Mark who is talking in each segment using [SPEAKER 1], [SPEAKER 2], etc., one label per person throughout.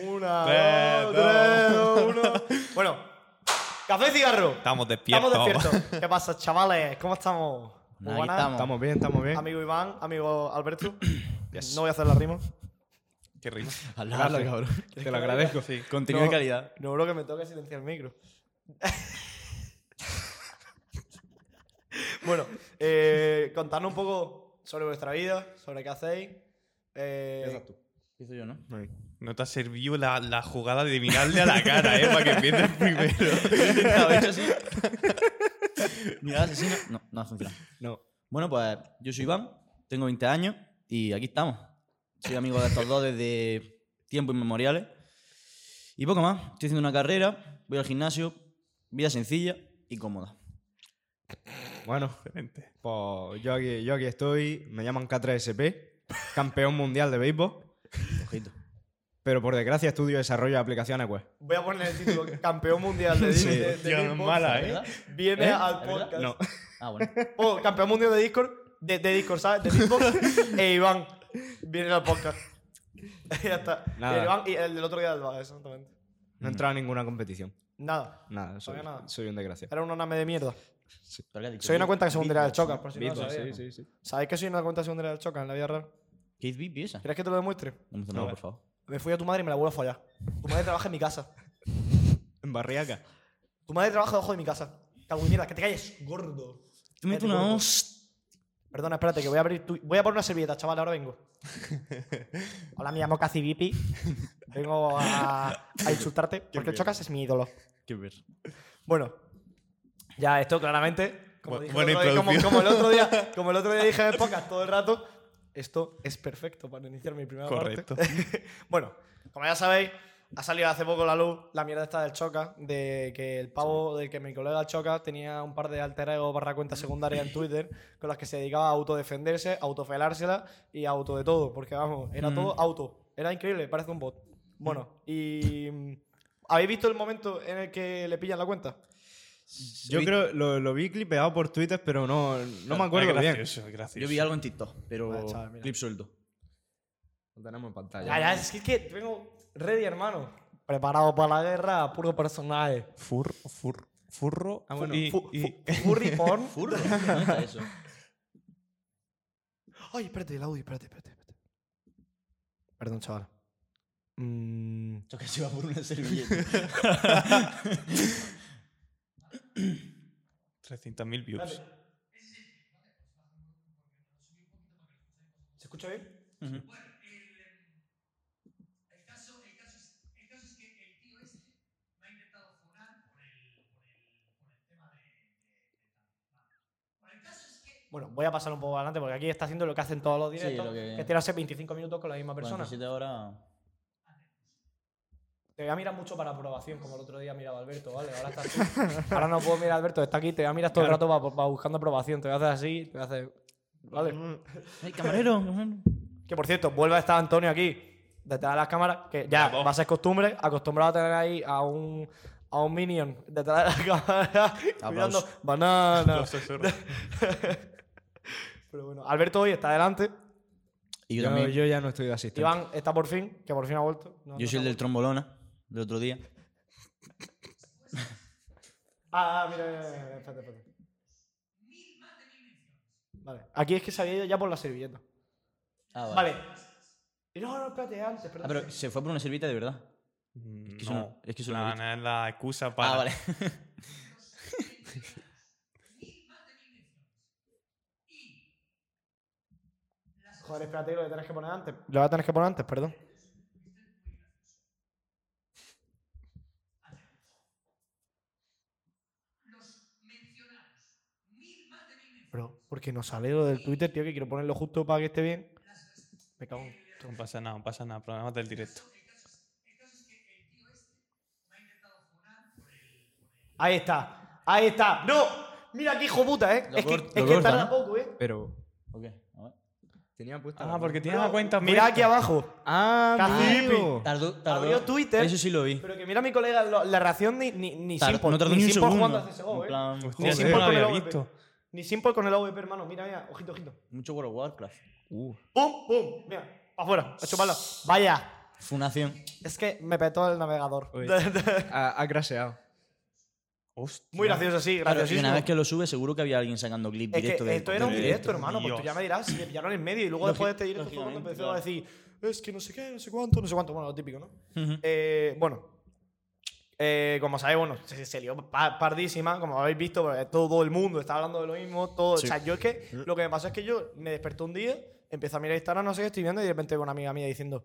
[SPEAKER 1] Una,
[SPEAKER 2] Tres,
[SPEAKER 1] dos, tres, dos,
[SPEAKER 2] dos.
[SPEAKER 1] uno. Bueno, café y cigarro.
[SPEAKER 2] Estamos despiertos.
[SPEAKER 1] Estamos despiertos. ¿Qué pasa, chavales? ¿Cómo estamos? Muy
[SPEAKER 3] Aquí
[SPEAKER 1] buenas.
[SPEAKER 3] estamos.
[SPEAKER 4] Estamos bien, estamos bien.
[SPEAKER 1] Amigo Iván, amigo Alberto.
[SPEAKER 2] Yes.
[SPEAKER 1] No voy a hacer la rima.
[SPEAKER 2] Qué rico.
[SPEAKER 3] Habla, habla, cabrón.
[SPEAKER 4] Te lo agradezco. Sí.
[SPEAKER 3] Contenido
[SPEAKER 1] No.
[SPEAKER 3] de calidad.
[SPEAKER 1] No creo que me toque silenciar el micro. bueno, eh, contadnos un poco sobre vuestra vida, sobre qué hacéis. Eh,
[SPEAKER 3] Empiezo yo, ¿no?
[SPEAKER 2] No te ha servido la, la jugada de mirarle a la cara, ¿eh? Para que empieces primero.
[SPEAKER 3] Intentado, hecho así. Mira, asesino. No, no ha funcionado.
[SPEAKER 4] No.
[SPEAKER 3] Bueno, pues yo soy Iván, tengo 20 años y aquí estamos. Soy amigo de estos dos desde tiempos inmemoriales. Y poco más. Estoy haciendo una carrera, voy al gimnasio, vida sencilla y cómoda.
[SPEAKER 4] Bueno,
[SPEAKER 2] Excelente.
[SPEAKER 4] pues yo aquí, yo aquí estoy. Me llaman K3SP, campeón mundial de béisbol.
[SPEAKER 3] Ojito.
[SPEAKER 4] Pero por desgracia estudio y desarrollo de aplicaciones web.
[SPEAKER 1] voy a poner el título Campeón Mundial de,
[SPEAKER 2] Sí,
[SPEAKER 1] de- de
[SPEAKER 2] hostia, no es
[SPEAKER 1] Beatbox.
[SPEAKER 2] mala, ¿eh?
[SPEAKER 3] ¿Verdad?
[SPEAKER 1] Viene
[SPEAKER 3] ¿Eh?
[SPEAKER 1] al
[SPEAKER 3] ¿Es verdad?
[SPEAKER 1] podcast.
[SPEAKER 4] No.
[SPEAKER 3] Ah, bueno.
[SPEAKER 1] O Oh, Campeón Mundial de Discord, de, de Discord, ¿sabes? De Beatbox. e Iván viene al podcast. ya está.
[SPEAKER 4] Nada.
[SPEAKER 1] El Iván y el del otro día del bar, exactamente.
[SPEAKER 4] No he entrado a ninguna competición.
[SPEAKER 1] Nada.
[SPEAKER 4] Nada, soy,
[SPEAKER 1] Todavía nada.
[SPEAKER 4] soy un desgracia.
[SPEAKER 1] Era una name de mierda.
[SPEAKER 3] Pero ¿qué has dicho?
[SPEAKER 1] Soy una cuenta que secundaria del
[SPEAKER 3] Beatbox,
[SPEAKER 1] Chocas, por si no lo
[SPEAKER 3] Beatbox,
[SPEAKER 1] sabías.
[SPEAKER 3] sí, sí.
[SPEAKER 1] ¿Sabéis que soy una cuenta secundaria del Choca en la vida real?
[SPEAKER 3] ¿Qué es Beatbox esa?
[SPEAKER 1] ¿Quieres que te lo demuestre?
[SPEAKER 3] No me suena, por favor.
[SPEAKER 1] Me fui a tu madre y me la vuelvo a follar. Tu madre trabaja en mi casa.
[SPEAKER 4] En Barriaca.
[SPEAKER 1] Tu madre trabaja debajo de mi casa. Cago en mierda, que te calles, gordo.
[SPEAKER 3] Te meto
[SPEAKER 1] Cállate,
[SPEAKER 3] una
[SPEAKER 1] gordo.
[SPEAKER 3] host.
[SPEAKER 1] Perdona, espérate, que voy a abrir tu... Voy a poner una servilleta, chaval, ahora vengo. Hola, me llamo Cacibipi. Vengo a, a insultarte porque el Chocas es mi ídolo.
[SPEAKER 3] Qué ver.
[SPEAKER 1] Bueno, ya esto claramente, como,
[SPEAKER 2] Bu-
[SPEAKER 1] dije
[SPEAKER 2] buena
[SPEAKER 1] el otro día- como-
[SPEAKER 2] introducción.
[SPEAKER 1] como el otro día, como el otro día dije en el podcast todo el rato, esto es perfecto para iniciar mi primera
[SPEAKER 2] Correcto.
[SPEAKER 1] parte. bueno, como ya sabéis, ha salido hace poco la luz la mierda esta del Choca, de que el pavo del que mi colega Choca tenía un par de alter ego barra cuenta secundaria en Twitter con las que se dedicaba a autodefenderse, a autofelársela y a auto de todo, porque vamos, era todo auto. Era increíble, parece un bot. Bueno, y... mm, ¿Habéis visto el momento en el que le pillan la cuenta?
[SPEAKER 4] Yo creo, lo, lo vi clipeado por Twitter, pero no, no me acuerdo
[SPEAKER 2] Es
[SPEAKER 4] bien.
[SPEAKER 2] gracioso, es gracioso.
[SPEAKER 3] Yo vi algo en TikTok, pero
[SPEAKER 1] Vale, chaval, mira.
[SPEAKER 3] clip suelto.
[SPEAKER 4] Lo tenemos en
[SPEAKER 1] Ya,
[SPEAKER 4] pantalla.
[SPEAKER 1] ya, es que, es que vengo ready, hermano. Preparado para la guerra, puro personaje.
[SPEAKER 2] Fur, fur, furro.
[SPEAKER 4] Ah, bueno.
[SPEAKER 2] y-
[SPEAKER 1] Fu-
[SPEAKER 2] y-
[SPEAKER 1] fu- Furry porn.
[SPEAKER 3] Furro. ¿Dónde está eso?
[SPEAKER 1] Ay, espérate, el audio, espérate, espérate. espérate. Perdón, chaval. Mm,
[SPEAKER 3] Yo que se va por una servilleta.
[SPEAKER 2] 300.000 views.
[SPEAKER 1] ¿Se escucha bien? este Bueno, voy a pasar un poco adelante porque aquí está haciendo lo que hacen todos los
[SPEAKER 3] Sí,
[SPEAKER 1] directos,
[SPEAKER 3] lo que-
[SPEAKER 1] que es tirarse 25 minutos con la misma persona.
[SPEAKER 3] 47 horas.
[SPEAKER 1] Te voy a mirar mucho para aprobación, como el otro día miraba Alberto, ¿vale? Ahora estás tú. Ahora no puedo mirar a Alberto, está aquí, te voy a mirar todo el rato para, buscando aprobación. Te voy a hacer así, te voy a hacer. ¿Vale?
[SPEAKER 3] ¡Ay, camarero! camarero.
[SPEAKER 1] Que por cierto, vuelve a estar Antonio aquí, detrás de las cámaras, que ya
[SPEAKER 2] Bravo.
[SPEAKER 1] va a ser costumbre, acostumbrado a tener ahí a un. A un minion detrás de la cámara mirando
[SPEAKER 3] Aplausos.
[SPEAKER 1] banana.
[SPEAKER 2] Los susurros.
[SPEAKER 1] Pero bueno, Alberto hoy está adelante.
[SPEAKER 3] Y yo,
[SPEAKER 4] Yo,
[SPEAKER 3] también. Yo,
[SPEAKER 4] yo ya no estoy de asistente.
[SPEAKER 1] Iván está por fin, que por fin ha vuelto. No, no
[SPEAKER 3] soy el
[SPEAKER 1] está-
[SPEAKER 3] del trombolona, del otro día.
[SPEAKER 1] Ah, ah, mira, mira, mira, mira, espérate, espérate. Vale, aquí es que se había ido ya por la servilleta.
[SPEAKER 3] Ah,
[SPEAKER 1] Vale. Y No, no, espérate, antes, espérate.
[SPEAKER 3] Ah, pero se fue por una servilleta de verdad. Es que eso
[SPEAKER 2] no,
[SPEAKER 3] no- es que eso no
[SPEAKER 2] no,
[SPEAKER 3] lo he
[SPEAKER 2] no es la excusa para.
[SPEAKER 3] Ah, vale.
[SPEAKER 1] Joder, espérate, lo que tenés que poner antes. Lo vas a tener que poner antes, perdón. Bro, porque nos sale lo del Twitter, tío, que quiero ponerlo justo para que esté bien. Me cago en...
[SPEAKER 2] No pasa nada, no pasa nada. Problemas del directo.
[SPEAKER 1] Ahí está, ahí está. ¡No! Mira qué hijo puta, ¿eh?
[SPEAKER 3] Lo
[SPEAKER 1] es que,
[SPEAKER 3] cort- lo
[SPEAKER 1] es que
[SPEAKER 3] corta,
[SPEAKER 1] tarda
[SPEAKER 3] ¿no?
[SPEAKER 1] poco, ¿eh?
[SPEAKER 4] Pero
[SPEAKER 3] Ok, a ver.
[SPEAKER 4] tenía puesta.
[SPEAKER 2] Ah,
[SPEAKER 4] la-
[SPEAKER 2] porque tienes
[SPEAKER 1] Bro,
[SPEAKER 2] la cuenta.
[SPEAKER 1] Mira aquí
[SPEAKER 2] puesta.
[SPEAKER 1] abajo.
[SPEAKER 4] Ah,
[SPEAKER 1] Casi
[SPEAKER 4] amigo.
[SPEAKER 3] Tardó, tardó.
[SPEAKER 1] Abrió Twitter.
[SPEAKER 3] Eso sí lo vi.
[SPEAKER 1] Pero que mira a mi colega lo- la reacción ni, ni, ni
[SPEAKER 3] Tar-
[SPEAKER 1] Simple.
[SPEAKER 3] no tardó
[SPEAKER 1] ni
[SPEAKER 3] ni un
[SPEAKER 1] Simple
[SPEAKER 3] segundo.
[SPEAKER 1] jugando a CSGO,
[SPEAKER 3] en
[SPEAKER 1] ¿eh?
[SPEAKER 3] plan,
[SPEAKER 2] Hostia,
[SPEAKER 1] Ni
[SPEAKER 2] sí,
[SPEAKER 1] Simple
[SPEAKER 2] no lo
[SPEAKER 1] con el
[SPEAKER 2] había
[SPEAKER 1] AWP.
[SPEAKER 2] visto.
[SPEAKER 1] Ni Simple con el AWP, hermano. Mira, mira. Ojito, ojito.
[SPEAKER 3] mucho World of Warcraft.
[SPEAKER 4] Uh,
[SPEAKER 1] ¡Pum, pum! Mira. Para afuera. A chuparla. Vaya.
[SPEAKER 3] Funación.
[SPEAKER 1] Es que me petó el navegador.
[SPEAKER 4] Uy. Ha, ha craseado.
[SPEAKER 1] Muy gracioso, sí,
[SPEAKER 3] Claro, y
[SPEAKER 1] graciosísimo.
[SPEAKER 3] una vez que lo sube, seguro que había alguien sacando clip
[SPEAKER 1] Es
[SPEAKER 3] directo
[SPEAKER 1] que
[SPEAKER 3] de
[SPEAKER 1] esto era un
[SPEAKER 2] del
[SPEAKER 1] directo,
[SPEAKER 2] directo,
[SPEAKER 1] hermano. Pues tú
[SPEAKER 2] Dios.
[SPEAKER 1] ya me dirás si le pillaron en medio. Y luego después de este directo fue cuando
[SPEAKER 3] lógicamente,
[SPEAKER 1] empezó a decir, es que no sé qué, no sé cuánto, no sé cuánto. Bueno, lo típico, ¿no?
[SPEAKER 3] Ujú.
[SPEAKER 1] Eh, bueno. eh, como sabéis, bueno, se, se lió pa- pardísima, como habéis visto, pues, todo el mundo está hablando de lo mismo, todo.
[SPEAKER 3] Sí. Mm.
[SPEAKER 1] O sea, yo es que lo que me pasó es que yo me desperté un día, empecé a mirar Instagram, no sé qué estoy viendo, y de repente veo una amiga mía diciendo,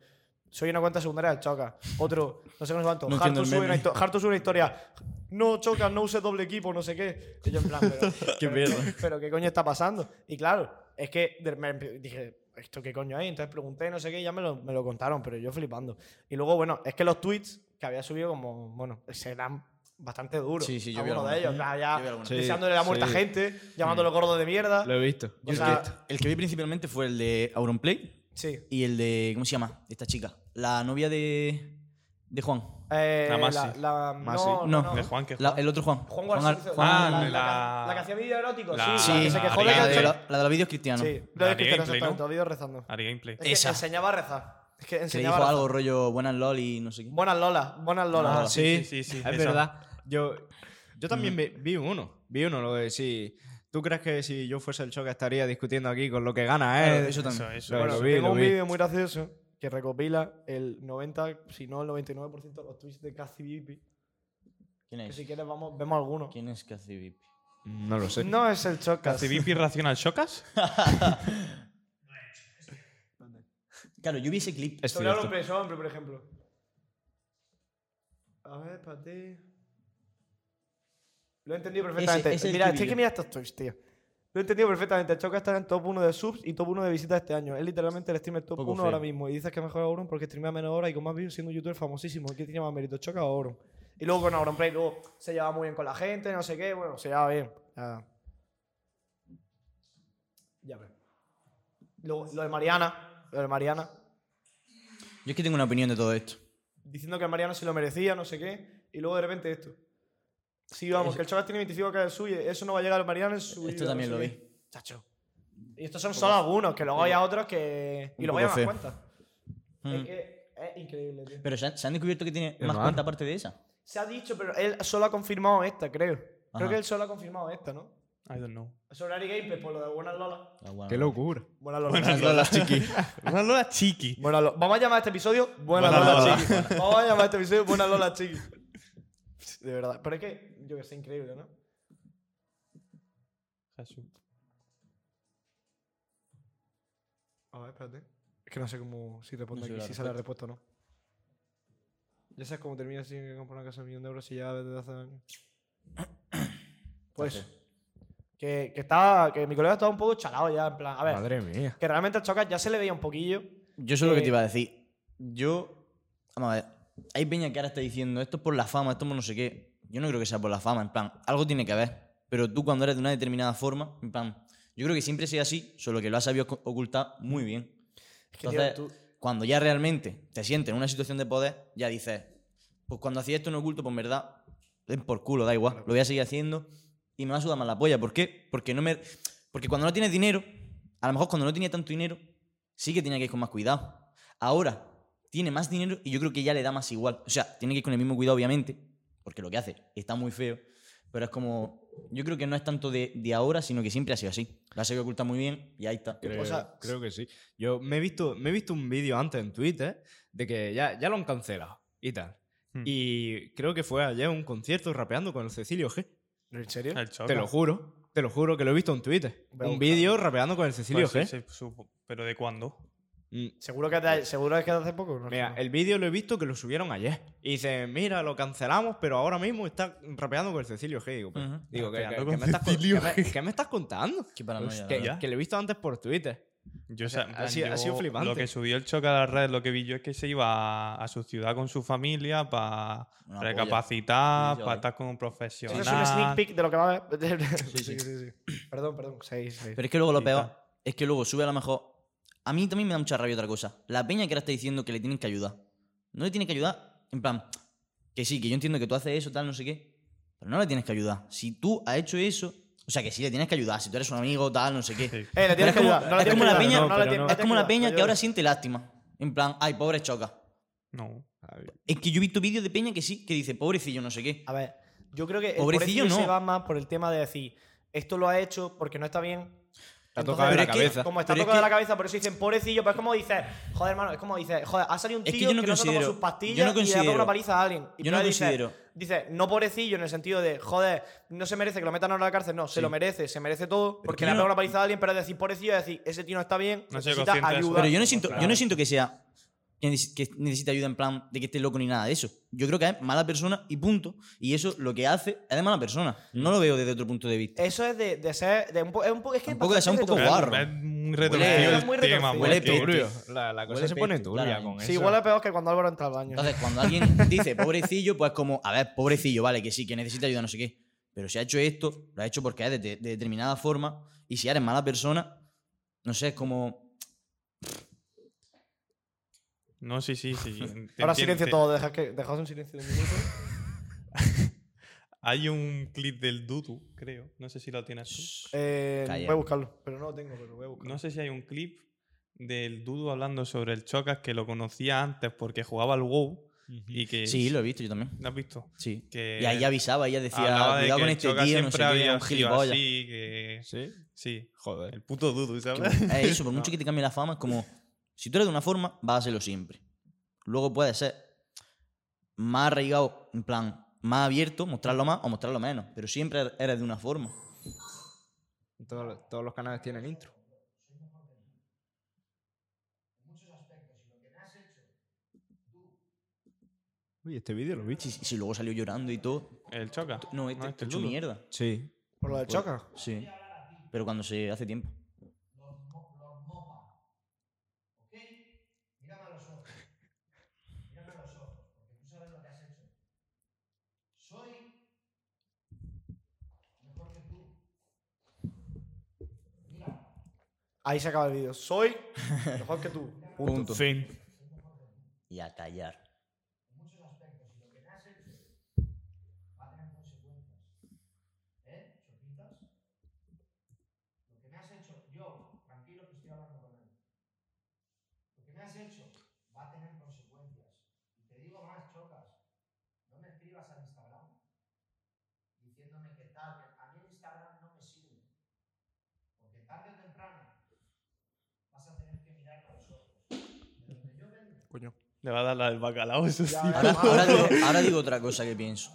[SPEAKER 1] soy una cuenta secundaria del Choca. Otro, no sé qué, no sé cuánto.
[SPEAKER 3] No entiendo
[SPEAKER 1] Harto
[SPEAKER 3] el
[SPEAKER 1] sube, una
[SPEAKER 3] meme.
[SPEAKER 1] histo- Harto sube una historia, no Choca, no use doble equipo, no sé qué. Y yo en plan, pero,
[SPEAKER 3] Qué
[SPEAKER 1] pero-
[SPEAKER 3] mierda.
[SPEAKER 1] pero ¿qué coño está pasando? Y claro, es que de- me empe- dije, ¿esto qué coño es? Entonces pregunté, no sé qué, y ya me lo, me lo contaron, pero yo flipando. Y luego, bueno, es que los tweets que había subido, como, bueno, serán bastante duros.
[SPEAKER 3] Sí, sí, yo vi
[SPEAKER 1] Algunos de
[SPEAKER 3] algunos.
[SPEAKER 1] ellos, claro, ya
[SPEAKER 3] Yo vi algunos. Mm.
[SPEAKER 4] Sí,
[SPEAKER 1] deseándole la muerte a
[SPEAKER 4] sí.
[SPEAKER 1] gente, llamándolo gordo de mierda.
[SPEAKER 4] Lo he visto.
[SPEAKER 1] O
[SPEAKER 3] Yo
[SPEAKER 1] sea,
[SPEAKER 3] el, que, el que vi principalmente fue el de Auronplay
[SPEAKER 1] sí.
[SPEAKER 3] y el de. ¿Cómo se llama? Esta chica. La novia de. de Juan.
[SPEAKER 1] Eh,
[SPEAKER 2] La
[SPEAKER 1] la,
[SPEAKER 2] Masi.
[SPEAKER 1] la-
[SPEAKER 4] Masi.
[SPEAKER 1] no, no,
[SPEAKER 3] No.
[SPEAKER 1] no.
[SPEAKER 2] De Juan, que
[SPEAKER 3] La-
[SPEAKER 2] Juan.
[SPEAKER 3] el otro Juan.
[SPEAKER 1] Juan
[SPEAKER 3] Ar-
[SPEAKER 1] García.
[SPEAKER 2] Juan,
[SPEAKER 1] la, la-
[SPEAKER 2] la-
[SPEAKER 1] la que hacía vídeo erótico,
[SPEAKER 2] la-
[SPEAKER 1] sí.
[SPEAKER 3] Sí,
[SPEAKER 1] Ah, la que se
[SPEAKER 2] la-
[SPEAKER 1] quejó de
[SPEAKER 3] la,
[SPEAKER 1] que-
[SPEAKER 3] de lo- la de los vídeos cristianos.
[SPEAKER 1] Sí, lo de
[SPEAKER 2] La
[SPEAKER 1] Cristiano
[SPEAKER 2] gameplay,
[SPEAKER 1] exactamente,
[SPEAKER 2] ¿no?
[SPEAKER 1] los vídeos rezando.
[SPEAKER 2] Ari Gameplay.
[SPEAKER 1] Es que
[SPEAKER 3] Esa.
[SPEAKER 1] enseñaba a rezar. Es que
[SPEAKER 3] Que le
[SPEAKER 1] enseñaba
[SPEAKER 3] dijo
[SPEAKER 1] a rezar.
[SPEAKER 3] algo rollo buenas LOL y no sé qué.
[SPEAKER 1] Buenas Lola, buenas Lola.
[SPEAKER 3] Ah,
[SPEAKER 2] sí, sí, sí,
[SPEAKER 4] Es
[SPEAKER 2] esa.
[SPEAKER 4] verdad. Yo, yo también vi, vi uno. Vi uno, lo de si. ¿Tú crees que si yo fuese el choque estaría discutiendo aquí con lo que gana, eh?
[SPEAKER 3] Claro, eso también.
[SPEAKER 2] Eso, eso.
[SPEAKER 4] Claro.
[SPEAKER 1] Bueno,
[SPEAKER 4] lo vi,
[SPEAKER 1] tengo
[SPEAKER 4] lo
[SPEAKER 1] un
[SPEAKER 4] vi.
[SPEAKER 1] vídeo muy gracioso que recopila el 90, si no el 99% de los tweets de Cassie Bibi.
[SPEAKER 3] ¿Quién
[SPEAKER 1] Que
[SPEAKER 3] es?
[SPEAKER 1] si quieres vamos, vemos algunos.
[SPEAKER 3] ¿Quién es Cathy Vip?
[SPEAKER 4] No lo sé.
[SPEAKER 1] No es el Chocas.
[SPEAKER 2] ¿Cacivip Irracional Shocas?
[SPEAKER 3] Claro, yo vi ese clip.
[SPEAKER 4] Es
[SPEAKER 1] Sobre el
[SPEAKER 4] cierto.
[SPEAKER 1] hombre, sobre el hombre, por ejemplo. A ver, para ti. Lo he entendido perfectamente.
[SPEAKER 3] ese es el
[SPEAKER 1] mira,
[SPEAKER 3] que
[SPEAKER 1] es
[SPEAKER 3] vi
[SPEAKER 1] que
[SPEAKER 3] yo.
[SPEAKER 1] mira estos tweets, tío. Lo he entendido perfectamente. El Chocas está en top 1 de subs y top 1 de visitas este año. Es literalmente el streamer top
[SPEAKER 3] Poco
[SPEAKER 1] 1 ahora
[SPEAKER 3] feo.
[SPEAKER 1] mismo. Y dices que mejor Auron porque streamea menos horas y con más views siendo un youtuber famosísimo. ¿Qué tiene más mérito, Chocas o Auron? Y luego con Auron Play, luego se lleva muy bien con la gente, no sé qué. Bueno, se lleva bien. Ya, ya ves. Luego, lo de Mariana. Lo de Mariana.
[SPEAKER 3] Yo es que tengo una opinión de todo esto.
[SPEAKER 1] diciendo que Mariano se lo merecía, no sé qué, y luego de repente esto. Sí, vamos, que el chaval tiene 25 k de suyo, eso no va a llegar al Mariano en su
[SPEAKER 3] Esto
[SPEAKER 1] vida,
[SPEAKER 3] también
[SPEAKER 1] no
[SPEAKER 3] lo
[SPEAKER 1] sé
[SPEAKER 3] vi. Pues
[SPEAKER 1] qué. Chacho. Y estos son solo algunos, que luego hay otros que. Y
[SPEAKER 3] un
[SPEAKER 1] luego
[SPEAKER 3] poco
[SPEAKER 1] hay más
[SPEAKER 3] feo.
[SPEAKER 1] cuentas. Es
[SPEAKER 3] Mm.
[SPEAKER 1] que es increíble, tío.
[SPEAKER 3] Pero se han, se han descubierto que tiene más
[SPEAKER 4] mal.
[SPEAKER 3] cuenta aparte de esa.
[SPEAKER 1] Se ha dicho, pero él solo ha confirmado esta, creo. Creo
[SPEAKER 3] Ajá.
[SPEAKER 1] que él solo ha confirmado esta, ¿no?
[SPEAKER 2] I don't know.
[SPEAKER 1] Sobre Ari Gameplay, pues, por lo de Buenas Lola.
[SPEAKER 3] Ah, bueno.
[SPEAKER 4] Qué locura.
[SPEAKER 1] Buenas Lola.
[SPEAKER 2] Buenas Lolas Chiqui. Buenas Lolas Chiqui.
[SPEAKER 1] Buenas Lola. Vamos a llamar a este episodio Buenas,
[SPEAKER 2] Buenas
[SPEAKER 1] Lola,
[SPEAKER 2] Lola.
[SPEAKER 1] Chiqui. Vamos a llamar a este episodio Buenas Lola Chiqui. De verdad. Pero es que, yo que sé, increíble, ¿no?
[SPEAKER 2] Jesús.
[SPEAKER 1] A ver, espérate. Es que no sé cómo si responde
[SPEAKER 3] No sé
[SPEAKER 1] aquí,
[SPEAKER 3] la
[SPEAKER 1] si sale la respuesta o no. Ya sabes cómo termina si que comprar una casa de un millón de euros y ya desde hace años. Pues. Que, que estaba. Que mi colega estaba un poco chalado ya, en plan. A ver.
[SPEAKER 4] Madre mía.
[SPEAKER 1] Que realmente al Chocas ya se le veía un poquillo.
[SPEAKER 3] Yo sé lo que
[SPEAKER 1] Eh,
[SPEAKER 3] te iba a decir. Yo. Vamos a ver. Hay peña que ahora está diciendo esto es por la fama, esto es por no sé qué. Yo no creo que sea por la fama, en plan, algo tiene que haber. Pero tú cuando eres de una determinada forma, en plan, yo creo que siempre sea así, solo que lo has sabido ocu- ocultar muy bien.
[SPEAKER 1] Es que, tío,
[SPEAKER 3] Entonces,
[SPEAKER 1] tú-
[SPEAKER 3] cuando ya realmente te sientes en una situación de poder, ya dices, pues cuando hacía esto en oculto, pues en verdad, den por culo, da igual, lo voy a seguir haciendo y me va a sudar más la polla. ¿Por qué? Porque, no me, porque cuando no tienes dinero, a lo mejor cuando no tenía tanto dinero, sí que tenía que ir con más cuidado. Ahora tiene más dinero y yo creo que ya le da más igual. O sea, tiene que ir con el mismo cuidado, obviamente, porque lo que hace está muy feo, pero es como, yo creo que no es tanto de, de ahora, sino que siempre ha sido así. Lo ha sabido ocultar muy bien y ahí está.
[SPEAKER 4] Creo,
[SPEAKER 1] O sea,
[SPEAKER 4] creo que sí. Yo me he visto, me he visto un vídeo antes en Twitter de que ya, ya lo han cancelado y tal.
[SPEAKER 2] Hmm.
[SPEAKER 4] Y creo que fue ayer un concierto rapeando con el Cecilio G.
[SPEAKER 1] ¿En serio?
[SPEAKER 2] El Choca.
[SPEAKER 4] Te lo juro. Te lo juro que lo he visto en Twitter.
[SPEAKER 1] Voy a
[SPEAKER 4] Un
[SPEAKER 1] buscar.
[SPEAKER 4] vídeo rapeando con el Cecilio
[SPEAKER 2] Pues
[SPEAKER 4] G.
[SPEAKER 2] sí, sí, supo- ¿Pero de cuándo?
[SPEAKER 4] Mm,
[SPEAKER 1] Seguro que, te- seguro es que hace poco. No,
[SPEAKER 4] Mira,
[SPEAKER 1] No.
[SPEAKER 4] el vídeo lo he visto que lo subieron ayer. Y dicen, mira, lo cancelamos, pero ahora mismo está rapeando con el Cecilio G. Digo, pero-
[SPEAKER 3] Ujú.
[SPEAKER 4] digo ¿qué-
[SPEAKER 2] Rapeando
[SPEAKER 4] qué-
[SPEAKER 2] con
[SPEAKER 4] qué me estás con-
[SPEAKER 2] Cecilio
[SPEAKER 4] qué me- ¿qué me estás contando?
[SPEAKER 3] Qué paranoia, la
[SPEAKER 4] Que,
[SPEAKER 2] verdad.
[SPEAKER 4] que lo he visto antes por Twitter.
[SPEAKER 2] Yo, o
[SPEAKER 4] sea,
[SPEAKER 2] sea, en
[SPEAKER 4] ha
[SPEAKER 2] plan,
[SPEAKER 4] sido- ha
[SPEAKER 2] yo-
[SPEAKER 4] sido flipante.
[SPEAKER 2] Lo que subió el choque a las redes, lo que vi yo es que se iba a, a su ciudad con su familia para
[SPEAKER 3] Una
[SPEAKER 2] recapacitar,
[SPEAKER 3] Sí, yo
[SPEAKER 2] para
[SPEAKER 3] ahí.
[SPEAKER 2] estar con un
[SPEAKER 1] Eso es un sneak
[SPEAKER 2] profesional.
[SPEAKER 1] peek de lo que va a haber.
[SPEAKER 3] Sí, sí.
[SPEAKER 1] Perdón, perdón. Eh, Seis, seis.
[SPEAKER 3] Pero es que luego lo
[SPEAKER 2] Y tal.
[SPEAKER 3] peor es que luego sube a lo mejor. A mí también me da mucha rabia otra cosa. La peña que ahora está diciendo que le tienen que ayudar. No le tienen que ayudar. En plan, que sí, que yo entiendo que tú haces eso, tal, no sé qué. Pero no le tienes que ayudar. Si tú has hecho eso. O sea, que sí le tienes que ayudar. Si tú eres un amigo, tal, no sé qué.
[SPEAKER 2] Sí.
[SPEAKER 1] Eh, le
[SPEAKER 3] Pero
[SPEAKER 1] tienes
[SPEAKER 3] es
[SPEAKER 1] que
[SPEAKER 3] como-
[SPEAKER 1] ayudar. no le
[SPEAKER 3] es
[SPEAKER 1] tienes
[SPEAKER 3] como
[SPEAKER 1] que
[SPEAKER 3] la
[SPEAKER 1] ayudar,
[SPEAKER 3] peña-
[SPEAKER 1] no le
[SPEAKER 4] pero
[SPEAKER 1] tienes-
[SPEAKER 4] no.
[SPEAKER 1] no
[SPEAKER 3] Es
[SPEAKER 1] te
[SPEAKER 3] como
[SPEAKER 1] ayuda,
[SPEAKER 3] la peña
[SPEAKER 1] te
[SPEAKER 3] que
[SPEAKER 1] ayuda.
[SPEAKER 3] ahora siente lástima. En plan, ay, pobre choca.
[SPEAKER 2] No.
[SPEAKER 3] Es que yo he visto vídeos de Peña que sí, que dice, pobrecillo, no sé qué.
[SPEAKER 1] A ver, yo creo que el
[SPEAKER 3] Pobrecillo
[SPEAKER 1] pobrecillo se
[SPEAKER 3] no.
[SPEAKER 1] va más por el tema de decir, esto lo ha hecho porque no está bien.
[SPEAKER 4] Te ha
[SPEAKER 1] Entonces,
[SPEAKER 4] tocado de la
[SPEAKER 3] pero es que-
[SPEAKER 4] cabeza.
[SPEAKER 1] Como está
[SPEAKER 3] Pero es
[SPEAKER 1] tocado de
[SPEAKER 3] que-
[SPEAKER 1] la cabeza, por eso dicen pobrecillo, pero es como dices, joder, hermano, es como dices, joder, ha salido un
[SPEAKER 3] Es
[SPEAKER 1] tío
[SPEAKER 3] que
[SPEAKER 1] que,
[SPEAKER 3] yo no
[SPEAKER 1] no se toma
[SPEAKER 3] considero-
[SPEAKER 1] sus pastillas
[SPEAKER 3] yo no
[SPEAKER 1] y le ha dado
[SPEAKER 3] considero-
[SPEAKER 1] una paliza a alguien. Y
[SPEAKER 3] yo no
[SPEAKER 1] entonces dices-
[SPEAKER 3] considero.
[SPEAKER 1] Dice, no pobrecillo en el sentido de, joder, no se merece que lo metan ahora a la cárcel. No, se lo merece, se merece todo, porque
[SPEAKER 3] yo
[SPEAKER 1] le ha
[SPEAKER 3] no-
[SPEAKER 1] dado una paliza a alguien, pero decir pobrecillo es decir, ese tío no está bien,
[SPEAKER 2] No soy
[SPEAKER 1] necesita
[SPEAKER 2] consciente de eso.
[SPEAKER 1] ayuda.
[SPEAKER 3] Pero yo no siento, yo no
[SPEAKER 1] Claro.
[SPEAKER 3] siento que sea que neces- que necesite ayuda en plan de que esté loco ni nada de eso. Yo creo que es mala persona y punto. Y eso lo que hace es de mala persona. No lo veo desde otro punto de vista.
[SPEAKER 1] Eso es de, de ser. De un po- es un po- es que es
[SPEAKER 3] Tampoco de ser un
[SPEAKER 1] bastante
[SPEAKER 3] poco
[SPEAKER 1] retorcido.
[SPEAKER 3] guarro.
[SPEAKER 2] Es muy retorcido
[SPEAKER 1] Huele-
[SPEAKER 2] el
[SPEAKER 1] muy
[SPEAKER 2] tema.
[SPEAKER 1] retorcido.
[SPEAKER 3] Huele
[SPEAKER 2] porque-
[SPEAKER 3] peste.
[SPEAKER 4] Turbio. La, la cosa
[SPEAKER 3] Huele
[SPEAKER 4] se pone
[SPEAKER 3] peste,
[SPEAKER 4] turbia
[SPEAKER 3] claramente.
[SPEAKER 4] con
[SPEAKER 1] Sí,
[SPEAKER 4] eso.
[SPEAKER 1] igual es peor que cuando Álvaro entra al baño.
[SPEAKER 3] Entonces, cuando alguien dice pobrecillo, pues como, a ver, pobrecillo, vale, que sí, que necesita ayuda, no sé qué. Pero si ha hecho esto, lo ha hecho porque es de, de- de determinada forma. Y si eres mala persona, no sé, es como.
[SPEAKER 2] No, sí, sí, sí. te
[SPEAKER 1] Ahora
[SPEAKER 2] entiendo,
[SPEAKER 1] silencio
[SPEAKER 2] te-
[SPEAKER 1] todo, dejas que, dejaos un silencio de un minuto.
[SPEAKER 2] Hay un clip del Dudu, creo. No sé si lo tienes tú.
[SPEAKER 1] Eh,
[SPEAKER 3] Calla.
[SPEAKER 1] voy a buscarlo, pero no lo tengo, pero voy a buscarlo.
[SPEAKER 2] No sé si hay un clip del Dudu hablando sobre el Chocas que lo conocía antes porque jugaba al WoW y que...
[SPEAKER 3] Sí, lo he visto yo también.
[SPEAKER 2] ¿Lo has visto?
[SPEAKER 3] Sí.
[SPEAKER 2] Que
[SPEAKER 3] Y ahí avisaba, ella decía,
[SPEAKER 2] eh, hablaba de
[SPEAKER 3] cuidado
[SPEAKER 2] que
[SPEAKER 3] con
[SPEAKER 2] el
[SPEAKER 3] este
[SPEAKER 2] Chocas
[SPEAKER 3] tío, no
[SPEAKER 2] siempre
[SPEAKER 3] sé qué, es un
[SPEAKER 2] había sido
[SPEAKER 3] gilipollas.
[SPEAKER 2] así, que...
[SPEAKER 4] ¿Sí?
[SPEAKER 2] Sí,
[SPEAKER 4] Joder.
[SPEAKER 2] el puto Dudu,
[SPEAKER 3] Que
[SPEAKER 2] ¿sabes?
[SPEAKER 3] bueno, es eso, por mucho que te cambie la fama, es como, si tú eres de una forma, vas a hacerlo siempre. Luego puede ser más arraigado, en plan, más abierto, mostrarlo más o mostrarlo menos, pero siempre er-, eres de una forma.
[SPEAKER 4] Todos, todos los canales tienen intro. Uy, este vídeo lo vi.
[SPEAKER 3] Si, si luego salió llorando y todo,
[SPEAKER 2] El Chocas.
[SPEAKER 3] no, este,
[SPEAKER 2] este
[SPEAKER 3] hecho
[SPEAKER 2] Dudu.
[SPEAKER 3] mierda.
[SPEAKER 4] Sí.
[SPEAKER 1] Por lo del choca.
[SPEAKER 3] Sí, pero cuando se hace tiempo.
[SPEAKER 1] Ahí se acaba el vídeo. Soy mejor que tú.
[SPEAKER 3] Punto.
[SPEAKER 2] Fin.
[SPEAKER 3] Y a callar.
[SPEAKER 1] Coño.
[SPEAKER 2] Le va a dar la del bacalao, eso sí.
[SPEAKER 1] Ya,
[SPEAKER 3] Ahora, ahora digo, ahora digo otra cosa que pienso.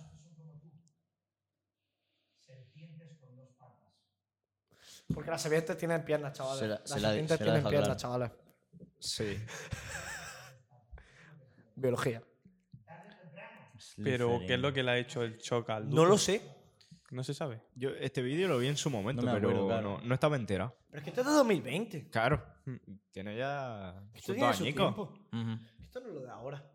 [SPEAKER 1] Porque las serpientes tienen piernas, chavales.
[SPEAKER 3] Se la-
[SPEAKER 1] las
[SPEAKER 3] se la-
[SPEAKER 1] serpientes
[SPEAKER 3] se la
[SPEAKER 1] tienen
[SPEAKER 3] deja
[SPEAKER 1] piernas, chavales.
[SPEAKER 3] hablar.
[SPEAKER 4] Sí.
[SPEAKER 1] Biología.
[SPEAKER 2] Pero, ¿qué es lo que le ha hecho el Chocas al Dudu?
[SPEAKER 1] No lo sé.
[SPEAKER 2] No se sabe.
[SPEAKER 4] Yo este vídeo lo vi en su momento,
[SPEAKER 3] No me
[SPEAKER 4] pero
[SPEAKER 3] acuerdo, claro.
[SPEAKER 4] no, no estaba entera.
[SPEAKER 1] Pero es que esto es de 2020.
[SPEAKER 4] Claro. mm, Tiene ya
[SPEAKER 1] Esto
[SPEAKER 4] sus
[SPEAKER 1] tiene
[SPEAKER 4] dos
[SPEAKER 1] su
[SPEAKER 4] añicos.
[SPEAKER 1] tiempo.
[SPEAKER 3] Ujú.
[SPEAKER 1] Esto no es lo de ahora.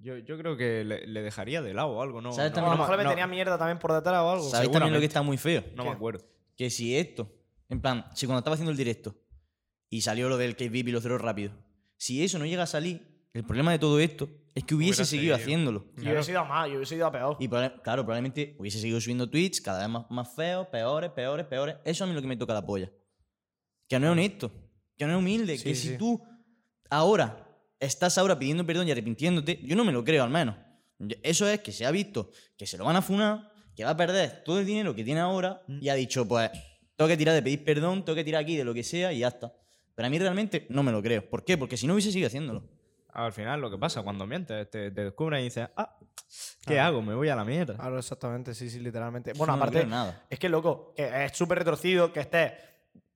[SPEAKER 4] Yo, yo creo que le, le dejaría de lado o algo, ¿no?
[SPEAKER 3] ¿Sabes
[SPEAKER 1] O
[SPEAKER 4] no,
[SPEAKER 3] también
[SPEAKER 1] a
[SPEAKER 4] no
[SPEAKER 1] lo
[SPEAKER 4] me-
[SPEAKER 1] mejor le
[SPEAKER 4] no-
[SPEAKER 1] tenía mierda también por detrás o algo.
[SPEAKER 3] ¿Sabéis también lo que está muy feo?
[SPEAKER 4] no me acuerdo.
[SPEAKER 3] que si esto, en plan, si cuando estaba haciendo el directo y salió lo del KBB y los ceros rápidos, si eso no llega a salir, el problema de todo esto es que hubiese
[SPEAKER 2] Hubiera
[SPEAKER 3] seguido
[SPEAKER 2] seguido.
[SPEAKER 3] haciéndolo.
[SPEAKER 1] Yo hubiese ido a más, yo hubiese ido a peor.
[SPEAKER 3] Y proba- claro, probablemente hubiese seguido subiendo tweets cada vez más, más feos, peores, peores, peores. Eso a mí es lo que me toca la polla. Que no es honesto, que no es humilde,
[SPEAKER 1] Sí,
[SPEAKER 3] que
[SPEAKER 1] sí.
[SPEAKER 3] si tú ahora estás ahora pidiendo perdón y arrepintiéndote, yo no me lo creo al menos. Yo- Eso es que se ha visto que se lo van a funar, que va a perder todo el dinero que tiene ahora y ha dicho, pues, tengo que tirar de pedir perdón, tengo que tirar aquí de lo que sea y ya está. Pero a mí realmente no me lo creo. ¿Por qué? Porque si no hubiese seguido haciéndolo.
[SPEAKER 4] Al final, lo que pasa cuando mientes, te, te descubren y dices, ah, ¿qué hago? Me voy a la mierda.
[SPEAKER 1] Claro, exactamente, sí, sí, literalmente.
[SPEAKER 3] No
[SPEAKER 1] Bueno,
[SPEAKER 3] me
[SPEAKER 1] aparte,
[SPEAKER 3] creo nada.
[SPEAKER 1] es que loco, que es súper retorcido que estés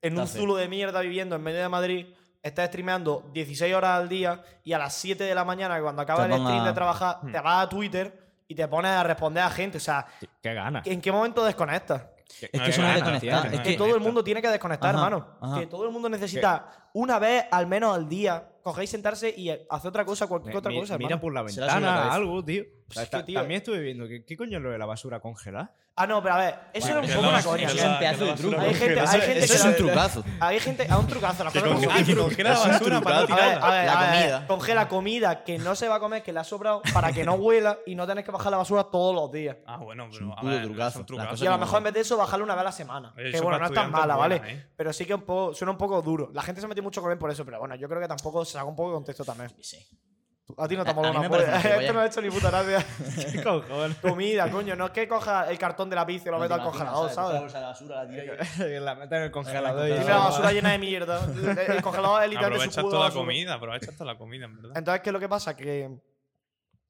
[SPEAKER 1] en un
[SPEAKER 3] Está feo.
[SPEAKER 1] zulo de mierda viviendo en medio de Madrid, estés streameando 16 horas al día y a las 7 de la mañana, cuando acaba
[SPEAKER 3] Te
[SPEAKER 1] el stream
[SPEAKER 3] ponga- Hmm.
[SPEAKER 1] de trabajar, te vas a Twitter y te pones a responder a gente. O sea,
[SPEAKER 4] ¿Qué ganas?
[SPEAKER 1] ¿en qué momento desconectas?
[SPEAKER 3] Es
[SPEAKER 2] Ah,
[SPEAKER 3] que eso no
[SPEAKER 2] claro,
[SPEAKER 3] es desconectar.
[SPEAKER 2] tío,
[SPEAKER 3] Es
[SPEAKER 2] no
[SPEAKER 1] Que
[SPEAKER 3] que
[SPEAKER 2] es-
[SPEAKER 1] todo el mundo tiene que desconectar,
[SPEAKER 3] Ajá,
[SPEAKER 1] hermano.
[SPEAKER 3] ajá.
[SPEAKER 1] Que todo el mundo necesita una vez al menos al día, cogéis sentarse y eh, hacer otra cosa, cualquier otra
[SPEAKER 4] Mi-
[SPEAKER 1] cosa,
[SPEAKER 4] mira
[SPEAKER 1] hermano.
[SPEAKER 4] por la
[SPEAKER 3] Se la sube la
[SPEAKER 4] ventana
[SPEAKER 3] cabeza.
[SPEAKER 4] algo, tío.
[SPEAKER 1] Pues es
[SPEAKER 4] Ta-
[SPEAKER 1] que, tío,
[SPEAKER 4] También estuve viendo, que- ¿qué coño es lo de la basura congelada?
[SPEAKER 1] Ah, no, pero a ver, eso
[SPEAKER 3] Bueno,
[SPEAKER 1] era un
[SPEAKER 2] que
[SPEAKER 1] poco
[SPEAKER 2] la-
[SPEAKER 1] una
[SPEAKER 2] que
[SPEAKER 1] coña.
[SPEAKER 2] la-
[SPEAKER 1] ¿sí?
[SPEAKER 3] eso es un pedazo de
[SPEAKER 2] basura
[SPEAKER 3] truco.
[SPEAKER 1] Hay gente,
[SPEAKER 2] congelada.
[SPEAKER 1] hay gente
[SPEAKER 3] Eso
[SPEAKER 1] que
[SPEAKER 3] es
[SPEAKER 1] la-
[SPEAKER 3] un trucazo.
[SPEAKER 1] Hay gente, a un trucazo, las
[SPEAKER 2] Que
[SPEAKER 1] cosas como
[SPEAKER 2] congela- que congela la basura para no
[SPEAKER 1] A ver,
[SPEAKER 2] tirarla.
[SPEAKER 1] a ver,
[SPEAKER 3] La
[SPEAKER 1] a ver,
[SPEAKER 3] comida.
[SPEAKER 1] Congela comida que no se va a comer, que le ha sobrado, para que no huela y no tenés que bajar la basura todos los días.
[SPEAKER 2] Ah, bueno,
[SPEAKER 3] Es un
[SPEAKER 2] pero a
[SPEAKER 3] puto
[SPEAKER 2] ver,
[SPEAKER 3] trucazo,
[SPEAKER 2] es un
[SPEAKER 3] las
[SPEAKER 2] trucazo.
[SPEAKER 3] cosas
[SPEAKER 1] Y a lo
[SPEAKER 3] como-
[SPEAKER 1] mejor en vez de eso, bajarlo una vez a la semana.
[SPEAKER 2] Eso
[SPEAKER 1] que bueno,
[SPEAKER 2] para
[SPEAKER 1] no es tan
[SPEAKER 2] estudiantes
[SPEAKER 1] mala,
[SPEAKER 2] buena,
[SPEAKER 1] ¿vale?
[SPEAKER 2] ¿eh?
[SPEAKER 1] Pero sí que un poco, suena un poco duro. La gente se mete mucho con él por eso, pero bueno, yo creo que tampoco se saca un poco de contexto también.
[SPEAKER 3] Sí.
[SPEAKER 1] Tú- A ti no te
[SPEAKER 3] A-
[SPEAKER 1] ha molado
[SPEAKER 3] a mí
[SPEAKER 1] una
[SPEAKER 3] me parece
[SPEAKER 1] polla.
[SPEAKER 3] un gilipollas.
[SPEAKER 1] Esto no ha hecho ni puta gracia. ¿Qué cojones? Comida, coño. No es que coja el cartón de la pizza y lo meta al congelador, ¿sabes?
[SPEAKER 3] la basura, la tira
[SPEAKER 4] la meta en el
[SPEAKER 3] congelador
[SPEAKER 4] congelador.
[SPEAKER 3] y-
[SPEAKER 4] y
[SPEAKER 1] Tiene la basura llena de mierda. El congelador es literalmente su
[SPEAKER 2] Aprovechas
[SPEAKER 1] cubo de
[SPEAKER 2] toda la
[SPEAKER 1] basura.
[SPEAKER 2] comida, aprovechas toda la comida, en verdad.
[SPEAKER 1] Entonces, ¿qué es lo que pasa? Que,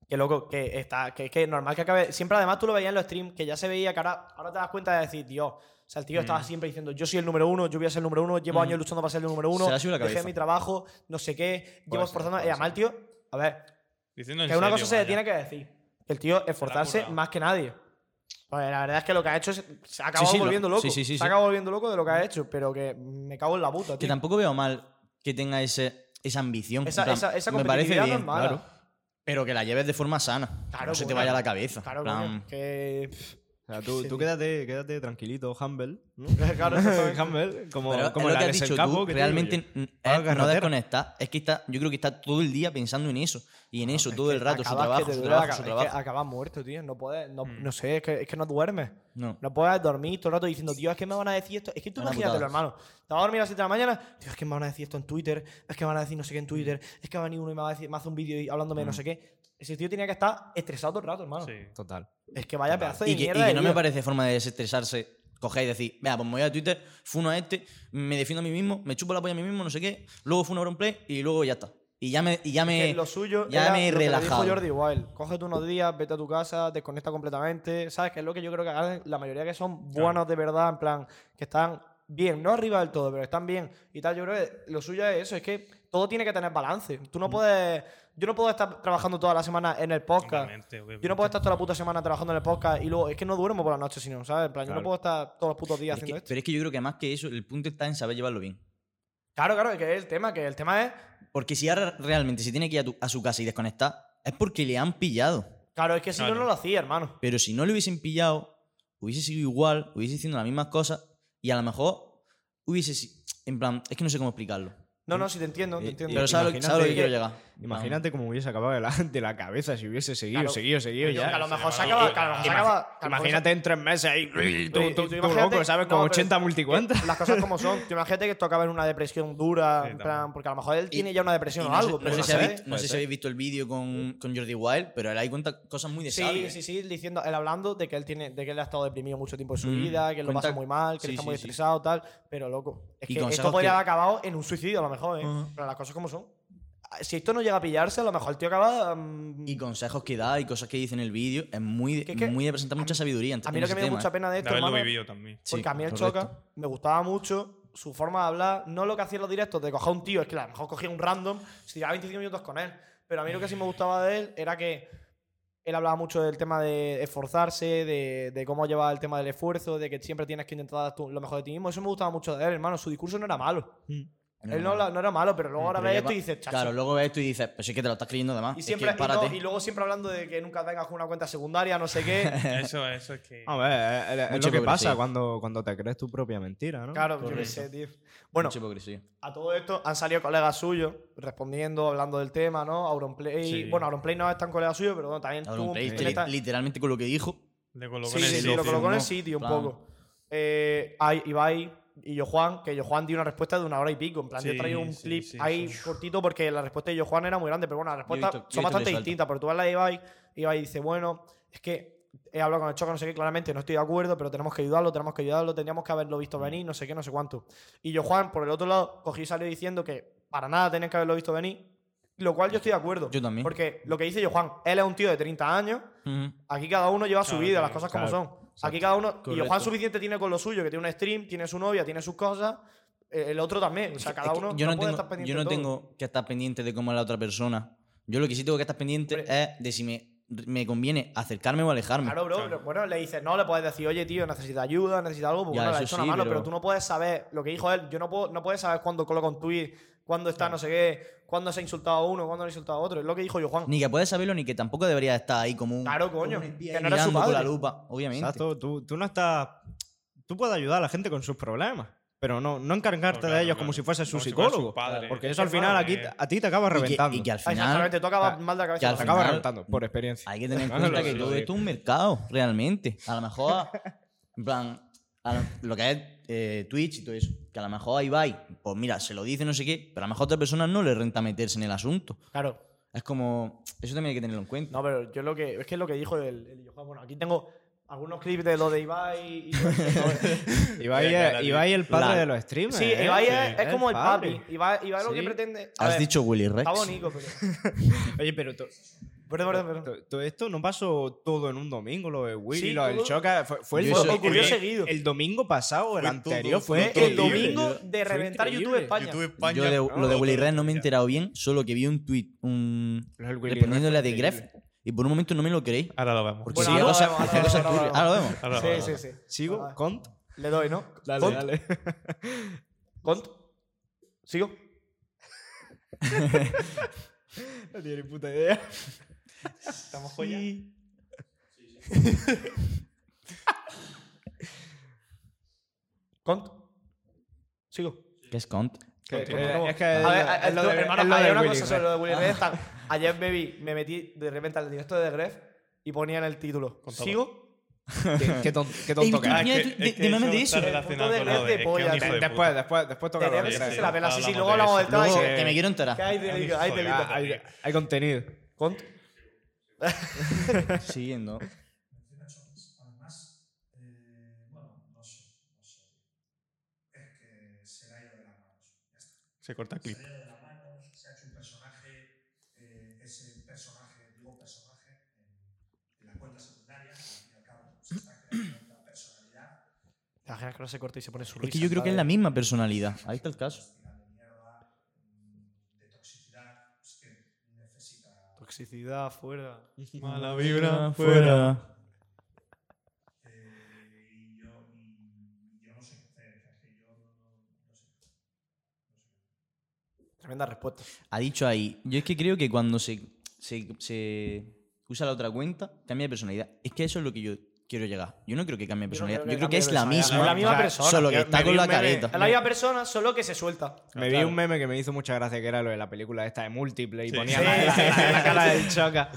[SPEAKER 1] que loco, que está, que es que normal que acabe. Siempre, además, tú lo veías en los streams, que ya se veía que ahora, ahora te das cuenta de decir, Dios. O sea, el tío
[SPEAKER 3] Mm.
[SPEAKER 1] estaba siempre diciendo, yo soy el número uno, yo voy a ser el número uno, llevo años luchando para ser el número uno,
[SPEAKER 3] Se le ha subido la
[SPEAKER 1] dejé
[SPEAKER 3] cabeza.
[SPEAKER 1] mi trabajo, no sé qué, llevo
[SPEAKER 3] ser,
[SPEAKER 1] esforzando. Y
[SPEAKER 3] puede
[SPEAKER 1] además, el tío, a ver,
[SPEAKER 2] Diciendo en
[SPEAKER 1] que una
[SPEAKER 2] serio,
[SPEAKER 1] cosa se le
[SPEAKER 2] vaya.
[SPEAKER 1] tiene que decir. Que el tío esforzarse
[SPEAKER 2] currado.
[SPEAKER 1] más que nadie. Pues la verdad es que lo que ha hecho es, se ha acabado
[SPEAKER 3] sí, lo-
[SPEAKER 1] volviendo loco.
[SPEAKER 3] sí, sí, sí,
[SPEAKER 1] se ha
[SPEAKER 3] sí.
[SPEAKER 1] acabado volviendo loco de lo que ha hecho, pero que me cago en la puta,
[SPEAKER 3] Que
[SPEAKER 1] tío.
[SPEAKER 3] tampoco veo mal que tenga ese, esa ambición.
[SPEAKER 1] Esa-
[SPEAKER 3] en plan,
[SPEAKER 1] esa- esa
[SPEAKER 3] me parece
[SPEAKER 1] competitividad no
[SPEAKER 3] bien,
[SPEAKER 1] es mala.
[SPEAKER 3] claro. Pero que la lleves de forma sana.
[SPEAKER 1] Claro,
[SPEAKER 3] que no se te
[SPEAKER 1] coño.
[SPEAKER 3] vaya a la cabeza.
[SPEAKER 1] Claro,
[SPEAKER 3] en plan,
[SPEAKER 1] coño, que. pff,
[SPEAKER 4] O sea, tú,
[SPEAKER 1] Sí.
[SPEAKER 4] tú quédate, quédate tranquilito, humble. ¿no?
[SPEAKER 1] Claro, exactamente.
[SPEAKER 4] humble, como,
[SPEAKER 3] Pero
[SPEAKER 4] como
[SPEAKER 3] es lo
[SPEAKER 4] la
[SPEAKER 3] que
[SPEAKER 4] de
[SPEAKER 3] has dicho
[SPEAKER 4] Sercapo,
[SPEAKER 3] tú,
[SPEAKER 4] que te
[SPEAKER 3] realmente
[SPEAKER 4] digo yo.
[SPEAKER 3] n-
[SPEAKER 4] Ah,
[SPEAKER 3] es no
[SPEAKER 4] carretera.
[SPEAKER 3] desconectar. Es que está, yo creo que está todo el día pensando en eso. Y en eso, todo el rato, su
[SPEAKER 1] Acabas que
[SPEAKER 3] trabajo,
[SPEAKER 1] te
[SPEAKER 3] su
[SPEAKER 1] duele la
[SPEAKER 3] trabajo,
[SPEAKER 1] cabeza,
[SPEAKER 3] su
[SPEAKER 1] es que
[SPEAKER 3] trabajo. Mm.
[SPEAKER 1] acabas muerto, tío. No puedes, no, no sé, es que, es que no duermes.
[SPEAKER 3] No.
[SPEAKER 1] No puedes dormir todo el rato diciendo, tío, es que me van a decir esto. Es que tú
[SPEAKER 3] Una
[SPEAKER 1] imagínatelo,
[SPEAKER 3] putada.
[SPEAKER 1] hermano. Te vas a dormir a las 7 de la mañana, tío, es que me van a decir esto en Twitter, es que me van a decir no sé qué en Twitter,
[SPEAKER 3] Mm.
[SPEAKER 1] es que va a venir uno y me, va a decir, me hace un vídeo y- hablándome de no sé qué. Ese tío tenía que estar estresado todo el rato, hermano.
[SPEAKER 2] Sí.
[SPEAKER 4] Total.
[SPEAKER 1] Es que vaya pedazo de
[SPEAKER 3] Y que, y
[SPEAKER 1] mierda.
[SPEAKER 3] que
[SPEAKER 1] de
[SPEAKER 3] no me
[SPEAKER 1] vida.
[SPEAKER 3] parece forma de desestresarse. Coger y decir, vea, pues me voy a Twitter, funo a este, me defiendo a mí mismo, me chupo la polla a mí mismo, no sé qué, luego funo a Auronplay y luego ya está. Y ya me. Y ya me
[SPEAKER 1] Que lo suyo
[SPEAKER 3] ya
[SPEAKER 1] era
[SPEAKER 3] me he
[SPEAKER 1] lo que le dijo
[SPEAKER 3] relajado.
[SPEAKER 1] Jordi Wild. Cógete unos días, vete a tu casa, desconecta completamente. ¿Sabes? Que es lo que yo creo que hacen la mayoría que son buenos de verdad, en plan, que están bien, no arriba del todo, pero están bien y tal. Yo creo que lo suyo es eso, es que todo tiene que tener balance. Tú
[SPEAKER 3] Mm.
[SPEAKER 1] no puedes. Yo no puedo estar trabajando toda la semana en el podcast.
[SPEAKER 2] Obviamente,
[SPEAKER 1] Yo no
[SPEAKER 2] obviamente.
[SPEAKER 1] puedo estar toda la puta semana trabajando en el podcast y luego es que no duermo por la noche, sino, ¿sabes? En plan, yo no
[SPEAKER 4] Claro.
[SPEAKER 1] puedo estar todos los putos días
[SPEAKER 3] pero, es
[SPEAKER 1] haciendo
[SPEAKER 3] que,
[SPEAKER 1] esto.
[SPEAKER 3] pero es que yo creo que más que eso, el punto está en saber llevarlo bien.
[SPEAKER 1] Claro, claro, que es el tema, que el tema es
[SPEAKER 3] Porque si ahora realmente se tiene que ir a, tu- a su casa y desconectar, es porque le han pillado.
[SPEAKER 1] Claro, es que si no,
[SPEAKER 2] Claro.
[SPEAKER 1] no lo hacía, hermano.
[SPEAKER 3] Pero si no le hubiesen pillado, hubiese sido igual, hubiese haciendo las mismas cosas y a lo mejor hubiese. si- En plan, es que no sé cómo explicarlo. Eh,
[SPEAKER 1] No, no, si te entiendo, te
[SPEAKER 4] Y-
[SPEAKER 1] entiendo.
[SPEAKER 3] Mm. Pero ¿sabes a lo-
[SPEAKER 4] imagínate
[SPEAKER 3] sabes a lo que
[SPEAKER 4] que-
[SPEAKER 3] quiero llegar?
[SPEAKER 4] Imagínate cómo hubiese acabado de la, de la cabeza si hubiese seguido,
[SPEAKER 1] Claro.
[SPEAKER 4] seguido, seguido.
[SPEAKER 1] Coño,
[SPEAKER 4] ya.
[SPEAKER 1] que a lo mejor se
[SPEAKER 2] sí,
[SPEAKER 1] acaba.
[SPEAKER 2] sí.
[SPEAKER 1] que a lo mejor se
[SPEAKER 2] Imagi-
[SPEAKER 1] acaba- que a lo mejor se-
[SPEAKER 4] Imagínate en tres meses ahí.
[SPEAKER 1] tú-
[SPEAKER 4] Tú,
[SPEAKER 1] tú
[SPEAKER 4] tú- tú
[SPEAKER 1] imagínate-
[SPEAKER 4] loco, ¿sabes?
[SPEAKER 1] no,
[SPEAKER 4] Con
[SPEAKER 1] pero-
[SPEAKER 4] 80 multicuentas.
[SPEAKER 1] Las cosas como son. Tú imagínate que esto acaba en una depresión dura, en
[SPEAKER 2] también.
[SPEAKER 1] plan, porque a lo mejor él tiene ya una
[SPEAKER 3] Y
[SPEAKER 1] depresión o
[SPEAKER 3] no sé-
[SPEAKER 1] algo.
[SPEAKER 3] no
[SPEAKER 1] pero
[SPEAKER 3] sé
[SPEAKER 1] no
[SPEAKER 3] si habéis-
[SPEAKER 1] sé.
[SPEAKER 3] no sé si habéis visto el vídeo con, con Jordi Wild, pero él ahí cuenta cosas muy de
[SPEAKER 1] Sí,
[SPEAKER 3] sabias.
[SPEAKER 1] sí, sí, diciendo, él hablando de que él tiene, de que él ha estado deprimido mucho tiempo de su
[SPEAKER 3] Mm,
[SPEAKER 1] vida, que él lo pasa
[SPEAKER 3] cuenta-
[SPEAKER 1] muy mal, que él
[SPEAKER 3] sí,
[SPEAKER 1] está
[SPEAKER 3] sí,
[SPEAKER 1] muy
[SPEAKER 3] sí.
[SPEAKER 1] estresado, tal, pero loco. Es
[SPEAKER 3] Y
[SPEAKER 1] que esto
[SPEAKER 3] consejos
[SPEAKER 1] podría
[SPEAKER 3] que-
[SPEAKER 1] haber acabado en un suicidio a lo mejor, ¿eh?
[SPEAKER 3] Ajá.
[SPEAKER 1] Pero las cosas como son. Si esto no llega a pillarse, a lo mejor el tío acaba. mm,
[SPEAKER 3] Y consejos que da y cosas que dice en el vídeo. Es muy, de-
[SPEAKER 1] Que- que-
[SPEAKER 3] muy de presentar mucha sabiduría. en-
[SPEAKER 1] a mí
[SPEAKER 3] en
[SPEAKER 1] lo que
[SPEAKER 3] ese
[SPEAKER 1] me dio
[SPEAKER 3] tema,
[SPEAKER 1] mucha
[SPEAKER 3] ¿eh?
[SPEAKER 1] pena de
[SPEAKER 2] De
[SPEAKER 1] esto,
[SPEAKER 2] haberlo
[SPEAKER 1] hermano,
[SPEAKER 2] vivido también.
[SPEAKER 3] Sí,
[SPEAKER 1] Porque a mí el
[SPEAKER 3] correcto.
[SPEAKER 1] Choca me gustaba mucho su forma de hablar, no lo que hacía en los directos, de coger un tío, es que a lo mejor cogía un random, se tiraba 25 minutos con él. Pero a mí lo que sí me gustaba de él era que él hablaba mucho del tema de esforzarse, de, de cómo lleva el tema del esfuerzo, de que siempre tienes que intentar dar tú lo mejor de ti mismo. Eso me gustaba mucho de él, hermano. Su discurso no era malo.
[SPEAKER 3] No,
[SPEAKER 1] él no, la- no era malo, pero luego ahora
[SPEAKER 3] Pero
[SPEAKER 1] ves
[SPEAKER 3] ya
[SPEAKER 1] esto y
[SPEAKER 3] va-
[SPEAKER 1] dices, chacho.
[SPEAKER 3] Claro, luego ves esto y dices, pues es que te lo estás creyendo además.
[SPEAKER 1] y,
[SPEAKER 3] es
[SPEAKER 1] siempre, y
[SPEAKER 3] que
[SPEAKER 1] no-
[SPEAKER 3] párate.
[SPEAKER 1] y luego siempre hablando de que nunca tengas una cuenta secundaria, no sé qué.
[SPEAKER 2] Eso, eso es que.
[SPEAKER 4] A ver, es, es
[SPEAKER 3] Mucha
[SPEAKER 4] lo que
[SPEAKER 3] hipocresía.
[SPEAKER 4] pasa cuando, cuando te crees tu propia mentira, ¿no?
[SPEAKER 1] claro, yo qué sé, tío. Bueno,
[SPEAKER 3] Mucha hipocresía.
[SPEAKER 1] A todo esto han salido colegas suyos respondiendo, hablando del tema, ¿no? Auronplay.
[SPEAKER 2] Sí.
[SPEAKER 1] bueno, Auronplay no es tan colega suyo, pero bueno, también
[SPEAKER 3] Ahora,
[SPEAKER 1] tuvo
[SPEAKER 3] un
[SPEAKER 1] un-
[SPEAKER 3] play,
[SPEAKER 1] él está-
[SPEAKER 3] li- literalmente con lo que dijo.
[SPEAKER 2] Le colocó
[SPEAKER 1] Sí,
[SPEAKER 2] en el
[SPEAKER 1] sí, sí,
[SPEAKER 2] sitio.
[SPEAKER 1] lo colocó en el
[SPEAKER 3] ¿no?
[SPEAKER 1] sitio un
[SPEAKER 3] Plan.
[SPEAKER 1] poco. Eh, hay Ibai y Yo Juan, que Yo Juan dio una respuesta de una hora y pico. En plan, yo he
[SPEAKER 2] Sí,
[SPEAKER 1] traído un
[SPEAKER 2] sí,
[SPEAKER 1] clip
[SPEAKER 2] sí,
[SPEAKER 1] ahí
[SPEAKER 2] sí.
[SPEAKER 1] cortito porque la respuesta de Yo Juan era muy grande, pero bueno, las respuestas
[SPEAKER 3] Yo he visto- yo
[SPEAKER 1] son
[SPEAKER 3] he visto
[SPEAKER 1] bastante
[SPEAKER 3] el resalto.
[SPEAKER 1] distintas. Pero tú ves la de Ibai, Ibai dice, bueno, es que he hablado con el Choca, no sé qué, claramente no estoy de acuerdo, pero tenemos que ayudarlo, tenemos que ayudarlo, tendríamos que haberlo
[SPEAKER 2] Mm.
[SPEAKER 1] visto venir, no sé qué, no sé cuánto. Y Yo Juan, por el otro lado, cogió y salió diciendo que para nada tenían que haberlo visto venir, lo cual yo estoy de acuerdo.
[SPEAKER 3] Yo también.
[SPEAKER 1] Porque lo que dice Yo Juan, él es un tío de 30 años,
[SPEAKER 3] Ujú.
[SPEAKER 1] Aquí cada uno lleva su
[SPEAKER 2] Claro,
[SPEAKER 1] vida,
[SPEAKER 2] claro,
[SPEAKER 1] las cosas como
[SPEAKER 4] claro,
[SPEAKER 1] son. Aquí cada uno. Y
[SPEAKER 3] Correcto.
[SPEAKER 1] Juan suficiente tiene con lo suyo, que tiene un stream, tiene su novia, tiene sus cosas. eh, El otro también. O sea,
[SPEAKER 3] Es
[SPEAKER 1] cada
[SPEAKER 3] que
[SPEAKER 1] uno
[SPEAKER 3] yo
[SPEAKER 1] no,
[SPEAKER 3] no,
[SPEAKER 1] puede
[SPEAKER 3] tengo,
[SPEAKER 1] estar pendiente
[SPEAKER 3] yo no
[SPEAKER 1] de todo.
[SPEAKER 3] tengo que estar pendiente de cómo es la otra persona. Yo lo que sí tengo que estar pendiente
[SPEAKER 1] Hombre.
[SPEAKER 3] es de si me, me conviene acercarme o alejarme.
[SPEAKER 1] Claro, bro.
[SPEAKER 2] Claro.
[SPEAKER 1] pero Bueno, le dices, no, le puedes decir, oye, tío, necesita ayuda, necesita algo, pues
[SPEAKER 3] Ya,
[SPEAKER 1] bueno, le
[SPEAKER 3] eso
[SPEAKER 1] has hecho una
[SPEAKER 3] sí,
[SPEAKER 1] mano, pero...
[SPEAKER 3] pero-
[SPEAKER 1] tú no puedes saber lo que dijo él. Yo no puedo, no puedes saber cuándo coloca un tweet, cuándo está no sé qué, cuándo se ha insultado a uno, cuándo se ha insultado a otro. Es lo que dijo yo, Juan.
[SPEAKER 3] Ni que puedes saberlo, ni que tampoco debería estar ahí como un.
[SPEAKER 1] Claro,
[SPEAKER 3] como
[SPEAKER 1] coño,
[SPEAKER 3] un espía
[SPEAKER 1] que
[SPEAKER 3] ahí
[SPEAKER 1] no era su
[SPEAKER 3] mirando con la
[SPEAKER 1] padre.
[SPEAKER 3] lupa, obviamente.
[SPEAKER 4] Exacto, tú, tú no estás. Tú puedes ayudar a la gente con sus problemas, pero no, no encargarte
[SPEAKER 2] No, claro,
[SPEAKER 4] de ellos
[SPEAKER 2] claro.
[SPEAKER 4] como si fueses su
[SPEAKER 2] Como si fuera su
[SPEAKER 4] psicólogo.
[SPEAKER 2] padre.
[SPEAKER 4] Porque
[SPEAKER 2] Es
[SPEAKER 4] eso al
[SPEAKER 2] que,
[SPEAKER 4] final
[SPEAKER 2] hermano,
[SPEAKER 4] aquí
[SPEAKER 2] eh.
[SPEAKER 4] a ti te acaba
[SPEAKER 3] Y que,
[SPEAKER 4] reventando.
[SPEAKER 3] y que al
[SPEAKER 1] Ah,
[SPEAKER 3] final.
[SPEAKER 1] Exactamente, tú acabas
[SPEAKER 4] que-
[SPEAKER 1] mal de la
[SPEAKER 3] que
[SPEAKER 1] cabeza.
[SPEAKER 3] al
[SPEAKER 4] te acaba
[SPEAKER 3] final-
[SPEAKER 4] reventando, por experiencia.
[SPEAKER 3] Hay que tener en
[SPEAKER 4] No,
[SPEAKER 3] cuenta
[SPEAKER 4] no,
[SPEAKER 3] que
[SPEAKER 4] sí,
[SPEAKER 3] todo
[SPEAKER 4] sí.
[SPEAKER 3] esto es un mercado, realmente. A lo mejor, en plan, a lo, lo que es eh, Twitch y todo eso, que a lo mejor ahí va, pues mira, se lo dice no sé qué, pero a lo mejor a otra persona no le renta meterse en el asunto.
[SPEAKER 1] Claro.
[SPEAKER 3] Es como. Eso también hay que tenerlo en cuenta.
[SPEAKER 1] No, pero yo lo que. Es que lo que dijo el, el Yohua, Bueno, aquí tengo algunos clips de lo de Ibai. y- y-
[SPEAKER 4] Ibai,
[SPEAKER 2] Mira,
[SPEAKER 4] es-
[SPEAKER 2] claro,
[SPEAKER 4] Ibai es el padre
[SPEAKER 3] la-
[SPEAKER 4] de los streamers.
[SPEAKER 1] sí,
[SPEAKER 4] ¿eh?
[SPEAKER 1] Ibai
[SPEAKER 4] Sí,
[SPEAKER 1] es, es
[SPEAKER 4] el
[SPEAKER 1] como el
[SPEAKER 4] padre.
[SPEAKER 1] papi. Ibai, Ibai lo que
[SPEAKER 4] Sí.
[SPEAKER 1] pretende. a
[SPEAKER 3] Has
[SPEAKER 1] ver,
[SPEAKER 3] dicho Willy Rex.
[SPEAKER 1] Está bonito, pero.
[SPEAKER 4] Oye, pero to-
[SPEAKER 1] Perdón, perdón, perdón.
[SPEAKER 4] to- todo esto no pasó todo en un domingo, lo de Willy,
[SPEAKER 1] Sí,
[SPEAKER 4] lo del
[SPEAKER 1] todo-
[SPEAKER 4] Choca. Fue, fue el,
[SPEAKER 3] Yo eso-
[SPEAKER 1] ocurrió
[SPEAKER 4] el-
[SPEAKER 1] seguido.
[SPEAKER 4] El domingo pasado, el
[SPEAKER 2] Fue
[SPEAKER 4] anterior,
[SPEAKER 2] todo-
[SPEAKER 4] fue
[SPEAKER 2] todo
[SPEAKER 1] el domingo de
[SPEAKER 4] Fue
[SPEAKER 1] reventar
[SPEAKER 4] increíble.
[SPEAKER 1] YouTube España.
[SPEAKER 2] YouTube España.
[SPEAKER 3] Yo de, lo de
[SPEAKER 2] no,
[SPEAKER 3] Willy
[SPEAKER 2] todo
[SPEAKER 3] Rex no me he
[SPEAKER 2] España.
[SPEAKER 3] enterado bien, solo que vi un tweet un,
[SPEAKER 4] Lo del Willy
[SPEAKER 3] respondiendo
[SPEAKER 4] Rex
[SPEAKER 3] la
[SPEAKER 4] fue
[SPEAKER 3] de Gref
[SPEAKER 4] increíble.
[SPEAKER 3] y por un momento no me lo creí.
[SPEAKER 2] Ahora lo vemos.
[SPEAKER 3] Porque
[SPEAKER 1] Bueno,
[SPEAKER 3] sí,
[SPEAKER 1] ahora lo
[SPEAKER 3] cosas,
[SPEAKER 1] vemos, ahora
[SPEAKER 3] hacía
[SPEAKER 1] lo
[SPEAKER 3] cosas
[SPEAKER 1] vemos, ahora lo
[SPEAKER 3] turbias. Ahora lo vemos.
[SPEAKER 2] Ahora lo
[SPEAKER 1] Sí,
[SPEAKER 2] vemos.
[SPEAKER 1] sí, sí.
[SPEAKER 4] Sigo,
[SPEAKER 1] Vale.
[SPEAKER 4] Cont.
[SPEAKER 1] Le doy, ¿no?
[SPEAKER 4] Dale,
[SPEAKER 1] Cont.
[SPEAKER 4] dale.
[SPEAKER 1] Cont. ¿Sigo?
[SPEAKER 4] No tiene ni puta idea.
[SPEAKER 2] Estamos joya.
[SPEAKER 1] Cont. Sigo. Eh,
[SPEAKER 3] ¿Qué es Cont?
[SPEAKER 4] Que-
[SPEAKER 1] Continúa.
[SPEAKER 4] que- es que
[SPEAKER 1] A
[SPEAKER 4] es
[SPEAKER 1] ver,
[SPEAKER 4] lo-
[SPEAKER 1] a-
[SPEAKER 4] es lo
[SPEAKER 1] esto,
[SPEAKER 4] de-
[SPEAKER 1] hermano,
[SPEAKER 4] es lo
[SPEAKER 1] hay
[SPEAKER 4] de
[SPEAKER 1] una
[SPEAKER 4] Willy
[SPEAKER 1] cosa
[SPEAKER 4] Rex.
[SPEAKER 1] sobre lo de Willy Rex. tan- Ayer me vi, me metí de repente al directo de Gref y ponían el título.
[SPEAKER 2] Con todo.
[SPEAKER 1] ¿Sigo?
[SPEAKER 4] Qué- Qué ton- qué tonto que
[SPEAKER 3] Ah,
[SPEAKER 4] es.
[SPEAKER 3] Mira,
[SPEAKER 2] es
[SPEAKER 3] tú-
[SPEAKER 2] que-
[SPEAKER 3] de-
[SPEAKER 2] es que
[SPEAKER 3] de mame de
[SPEAKER 2] está
[SPEAKER 3] eso.
[SPEAKER 2] relacionado
[SPEAKER 1] Punto de
[SPEAKER 2] con lo
[SPEAKER 1] red
[SPEAKER 2] de-
[SPEAKER 1] de
[SPEAKER 2] es que
[SPEAKER 1] polla,
[SPEAKER 2] un
[SPEAKER 1] tío.
[SPEAKER 2] hijo de
[SPEAKER 4] Después,
[SPEAKER 2] puta.
[SPEAKER 4] después, después toca
[SPEAKER 1] De
[SPEAKER 4] hablar
[SPEAKER 1] Gref
[SPEAKER 4] de
[SPEAKER 1] sí se
[SPEAKER 4] eso.
[SPEAKER 1] la pela, sí, sí. Luego
[SPEAKER 2] Hablamos
[SPEAKER 1] hablamos
[SPEAKER 2] de Ah,
[SPEAKER 1] del
[SPEAKER 3] Luego,
[SPEAKER 1] tema.
[SPEAKER 2] eso.
[SPEAKER 3] que me quiero enterar.
[SPEAKER 1] ¿Qué hay de Hay de
[SPEAKER 2] Joder,
[SPEAKER 1] Vita.
[SPEAKER 4] Hay, hay contenido.
[SPEAKER 1] Cont.
[SPEAKER 3] Siguiendo.
[SPEAKER 5] Además, eh, bueno, no sé, no sé. Es que se le ha ido de las manos. Ya está.
[SPEAKER 2] Se corta el
[SPEAKER 5] Se
[SPEAKER 2] clip.
[SPEAKER 5] le ha ido de las manos, se ha hecho un personaje, eh, ese personaje, digo personaje, en, en la cuenta secundaria, al fin y al cabo, se está creando una personalidad,
[SPEAKER 1] Te imaginas que no se corta y se pone su
[SPEAKER 3] Es que yo creo que es la misma personalidad. Ahí está el caso.
[SPEAKER 5] una de mierda, mm, de toxicidad, pues, que necesita
[SPEAKER 1] Toxicidad fuera.
[SPEAKER 2] Mala vibra,
[SPEAKER 5] Eh, y yo, y yo no sé qué hacer, o sea, que yo no, no sé.
[SPEAKER 1] Tremenda respuesta.
[SPEAKER 3] Ha dicho ahí. Yo es que creo que cuando se, se, se usa la otra cuenta, cambia de personalidad. Es que eso es lo que yo quiero llegar. Yo no creo que cambie de
[SPEAKER 1] Yo no creo
[SPEAKER 3] personalidad.
[SPEAKER 1] que
[SPEAKER 3] Yo creo que
[SPEAKER 1] cambie
[SPEAKER 3] es
[SPEAKER 1] de
[SPEAKER 3] la
[SPEAKER 1] personalidad.
[SPEAKER 3] misma.
[SPEAKER 1] La misma
[SPEAKER 3] o sea,
[SPEAKER 1] persona.
[SPEAKER 3] Solo que
[SPEAKER 4] Yo
[SPEAKER 3] está
[SPEAKER 4] me
[SPEAKER 3] con
[SPEAKER 4] vi
[SPEAKER 3] la
[SPEAKER 4] un meme-
[SPEAKER 3] careta.
[SPEAKER 1] Es la misma persona, solo que se suelta.
[SPEAKER 4] Me vi un meme que me hizo mucha gracia, que era lo de la película esta de múltiple y
[SPEAKER 2] Sí.
[SPEAKER 4] ponía
[SPEAKER 2] Sí,
[SPEAKER 4] la, la-
[SPEAKER 1] sí,
[SPEAKER 4] la-
[SPEAKER 1] sí.
[SPEAKER 4] la cara del choca.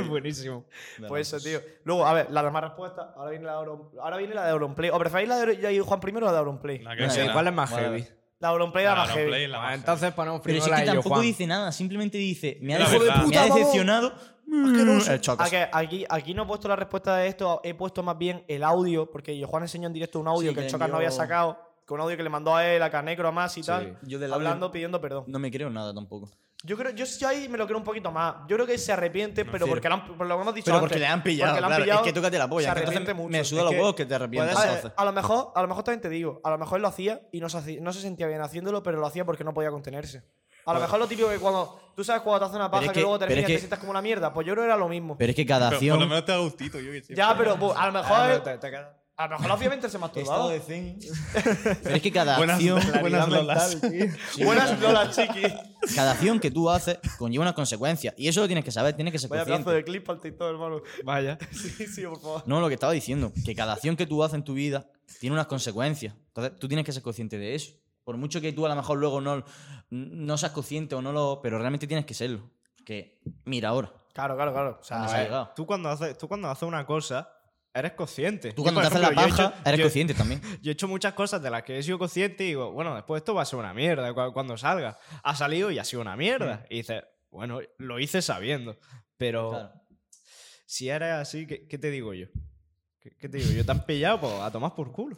[SPEAKER 4] Buenísimo.
[SPEAKER 1] Pues eso, tío. Luego, a ver, la demás respuesta. Ahora viene la de, Auron- ahora viene la de Auronplay. ¿O preferís la de Yo- Juan primero o la de Auronplay?
[SPEAKER 2] Nada que
[SPEAKER 3] Venga,
[SPEAKER 2] ver,
[SPEAKER 4] Sí,
[SPEAKER 2] nada.
[SPEAKER 4] ¿Cuál es más
[SPEAKER 3] Vale,
[SPEAKER 4] heavy?
[SPEAKER 3] vale.
[SPEAKER 1] La Auronplay era
[SPEAKER 2] Claro,
[SPEAKER 1] más heavy.
[SPEAKER 2] play, la
[SPEAKER 4] Ah,
[SPEAKER 2] más heavy.
[SPEAKER 4] entonces ponemos
[SPEAKER 3] Pero
[SPEAKER 4] primero
[SPEAKER 3] si es
[SPEAKER 4] la
[SPEAKER 3] que
[SPEAKER 4] de Yo
[SPEAKER 3] tampoco
[SPEAKER 4] Juan.
[SPEAKER 3] dice nada, simplemente dice, me ha,
[SPEAKER 2] La
[SPEAKER 3] decepcio-
[SPEAKER 2] verdad.
[SPEAKER 3] me ha
[SPEAKER 1] Hijo de puta,
[SPEAKER 3] decepcionado. Mm, El
[SPEAKER 1] Ah,
[SPEAKER 3] chocas.
[SPEAKER 1] que aquí, aquí no he puesto la respuesta de esto, he puesto más bien el audio, porque yo Juan enseñó en directo un audio
[SPEAKER 3] Sí,
[SPEAKER 1] que el
[SPEAKER 3] que
[SPEAKER 1] Chocas no
[SPEAKER 3] envió-
[SPEAKER 1] había sacado, con un audio que le mandó a él, a Canecro, a más y
[SPEAKER 4] Sí.
[SPEAKER 1] tal,
[SPEAKER 3] Yo del audio-
[SPEAKER 1] hablando, pidiendo perdón.
[SPEAKER 3] No me creo nada tampoco.
[SPEAKER 1] Yo creo, yo sí ahí me lo creo un poquito más. Yo creo que se arrepiente, pero
[SPEAKER 3] sí.
[SPEAKER 1] porque le han- por lo que hemos dicho
[SPEAKER 3] Pero
[SPEAKER 1] antes,
[SPEAKER 3] porque le han pillado,
[SPEAKER 1] porque le han
[SPEAKER 3] claro.
[SPEAKER 1] pillado,
[SPEAKER 3] es que tócate la polla.
[SPEAKER 1] Se
[SPEAKER 3] que entonces
[SPEAKER 1] arrepiente mucho.
[SPEAKER 3] Me suda
[SPEAKER 1] Es
[SPEAKER 3] los
[SPEAKER 1] que-
[SPEAKER 3] huevos que te arrepientas.
[SPEAKER 1] a,
[SPEAKER 3] entonces.
[SPEAKER 1] ver, a lo mejor, a lo mejor también te digo, a lo mejor lo hacía y no se, hacía- no se sentía bien haciéndolo, pero lo hacía porque no podía contenerse. A lo mejor lo típico que cuando tú sabes cuando te hace una paja
[SPEAKER 3] es
[SPEAKER 1] que,
[SPEAKER 3] que-
[SPEAKER 1] luego
[SPEAKER 3] pero
[SPEAKER 1] terminas
[SPEAKER 3] es
[SPEAKER 1] y te
[SPEAKER 3] que-
[SPEAKER 1] sientas como una mierda, pues yo creo que era lo mismo.
[SPEAKER 3] Pero es que cada
[SPEAKER 2] Pero Por lo
[SPEAKER 3] acción.
[SPEAKER 2] menos te da gustito, yo que sé.
[SPEAKER 1] ya, pero pues, a lo
[SPEAKER 4] Ah,
[SPEAKER 1] mejor
[SPEAKER 4] pero te- te quedas-
[SPEAKER 1] a lo mejor lo hacía mientras se masturbaba.
[SPEAKER 3] Pero es que cada
[SPEAKER 2] Buenas,
[SPEAKER 3] acción.
[SPEAKER 2] buenas lolas.
[SPEAKER 3] Sí,
[SPEAKER 1] Buenas Lola Chiqui.
[SPEAKER 3] Cada acción que tú haces conlleva unas consecuencias. Y eso lo tienes que saber, tienes que ser
[SPEAKER 1] Vaya
[SPEAKER 3] consciente.
[SPEAKER 1] pedazo de clip al TikTok, hermano.
[SPEAKER 4] Vaya.
[SPEAKER 1] Sí, sí, por favor.
[SPEAKER 3] No, lo que estaba diciendo, que cada acción que tú haces en tu vida tiene unas consecuencias. Entonces, tú tienes que ser consciente de eso. Por mucho que tú a lo mejor luego no, no seas consciente o no lo. Pero realmente tienes que serlo. Que, mira ahora.
[SPEAKER 1] Claro, claro, claro. O
[SPEAKER 3] Ah,
[SPEAKER 1] sea,
[SPEAKER 3] Nos
[SPEAKER 4] A
[SPEAKER 3] ha
[SPEAKER 4] ver,
[SPEAKER 3] llegado.
[SPEAKER 4] Tú cuando haces, tú cuando haces una cosa, eres consciente.
[SPEAKER 3] Tú
[SPEAKER 4] Yo,
[SPEAKER 3] cuando
[SPEAKER 4] por
[SPEAKER 3] te haces la
[SPEAKER 4] ejemplo, yo he
[SPEAKER 3] paja,
[SPEAKER 4] hecho-
[SPEAKER 3] eres
[SPEAKER 4] yo-
[SPEAKER 3] consciente también.
[SPEAKER 4] Yo he hecho muchas cosas de las que he sido consciente y digo, bueno, después esto va a ser una mierda cu- cuando salga. Ha salido y ha sido una
[SPEAKER 3] Mm.
[SPEAKER 4] mierda. Y dices, bueno, lo hice sabiendo. Pero
[SPEAKER 3] Claro.
[SPEAKER 4] si eres así, ¿qué, qué te digo yo? ¿Qué, qué te digo yo? ¿Te han pillado? Pues a tomar por culo.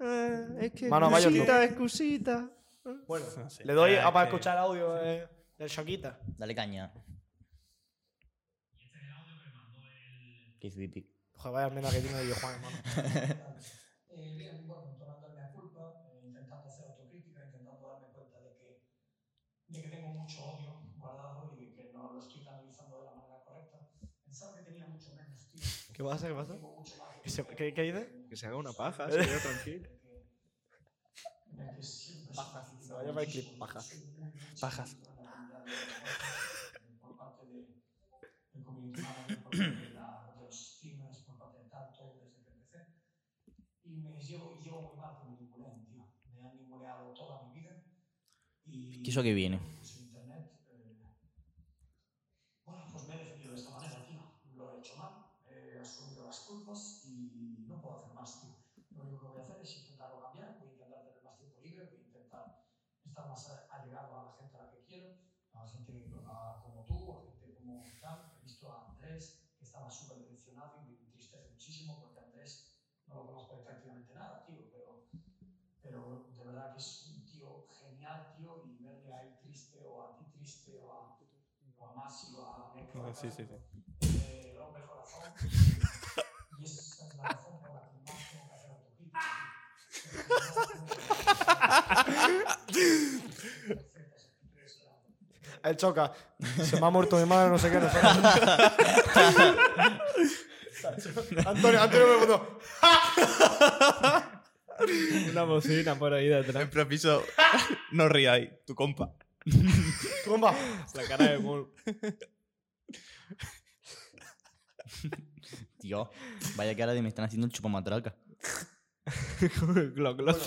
[SPEAKER 4] Eh, es que
[SPEAKER 1] Mano, vaya
[SPEAKER 4] excusita, excusita.
[SPEAKER 1] bueno,
[SPEAKER 2] sí.
[SPEAKER 1] le doy
[SPEAKER 2] Ah,
[SPEAKER 1] a- para
[SPEAKER 2] que-
[SPEAKER 1] escuchar audio eh, del Shoquita.
[SPEAKER 3] Dale caña. ¿Qué hizo pipí?
[SPEAKER 1] Joder, vaya almendra que tiene de Juan, hermano.
[SPEAKER 5] Eh, bien, bueno, tomándome la culpa, eh, intentando hacer autocrítica, intentando darme cuenta de que, de que tengo mucho odio guardado y que no lo estoy canalizando de la manera correcta. Pensaba que tenía mucho menos, tío.
[SPEAKER 1] ¿Qué pasa? ¿Qué pasa? ¿Qué, se- qué, qué dice?
[SPEAKER 4] Que se haga una paja, se quede tranquilo.
[SPEAKER 1] Pajas. Se va a llamar el clip pajas. Pajas.
[SPEAKER 5] por parte de, del community manager, por parte de, la, de los streamers, por parte de tanto, desde que empecé. Y me llevo, llevo muy mal con el ninguneo, tío. Me han ninguneado toda mi vida. Y
[SPEAKER 3] ¿Qué eso que viene?
[SPEAKER 5] pues, en internet, eh, bueno, pues me he defendido de esta manera, tío. Lo he hecho mal, he asumido las culpas y no puedo hacer más, tío. Lo único que voy a hacer es intentarlo cambiar, voy a intentar tener más tiempo libre, voy a intentar estar más a- allegado a la gente a la que quiero, a gente a- como tú, a gente como tal. He visto a Andrés, que estaba súper decepcionado y me entristece muchísimo porque Andrés no lo conozco de prácticamente nada, tío, pero, pero de verdad que es un tío genial, tío, y verle a él triste o a ti triste o a, o a Masi o a
[SPEAKER 2] No, Ah, sí, sí, sí.
[SPEAKER 5] eh, rompe el corazón. Y esa es la razón por la que más tengo que hacer autocrítica.
[SPEAKER 1] El choca. Se me ha muerto mi madre, no sé qué. No sé qué. Antonio, Antonio me preguntó.
[SPEAKER 4] Una bocina por ahí detrás.
[SPEAKER 2] Improviso. no ríais, tu compa.
[SPEAKER 1] Compa.
[SPEAKER 4] La cara de Mul.
[SPEAKER 3] Tío, vaya cara de me están haciendo el chupamatraca.
[SPEAKER 4] Glock, Glock.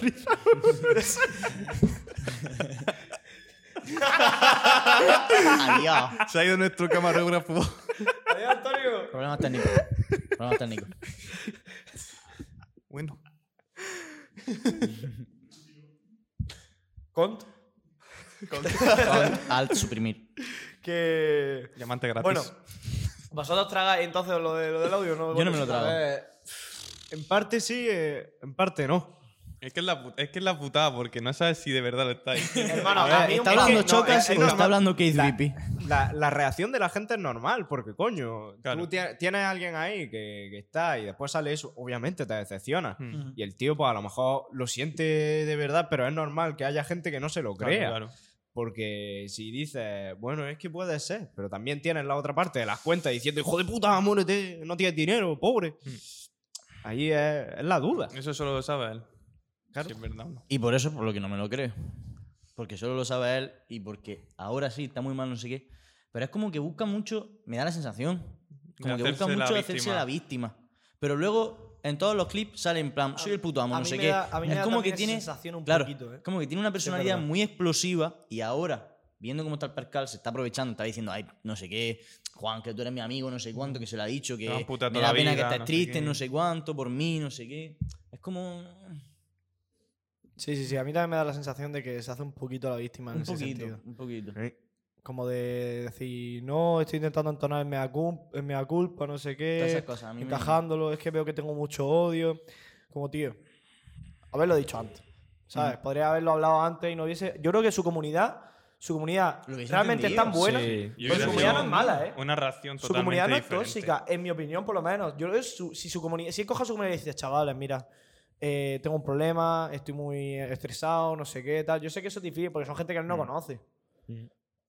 [SPEAKER 3] Adiós.
[SPEAKER 2] Se ha ido nuestro camarógrafo.
[SPEAKER 1] Adiós, Antonio.
[SPEAKER 3] Problemas técnicos. Problemas técnicos.
[SPEAKER 2] bueno.
[SPEAKER 1] Cont.
[SPEAKER 3] Alt, alt, suprimir.
[SPEAKER 1] Que.
[SPEAKER 2] Llamante gratis.
[SPEAKER 1] Bueno. Vosotros tragáis entonces lo, de, lo del audio, ¿no?
[SPEAKER 3] Yo no me
[SPEAKER 1] Bueno, eh,
[SPEAKER 3] lo trago.
[SPEAKER 4] Eh, En parte sí, eh, en parte no.
[SPEAKER 2] Es que es, la, pu- es que es la putada porque no sabes si de verdad lo estáis.
[SPEAKER 1] Hermano,
[SPEAKER 4] A ver,
[SPEAKER 1] a mí
[SPEAKER 4] está
[SPEAKER 1] un-
[SPEAKER 4] hablando
[SPEAKER 1] no,
[SPEAKER 4] Choca,
[SPEAKER 1] es-
[SPEAKER 4] sí,
[SPEAKER 1] es
[SPEAKER 3] o
[SPEAKER 1] normal.
[SPEAKER 3] está hablando Keith Vipi.
[SPEAKER 4] La, la reacción de la gente es normal, porque coño,
[SPEAKER 2] Claro.
[SPEAKER 4] tú tie- tienes a alguien ahí que, que está y después sale eso, obviamente te decepciona.
[SPEAKER 2] Mm.
[SPEAKER 4] Y el tío, pues a lo mejor lo siente de verdad, pero es normal que haya gente que no se lo
[SPEAKER 2] Claro,
[SPEAKER 4] crea.
[SPEAKER 2] claro.
[SPEAKER 4] Porque si dices, bueno, es que puede ser, pero también tienes la otra parte de las cuentas diciendo, hijo de puta, muérete, no tienes dinero, pobre.
[SPEAKER 2] Mm.
[SPEAKER 4] Ahí es, es la duda.
[SPEAKER 2] Eso solo lo sabe él.
[SPEAKER 4] Claro.
[SPEAKER 2] Si es verdad o no.
[SPEAKER 3] Y por eso, por lo que no me lo creo. Porque solo lo sabe él y porque ahora sí está muy mal, no sé qué. Pero es como que busca mucho, me da la sensación, como
[SPEAKER 2] De
[SPEAKER 3] que busca
[SPEAKER 2] hacerse la
[SPEAKER 3] mucho hacerse
[SPEAKER 2] víctima.
[SPEAKER 3] la víctima. Pero luego en todos los clips sale en plan, soy el puto amo,
[SPEAKER 1] a
[SPEAKER 3] no
[SPEAKER 1] mí
[SPEAKER 3] sé
[SPEAKER 1] me
[SPEAKER 3] qué.
[SPEAKER 1] da- a mí me
[SPEAKER 3] es
[SPEAKER 1] da
[SPEAKER 3] como que
[SPEAKER 1] también esa
[SPEAKER 3] tiene,
[SPEAKER 1] sensación un
[SPEAKER 3] claro,
[SPEAKER 1] poquito, ¿eh?
[SPEAKER 3] como que tiene una personalidad
[SPEAKER 1] verdad.
[SPEAKER 3] muy explosiva y ahora, viendo cómo está el percal, se está aprovechando, está diciendo, ay, no sé qué, Juan, que tú eres mi amigo, no sé cuánto, que se lo ha dicho, que
[SPEAKER 2] Te vas
[SPEAKER 3] me
[SPEAKER 2] puta
[SPEAKER 3] da
[SPEAKER 2] toda
[SPEAKER 3] pena
[SPEAKER 2] la
[SPEAKER 3] que
[SPEAKER 2] vida,
[SPEAKER 3] estés
[SPEAKER 2] no sé
[SPEAKER 3] triste,
[SPEAKER 2] qué".
[SPEAKER 3] no sé cuánto, por mí, no sé qué. Es como...
[SPEAKER 1] Sí, sí, sí. A mí también me da la sensación de que se hace un poquito la víctima en
[SPEAKER 3] Un
[SPEAKER 1] ese
[SPEAKER 3] poquito,
[SPEAKER 1] sentido. Eh.
[SPEAKER 3] un poquito.
[SPEAKER 1] Como de decir, no, estoy intentando entonar el mea, cul- el mea culpa, no sé
[SPEAKER 3] Todas esas
[SPEAKER 1] qué.
[SPEAKER 3] cosas. A mí me-
[SPEAKER 1] encajándolo, es que veo que tengo mucho odio. Como tío, haberlo dicho antes.
[SPEAKER 3] Mm.
[SPEAKER 1] ¿Sabes? Podría haberlo hablado antes y no hubiese. Yo creo que su comunidad, su comunidad
[SPEAKER 3] Lo hubiese
[SPEAKER 1] realmente es tan
[SPEAKER 3] entendido,
[SPEAKER 1] buena.
[SPEAKER 4] Sí.
[SPEAKER 2] Y
[SPEAKER 1] Pero
[SPEAKER 2] hubiera
[SPEAKER 1] su comunidad
[SPEAKER 2] sido
[SPEAKER 1] no es mala, ¿eh?
[SPEAKER 2] Una reacción
[SPEAKER 1] Su
[SPEAKER 2] totalmente
[SPEAKER 1] comunidad no es
[SPEAKER 2] diferente.
[SPEAKER 1] tóxica, en mi opinión, por lo menos. Yo creo que su- si su comunidad, si él coge a su comunidad y dice, chavales, mira, eh, tengo un problema, estoy muy estresado, no sé qué, tal. Yo sé que eso es difícil porque son gente que él
[SPEAKER 2] Mm.
[SPEAKER 1] no conoce.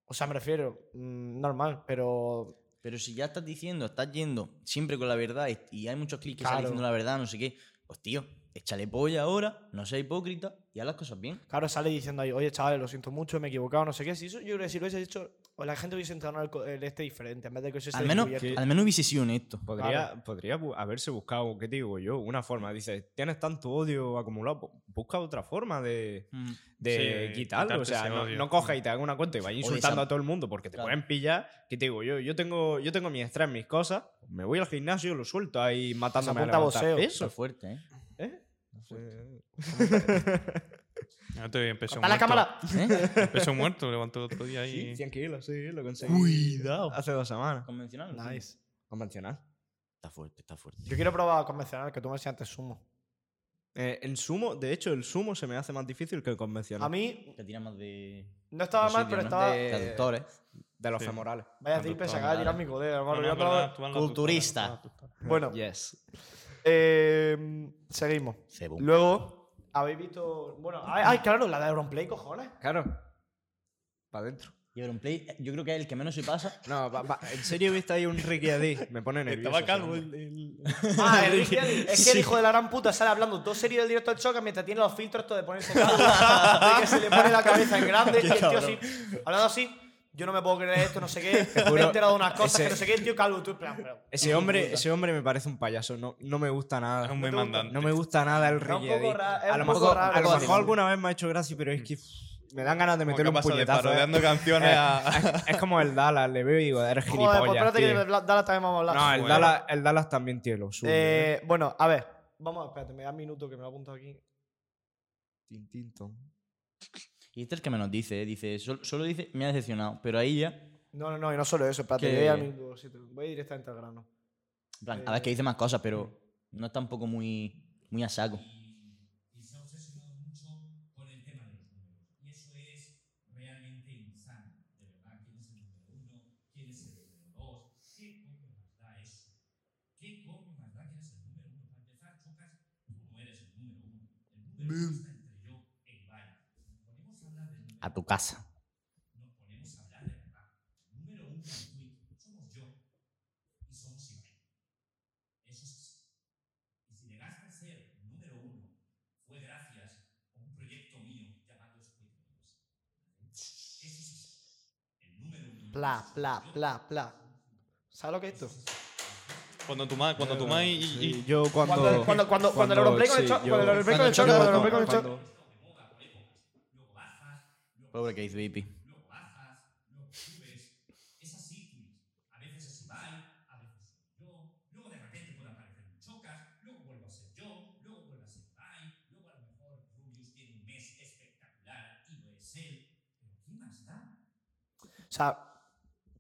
[SPEAKER 1] O sea, me refiero, mm, normal, pero
[SPEAKER 3] Pero si ya estás diciendo, estás yendo siempre con la verdad y- y hay muchos clics que están
[SPEAKER 1] Claro.
[SPEAKER 3] diciendo la verdad, no sé qué, pues tío, échale polla ahora, no seas hipócrita y haz las cosas bien.
[SPEAKER 1] Claro, sale diciendo ahí, oye, chavales, lo siento mucho, me he equivocado, no sé qué. Si eso, yo creo que si lo hubiese hecho, o la gente hubiese entrado el, co- el este diferente, en vez de que hubiese
[SPEAKER 3] Al menos,
[SPEAKER 1] encubierto.
[SPEAKER 3] al menos hubiese sido honesto.
[SPEAKER 1] Pues,
[SPEAKER 4] Podría, podría bu- haberse buscado, ¿qué te digo yo? Una forma. Dices, tienes tanto odio acumulado, bu- busca otra forma de,
[SPEAKER 3] Mm.
[SPEAKER 4] de
[SPEAKER 2] Sí, de
[SPEAKER 4] quitarlo. O sea,
[SPEAKER 2] quitarte ese
[SPEAKER 4] no,
[SPEAKER 2] odio.
[SPEAKER 4] no cojas y te hagas una cuenta y vayas
[SPEAKER 3] O
[SPEAKER 4] insultando
[SPEAKER 3] desa-
[SPEAKER 4] a todo el mundo porque te
[SPEAKER 3] Claro.
[SPEAKER 4] pueden pillar. ¿Qué te digo yo? Yo tengo, yo tengo mi estrés, mis cosas. Me voy al gimnasio, lo suelto ahí matándome a
[SPEAKER 1] apunta
[SPEAKER 4] levantar
[SPEAKER 1] boxeo.
[SPEAKER 3] Está
[SPEAKER 4] peso.
[SPEAKER 3] fuerte, ¿eh?
[SPEAKER 4] ¿Eh?
[SPEAKER 2] No te peso
[SPEAKER 1] ¡Para la
[SPEAKER 2] muerto.
[SPEAKER 1] cámara!
[SPEAKER 3] ¿Eh?
[SPEAKER 2] El peso muerto levantó el otro día
[SPEAKER 4] Sí,
[SPEAKER 2] y.
[SPEAKER 4] 100 kilos, sí, lo conseguí. Cuidado. Hace dos semanas.
[SPEAKER 3] Convencional. sí.
[SPEAKER 1] Nice.
[SPEAKER 4] Convencional.
[SPEAKER 3] Está fuerte, está fuerte.
[SPEAKER 1] Yo quiero probar convencional, que tú me decías antes sumo.
[SPEAKER 4] Eh, el sumo, de hecho, el sumo se me hace más difícil que el convencional.
[SPEAKER 1] A mí
[SPEAKER 3] Te tira más de.
[SPEAKER 1] no estaba
[SPEAKER 3] de
[SPEAKER 1] mal,
[SPEAKER 3] sitio,
[SPEAKER 1] pero
[SPEAKER 3] ¿no?
[SPEAKER 1] estaba.
[SPEAKER 3] De traductores.
[SPEAKER 4] de los
[SPEAKER 2] Sí.
[SPEAKER 4] femorales.
[SPEAKER 1] Vaya tripe, se acaba de tirar mi codera, hermano.
[SPEAKER 2] No, no,
[SPEAKER 1] yo
[SPEAKER 2] tú
[SPEAKER 1] otra
[SPEAKER 2] hazla-
[SPEAKER 1] vez-
[SPEAKER 2] tú hazla tú,
[SPEAKER 3] Culturista.
[SPEAKER 2] hazla tú, hazla tú.
[SPEAKER 1] Bueno,
[SPEAKER 4] Yes.
[SPEAKER 1] eh, seguimos.
[SPEAKER 3] Cebum.
[SPEAKER 1] Luego, habéis visto. Bueno, ay, ay, claro, la de Auronplay, cojones.
[SPEAKER 4] Claro. Para adentro.
[SPEAKER 3] Y Auronplay, yo creo que es el que menos se pasa.
[SPEAKER 4] No, va- va- en serio viste ahí un Ricky Adi. Me pone nervioso.
[SPEAKER 2] Estaba calvo
[SPEAKER 4] ese hombre.
[SPEAKER 2] el. el-
[SPEAKER 1] Ah, el Ricky Adi. Es que el
[SPEAKER 3] Sí.
[SPEAKER 1] hijo de la gran puta sale hablando todo serio del directo al choque mientras tiene los filtros esto de ponerse calvo, de que se le pone la cabeza en grande y el tío así, hablando así, yo no me puedo creer esto, no sé qué, me he enterado de unas cosas
[SPEAKER 4] ese-
[SPEAKER 1] que no sé qué, el tío calvo, tú en plan, pero...
[SPEAKER 4] Ese hombre, ese hombre me parece un payaso. No, no me gusta nada.
[SPEAKER 2] Es un buen
[SPEAKER 4] No te gusta-
[SPEAKER 2] mandante.
[SPEAKER 4] No me gusta nada el
[SPEAKER 1] Era un
[SPEAKER 4] Ricky
[SPEAKER 1] poco
[SPEAKER 4] Adi.
[SPEAKER 1] ra- era
[SPEAKER 4] A lo
[SPEAKER 1] un poco
[SPEAKER 4] mejor,
[SPEAKER 1] raro,
[SPEAKER 4] a lo
[SPEAKER 1] sí.
[SPEAKER 4] mejor alguna vez me ha hecho gracia, pero es que pff, me dan ganas de
[SPEAKER 2] Como que
[SPEAKER 4] meterle un
[SPEAKER 2] pasa de
[SPEAKER 4] puñetazo. ¿eh?
[SPEAKER 2] parodiando canciones a.
[SPEAKER 4] Es- es como el Dallas, le veo y digo, eres
[SPEAKER 1] Joder, pues
[SPEAKER 4] gilipollas.
[SPEAKER 1] espérate que
[SPEAKER 4] tío.
[SPEAKER 1] de Bla- Dallas también vamos a hablar.
[SPEAKER 4] No, el
[SPEAKER 2] Bueno.
[SPEAKER 4] Dallas, el Dallas también tiene lo suyo. ¿eh?
[SPEAKER 1] Eh, bueno, a ver, vamos, espérate, me da un minuto que me lo apunto aquí.
[SPEAKER 4] Tin, tin, ton.
[SPEAKER 3] Y este es el que menos dice, ¿eh? dice, sol- solo dice, me ha decepcionado, pero ahí ya, en
[SPEAKER 1] No, no, no, y no solo eso, espérate,
[SPEAKER 3] Que-
[SPEAKER 1] voy, a mi Windows 7, voy directamente al grano.
[SPEAKER 3] plan,
[SPEAKER 1] Eh.
[SPEAKER 3] a ver que dice más cosas, pero no es tampoco muy, muy a saco.
[SPEAKER 6] y se ha obsesionado mucho con el tema de los números. Y eso es realmente insano, de verdad. ¿Quién es el número uno? ¿Quién es el número dos? ¿Qué coño más da eso? ¿Qué coño más da quién es el número uno? Para empezar, chocas, tú no eres el número uno. El número uno está entre yo e Ibai. Nos ponemos a hablar del número
[SPEAKER 3] A tu casa.
[SPEAKER 6] nos ponemos a hablar de verdad. Número uno en Twitter somos yo y somos Ibai. Eso es así. Y si llegaste a ser número uno, fue gracias a un proyecto mío llamado Squid Games. Eso es así. El número uno.
[SPEAKER 1] Pla, pla, pla, pla. ¿Sabes lo que es esto?
[SPEAKER 2] Cuando tu ma- cuando tu ma y- y-
[SPEAKER 4] Sí, yo cuando.
[SPEAKER 1] Cuando el- cuando- cuando- cuando el Europlay con el
[SPEAKER 4] sí,
[SPEAKER 1] cho-
[SPEAKER 4] yo-
[SPEAKER 1] cuando el Europlay con el choque,
[SPEAKER 4] yo
[SPEAKER 1] cuando el
[SPEAKER 4] cuando-
[SPEAKER 1] Europlay con el
[SPEAKER 4] cuando-
[SPEAKER 3] Pobre Keith Vapey.
[SPEAKER 6] Luego bajas, luego subes. Es así, Twitch. A veces es Ibai, a veces soy yo. Luego de repente puede aparecer un chocas, luego vuelvo a ser yo, luego vuelvo a ser Ibai. Luego a lo mejor Rubius tiene un mes espectacular y no es él. Pero ¿qué más da?
[SPEAKER 1] O sea,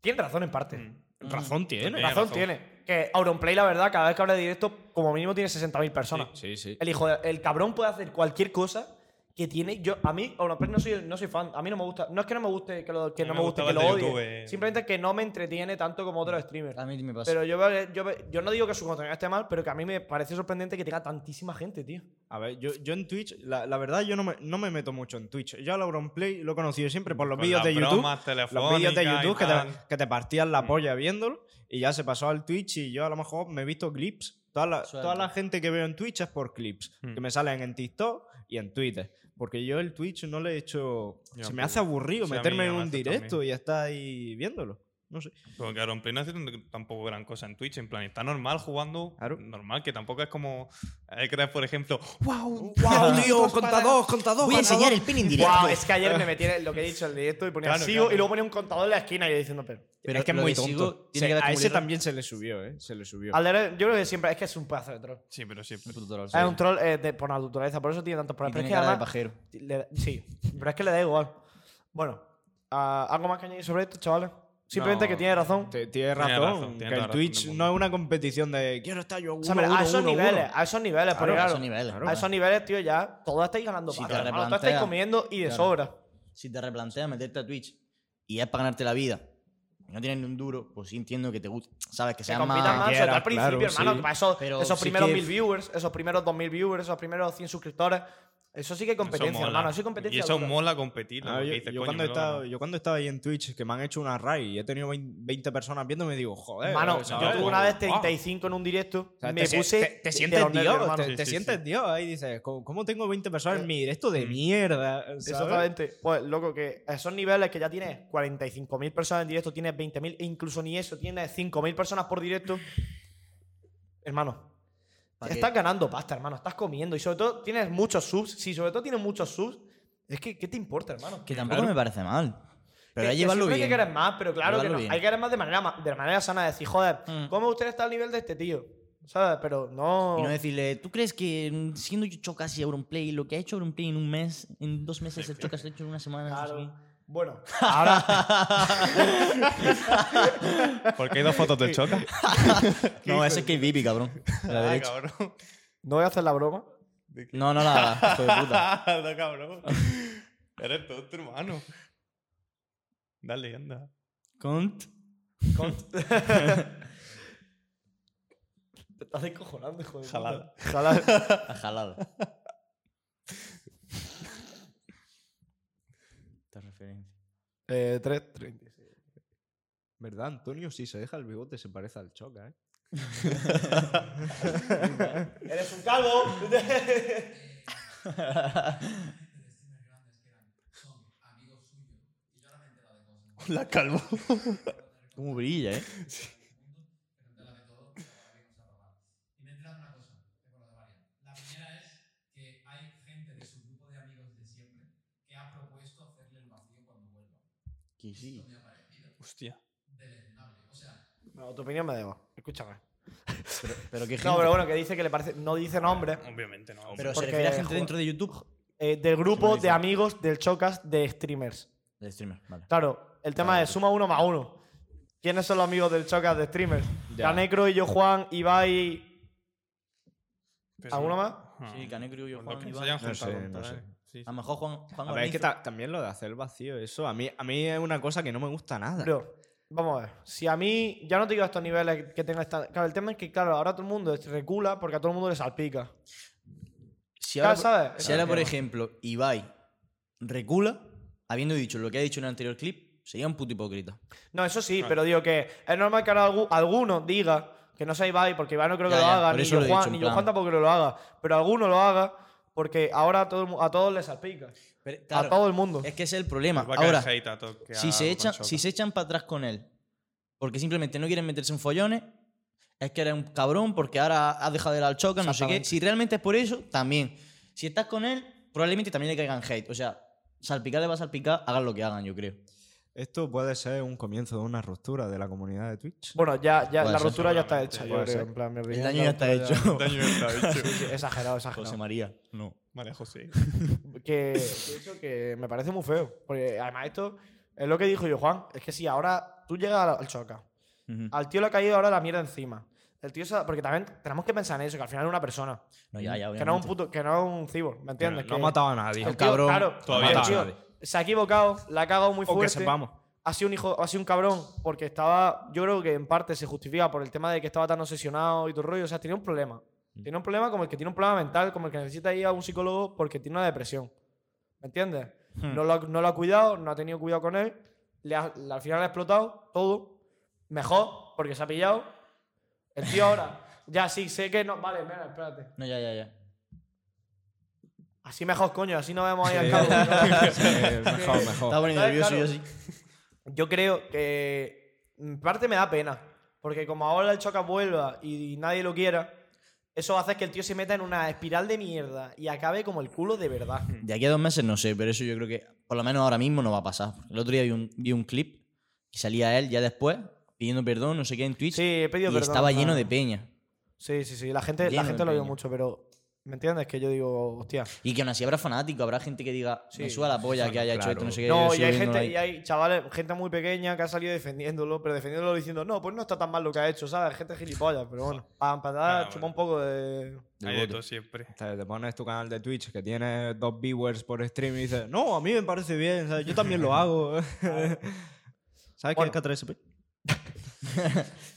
[SPEAKER 1] tiene razón en parte.
[SPEAKER 4] Razón tiene.
[SPEAKER 2] Tenía
[SPEAKER 1] razón,
[SPEAKER 2] razón.
[SPEAKER 1] tiene. Que Auronplay, la verdad, cada vez que habla de directo, como mínimo tiene 60.000 personas.
[SPEAKER 4] Sí, sí.
[SPEAKER 1] El hijo de- el cabrón puede hacer cualquier cosa que tiene. Yo, a mí, Auronplay no soy, no soy fan. A mí no me gusta. No es que no me guste que, lo- que
[SPEAKER 2] A mí
[SPEAKER 1] no
[SPEAKER 2] me
[SPEAKER 1] me guste que
[SPEAKER 2] gustaba
[SPEAKER 1] lo
[SPEAKER 2] el de
[SPEAKER 1] odie.
[SPEAKER 2] YouTube.
[SPEAKER 1] Simplemente que no me entretiene tanto como otros streamers.
[SPEAKER 3] A mí me pasa.
[SPEAKER 1] Pero yo, veo- yo, veo- yo no digo que su contenido esté mal, pero que a mí me parece sorprendente que tenga tantísima gente, tío.
[SPEAKER 4] A ver, yo, yo en Twitch, la, la verdad, yo no me, no me meto mucho en Twitch. Yo a Lauron Play lo he conocido siempre por los
[SPEAKER 2] Con
[SPEAKER 4] vídeos
[SPEAKER 2] las
[SPEAKER 4] de YouTube.
[SPEAKER 2] bromas
[SPEAKER 4] Los vídeos de
[SPEAKER 2] telefónicas y
[SPEAKER 4] YouTube que
[SPEAKER 2] tal.
[SPEAKER 4] te, que te partían la
[SPEAKER 2] Mm.
[SPEAKER 4] polla viéndolo y ya se pasó al Twitch y yo a lo mejor me he visto clips. Toda la,
[SPEAKER 3] Suelta.
[SPEAKER 4] toda la gente que veo en Twitch es por clips,
[SPEAKER 2] Mm.
[SPEAKER 4] que me salen en TikTok y en Twitter. Porque yo el Twitch no le he hecho...
[SPEAKER 2] Yo
[SPEAKER 4] se
[SPEAKER 2] tampoco.
[SPEAKER 4] me hace aburrido
[SPEAKER 2] Sí, a mí
[SPEAKER 4] meterme
[SPEAKER 2] ya
[SPEAKER 4] en
[SPEAKER 2] me
[SPEAKER 4] un
[SPEAKER 2] hace
[SPEAKER 4] directo
[SPEAKER 2] también.
[SPEAKER 4] y estar ahí viéndolo. No sé.
[SPEAKER 2] Pero que Aaron Play no hace tan- tampoco gran cosa en Twitch. En plan, está normal jugando.
[SPEAKER 4] Claro.
[SPEAKER 2] Normal, que tampoco es como. Hay que ver, por ejemplo. ¡Wow!
[SPEAKER 4] ¡Wow, tío! ¡Contador, contador!
[SPEAKER 3] Voy a enseñar el pin en directo.
[SPEAKER 1] Guau, es que ayer me metí en lo que he dicho en el directo y ponía
[SPEAKER 2] Claro,
[SPEAKER 1] sigo
[SPEAKER 2] claro.
[SPEAKER 1] y luego ponía un contador en la esquina y yo diciendo, pero.
[SPEAKER 3] Pero
[SPEAKER 4] es que es
[SPEAKER 3] lo
[SPEAKER 4] muy
[SPEAKER 3] de
[SPEAKER 4] tonto.
[SPEAKER 3] Sigo tiene
[SPEAKER 4] Se-
[SPEAKER 3] que ver
[SPEAKER 4] a
[SPEAKER 3] con
[SPEAKER 4] ese
[SPEAKER 3] el-
[SPEAKER 4] también se le subió, ¿eh? Se le subió.
[SPEAKER 1] Alder, yo creo que siempre es que es un pedazo de troll.
[SPEAKER 2] Sí, pero siempre.
[SPEAKER 3] Un tutorial,
[SPEAKER 1] Es
[SPEAKER 3] sí.
[SPEAKER 1] un troll eh, de, por naturaleza, por eso tiene tantos
[SPEAKER 3] Y
[SPEAKER 1] problemas.
[SPEAKER 3] tiene
[SPEAKER 1] Pero es que
[SPEAKER 3] cara de
[SPEAKER 1] además,
[SPEAKER 3] pajero.
[SPEAKER 1] Le da- sí, pero es que le da igual. Bueno, ah, ¿algo más que añadir sobre esto, chavales? Simplemente
[SPEAKER 4] No.
[SPEAKER 1] que tiene razón.
[SPEAKER 4] Te- Tienes razón.
[SPEAKER 2] Tiene razón, tiene
[SPEAKER 4] que el
[SPEAKER 2] razón,
[SPEAKER 4] Twitch
[SPEAKER 2] todo el
[SPEAKER 4] no es una competición de quiero estar yo
[SPEAKER 1] O
[SPEAKER 4] uno,
[SPEAKER 1] sea, pero
[SPEAKER 4] uno,
[SPEAKER 1] a esos
[SPEAKER 4] uno, uno".
[SPEAKER 1] niveles, a esos niveles,
[SPEAKER 3] Claro,
[SPEAKER 1] porque
[SPEAKER 3] a
[SPEAKER 1] claro,
[SPEAKER 3] esos niveles,
[SPEAKER 1] a
[SPEAKER 3] claro.
[SPEAKER 1] esos niveles, tío, ya todos estáis ganando
[SPEAKER 3] Si te
[SPEAKER 1] pasta, hermano, todos estáis
[SPEAKER 3] replanteas,
[SPEAKER 1] comiendo y de
[SPEAKER 3] claro.
[SPEAKER 1] sobra.
[SPEAKER 3] Si te replanteas meterte a Twitch y es para ganarte la vida y no tienes ni un duro, pues sí entiendo que te gusta. Sabes, que
[SPEAKER 1] Que
[SPEAKER 3] seas
[SPEAKER 1] compitan
[SPEAKER 3] más...
[SPEAKER 1] más, sobre todo
[SPEAKER 4] quieras,
[SPEAKER 1] al principio,
[SPEAKER 4] claro,
[SPEAKER 1] hermano,
[SPEAKER 4] sí.
[SPEAKER 1] que para esos,
[SPEAKER 3] Pero
[SPEAKER 1] esos
[SPEAKER 3] sí
[SPEAKER 1] primeros
[SPEAKER 3] que-
[SPEAKER 1] mil viewers, esos primeros dos mil viewers, esos primeros 100 suscriptores, eso sí que es competencia,
[SPEAKER 2] mola.
[SPEAKER 1] hermano, eso es competencia.
[SPEAKER 2] Y eso
[SPEAKER 1] dura.
[SPEAKER 2] mola competir. ¿no?
[SPEAKER 4] Ah,
[SPEAKER 2] Porque
[SPEAKER 4] yo,
[SPEAKER 2] dices,
[SPEAKER 4] yo
[SPEAKER 2] "Coño,
[SPEAKER 4] cuando he
[SPEAKER 2] me lo he
[SPEAKER 4] estado,
[SPEAKER 2] ganado".
[SPEAKER 4] yo cuando he estado ahí en Twitch, que me han hecho una raid y he tenido 20 personas viendo, me digo, joder.
[SPEAKER 1] Hermano, yo
[SPEAKER 4] ¿sabes?
[SPEAKER 1] tuve una vez
[SPEAKER 4] Guau.
[SPEAKER 1] 35 en un directo,
[SPEAKER 4] O sea,
[SPEAKER 1] me
[SPEAKER 4] te,
[SPEAKER 1] puse.
[SPEAKER 4] te- te
[SPEAKER 1] de
[SPEAKER 4] sientes
[SPEAKER 1] los
[SPEAKER 4] Dios,
[SPEAKER 1] nervios, hermano.
[SPEAKER 4] te,
[SPEAKER 2] Sí,
[SPEAKER 4] te
[SPEAKER 2] sí,
[SPEAKER 4] sientes
[SPEAKER 2] sí.
[SPEAKER 4] Dios. Ahí dices, ¿cómo, cómo tengo 20 personas en
[SPEAKER 1] Eh,
[SPEAKER 4] mi directo de
[SPEAKER 2] mm.
[SPEAKER 4] mierda? ¿sabes?
[SPEAKER 1] Exactamente. Pues, loco, que a esos niveles que ya tienes 45.000 personas en directo, tienes 20.000, e incluso ni eso, tienes 5.000 personas por directo. Hermano,
[SPEAKER 3] ¿Pa' qué?
[SPEAKER 1] estás ganando pasta, hermano, estás comiendo y sobre todo tienes muchos subs. Si sobre todo tienes muchos subs, es que, ¿qué te importa, hermano?
[SPEAKER 3] Que tampoco me parece mal. Pero
[SPEAKER 1] Que-
[SPEAKER 3] hay
[SPEAKER 1] que
[SPEAKER 3] que llevarlo
[SPEAKER 1] siempre
[SPEAKER 3] bien.
[SPEAKER 1] Hay que querer más, pero claro que
[SPEAKER 3] Llevarlo
[SPEAKER 1] no.
[SPEAKER 3] bien.
[SPEAKER 1] Hay que querer más de manera, ma- de manera sana. Decir, joder,
[SPEAKER 3] Mm.
[SPEAKER 1] ¿cómo me gustaría estar al nivel de este tío? ¿Sabes? Pero no.
[SPEAKER 3] Y no decirle, ¿tú crees que mm, siendo yo Chocas y Auronplay, lo que ha hecho Auronplay en un mes, en dos meses, el Chocas lo ha hecho en una semana? no sé
[SPEAKER 1] Claro.
[SPEAKER 3] qué"?
[SPEAKER 1] Bueno,
[SPEAKER 2] Porque hay dos fotos del choca.
[SPEAKER 3] No, ese es que Vivi, cabrón. La
[SPEAKER 2] Ah,
[SPEAKER 3] derecha.
[SPEAKER 2] cabrón.
[SPEAKER 1] no voy a hacer la broma.
[SPEAKER 3] No, no la hagas, hijo de puta.
[SPEAKER 2] Anda, cabrón. Eres todo tu hermano. Dale, anda.
[SPEAKER 3] Cont.
[SPEAKER 1] Te estás descojonando, hijo de puta.
[SPEAKER 2] Jalada.
[SPEAKER 1] Jalada.
[SPEAKER 3] A jalada. Esta referencia.
[SPEAKER 1] Eh, 3.36.
[SPEAKER 4] ¿Verdad, Antonio? Si se deja el bigote, se parece al Choca, ¿eh?
[SPEAKER 1] ¡Eres un calvo!
[SPEAKER 6] Gente de streamers grandes que eran, son amigos suyos y yo ahora me he enterado de cosas.
[SPEAKER 2] La calvo.
[SPEAKER 3] Cómo brilla, ¿eh?
[SPEAKER 6] pero te la de todo, pero ahora que nos ha robado. Y me he enterado de una cosa, tengo lo de varias. La primera es que hay gente de su grupo de amigos de siempre que ha propuesto hacerle el vacío cuando vuelva.
[SPEAKER 3] Que sí.
[SPEAKER 6] Esto me ha parecido
[SPEAKER 2] Hostia.
[SPEAKER 6] deleznable. O sea,
[SPEAKER 1] no, tu opinión me debo. Escúchame.
[SPEAKER 3] Pero que gente.
[SPEAKER 1] No, pero bueno, que dice que le parece. No dice nombre.
[SPEAKER 2] Obviamente no.
[SPEAKER 3] Pero
[SPEAKER 2] Pero
[SPEAKER 1] Porque
[SPEAKER 3] se refiere a gente
[SPEAKER 1] juega-
[SPEAKER 3] dentro de YouTube.
[SPEAKER 1] eh, del grupo
[SPEAKER 3] Sí,
[SPEAKER 1] de
[SPEAKER 3] sí.
[SPEAKER 1] amigos del Chocas de streamers.
[SPEAKER 3] De streamer, vale.
[SPEAKER 1] Claro, el tema es suma uno más uno. ¿Quiénes son los amigos del Chocas de streamers?
[SPEAKER 4] Ya.
[SPEAKER 1] Canecro, yo, Juan, Ibai.
[SPEAKER 2] Pero-
[SPEAKER 1] ¿Alguno más?
[SPEAKER 2] Ah.
[SPEAKER 3] Sí, Canecro, yo,
[SPEAKER 2] Igual
[SPEAKER 3] Juan,
[SPEAKER 2] que se
[SPEAKER 3] Iván.
[SPEAKER 2] hayan
[SPEAKER 4] No
[SPEAKER 2] juntado
[SPEAKER 4] sé,
[SPEAKER 2] con
[SPEAKER 4] no
[SPEAKER 2] tal,
[SPEAKER 4] sé.
[SPEAKER 2] ¿eh? Sí,
[SPEAKER 3] A lo mejor Juan, Juan
[SPEAKER 4] A ver, es que
[SPEAKER 3] Guarnizo-
[SPEAKER 4] ta- también lo de hacer el vacío, eso. A mí, a mí es una cosa que no me gusta nada.
[SPEAKER 1] Bro, vamos a ver. Si a mí, ya no te digo estos niveles que tenga esta. Claro, el tema es que, claro, ahora todo el mundo se recula porque a todo el mundo le salpica.
[SPEAKER 3] Si ahora,
[SPEAKER 1] Ya sabes,
[SPEAKER 3] si ahora,
[SPEAKER 1] claro.
[SPEAKER 3] por ejemplo, Ibai recula, habiendo dicho lo que ha dicho en el anterior clip, sería un puto hipócrita.
[SPEAKER 1] No, eso sí,
[SPEAKER 2] Claro.
[SPEAKER 1] pero digo que es normal que ahora algu- alguno diga que no sea Ibai, porque Ibai no creo que
[SPEAKER 3] Ya,
[SPEAKER 1] lo
[SPEAKER 3] ya,
[SPEAKER 1] haga,
[SPEAKER 3] por
[SPEAKER 1] ni
[SPEAKER 3] eso
[SPEAKER 1] yo,
[SPEAKER 3] lo he
[SPEAKER 1] Juan,
[SPEAKER 3] dicho, en
[SPEAKER 1] ni yo
[SPEAKER 3] plan.
[SPEAKER 1] Juan tampoco creo que lo haga, pero alguno lo haga porque ahora a, todo el mu- a todos les salpica.
[SPEAKER 3] Pero,
[SPEAKER 1] a todo el mundo.
[SPEAKER 3] Es que ese es el problema.
[SPEAKER 2] Pues va a caer
[SPEAKER 3] Ahora,
[SPEAKER 2] hate a todo que
[SPEAKER 3] si
[SPEAKER 2] haga
[SPEAKER 3] se,
[SPEAKER 2] algo
[SPEAKER 3] echan,
[SPEAKER 2] con
[SPEAKER 3] si
[SPEAKER 2] Chota.
[SPEAKER 3] se echan para atrás con él, porque simplemente no quieren meterse en follones, es que eres un cabrón, porque ahora has dejado de ir al choca, no sé qué.
[SPEAKER 1] Exactamente.
[SPEAKER 3] Si realmente es por eso, también. Si estás con él, probablemente también le caigan hate. O sea, salpicar le va a salpicar, hagan lo que hagan, yo creo.
[SPEAKER 4] Esto puede ser un comienzo de una ruptura de la comunidad de Twitch.
[SPEAKER 1] Bueno, ya, ya
[SPEAKER 3] Puede
[SPEAKER 1] la
[SPEAKER 3] ser,
[SPEAKER 1] ruptura ya está
[SPEAKER 2] seguramente,
[SPEAKER 1] hecha, yo
[SPEAKER 4] puede
[SPEAKER 1] creo,
[SPEAKER 4] ser.
[SPEAKER 1] en plan, mi
[SPEAKER 3] El
[SPEAKER 1] opinión,
[SPEAKER 3] daño
[SPEAKER 1] la
[SPEAKER 3] ya está
[SPEAKER 1] ruptura
[SPEAKER 3] hecho.
[SPEAKER 2] Daño está hecho.
[SPEAKER 1] Sí, sí, exagerado,
[SPEAKER 3] José
[SPEAKER 1] exagerado.
[SPEAKER 3] María, no.
[SPEAKER 2] Vale, José.
[SPEAKER 1] que, que eso que me parece muy feo. Porque además esto es lo que dijo yo, Juan. Es que si ahora tú llegas al- al choca,
[SPEAKER 3] Ujú.
[SPEAKER 1] al tío le ha caído ahora la mierda encima. El tío se- porque también tenemos que pensar en eso, que al final es una persona.
[SPEAKER 3] No, ya, ya,
[SPEAKER 1] Que no es un
[SPEAKER 3] obviamente.
[SPEAKER 1] puto, que no es un cibor, ¿me entiendes?
[SPEAKER 4] no
[SPEAKER 1] Que
[SPEAKER 4] ha matado a nadie.
[SPEAKER 1] el tío,
[SPEAKER 3] cabrón,
[SPEAKER 1] Claro,
[SPEAKER 2] todavía
[SPEAKER 1] el
[SPEAKER 4] no.
[SPEAKER 1] tío se ha equivocado, la ha cagado muy
[SPEAKER 4] O que
[SPEAKER 1] fuerte.
[SPEAKER 4] sepamos.
[SPEAKER 1] Ha sido un hijo, ha sido un cabrón, porque estaba, yo creo que en parte se justifica por el tema de que estaba tan obsesionado y todo el rollo. O sea, tenía un problema. Tiene un problema como el que tiene un problema mental, como el que necesita ir a un psicólogo porque tiene una depresión. ¿Me entiendes?
[SPEAKER 3] Hmm.
[SPEAKER 1] No, lo, ha- no lo ha cuidado, no ha tenido cuidado con él. le ha- le- al final le ha explotado todo. Mejor, porque se ha pillado. El tío ahora. Ya sí, sé que no. Vale, mira, espérate.
[SPEAKER 3] No, ya, ya, ya.
[SPEAKER 1] Así mejor, coño, así no vemos ahí al cabo.
[SPEAKER 4] Eh, mejor, mejor.
[SPEAKER 3] Estaba poniendo
[SPEAKER 1] ¿Sabes?
[SPEAKER 3] nervioso
[SPEAKER 1] Claro.
[SPEAKER 3] yo sí.
[SPEAKER 1] Yo creo que en parte me da pena, porque como ahora el Chocas vuelva y nadie lo quiera, eso va a hacer que el tío se meta en una espiral de mierda y acabe como el culo de verdad.
[SPEAKER 3] De aquí a dos meses no sé, pero eso yo creo que por lo menos ahora mismo no va a pasar. El otro día vi un, vi un clip que salía él ya después pidiendo perdón, no sé qué, en Twitch.
[SPEAKER 1] Sí, he
[SPEAKER 3] y
[SPEAKER 1] pedido perdón,
[SPEAKER 3] estaba
[SPEAKER 1] no.
[SPEAKER 3] lleno de peña.
[SPEAKER 1] Sí, sí, sí, la gente,
[SPEAKER 3] Lleno
[SPEAKER 1] la
[SPEAKER 3] de
[SPEAKER 1] gente lo vio
[SPEAKER 3] peña.
[SPEAKER 1] mucho, pero ¿me entiendes? Que yo digo, hostia.
[SPEAKER 3] Y que aún así habrá fanáticos, habrá gente que diga, me
[SPEAKER 1] Sí.
[SPEAKER 3] suba la polla que haya hecho esto, no sé qué. yo
[SPEAKER 1] No, y
[SPEAKER 3] sigo
[SPEAKER 1] hay gente,
[SPEAKER 3] viéndolo ahí.
[SPEAKER 1] y hay chavales, gente muy pequeña que ha salido defendiéndolo, pero defendiéndolo diciendo, no, pues no está tan mal lo que ha hecho, ¿sabes? Gente gilipollas, pero bueno, para empatar,
[SPEAKER 2] Ah,
[SPEAKER 1] chupa
[SPEAKER 2] bueno.
[SPEAKER 1] un poco de.
[SPEAKER 3] Del
[SPEAKER 2] Hay de
[SPEAKER 3] bote.
[SPEAKER 2] todo siempre.
[SPEAKER 4] Te te pones tu canal de Twitch que tiene dos viewers por stream y dices, no, a mí me parece bien, ¿sabes? yo también lo hago. ¿Sabes
[SPEAKER 1] Bueno.
[SPEAKER 4] qué es K3SP?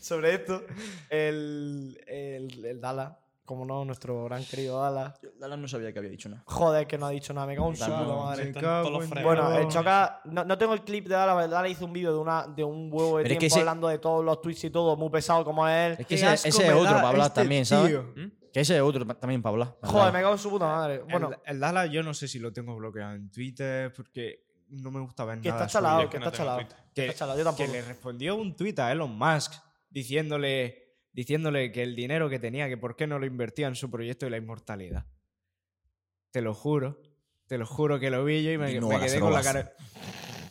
[SPEAKER 1] sobre esto, el, el, el Dala, como no, nuestro gran querido Dala.
[SPEAKER 3] Yo, Dallas no sabía que había dicho nada.
[SPEAKER 1] Joder, que no ha dicho nada, me cago en su
[SPEAKER 3] Dala,
[SPEAKER 1] puta
[SPEAKER 3] no,
[SPEAKER 1] madre.
[SPEAKER 2] Están todos los
[SPEAKER 4] Bueno,
[SPEAKER 2] fregados.
[SPEAKER 1] Bueno, el Choca, no, no tengo el clip de Dala, pero Dala hizo un vídeo de, una- de un huevo de
[SPEAKER 3] Pero es que
[SPEAKER 1] tiempo
[SPEAKER 3] ese-
[SPEAKER 1] hablando de todos los tweets y todo, muy pesado como es él.
[SPEAKER 3] Es que ese, ese es otro para hablar
[SPEAKER 4] este
[SPEAKER 3] también, ¿sabes?
[SPEAKER 2] ¿Mm?
[SPEAKER 3] Que ese es otro pa- también para hablar.
[SPEAKER 1] Joder, me cago en su puta madre.
[SPEAKER 4] Bueno,
[SPEAKER 1] Bueno,
[SPEAKER 4] el, el Dala yo no sé si lo tengo bloqueado en Twitter porque no me gusta ver
[SPEAKER 1] que
[SPEAKER 4] nada.
[SPEAKER 1] está
[SPEAKER 4] suyo.
[SPEAKER 1] chalado,
[SPEAKER 2] yo
[SPEAKER 1] que
[SPEAKER 2] no
[SPEAKER 1] está
[SPEAKER 2] tengo
[SPEAKER 1] chalado.
[SPEAKER 2] Twitter.
[SPEAKER 1] Que
[SPEAKER 4] Que-
[SPEAKER 1] está chalado, yo
[SPEAKER 4] que
[SPEAKER 1] tampoco.
[SPEAKER 4] le respondió un tuit a Elon Musk diciéndole, diciéndole que el dinero que tenía, que por qué no lo invertía en su proyecto de la inmortalidad. Te lo juro, te lo juro que lo vi yo y me,
[SPEAKER 3] Y no
[SPEAKER 4] me
[SPEAKER 3] a las
[SPEAKER 4] quedé con la
[SPEAKER 3] drogas.
[SPEAKER 4] cara.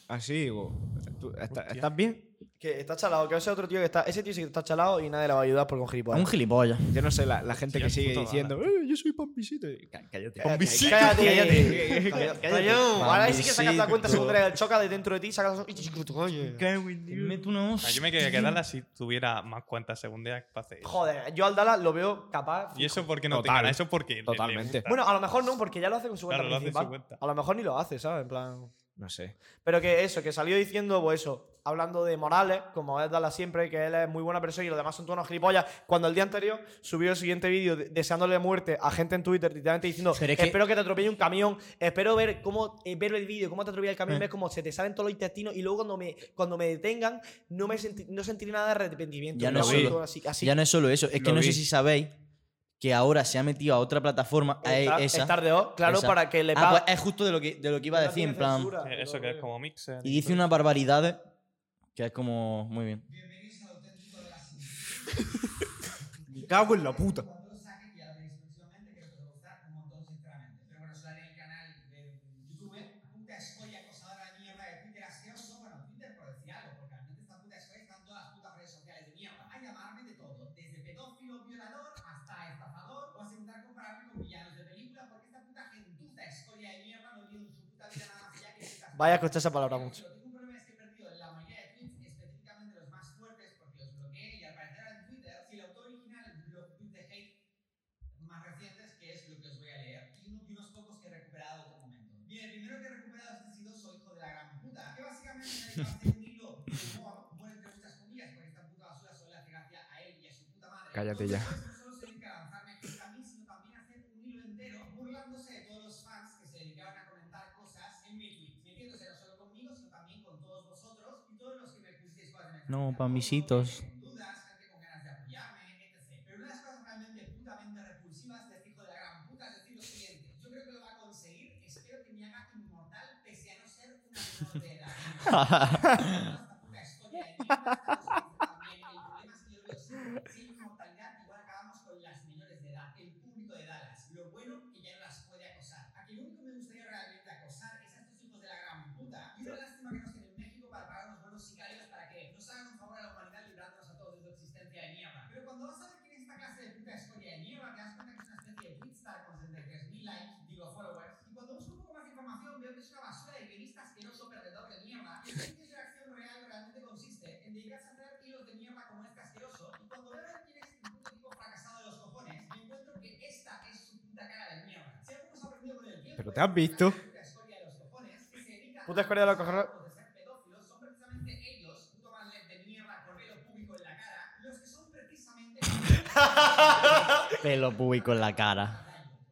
[SPEAKER 4] Así digo, "¿Tú está- ¿estás bien?
[SPEAKER 1] Que está chalado, que ese otro tío que está. Ese tío sí que está chalado y nadie le va a ayudar porque es un
[SPEAKER 3] Es un
[SPEAKER 1] gilipollas.
[SPEAKER 3] gilipollas.
[SPEAKER 4] Yo no sé, la, la gente
[SPEAKER 2] Sí,
[SPEAKER 4] que
[SPEAKER 2] es
[SPEAKER 4] sigue
[SPEAKER 2] puto
[SPEAKER 4] diciendo, "Eh, yo soy Pambisito. Cállate.
[SPEAKER 1] Cállate, cállate. cállate. Ahora sí que sacas la cuenta
[SPEAKER 3] Maldito.
[SPEAKER 1] secundaria del Choca de dentro de ti, sacas. Coño.
[SPEAKER 3] Mete una
[SPEAKER 2] Ah,
[SPEAKER 3] hostia.
[SPEAKER 2] Yo me quería quedarla si tuviera más cuantas segundas para hacer eso.
[SPEAKER 1] Joder, yo al Dala lo veo capaz.
[SPEAKER 2] Y eso porque no
[SPEAKER 4] Total.
[SPEAKER 2] tenga nada, eso porque le- le
[SPEAKER 4] Totalmente.
[SPEAKER 2] gusta.
[SPEAKER 1] Bueno, a lo mejor no, porque ya lo hace con su cuenta
[SPEAKER 2] Claro, lo hace en su
[SPEAKER 1] principal.
[SPEAKER 2] cuenta.
[SPEAKER 1] A lo mejor ni lo hace, ¿sabes? En plan.
[SPEAKER 4] No sé.
[SPEAKER 1] Pero que eso, que salió diciendo, pues eso, hablando de Morales, como es Dala siempre, que él es muy buena persona y los demás son todos unos gilipollas. Cuando el día anterior subió el siguiente vídeo de- deseándole muerte a gente en Twitter, literalmente diciendo,
[SPEAKER 3] Pero es que-
[SPEAKER 1] espero que... te atropelle un camión, espero ver cómo eh, ver el vídeo, cómo te atropella el camión,
[SPEAKER 3] Eh.
[SPEAKER 1] ver cómo se te salen todos los intestinos y luego cuando me, cuando me detengan no, me senti- no sentiré nada de arrepentimiento.
[SPEAKER 3] Ya
[SPEAKER 1] Me
[SPEAKER 3] no
[SPEAKER 1] hago
[SPEAKER 4] sí.
[SPEAKER 1] todo así, así.
[SPEAKER 3] Ya no es solo eso, es que
[SPEAKER 4] Lo
[SPEAKER 3] no sé
[SPEAKER 4] vi.
[SPEAKER 3] si sabéis que ahora se ha metido a otra plataforma, a
[SPEAKER 1] Estar-
[SPEAKER 3] esa.
[SPEAKER 1] estar de O, claro,
[SPEAKER 3] esa.
[SPEAKER 1] para que le
[SPEAKER 3] Ah,
[SPEAKER 1] pague.
[SPEAKER 3] pues es justo de lo que, de lo que iba a
[SPEAKER 1] No
[SPEAKER 3] decir,
[SPEAKER 1] tiene
[SPEAKER 3] en plan.
[SPEAKER 1] censura,
[SPEAKER 2] Eh, Eso que es como mixer.
[SPEAKER 3] Y dice unas barbaridades que es como. Muy bien.
[SPEAKER 4] Me cago en la puta.
[SPEAKER 6] Cuando lo saque, que hable exclusivamente, que me gusta un montón, sinceramente. Pero bueno, eso haré en el canal de YouTube. Puta escoria acosadora de mierda de Twitter asqueroso. Bueno, Twitter por decir algo, porque realmente esta puta escoria está en todas las putas redes sociales de mierda. A llamarme de todo, desde pedófilo, violador, hasta estafador, o a intentar compararme con villanos de películas, porque esta puta gentuza escoria de mierda.
[SPEAKER 1] Vaya, escuché esa palabra mucho.
[SPEAKER 6] Pero tengo un problema es que he perdido la mayoría de tweets, específicamente los más fuertes, porque los bloqueé y al parecer en Twitter, si el autor original, los tweets de hate más recientes, que es lo que os voy a leer, y, uno- y unos pocos que he recuperado de momento. Mira, el primero que he recuperado es decidoso, hijo de la gran puta, que básicamente me ha hacer un hilo de humor, bueno, entre muchas comillas, porque esta puta basura solo le hace gracia a él y a su puta madre.
[SPEAKER 4] Cállate ya.
[SPEAKER 6] Entonces, no solo se dedica a lanzarme hate a mí, sino también a hacer un hilo entero burlándose de todos los fans que se dedicaban a comentar cosas en mi tweet, metiéndose no solo conmigo, sino también con todos vosotros y todos los que me pusisteis cosas en el
[SPEAKER 3] No,
[SPEAKER 6] Twitter.
[SPEAKER 3] pamisitos.
[SPEAKER 6] Gente con dudas, gente con ganas de apoyarme, etc. Pero una de las cosas realmente putamente repulsivas de este hijo de la gran puta es decir lo siguiente. Yo creo que lo va a conseguir, espero que me haga inmortal, pese a no ser una menor de edad. Esta puta historia de mierda, también. El problema es que yo veo siempre, si hay inmortalidad, igual acabamos con las menores de edad, el público de Dallas. Lo bueno que ya no las puede acosar. A quien único me gustaría realmente acosar es a estos hijos de la gran puta. Y una lástima que no estén en México para pagar unos buenos sicarios para que nos hagan un favor a la humanidad librándonos a todos de su existencia de mierda. Pero cuando vas a ver quién es esta clase de puta escoria de mierda, te das cuenta que es una especie de Kickstarter con 73.000 likes, digo followers. Y cuando busco un poco más de información, veo que es una basura de guionista asqueroso perdedor de mierda. Y sé que su acción real realmente consiste en dedicarse a hacer hilos de mierda como este asqueroso. Y cuando veo que quién es un puto tipo fracasado de los cojones, me encuentro que esta es su puta cara de mierda. Si algo hemos aprendido con el tiempo,
[SPEAKER 4] Pero
[SPEAKER 6] es
[SPEAKER 4] te has
[SPEAKER 6] que la
[SPEAKER 4] visto.
[SPEAKER 6] puta escoria de los cojones que se dedica
[SPEAKER 1] Puta
[SPEAKER 6] a
[SPEAKER 1] escoria de los
[SPEAKER 6] acusar a
[SPEAKER 1] cojones.
[SPEAKER 6] de ser pedófilos son precisamente ellos, puto manlet de mierda, correo público en la cara, los que son precisamente.
[SPEAKER 3] Pelo público en la cara.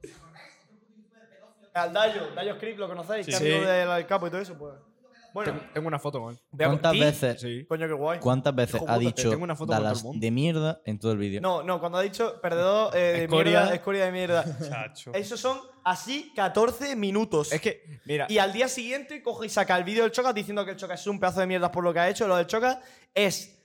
[SPEAKER 6] ¿Os acordáis? Otro puto youtuber pedófilo.
[SPEAKER 1] Al Dayo, Dayo Script, ¿lo conocéis?
[SPEAKER 2] Sí.
[SPEAKER 1] Que amigo del del capo y todo eso, pues. Bueno,
[SPEAKER 4] Tengo- Tengo una foto con él.
[SPEAKER 1] vea- pues,
[SPEAKER 3] ¿Cuántas
[SPEAKER 1] Ti,
[SPEAKER 3] veces,
[SPEAKER 1] Coño, qué guay.
[SPEAKER 3] ¿Cuántas veces
[SPEAKER 4] Hijo
[SPEAKER 3] ha
[SPEAKER 4] puta, te
[SPEAKER 3] dicho
[SPEAKER 4] tengo una foto con todo el
[SPEAKER 3] Dallas
[SPEAKER 4] mundo.
[SPEAKER 3] de mierda en todo el vídeo?
[SPEAKER 1] No, no, cuando ha dicho perdedor eh, de
[SPEAKER 4] Escoria.
[SPEAKER 1] mierda, escoria de mierda.
[SPEAKER 2] Chacho.
[SPEAKER 1] Esos son así 14 minutos.
[SPEAKER 4] Es que, mira,
[SPEAKER 1] Y al día siguiente coge y saca el vídeo del Choca diciendo que el Choca es un pedazo de mierda por lo que ha hecho. Lo del Choca es.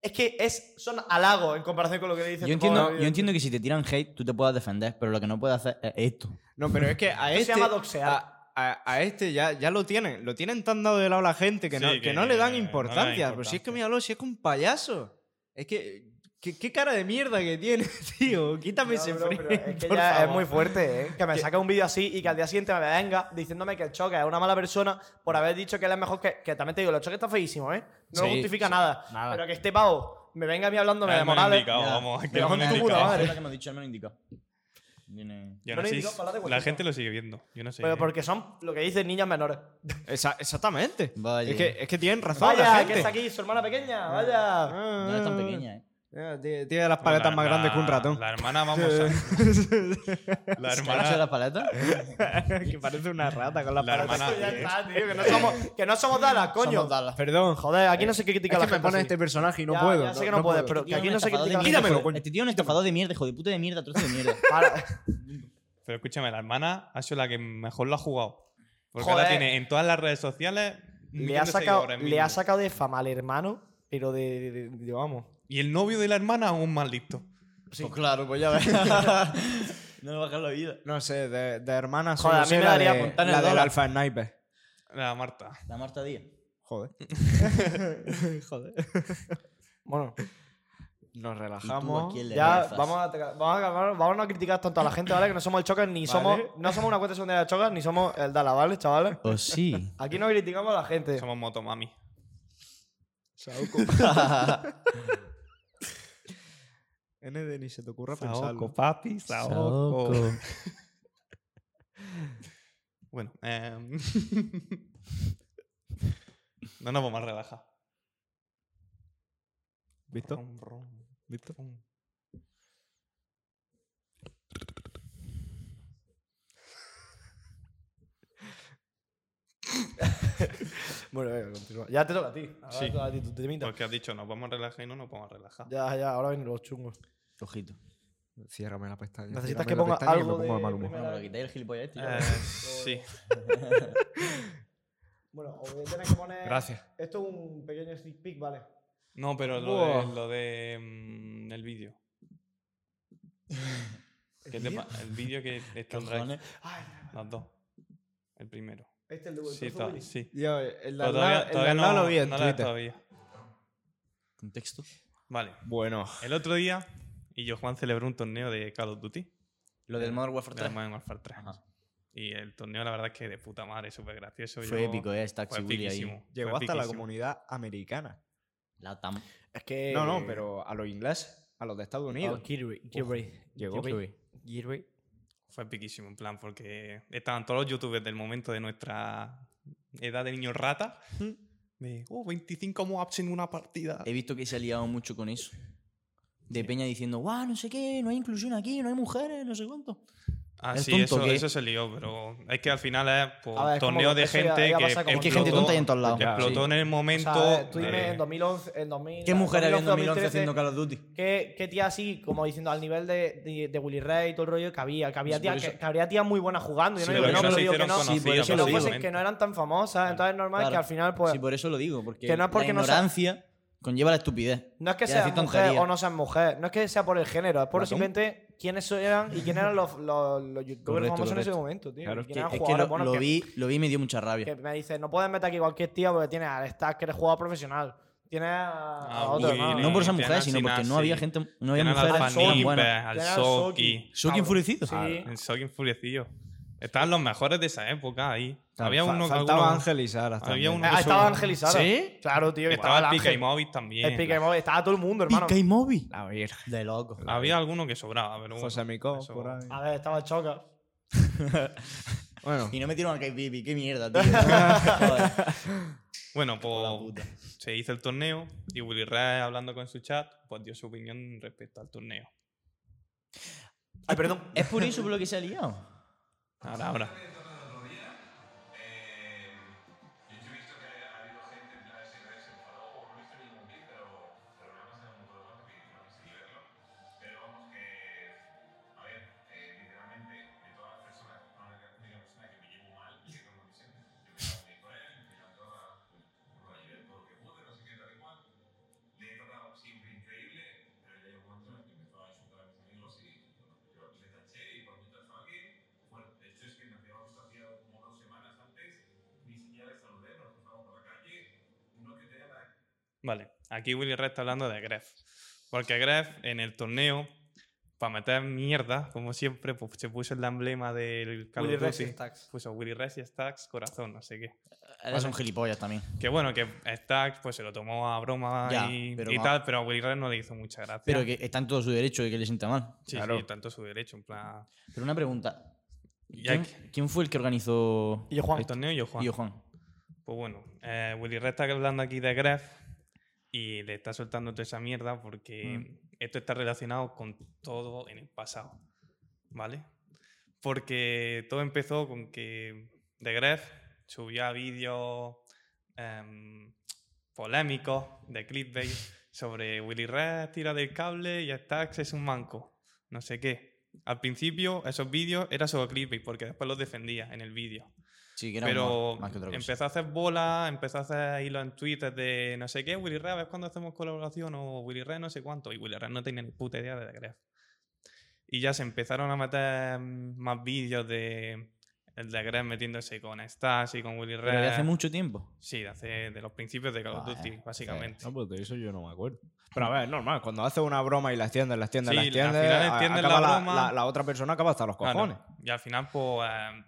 [SPEAKER 1] Es que es, son halagos en comparación con lo que le dice este
[SPEAKER 3] Yo entiendo, yo entiendo que si te tiran hate, tú te puedas defender, pero lo que no puedes hacer es esto.
[SPEAKER 4] no, pero es que a
[SPEAKER 1] Esto se
[SPEAKER 4] este.
[SPEAKER 1] llama doxear.
[SPEAKER 4] A, a- a este ya, ya lo tienen. Lo tienen tan dado de lado la gente que,
[SPEAKER 2] Sí,
[SPEAKER 4] no, que,
[SPEAKER 2] que
[SPEAKER 4] no le dan
[SPEAKER 2] no le dan
[SPEAKER 4] importancia. Pero si es que
[SPEAKER 2] importancia.
[SPEAKER 4] míralo, si es que un payaso. Es que. ¿Qué, qué cara de mierda que tiene, tío? Quítame ese
[SPEAKER 1] No, bro,
[SPEAKER 4] frame,
[SPEAKER 1] pero es que
[SPEAKER 4] por
[SPEAKER 1] ya es
[SPEAKER 4] favor.
[SPEAKER 1] muy fuerte, ¿eh? Que me saca un vídeo así y que al día siguiente me venga diciéndome que el choque es una mala persona por haber dicho que él es mejor que. Que también te digo, el choque está feísimo, ¿eh? No lo
[SPEAKER 3] Sí,
[SPEAKER 1] justifica nada.
[SPEAKER 4] nada.
[SPEAKER 1] Pero que este pavo me venga a mí hablándome
[SPEAKER 2] Ya
[SPEAKER 1] de
[SPEAKER 2] me lo han
[SPEAKER 1] Morales.
[SPEAKER 2] indicado,
[SPEAKER 3] ya.
[SPEAKER 2] vamos, es que
[SPEAKER 1] Me
[SPEAKER 2] lo han
[SPEAKER 1] cago en tu puta
[SPEAKER 2] indicado.
[SPEAKER 1] madre.
[SPEAKER 3] Es lo que me ha dicho, él me lo indica. Viene-
[SPEAKER 2] Y aún
[SPEAKER 1] No le
[SPEAKER 2] así,
[SPEAKER 1] digo palabras de
[SPEAKER 2] la
[SPEAKER 1] cualquier
[SPEAKER 2] gente lo sigue viendo. Yo no sé.
[SPEAKER 1] Pero porque son lo que dicen niñas menores.
[SPEAKER 4] Esa- exactamente.
[SPEAKER 3] Vaya.
[SPEAKER 4] Es que, es que tienen razón la
[SPEAKER 1] Vaya,
[SPEAKER 4] gente.
[SPEAKER 1] que está aquí su hermana pequeña, vaya.
[SPEAKER 3] No es tan pequeña, ¿eh?
[SPEAKER 4] Ah, Tiene, tiene las
[SPEAKER 2] No,
[SPEAKER 4] paletas
[SPEAKER 2] la-
[SPEAKER 4] más grandes que un
[SPEAKER 2] la-
[SPEAKER 4] ratón.
[SPEAKER 2] La hermana, vamos a... La
[SPEAKER 3] ¿Se ha hecho
[SPEAKER 2] hermana...
[SPEAKER 3] la paleta?
[SPEAKER 4] que parece una rata con las
[SPEAKER 2] La
[SPEAKER 4] paletas.
[SPEAKER 2] hermana...
[SPEAKER 1] Ya está, tío, que no somos, que no somos Dallas, coño.
[SPEAKER 3] Somos Dallas.
[SPEAKER 4] Perdón, joder.
[SPEAKER 1] Joder, aquí no se critica
[SPEAKER 4] Es
[SPEAKER 1] a la
[SPEAKER 4] que me
[SPEAKER 1] gente
[SPEAKER 4] pones
[SPEAKER 1] así.
[SPEAKER 4] este personaje y no
[SPEAKER 1] Ya,
[SPEAKER 4] puedo.
[SPEAKER 1] ya sé que no, puedes, pero que
[SPEAKER 3] Tío,
[SPEAKER 1] aquí
[SPEAKER 3] un
[SPEAKER 1] no se critica a la
[SPEAKER 3] estafador de
[SPEAKER 1] gente.
[SPEAKER 3] mierda,
[SPEAKER 4] Quítamelo,
[SPEAKER 3] hijo-
[SPEAKER 4] coño.
[SPEAKER 3] Este tío es un estafador de mierda, hijo de puta de mierda, trozo de mierda.
[SPEAKER 1] Para-
[SPEAKER 2] Pero escúchame, la hermana ha sido la que mejor lo ha jugado. Porque
[SPEAKER 1] Joder.
[SPEAKER 2] ahora tiene en todas las redes sociales... un
[SPEAKER 1] Le
[SPEAKER 2] millón
[SPEAKER 1] ha,
[SPEAKER 2] de
[SPEAKER 1] sacado,
[SPEAKER 2] seguidores
[SPEAKER 1] le
[SPEAKER 2] mínimo.
[SPEAKER 1] ha sacado de fama al hermano, pero de. de- de- de- vamos.
[SPEAKER 2] Y el novio de la hermana aún más listo.
[SPEAKER 3] Pues claro, pues ya ves. no me bajas la vida.
[SPEAKER 4] No sé, de, de hermanas
[SPEAKER 1] Joder, a
[SPEAKER 4] solo
[SPEAKER 1] mí
[SPEAKER 4] sé
[SPEAKER 1] me
[SPEAKER 4] la
[SPEAKER 1] daría
[SPEAKER 4] de-
[SPEAKER 1] apuntar
[SPEAKER 3] en
[SPEAKER 4] la
[SPEAKER 3] el
[SPEAKER 4] del
[SPEAKER 3] dólar.
[SPEAKER 4] Alfa Sniper.
[SPEAKER 2] La Marta.
[SPEAKER 3] La Marta Díaz.
[SPEAKER 4] Joder. Joder.
[SPEAKER 1] Bueno,
[SPEAKER 4] Nos
[SPEAKER 3] ¿Y tú a
[SPEAKER 4] relajamos.
[SPEAKER 3] quién le
[SPEAKER 1] ya
[SPEAKER 3] lanzas?
[SPEAKER 1] vamos a, tra- vamos, a, acabar- vamos a criticar tanto a la gente, ¿vale? Que no somos el Chocas, ni somos. No somos una cuenta secundaria de Chocas, ni somos el Dala, ¿vale, chavales?
[SPEAKER 3] Oh, sí.
[SPEAKER 1] Aquí no criticamos a la gente.
[SPEAKER 2] Somos motomami.
[SPEAKER 4] ND ni se te ocurra
[SPEAKER 2] Saoko,
[SPEAKER 4] pensarlo.
[SPEAKER 2] papi,
[SPEAKER 3] Saoko.
[SPEAKER 2] Saoko. bueno, em, no nos vamos a relajar.
[SPEAKER 4] ¿Visto?
[SPEAKER 2] Rum, rum,
[SPEAKER 4] ¿Visto?
[SPEAKER 2] rum.
[SPEAKER 1] Bueno, venga, continúa. Ya te toca a ti. Ahora
[SPEAKER 2] Sí.
[SPEAKER 1] te toca a ti, tú te imitas.
[SPEAKER 2] Porque has dicho nos vamos a relajar y no nos vamos a relajar.
[SPEAKER 1] Ya, ya, ahora vienen los chungos.
[SPEAKER 3] Ojito.
[SPEAKER 4] Ciérrame la pestaña.
[SPEAKER 1] Necesitas
[SPEAKER 4] ciérrame
[SPEAKER 1] que
[SPEAKER 4] la
[SPEAKER 1] ponga
[SPEAKER 4] pestaña y
[SPEAKER 1] algo
[SPEAKER 4] me pongo
[SPEAKER 1] de
[SPEAKER 4] mal humor.
[SPEAKER 1] primera-
[SPEAKER 3] Bueno, pero quitáis el gilipollas este.
[SPEAKER 2] Eh,
[SPEAKER 3] ya.
[SPEAKER 2] sí.
[SPEAKER 1] Bueno, o tienes que poner.
[SPEAKER 4] Gracias.
[SPEAKER 1] Esto es un pequeño sneak peek, ¿vale?
[SPEAKER 2] No, pero lo de,
[SPEAKER 4] Buah.
[SPEAKER 2] lo de mm, el vídeo. ¿Qué te pa- El vídeo que está en Drive.
[SPEAKER 3] Cojones.
[SPEAKER 1] Ay,
[SPEAKER 2] Los dos. El primero.
[SPEAKER 1] este es el de
[SPEAKER 2] Sí,
[SPEAKER 1] el trozo
[SPEAKER 2] está-
[SPEAKER 1] Willy.
[SPEAKER 2] sí.
[SPEAKER 4] Yo, el de
[SPEAKER 2] Pero
[SPEAKER 4] al
[SPEAKER 2] todavía-
[SPEAKER 4] lado- el de
[SPEAKER 2] todavía
[SPEAKER 4] al lado
[SPEAKER 2] no-
[SPEAKER 4] lo vi en
[SPEAKER 2] no la he
[SPEAKER 4] Twitter.
[SPEAKER 2] todavía.
[SPEAKER 3] Contexto.
[SPEAKER 2] Vale.
[SPEAKER 4] Bueno,
[SPEAKER 2] El otro día, y yo Juan celebró un torneo de Call of Duty.
[SPEAKER 1] Eh,
[SPEAKER 3] Lo del Modern Warfare
[SPEAKER 2] De la
[SPEAKER 3] 3.
[SPEAKER 2] Modern Warfare 3.
[SPEAKER 3] Ajá.
[SPEAKER 2] Y el torneo, la verdad es que de puta madre, súper gracioso.
[SPEAKER 3] Fue
[SPEAKER 2] Yo-
[SPEAKER 3] épico, ¿eh?
[SPEAKER 2] Fue
[SPEAKER 3] Staxi Willy ahí.
[SPEAKER 2] epiquísimo, fue
[SPEAKER 4] Llegó hasta la
[SPEAKER 2] epiquísimo.
[SPEAKER 4] comunidad americana.
[SPEAKER 3] La TAM.
[SPEAKER 1] Es que.
[SPEAKER 4] No, no, pero a los ingleses, a los de Estados Unidos.
[SPEAKER 1] Oh, Kirby. Kirby.
[SPEAKER 4] Llegó
[SPEAKER 1] Kirby. Kirby.
[SPEAKER 2] Fue epiquísimo, en plan, porque estaban todos los youtubers del momento de nuestra edad de niños rata. De, oh, 25 mobs en una partida.
[SPEAKER 3] Ah. He visto que se ha liado mucho con eso. De Peña diciendo, guau, no sé qué, no hay inclusión aquí, no hay mujeres, no sé cuánto.
[SPEAKER 2] Ah,
[SPEAKER 3] el
[SPEAKER 2] sí,
[SPEAKER 3] tonto
[SPEAKER 2] eso,
[SPEAKER 3] que-
[SPEAKER 2] eso se lió, pero es que al final es por
[SPEAKER 1] A ver, es como
[SPEAKER 2] torneo
[SPEAKER 1] que
[SPEAKER 2] de
[SPEAKER 1] eso ya-
[SPEAKER 2] gente
[SPEAKER 1] ya
[SPEAKER 2] que.
[SPEAKER 1] pasa como
[SPEAKER 3] Es que
[SPEAKER 1] en
[SPEAKER 3] gente
[SPEAKER 1] todo.
[SPEAKER 3] tonta hay en todos lados.
[SPEAKER 2] que explotó en el
[SPEAKER 1] O
[SPEAKER 2] momento.
[SPEAKER 1] sea, tú dime
[SPEAKER 2] de-
[SPEAKER 1] en 2011, en 2000.
[SPEAKER 3] ¿Qué mujer había en 2011
[SPEAKER 1] 2013,
[SPEAKER 3] haciendo Call of Duty?
[SPEAKER 1] ¿Qué, qué tía así, como diciendo al nivel de, de, de Willy Ray y todo el rollo que había? Que había
[SPEAKER 3] Sí, por
[SPEAKER 1] tías, que,
[SPEAKER 3] eso-
[SPEAKER 1] que habría tías muy buenas jugando. Yo no
[SPEAKER 2] Sí,
[SPEAKER 1] digo
[SPEAKER 2] pero
[SPEAKER 1] que no,
[SPEAKER 2] eso
[SPEAKER 1] pero
[SPEAKER 2] se
[SPEAKER 1] digo que
[SPEAKER 2] hicieron
[SPEAKER 1] no.
[SPEAKER 3] sí, por
[SPEAKER 2] conocidas,
[SPEAKER 3] eso
[SPEAKER 1] que, no
[SPEAKER 3] lo
[SPEAKER 1] fuesen-
[SPEAKER 2] básicamente.
[SPEAKER 1] que no eran tan famosas. Entonces es normal
[SPEAKER 3] Claro.
[SPEAKER 1] que al final, pues.
[SPEAKER 3] sí, por eso lo digo, porque,
[SPEAKER 1] que no es porque
[SPEAKER 3] la
[SPEAKER 1] no sea-
[SPEAKER 3] ignorancia conlleva la estupidez.
[SPEAKER 1] No es que
[SPEAKER 3] Ya
[SPEAKER 1] seas
[SPEAKER 3] decir
[SPEAKER 1] mujer
[SPEAKER 3] tonterías.
[SPEAKER 1] o no seas mujer, no es que sea por el género, es por
[SPEAKER 3] Matón.
[SPEAKER 1] simplemente quiénes eran y quiénes eran los, los, los youtubers
[SPEAKER 3] Correcto,
[SPEAKER 1] famosos en ese
[SPEAKER 3] correcto.
[SPEAKER 1] momento, tío. y
[SPEAKER 4] Claro, es
[SPEAKER 1] quiénes
[SPEAKER 3] Que-
[SPEAKER 1] eran
[SPEAKER 3] es que
[SPEAKER 1] jugadores
[SPEAKER 3] lo,
[SPEAKER 1] buenos
[SPEAKER 3] lo
[SPEAKER 1] que-
[SPEAKER 3] vi, lo vi y me dio mucha
[SPEAKER 1] que
[SPEAKER 3] rabia.
[SPEAKER 1] me dice, no puedes meter aquí cualquier tía porque tienes al Stack que eres jugador profesional. Tienes a,
[SPEAKER 2] Ah,
[SPEAKER 1] a otro,
[SPEAKER 2] Willy,
[SPEAKER 1] hermano.
[SPEAKER 3] No por ser
[SPEAKER 2] Tiana
[SPEAKER 3] mujer, sino porque no
[SPEAKER 2] Sinasi,
[SPEAKER 3] había gente, no había
[SPEAKER 2] Tenían al
[SPEAKER 3] mujeres que eran
[SPEAKER 2] Fanny,
[SPEAKER 3] buenas.
[SPEAKER 2] al
[SPEAKER 1] Tenían a
[SPEAKER 2] Soki.
[SPEAKER 3] Soki
[SPEAKER 1] cabrón.
[SPEAKER 3] enfurecido. Ah.
[SPEAKER 1] Sí.
[SPEAKER 2] El Soki enfurecidillo. Estaban los mejores de esa época ahí.
[SPEAKER 4] Tal-
[SPEAKER 2] Había
[SPEAKER 4] fa-
[SPEAKER 2] uno que
[SPEAKER 4] faltaba
[SPEAKER 2] alguno-
[SPEAKER 4] Ángel y Sara.
[SPEAKER 2] había
[SPEAKER 4] también.
[SPEAKER 2] uno
[SPEAKER 1] Ah,
[SPEAKER 2] que
[SPEAKER 1] estaba
[SPEAKER 2] solo-
[SPEAKER 1] Ángel y Sara.
[SPEAKER 4] ¿Sí?
[SPEAKER 1] Claro, tío, que
[SPEAKER 2] Estaba
[SPEAKER 1] estaba,
[SPEAKER 2] el Pica
[SPEAKER 1] Ángel.
[SPEAKER 2] y Movis también.
[SPEAKER 1] El Pica y Moby, Estaba todo el mundo, hermano.
[SPEAKER 3] Pica y móvil.
[SPEAKER 4] La Virgen.
[SPEAKER 3] De loco.
[SPEAKER 2] Había alguno que sobraba, pero bueno,
[SPEAKER 4] José Micó,
[SPEAKER 2] eso-
[SPEAKER 4] por ahí.
[SPEAKER 1] A ver, estaba el Choca.
[SPEAKER 4] Bueno,
[SPEAKER 3] Y no metieron al KPP, qué mierda, tío. Joder.
[SPEAKER 2] Bueno,
[SPEAKER 3] la
[SPEAKER 2] pues
[SPEAKER 3] puta.
[SPEAKER 2] se hizo el torneo y Willy Ray, hablando con su chat, pues dio su opinión respecto al torneo.
[SPEAKER 1] Ay, perdón.
[SPEAKER 3] Es por eso por lo que se ha liado.
[SPEAKER 2] Ahora, ahora.
[SPEAKER 7] el torneo del otro día, eh, yo he visto que ha habido gente en plan se se enfadó, o no he visto ningún vídeo, pero, pero lo hemos en un grupo de vídeos, no sé verlo. Pero vamos que, a ver, eh, literalmente, de todas las personas, no hay una persona que me llevo mal, y que no me siento, yo me llevo bien con él, me la toda, por la llevé todo lo que pude, no sé qué, tal y cual. Le he tratado siempre increíble, pero ya llegó un momento en el que empezó a insultar a mis amigos y yo le taché y por mientras estaba aquí, bueno, de hecho es que nos habíamos hacía como dos semanas antes, ni siquiera les saludé, nos cruzamos por la calle, no que tenía nada
[SPEAKER 2] Vale, aquí Willy Ray está hablando de Gref. Porque Gref en el torneo, para meter mierda, como siempre, pues se puso el emblema del Call of
[SPEAKER 1] Willy Ray
[SPEAKER 2] Duty.
[SPEAKER 1] y Stax.
[SPEAKER 2] Puso Willy Ray y Stacks, corazón, no sé qué.
[SPEAKER 3] Eres un Ah, gilipollas también.
[SPEAKER 2] Que bueno, que Stacks pues se lo tomó a broma
[SPEAKER 3] Ya,
[SPEAKER 2] y,
[SPEAKER 3] pero
[SPEAKER 2] y
[SPEAKER 3] va-
[SPEAKER 2] tal, pero a Willy Ray no le hizo mucha gracia.
[SPEAKER 3] Pero que está en todo su derecho de que le sienta mal.
[SPEAKER 2] Sí,
[SPEAKER 4] Claro.
[SPEAKER 2] sí, tanto su derecho, en plan...
[SPEAKER 3] Pero una pregunta.
[SPEAKER 2] Ya
[SPEAKER 3] ¿Quién, quién fue el que organizó
[SPEAKER 1] Y yo, Juan.
[SPEAKER 2] El torneo y yo, Juan.
[SPEAKER 3] Tío Juan?
[SPEAKER 2] Pues bueno, eh, Willy Red está hablando aquí de Gref y le está soltando toda esa mierda porque esto está relacionado con todo en el pasado, ¿vale? Porque todo empezó con que de Gref subía vídeos em, polémicos de clickbait sobre Willy Red tira del cable y Stax es un manco, no sé qué. Al principio esos vídeos eran sobre clickbait porque después los defendía en el vídeo.
[SPEAKER 3] Sí, que era
[SPEAKER 2] Pero
[SPEAKER 3] humor, más que otra cosa.
[SPEAKER 2] empezó a hacer bolas, empezó a hacer hilos en Twitter de no sé qué, Willy Ray, a ver cuándo hacemos colaboración o Willy Ray no sé cuánto. Y Willy Ray no tenía ni puta idea de The Gref. Y ya se empezaron a meter mm, más vídeos de el The Gref metiéndose con Stas y con Willy Ray.
[SPEAKER 3] Pero de hace mucho tiempo.
[SPEAKER 2] Sí, de, hace- de los principios de Call of
[SPEAKER 3] Ah,
[SPEAKER 2] Duty,
[SPEAKER 3] eh,
[SPEAKER 2] básicamente.
[SPEAKER 4] no, pues de eso yo no me acuerdo. Pero a ver, es normal, cuando haces una broma y la extiendes, la extiendes,
[SPEAKER 2] Sí,
[SPEAKER 4] la
[SPEAKER 2] al
[SPEAKER 4] extiendes,
[SPEAKER 2] final
[SPEAKER 4] a-
[SPEAKER 2] extiendes
[SPEAKER 4] acaba
[SPEAKER 2] la
[SPEAKER 4] la,
[SPEAKER 2] broma. Ah,
[SPEAKER 4] la- la otra persona acaba hasta los
[SPEAKER 2] Claro.
[SPEAKER 4] cojones.
[SPEAKER 2] Y al final, pues, eh,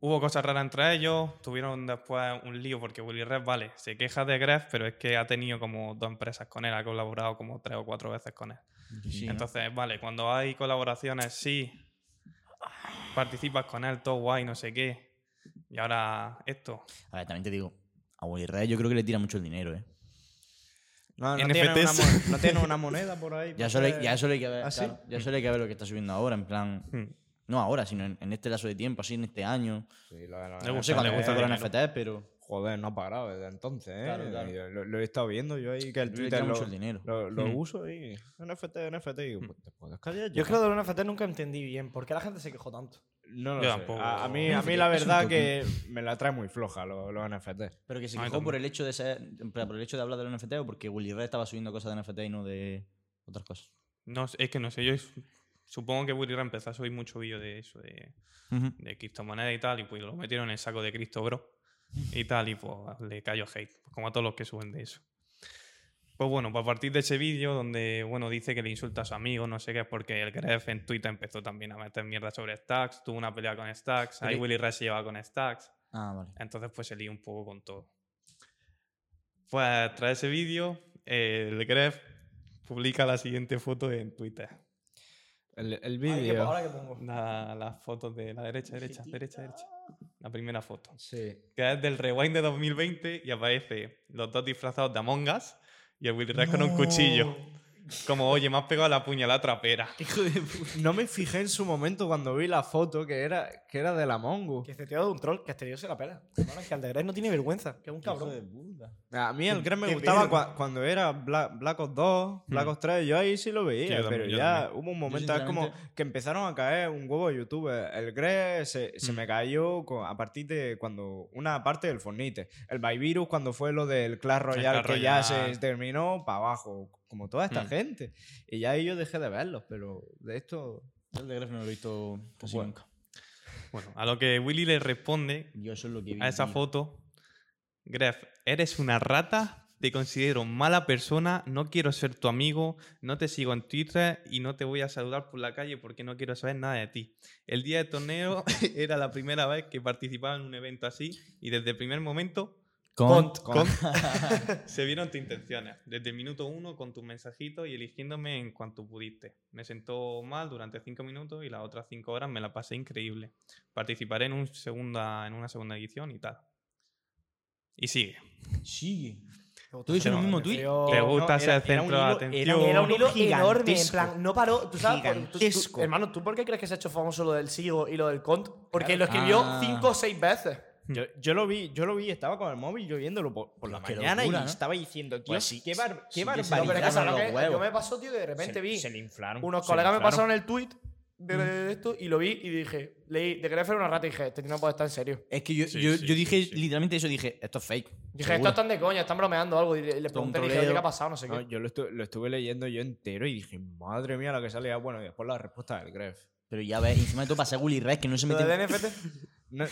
[SPEAKER 2] hubo cosas raras entre ellos. Tuvieron después un lío porque Willy Red, vale, se queja de Gref, pero es que ha tenido como dos empresas con él, ha colaborado como tres o cuatro veces con él.
[SPEAKER 3] Sí, ¿no?
[SPEAKER 2] Entonces, vale, cuando hay colaboraciones, sí, participas con él, todo guay, no sé qué. Y ahora esto.
[SPEAKER 3] A ver, también te digo. A Willy Ray yo creo que le tira mucho el dinero, ¿eh?
[SPEAKER 4] No, no,
[SPEAKER 2] NFTs.
[SPEAKER 4] tiene una, mon- no tiene una moneda por ahí.
[SPEAKER 3] Ya
[SPEAKER 4] pues,
[SPEAKER 3] solo,
[SPEAKER 4] eh.
[SPEAKER 3] hay- ya solo hay que ver,
[SPEAKER 4] ¿Ah, sí?
[SPEAKER 3] claro, ya solo hay que ver lo que está subiendo ahora, en plan...
[SPEAKER 2] Hmm.
[SPEAKER 3] No ahora, sino en, en este lazo de tiempo, así en este año.
[SPEAKER 4] Sí, lo de los
[SPEAKER 2] Le
[SPEAKER 3] No
[SPEAKER 2] gusta,
[SPEAKER 3] sé cuándo
[SPEAKER 2] le
[SPEAKER 3] empezó
[SPEAKER 2] gusta
[SPEAKER 3] con
[SPEAKER 2] el
[SPEAKER 3] los NFTs, pero...
[SPEAKER 4] Joder, no ha parado desde entonces, ¿eh?
[SPEAKER 3] Claro, claro.
[SPEAKER 4] Yo Lo, lo he estado viendo yo ahí, que el
[SPEAKER 3] Le
[SPEAKER 4] Twitter
[SPEAKER 3] tira
[SPEAKER 4] lo,
[SPEAKER 3] mucho el dinero.
[SPEAKER 4] lo- lo
[SPEAKER 2] Mm.
[SPEAKER 4] uso y NFT, NFT, y pues, te puedes callar
[SPEAKER 1] Yo
[SPEAKER 4] ya.
[SPEAKER 1] creo que de los NFT nunca entendí bien por qué la gente se quejó tanto.
[SPEAKER 4] No lo
[SPEAKER 2] Yo
[SPEAKER 4] sé.
[SPEAKER 2] tampoco.
[SPEAKER 4] A, a mí,
[SPEAKER 3] No
[SPEAKER 4] a
[SPEAKER 3] sé
[SPEAKER 4] mí
[SPEAKER 3] qué-
[SPEAKER 4] la
[SPEAKER 3] es un
[SPEAKER 4] verdad que
[SPEAKER 3] toque.
[SPEAKER 4] me la trae muy floja lo- los NFT.
[SPEAKER 3] Pero que se
[SPEAKER 2] A mí
[SPEAKER 3] quejó por el hecho de ser, en plan, por el hecho de hablar del NFT o porque Willy Ray estaba subiendo cosas de NFT y no de otras cosas.
[SPEAKER 2] No, sé, es que no sé, yo su- supongo que Willy Red empezó a subir mucho vídeo de eso, de, de criptomonedas y tal, y pues lo metieron en el saco de Cristo, bro. Y tal, y pues le cayó hate, como a todos los que suben de eso. Pues bueno, pues a partir de ese vídeo donde, bueno, dice que le insulta a su amigo, no sé qué, es porque el Gref en Twitter empezó también a meter mierda sobre Stacks, tuvo una pelea con Stacks, ahí
[SPEAKER 3] Pero-
[SPEAKER 2] Willy Rex se llevaba con Stacks,
[SPEAKER 3] Ah, vale.
[SPEAKER 2] entonces pues se lió un poco con todo. Pues tras ese vídeo, eh, el Gref publica la siguiente foto en Twitter.
[SPEAKER 4] El, el
[SPEAKER 1] Ahora que-
[SPEAKER 4] vídeo.
[SPEAKER 1] Ahora que pongo.
[SPEAKER 2] La- Las fotos de la derecha, derecha, derecha, derecha. La primera foto.
[SPEAKER 4] Sí.
[SPEAKER 2] que es del Rewind de 2020 y aparece los dos disfrazados de Among Us y el Willy Rex con un cuchillo. Como, oye, me has pegado la puñalada trapera.
[SPEAKER 3] Hijo de puta.
[SPEAKER 4] No me fijé en su momento cuando vi la foto que era, que era de la Mongo.
[SPEAKER 1] Que este tío es un troll, que este tío se la pela. Hermano, que Aldegrés no tiene vergüenza, que es un cabrón.
[SPEAKER 4] A mí el gran me
[SPEAKER 1] qué
[SPEAKER 4] gustaba
[SPEAKER 1] bien.
[SPEAKER 4] cua- cuando era Bla- Black, Ops 2, Black
[SPEAKER 2] Hmm.
[SPEAKER 4] Ops 3, yo ahí sí lo veía,
[SPEAKER 2] Sí, yo también,
[SPEAKER 4] pero
[SPEAKER 2] yo
[SPEAKER 4] ya
[SPEAKER 2] también.
[SPEAKER 4] hubo un momento es como
[SPEAKER 3] sinceramente-
[SPEAKER 4] que empezaron a caer un huevo de youtubers. El Gre se, se
[SPEAKER 2] Hmm.
[SPEAKER 4] me cayó co- a partir de cuando una parte del Fornite. El Byvirus cuando fue lo del Clash Royale
[SPEAKER 2] Clash
[SPEAKER 4] que ya
[SPEAKER 2] Royale.
[SPEAKER 4] se terminó para abajo, como toda esta
[SPEAKER 2] Hmm.
[SPEAKER 4] gente. Y ya ahí yo dejé de verlos, pero de esto...
[SPEAKER 3] Yo el de Gref no lo he visto casi
[SPEAKER 4] Bueno.
[SPEAKER 3] nunca.
[SPEAKER 2] Bueno, a lo que Willy le responde
[SPEAKER 3] Yo eso es lo que vi.
[SPEAKER 2] a esa
[SPEAKER 3] tío.
[SPEAKER 2] foto, Gref, eres una rata, te considero mala persona, no quiero ser tu amigo, no te sigo en Twitter y no te voy a saludar por la calle porque no quiero saber nada de ti. El día del torneo era la primera vez que participaba en un evento así y desde el primer momento
[SPEAKER 3] Cont.
[SPEAKER 2] Cont. Se vieron tus intenciones. Desde el minuto uno con tus mensajitos y eligiéndome en cuanto pudiste. Me sentó mal durante cinco minutos y las otras cinco horas me la pasé increíble. Participaré en, un segunda, en una segunda edición y tal. Y sigue.
[SPEAKER 3] Sigue. ¿Tú dices lo
[SPEAKER 2] Pero-
[SPEAKER 3] mismo
[SPEAKER 1] Este
[SPEAKER 3] tuit?
[SPEAKER 1] tío-
[SPEAKER 2] Te
[SPEAKER 1] Era un
[SPEAKER 2] gusta
[SPEAKER 4] era-
[SPEAKER 2] ser el
[SPEAKER 4] era un
[SPEAKER 2] centro de
[SPEAKER 4] hilo-
[SPEAKER 2] atención.
[SPEAKER 4] era un
[SPEAKER 1] hilo enorme, en
[SPEAKER 4] Gigantesco.
[SPEAKER 1] plan, no paró. ¿Tú sabes? por- tú- tú-
[SPEAKER 4] Gigantesco.
[SPEAKER 1] hermano, ¿tú por qué crees que se ha hecho famoso lo del Sigo y lo del Cont? Porque lo escribió
[SPEAKER 3] Ah.
[SPEAKER 1] cinco o seis veces.
[SPEAKER 4] Yo, yo lo vi, yo lo vi, estaba con el móvil yo viéndolo por, por la
[SPEAKER 3] Qué
[SPEAKER 4] mañana
[SPEAKER 3] locura,
[SPEAKER 4] y
[SPEAKER 3] ¿no?
[SPEAKER 4] estaba diciendo, tío,
[SPEAKER 3] Pues sí,
[SPEAKER 4] qué, bar-
[SPEAKER 3] sí que
[SPEAKER 4] qué
[SPEAKER 3] se
[SPEAKER 1] No,
[SPEAKER 3] Vale,
[SPEAKER 1] pero
[SPEAKER 4] barbaridad.
[SPEAKER 1] es que, ¿sabes lo
[SPEAKER 3] los
[SPEAKER 1] que-
[SPEAKER 3] huevos.
[SPEAKER 1] yo me pasó, tío, y de repente vi.
[SPEAKER 4] le inflaron.
[SPEAKER 1] Unos
[SPEAKER 4] se le
[SPEAKER 1] colegas me
[SPEAKER 4] inflaron.
[SPEAKER 1] pasaron el tweet de,
[SPEAKER 3] Mm.
[SPEAKER 1] de esto y lo vi y dije, leí, de Grefg era una rata y dije, este tío no puede estar en serio.
[SPEAKER 3] Es que yo,
[SPEAKER 2] Sí,
[SPEAKER 3] yo,
[SPEAKER 2] sí,
[SPEAKER 3] yo dije
[SPEAKER 2] sí, sí.
[SPEAKER 3] literalmente eso, dije, esto es fake.
[SPEAKER 1] Dije,
[SPEAKER 3] seguro.
[SPEAKER 1] estos están de coña, están bromeando algo. Y le- le
[SPEAKER 3] Todo un
[SPEAKER 1] pregunté, le dije, oye, ¿qué
[SPEAKER 3] troleo.
[SPEAKER 1] ha pasado? No sé
[SPEAKER 4] No,
[SPEAKER 1] qué.
[SPEAKER 4] yo lo, estu- lo estuve leyendo yo entero y dije, madre mía, la que sale ya. Bueno, y después la respuesta del Gref.
[SPEAKER 3] Pero ya ves, encima de todo pasa Willy Rex, que no se
[SPEAKER 1] ¿Lo
[SPEAKER 3] mete.
[SPEAKER 1] del
[SPEAKER 3] en-
[SPEAKER 1] NFT?
[SPEAKER 4] No-
[SPEAKER 2] el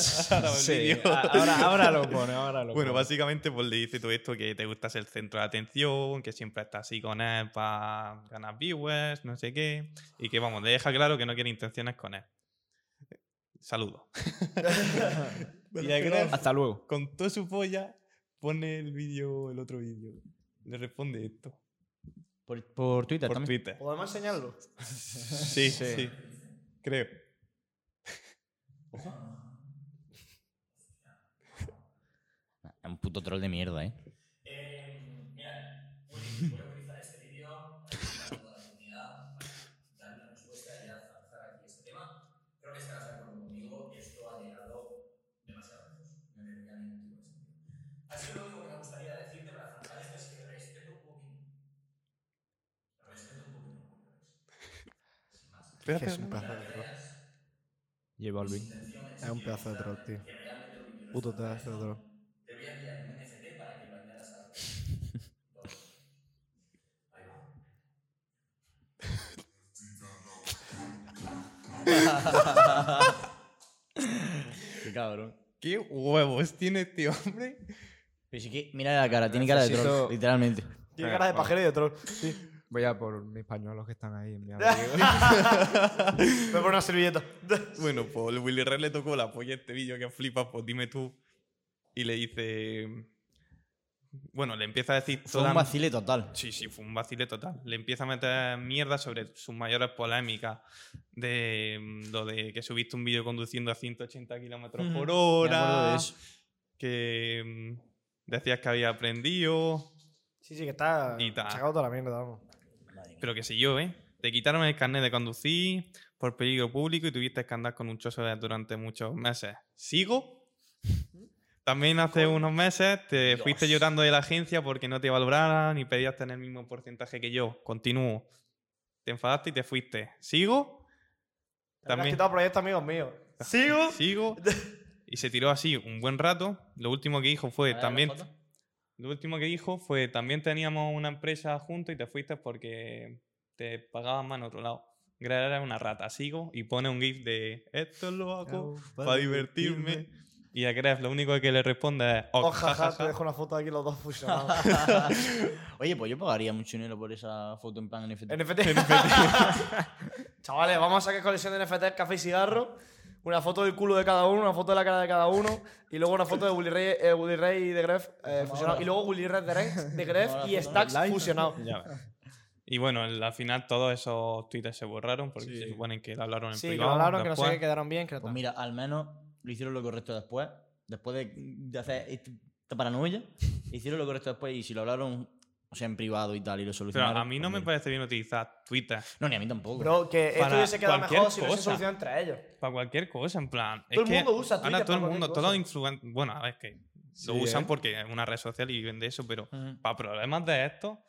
[SPEAKER 4] Sí,
[SPEAKER 2] vídeo.
[SPEAKER 4] a- ahora, ahora lo pone, ahora lo
[SPEAKER 2] Bueno,
[SPEAKER 4] pone.
[SPEAKER 2] básicamente pues, le dice todo esto que te gusta ser el centro de atención, que siempre estás así con él para ganar viewers, no sé qué. Y que vamos, le deja claro que no quiere intenciones con él. Saludo. y el Gref,
[SPEAKER 4] Hasta luego.
[SPEAKER 2] con toda su polla, pone el vídeo, el otro vídeo. Le responde esto.
[SPEAKER 3] Por, por Twitter
[SPEAKER 2] Por
[SPEAKER 3] también.
[SPEAKER 2] Twitter.
[SPEAKER 1] ¿Podemos enseñarlo?
[SPEAKER 2] Sí, sí. Creo.
[SPEAKER 3] Es un puto troll de mierda, ¿eh?
[SPEAKER 6] Eh, mira, voy, voy a utilizar este vídeo para toda la comunidad, dar una respuesta y lanzar aquí este tema. Creo que estarás de acuerdo conmigo que esto ha llegado demasiado lejos. No creo que a ningún tipo de sentido. Así que lo único que me gustaría decirte para zanjar esto es que respeto un poquito. Respeto un poquito.
[SPEAKER 2] Espérate,
[SPEAKER 1] un pedazo de troll. Es un pedazo de troll, tío. Puto pedazo de troll.
[SPEAKER 3] Qué cabrón.
[SPEAKER 2] ¿Qué huevos tiene este hombre?
[SPEAKER 3] Pero sí que, mira la cara, tiene cara de
[SPEAKER 4] Necesito-
[SPEAKER 3] troll, literalmente.
[SPEAKER 1] Tiene
[SPEAKER 3] Eh,
[SPEAKER 1] cara de pajero y de troll.
[SPEAKER 4] Voy a por mis pañuelos que están ahí en mi abrigo.
[SPEAKER 1] Me pone una servilleta.
[SPEAKER 2] Bueno, pues el Willy Rex le tocó la polla a este vídeo que flipas, pues dime tú. Y le dice. Bueno, le empieza a decir
[SPEAKER 3] Fue un vacile total.
[SPEAKER 2] Sí, sí, fue un vacile total. Le empieza a meter mierda sobre sus mayores polémicas. De mm, lo de que subiste un vídeo conduciendo a 180 kilómetros por
[SPEAKER 3] Me acuerdo
[SPEAKER 2] hora.
[SPEAKER 3] de eso.
[SPEAKER 2] Que mm, decías que había aprendido.
[SPEAKER 1] Sí, sí, que está
[SPEAKER 2] Y ta.
[SPEAKER 1] sacado toda la mierda, vamos.
[SPEAKER 2] Pero que sé yo, ¿eh? Te quitaron el carnet de conducir por peligro público y tuviste que andar con un chozo de- durante muchos meses. ¿Sigo? También hace unos meses te fuiste llorando de la agencia porque no te valoraran y pedías tener el mismo porcentaje que yo. Continúo. Te enfadaste y te fuiste. ¿Sigo?
[SPEAKER 1] También. Me has
[SPEAKER 2] También.
[SPEAKER 1] quitado proyectos amigos míos. ¿Sigo?
[SPEAKER 2] Sigo. Y se tiró así un buen rato. Lo último que dijo fue
[SPEAKER 3] ¿Vale,
[SPEAKER 2] también.
[SPEAKER 3] la foto?
[SPEAKER 2] Lo último que dijo fue, también teníamos una empresa juntos y te fuiste porque te pagaban más en otro lado. Greg era una rata, sigo, y pone un gif de, esto lo hago para divertirme. Y a Gref lo único que le responde es. "Oh,
[SPEAKER 1] Ojaja,
[SPEAKER 2] jajaja".
[SPEAKER 1] te dejo una foto aquí los dos fusionados.
[SPEAKER 3] Oye, pues yo pagaría mucho dinero por esa foto en plan NFT.
[SPEAKER 1] NFT. Chavales, vamos a sacar colección de NFT, café y cigarro. Una foto del culo de cada uno, una foto de la cara de cada uno. Y luego una foto de Willy Rey, eh, Willy Rey y de Gref eh, fusionado. Y luego Willy Rey de Gref, de Gref
[SPEAKER 3] Ahora
[SPEAKER 1] y
[SPEAKER 3] foto
[SPEAKER 1] Stacks fusionado.
[SPEAKER 2] Ya ves. Y bueno, el- al final todos esos tweets se borraron porque se suponen que lo hablaron en
[SPEAKER 1] Sí, que lo
[SPEAKER 2] privado.
[SPEAKER 1] hablaron, que no sé
[SPEAKER 2] después.
[SPEAKER 1] qué, quedaron bien. Que no
[SPEAKER 3] Pues
[SPEAKER 1] tal.
[SPEAKER 3] mira, al menos lo hicieron lo correcto después. Después de, de hacer este- esta paranoia, hicieron lo correcto después y si lo hablaron, o sea, en privado y tal, y lo
[SPEAKER 2] Pero
[SPEAKER 3] solucionaron.
[SPEAKER 2] a mí no
[SPEAKER 3] pues
[SPEAKER 2] me
[SPEAKER 3] mira.
[SPEAKER 2] parece bien utilizar Twitter
[SPEAKER 3] No, ni a mí tampoco.
[SPEAKER 1] Bro, que esto
[SPEAKER 2] Para
[SPEAKER 1] hubiese quedado
[SPEAKER 2] cualquier
[SPEAKER 1] mejor si no se
[SPEAKER 2] cosa.
[SPEAKER 1] solucionó entre ellos.
[SPEAKER 2] para cualquier cosa, en plan.
[SPEAKER 1] Todo
[SPEAKER 2] es
[SPEAKER 1] el
[SPEAKER 2] que
[SPEAKER 1] mundo usa Twitter
[SPEAKER 2] Ahora todo el
[SPEAKER 1] para
[SPEAKER 2] mundo,
[SPEAKER 1] cualquier ¿eh?
[SPEAKER 2] todos los influencers. Bueno, a ver, que lo usan porque es una red social y viven de eso, pero
[SPEAKER 3] Ujú.
[SPEAKER 2] para problemas de esto,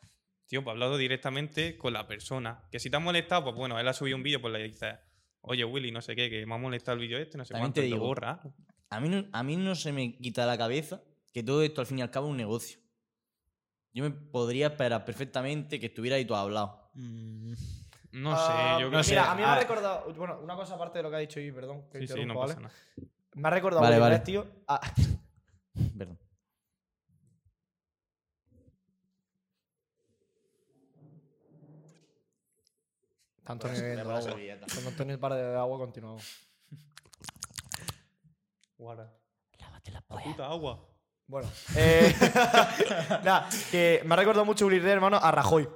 [SPEAKER 2] tío, para hablarlo directamente con la persona. Que si te ha molestado, pues bueno, él ha subido un vídeo, pues le dices, oye Willy, no sé qué, que me ha molestado el vídeo este, no sé
[SPEAKER 3] También
[SPEAKER 2] cuánto,
[SPEAKER 3] te
[SPEAKER 2] y lo
[SPEAKER 3] digo.
[SPEAKER 2] borra.
[SPEAKER 3] A mí, no, a mí no se me quita de la cabeza que todo esto al fin y al cabo es un negocio. Yo me podría esperar perfectamente que estuviera ahí todo hablado.
[SPEAKER 2] No
[SPEAKER 1] Ah,
[SPEAKER 2] sé, yo
[SPEAKER 1] mira,
[SPEAKER 2] creo que.
[SPEAKER 1] a mí me
[SPEAKER 2] Ah,
[SPEAKER 1] ha recordado. Bueno, una cosa aparte de lo que ha dicho y perdón, que
[SPEAKER 2] Sí, sí,
[SPEAKER 1] interrumpo,
[SPEAKER 2] no
[SPEAKER 1] ¿vale?
[SPEAKER 2] pasa nada.
[SPEAKER 1] Me ha recordado
[SPEAKER 3] Vale,
[SPEAKER 1] Willy
[SPEAKER 3] vale.
[SPEAKER 1] Rex, tío. a-
[SPEAKER 3] Perdón.
[SPEAKER 1] Tanto nivel de agua. Con Antonio para de agua continuamos.
[SPEAKER 2] Guarda. La puta agua.
[SPEAKER 1] Bueno, eh, nada, que me ha recordado mucho Willy Rex, hermano, a Rajoy.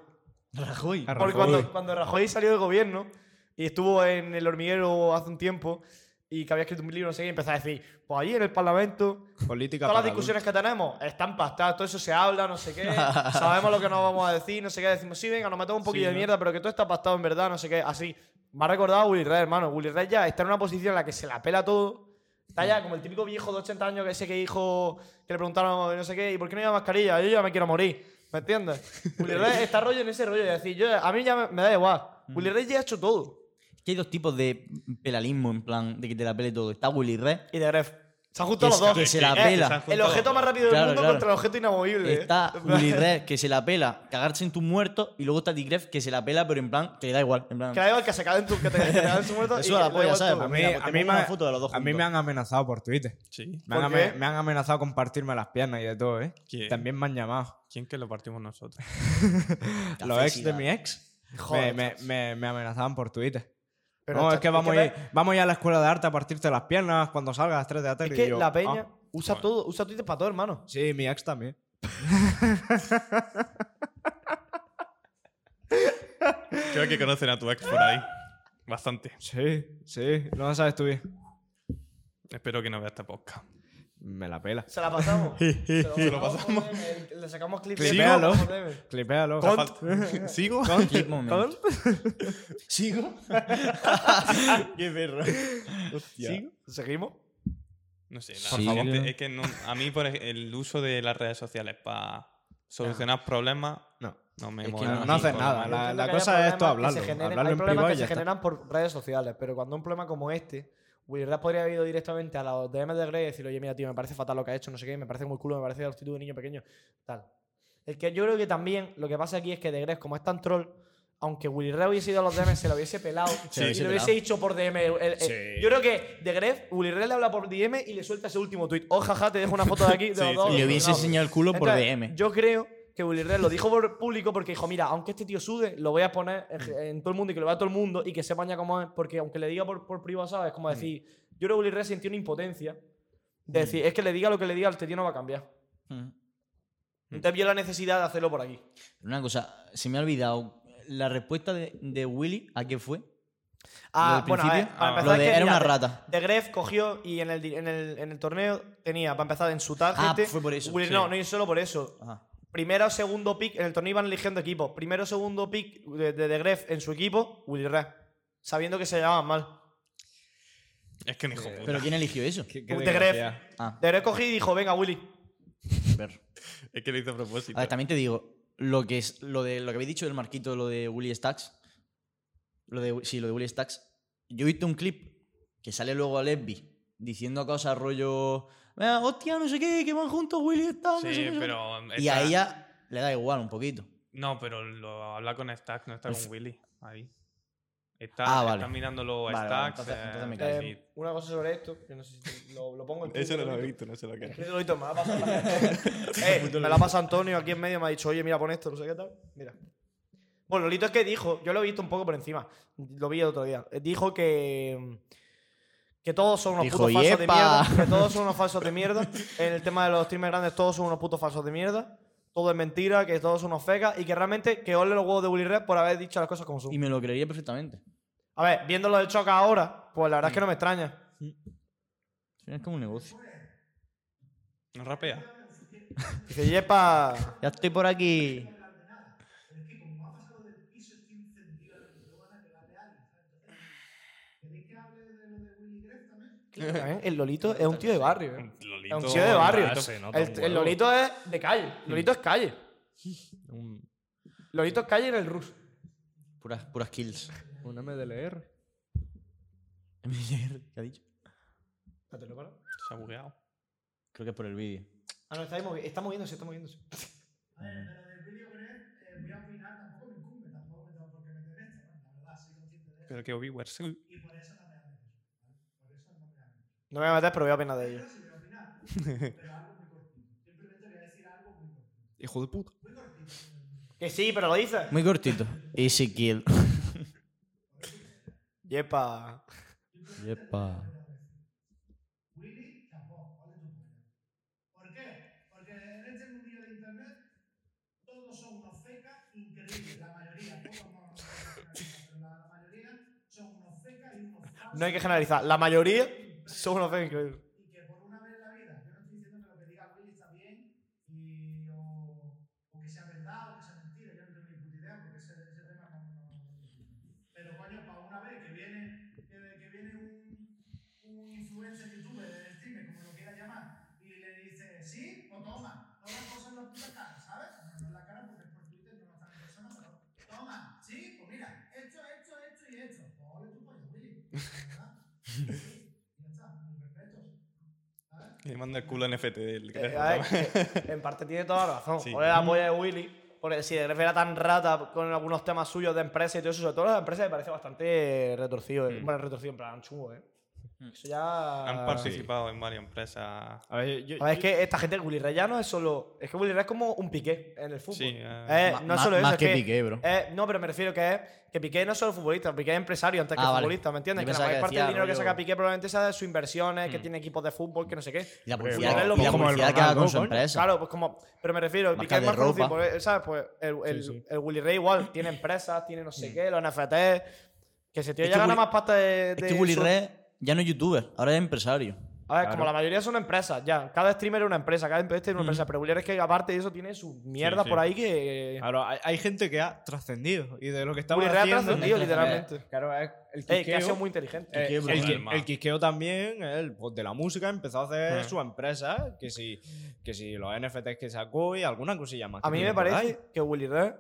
[SPEAKER 3] Rajoy.
[SPEAKER 4] A
[SPEAKER 1] Porque
[SPEAKER 4] Rajoy.
[SPEAKER 1] cuando, cuando Rajoy salió del gobierno y estuvo en el hormiguero hace un tiempo y que había escrito un libro, no sé qué, y empezó a decir, pues ahí en el Parlamento,
[SPEAKER 4] Política
[SPEAKER 1] todas las
[SPEAKER 4] para
[SPEAKER 1] discusiones que tenemos están pastadas, todo eso se habla, no sé qué, sabemos lo que nos vamos a decir, no sé qué, decimos, sí, venga, nos metemos un poquillo de mierda, pero que todo está pastado en verdad, no sé qué, así. Me ha recordado a Willy Red, hermano. Willy Red ya está en una posición en la que se la pela todo. Está ya como el típico viejo de 80 años que ese que dijo, que le preguntaron no sé qué, ¿y por qué no lleva mascarilla? Yo ya me quiero morir. ¿Me entiendes? Willy Red está rollo en ese rollo. Es decir, yo, a mí ya me, me da igual.
[SPEAKER 3] Mm.
[SPEAKER 1] Willy Red ya ha hecho todo.
[SPEAKER 3] Es que hay dos tipos de pelalismo, en plan, de que te la pele todo. Está Willy Red,
[SPEAKER 1] Y de Gref. Se han
[SPEAKER 3] que,
[SPEAKER 1] juntado los dos.
[SPEAKER 3] que se la
[SPEAKER 1] Eh,
[SPEAKER 3] pela.
[SPEAKER 1] El objeto más rápido del
[SPEAKER 3] Claro,
[SPEAKER 1] mundo
[SPEAKER 3] claro.
[SPEAKER 1] contra el objeto inamovible. eh.
[SPEAKER 3] Está Willy Red, que se la pela, cagarse en tus muertos. Y luego está Tigref, que se la pela, pero en plan, que le da igual. En plan,
[SPEAKER 1] Que da igual que se caen tu, que te, que te caen su muerto.
[SPEAKER 3] Eso
[SPEAKER 1] y
[SPEAKER 3] a
[SPEAKER 1] le
[SPEAKER 3] la
[SPEAKER 1] da
[SPEAKER 3] polla,
[SPEAKER 1] igual
[SPEAKER 3] ¿sabes?
[SPEAKER 1] todo.
[SPEAKER 4] A
[SPEAKER 3] Pues
[SPEAKER 4] mí,
[SPEAKER 3] mira, pues
[SPEAKER 4] a,
[SPEAKER 3] te
[SPEAKER 4] mí
[SPEAKER 3] pongo
[SPEAKER 4] me,
[SPEAKER 3] una foto de los dos
[SPEAKER 4] a mí me
[SPEAKER 3] juntos.
[SPEAKER 4] han amenazado por Twitter.
[SPEAKER 2] Sí.
[SPEAKER 4] Me han,
[SPEAKER 1] ¿Por qué?
[SPEAKER 4] ame- me han amenazado con partirme las piernas y de todo, ¿eh?
[SPEAKER 2] ¿Quién?
[SPEAKER 4] También me han llamado.
[SPEAKER 2] ¿Quién que lo partimos nosotros?
[SPEAKER 3] la
[SPEAKER 4] Los ex de
[SPEAKER 3] felicidad.
[SPEAKER 4] mi ex me,
[SPEAKER 1] Joder,
[SPEAKER 4] me- me- me amenazaban por Twitter.
[SPEAKER 1] Pero
[SPEAKER 4] no,
[SPEAKER 1] está-
[SPEAKER 4] es que vamos,
[SPEAKER 1] ve-
[SPEAKER 4] a ir, vamos a ir a la escuela de arte a partirte las piernas cuando salgas a las 3 de la tarde.
[SPEAKER 1] Es
[SPEAKER 4] y
[SPEAKER 1] que
[SPEAKER 4] yo,
[SPEAKER 1] la peña
[SPEAKER 4] ah,
[SPEAKER 1] usa
[SPEAKER 2] bueno.
[SPEAKER 1] todo, usa Twitter para todo, hermano.
[SPEAKER 4] sí, mi ex también.
[SPEAKER 2] Creo que conocen a tu ex por ahí. Bastante.
[SPEAKER 4] Sí, sí, no lo sabes tú bien.
[SPEAKER 2] Espero que no veas esta podcast.
[SPEAKER 4] Me la pela.
[SPEAKER 1] Se la pasamos. Se la pasamos. Le sacamos clip.
[SPEAKER 4] Clipéalo. Clipéalo.
[SPEAKER 2] ¿Sigo?
[SPEAKER 3] Clip moment. ¿Sigo? Qué perro.
[SPEAKER 1] ¿Sí? ¿Seguimos?
[SPEAKER 2] No sé,
[SPEAKER 3] Por
[SPEAKER 2] nada,
[SPEAKER 3] favor.
[SPEAKER 2] es que- Es que no- a mí por ej- el uso de las redes sociales para solucionar problemas
[SPEAKER 4] No.
[SPEAKER 2] no me
[SPEAKER 3] Es que
[SPEAKER 2] mola.
[SPEAKER 3] no-
[SPEAKER 2] ni
[SPEAKER 4] No haces
[SPEAKER 2] con la-
[SPEAKER 4] nada. La,
[SPEAKER 1] Entiendo
[SPEAKER 4] la
[SPEAKER 1] que
[SPEAKER 4] cosa
[SPEAKER 1] haya
[SPEAKER 4] es esto
[SPEAKER 1] problemas que
[SPEAKER 4] hablarlo.
[SPEAKER 1] se generan-
[SPEAKER 4] hablarlo
[SPEAKER 1] hay
[SPEAKER 4] en
[SPEAKER 1] problemas
[SPEAKER 4] privado
[SPEAKER 1] que
[SPEAKER 4] y ya
[SPEAKER 1] se
[SPEAKER 4] está.
[SPEAKER 1] generan por redes sociales, pero cuando un problema como este, Will Rap podría haber ido directamente a los DMs de Grey y decir, oye, mira, tío, me parece fatal lo que ha hecho, no sé qué, me parece muy culo, me parece de actitud de niño pequeño, tal. Es que yo creo que también lo que pasa aquí es que de Grey, como es tan troll, aunque Willy Ray hubiese ido a los DM, se lo hubiese pelado
[SPEAKER 3] Sí,
[SPEAKER 1] y
[SPEAKER 3] hubiese
[SPEAKER 1] lo hubiese
[SPEAKER 3] pelado.
[SPEAKER 1] dicho por DM. el- el- el-
[SPEAKER 4] Sí.
[SPEAKER 1] eh, Yo creo que de Gref, Willy Ray le habla por DM y le suelta ese último tuit. Oh, jaja, te dejo una foto de aquí. De los dos,
[SPEAKER 3] Y le hubiese
[SPEAKER 1] no.
[SPEAKER 3] enseñado el culo por
[SPEAKER 1] Entonces,
[SPEAKER 3] DM.
[SPEAKER 1] Yo creo que Willy Red lo dijo por público porque dijo, mira, aunque este tío sude, lo voy a poner en, en todo el mundo y que lo vea todo el mundo y que sepan ya cómo es, porque aunque le diga por, por privado, ¿sabes? Es
[SPEAKER 3] Mm.
[SPEAKER 1] como decir, yo creo que Willy Red sintió una impotencia de decir, es que le diga lo que le diga, el tío no va a cambiar.
[SPEAKER 3] Mm.
[SPEAKER 1] Entonces vio la necesidad de hacerlo por aquí.
[SPEAKER 3] Una cosa, se me ha olvidado. La respuesta de, de Willy, ¿a qué fue?
[SPEAKER 1] Ah,
[SPEAKER 3] del
[SPEAKER 1] bueno, a ver,
[SPEAKER 3] principio?
[SPEAKER 1] para
[SPEAKER 2] Ah,
[SPEAKER 1] empezar,
[SPEAKER 3] Lo de,
[SPEAKER 1] es que,
[SPEAKER 3] era
[SPEAKER 1] mira,
[SPEAKER 3] una
[SPEAKER 1] de-
[SPEAKER 3] rata.
[SPEAKER 1] De Gref cogió y en el, di- en el, en el torneo tenía, para empezar, en su tarjeta.
[SPEAKER 3] Ah, fue por eso, sí.
[SPEAKER 1] No, no es solo por eso.
[SPEAKER 3] Ajá.
[SPEAKER 1] Primero o segundo pick, en el torneo iban eligiendo equipos. Primero o segundo pick de, de, de Gref en su equipo, Willy Red. Sabiendo que se llevaban mal.
[SPEAKER 2] Es que ni hijo puta.
[SPEAKER 3] ¿Pero quién eligió eso?
[SPEAKER 4] Qué- qué
[SPEAKER 1] De Gref.
[SPEAKER 4] desgracia.
[SPEAKER 3] Ah,
[SPEAKER 1] De Gref cogí y dijo, venga, Willy.
[SPEAKER 3] perro.
[SPEAKER 2] Es que lo hice a propósito.
[SPEAKER 3] A ver, también te digo, lo que, es, lo de, lo que habéis dicho del marquito, lo de Willy Stacks. Lo de, sí, lo de Willy Stacks. Yo he visto un clip que sale luego a Lesbi diciendo cosas rollo. "Ah, hostia, no sé qué, que van juntos Willy Stacks. no sé
[SPEAKER 2] sí,
[SPEAKER 3] qué, no sé qué".
[SPEAKER 2] pero.
[SPEAKER 3] Y
[SPEAKER 2] está-
[SPEAKER 3] a ella le da igual un poquito.
[SPEAKER 2] No, pero lo habla con Stack, no está con Willy. Ahí. Está,
[SPEAKER 3] Ah, vale.
[SPEAKER 2] Están mirando los
[SPEAKER 3] Vale, vale,
[SPEAKER 2] stacks.
[SPEAKER 3] entonces-
[SPEAKER 2] eh,
[SPEAKER 3] entonces me callo.
[SPEAKER 2] sí.
[SPEAKER 1] Eh, una cosa sobre esto, que no sé si lo, lo pongo en
[SPEAKER 8] Eso no
[SPEAKER 1] Twitter,
[SPEAKER 8] lo he
[SPEAKER 1] ¿no?
[SPEAKER 8] visto, no sé lo que es.
[SPEAKER 1] Escríbelo, Lito, me la ha pasado Antonio. Eh, me la ha pasado Antonio aquí en medio, me ha dicho, oye, mira, pon esto, no sé qué tal. Mira. Bueno, Lito es que dijo, yo lo he visto un poco por encima, lo vi el otro día. eh, Dijo que. Que todos son unos
[SPEAKER 4] Dijo,
[SPEAKER 1] putos falsos de
[SPEAKER 4] "Yepa".
[SPEAKER 1] mierda. Que todos son unos falsos de mierda. En el tema de los streamers grandes, todos son unos putos falsos de mierda. Todo es mentira, que todos son unos fecas y que realmente que ole los huevos de Willy Red por haber dicho las cosas como son.
[SPEAKER 3] Y me lo creería perfectamente.
[SPEAKER 1] A ver, viéndolo del choca ahora, pues la verdad es que no me extraña.
[SPEAKER 3] Es como un negocio.
[SPEAKER 2] ¿No rapea?
[SPEAKER 1] Dice, yepa.
[SPEAKER 3] Ya estoy por aquí.
[SPEAKER 1] ¿eh? El Lolito es un tío de barrio. ¿eh?
[SPEAKER 2] Lolito,
[SPEAKER 1] Es un tío de barrio.
[SPEAKER 2] Lolito,
[SPEAKER 1] El-
[SPEAKER 2] se nota un
[SPEAKER 3] Este-
[SPEAKER 1] el,
[SPEAKER 2] huevo.
[SPEAKER 1] Lolito es de calle. Lolito es calle. Lolito es calle en el Rus.
[SPEAKER 3] Puras, puras kills.
[SPEAKER 4] Un MDLR.
[SPEAKER 3] MDR, ¿qué ha dicho?
[SPEAKER 2] Se ha bugueado.
[SPEAKER 3] Creo que es por el vídeo.
[SPEAKER 1] Ah, no, está, ahí movi- está moviéndose, está moviéndose.
[SPEAKER 5] A ver, pero del vídeo que eh, voy a opinar, tampoco me incumbe, tampoco me tengo por qué meter esto, ¿no? la verdad, soy consciente de esto.
[SPEAKER 2] Pero que viewers. sí.
[SPEAKER 5] Y por eso no me hago Por eso no me hago
[SPEAKER 1] No me voy a meter, pero voy a opinar de ello.
[SPEAKER 5] Pero sí voy a opinar, pero algo muy cortito. Simplemente voy a decir algo muy cortito.
[SPEAKER 4] Hijo de puta.
[SPEAKER 5] Muy cortito.
[SPEAKER 1] Que sí, pero lo dices.
[SPEAKER 3] Muy cortito. Easy kill.
[SPEAKER 1] Yepa.
[SPEAKER 3] Yepa.
[SPEAKER 5] Willy, tampoco, vale tu mujer. ¿Por qué? Porque en este mundillo de internet todos son unos fecas increíbles, la mayoría, todos no, no, pero la, la mayoría son unos fecas y unos falsos.
[SPEAKER 1] No hay que generalizar. La mayoría son unos feos increíbles.
[SPEAKER 5] y que por una vez en la vida, yo no estoy diciendo que lo que diga Willy está bien, y, o, o que sea verdad o que sea mentira, yo no tengo ni puta idea porque ese, ese tema no, no, no- Pero coño, para una vez que viene, que, que viene un, un influencer youtuber del streamer, como lo quiera llamar, y le dice, sí, o toma, no las cosas en la puta cara, ¿sabes? No, no en la cara porque es por Twitter no está en persona, pero toma, sí, pues mira, esto, esto, esto y esto. Pues ole tu pollo, Willy, ¿verdad? Sí, ya está, mis respetos.
[SPEAKER 8] Le manda el culo NFT del
[SPEAKER 1] Eh,
[SPEAKER 8] Gref,
[SPEAKER 1] a ver,
[SPEAKER 8] ¿no?
[SPEAKER 1] que en parte tiene toda la razón.
[SPEAKER 8] Sí.
[SPEAKER 1] Ole la polla de Willy. Porque si de Gref era tan rata con algunos temas suyos de empresa y todo eso, sobre todo las empresas, me parece bastante retorcido. eh.
[SPEAKER 2] Mm.
[SPEAKER 1] Bueno, retorcido en plan chungo, ¿eh?
[SPEAKER 3] Mm.
[SPEAKER 1] Eso ya.
[SPEAKER 2] Han participado en varias empresas.
[SPEAKER 4] A ver, yo,
[SPEAKER 1] A ver, es que esta gente, Willy Rey ya no es solo. Es que Willy Rey es como un piqué en el fútbol.
[SPEAKER 2] Sí, eh,
[SPEAKER 1] Eh,
[SPEAKER 3] Ma-
[SPEAKER 1] no es
[SPEAKER 3] ma-
[SPEAKER 1] solo eso.
[SPEAKER 3] más
[SPEAKER 1] es
[SPEAKER 3] que Piqué, bro.
[SPEAKER 1] eh, no, pero me refiero que es que Piqué no es solo futbolista, Piqué es empresario antes que
[SPEAKER 3] Ah, vale.
[SPEAKER 1] futbolista, ¿me entiendes?
[SPEAKER 3] Yo
[SPEAKER 1] Que la
[SPEAKER 3] pensaba
[SPEAKER 1] mayor
[SPEAKER 3] que
[SPEAKER 1] parte
[SPEAKER 3] decía
[SPEAKER 1] del dinero que
[SPEAKER 3] rollo-
[SPEAKER 1] saca Piqué probablemente sea de sus inversiones, que
[SPEAKER 2] Mm.
[SPEAKER 1] tiene equipos de fútbol, que no sé qué.
[SPEAKER 3] Y la
[SPEAKER 4] Hombre,
[SPEAKER 3] publicidad,
[SPEAKER 1] como-
[SPEAKER 3] que, y la
[SPEAKER 4] como el
[SPEAKER 3] publicidad que haga con
[SPEAKER 4] Ronaldo,
[SPEAKER 3] su
[SPEAKER 4] coño.
[SPEAKER 3] empresa.
[SPEAKER 1] Claro, pues como. Pero me refiero,
[SPEAKER 3] Marca
[SPEAKER 1] Piqué es
[SPEAKER 3] de
[SPEAKER 1] más conocido,
[SPEAKER 3] ropa.
[SPEAKER 1] por él, ¿sabes? Pues el, el,
[SPEAKER 4] sí.
[SPEAKER 1] el Willy Rey igual tiene empresas, tiene no sé qué, los NFT. Que se tío
[SPEAKER 3] Es
[SPEAKER 1] ya
[SPEAKER 3] que
[SPEAKER 1] gana
[SPEAKER 3] Willy-
[SPEAKER 1] más pasta de.
[SPEAKER 3] Es
[SPEAKER 1] de
[SPEAKER 3] que Willy
[SPEAKER 1] su-
[SPEAKER 3] Red ya no es youtuber, ahora es empresario.
[SPEAKER 1] A ver, como la mayoría son empresas, ya. Cada streamer es una empresa, cada empresa tiene una empresa. Pero Willier es que aparte de eso tiene su mierda
[SPEAKER 2] sí.
[SPEAKER 1] por ahí que.
[SPEAKER 4] Claro, hay, hay gente que ha trascendido y de lo que estamos
[SPEAKER 1] Willy Rey ha
[SPEAKER 4] haciendo.
[SPEAKER 1] trascendido,
[SPEAKER 3] Hay que
[SPEAKER 1] literalmente.
[SPEAKER 4] Claro, es el
[SPEAKER 1] Ey, que ha sido
[SPEAKER 4] Quiqueo,
[SPEAKER 1] muy inteligente.
[SPEAKER 4] eh,
[SPEAKER 3] Quiqueo,
[SPEAKER 4] el,
[SPEAKER 2] bro.
[SPEAKER 4] qui-
[SPEAKER 2] Alma.
[SPEAKER 4] el Quiqueo también, el pues, de la música, empezó a hacer
[SPEAKER 2] Ah.
[SPEAKER 4] su empresa, que si, que si los NFTs que sacó y alguna cosilla más.
[SPEAKER 1] a
[SPEAKER 4] que
[SPEAKER 1] mí
[SPEAKER 4] no
[SPEAKER 1] me parece
[SPEAKER 4] recordáis.
[SPEAKER 1] que Willy Red,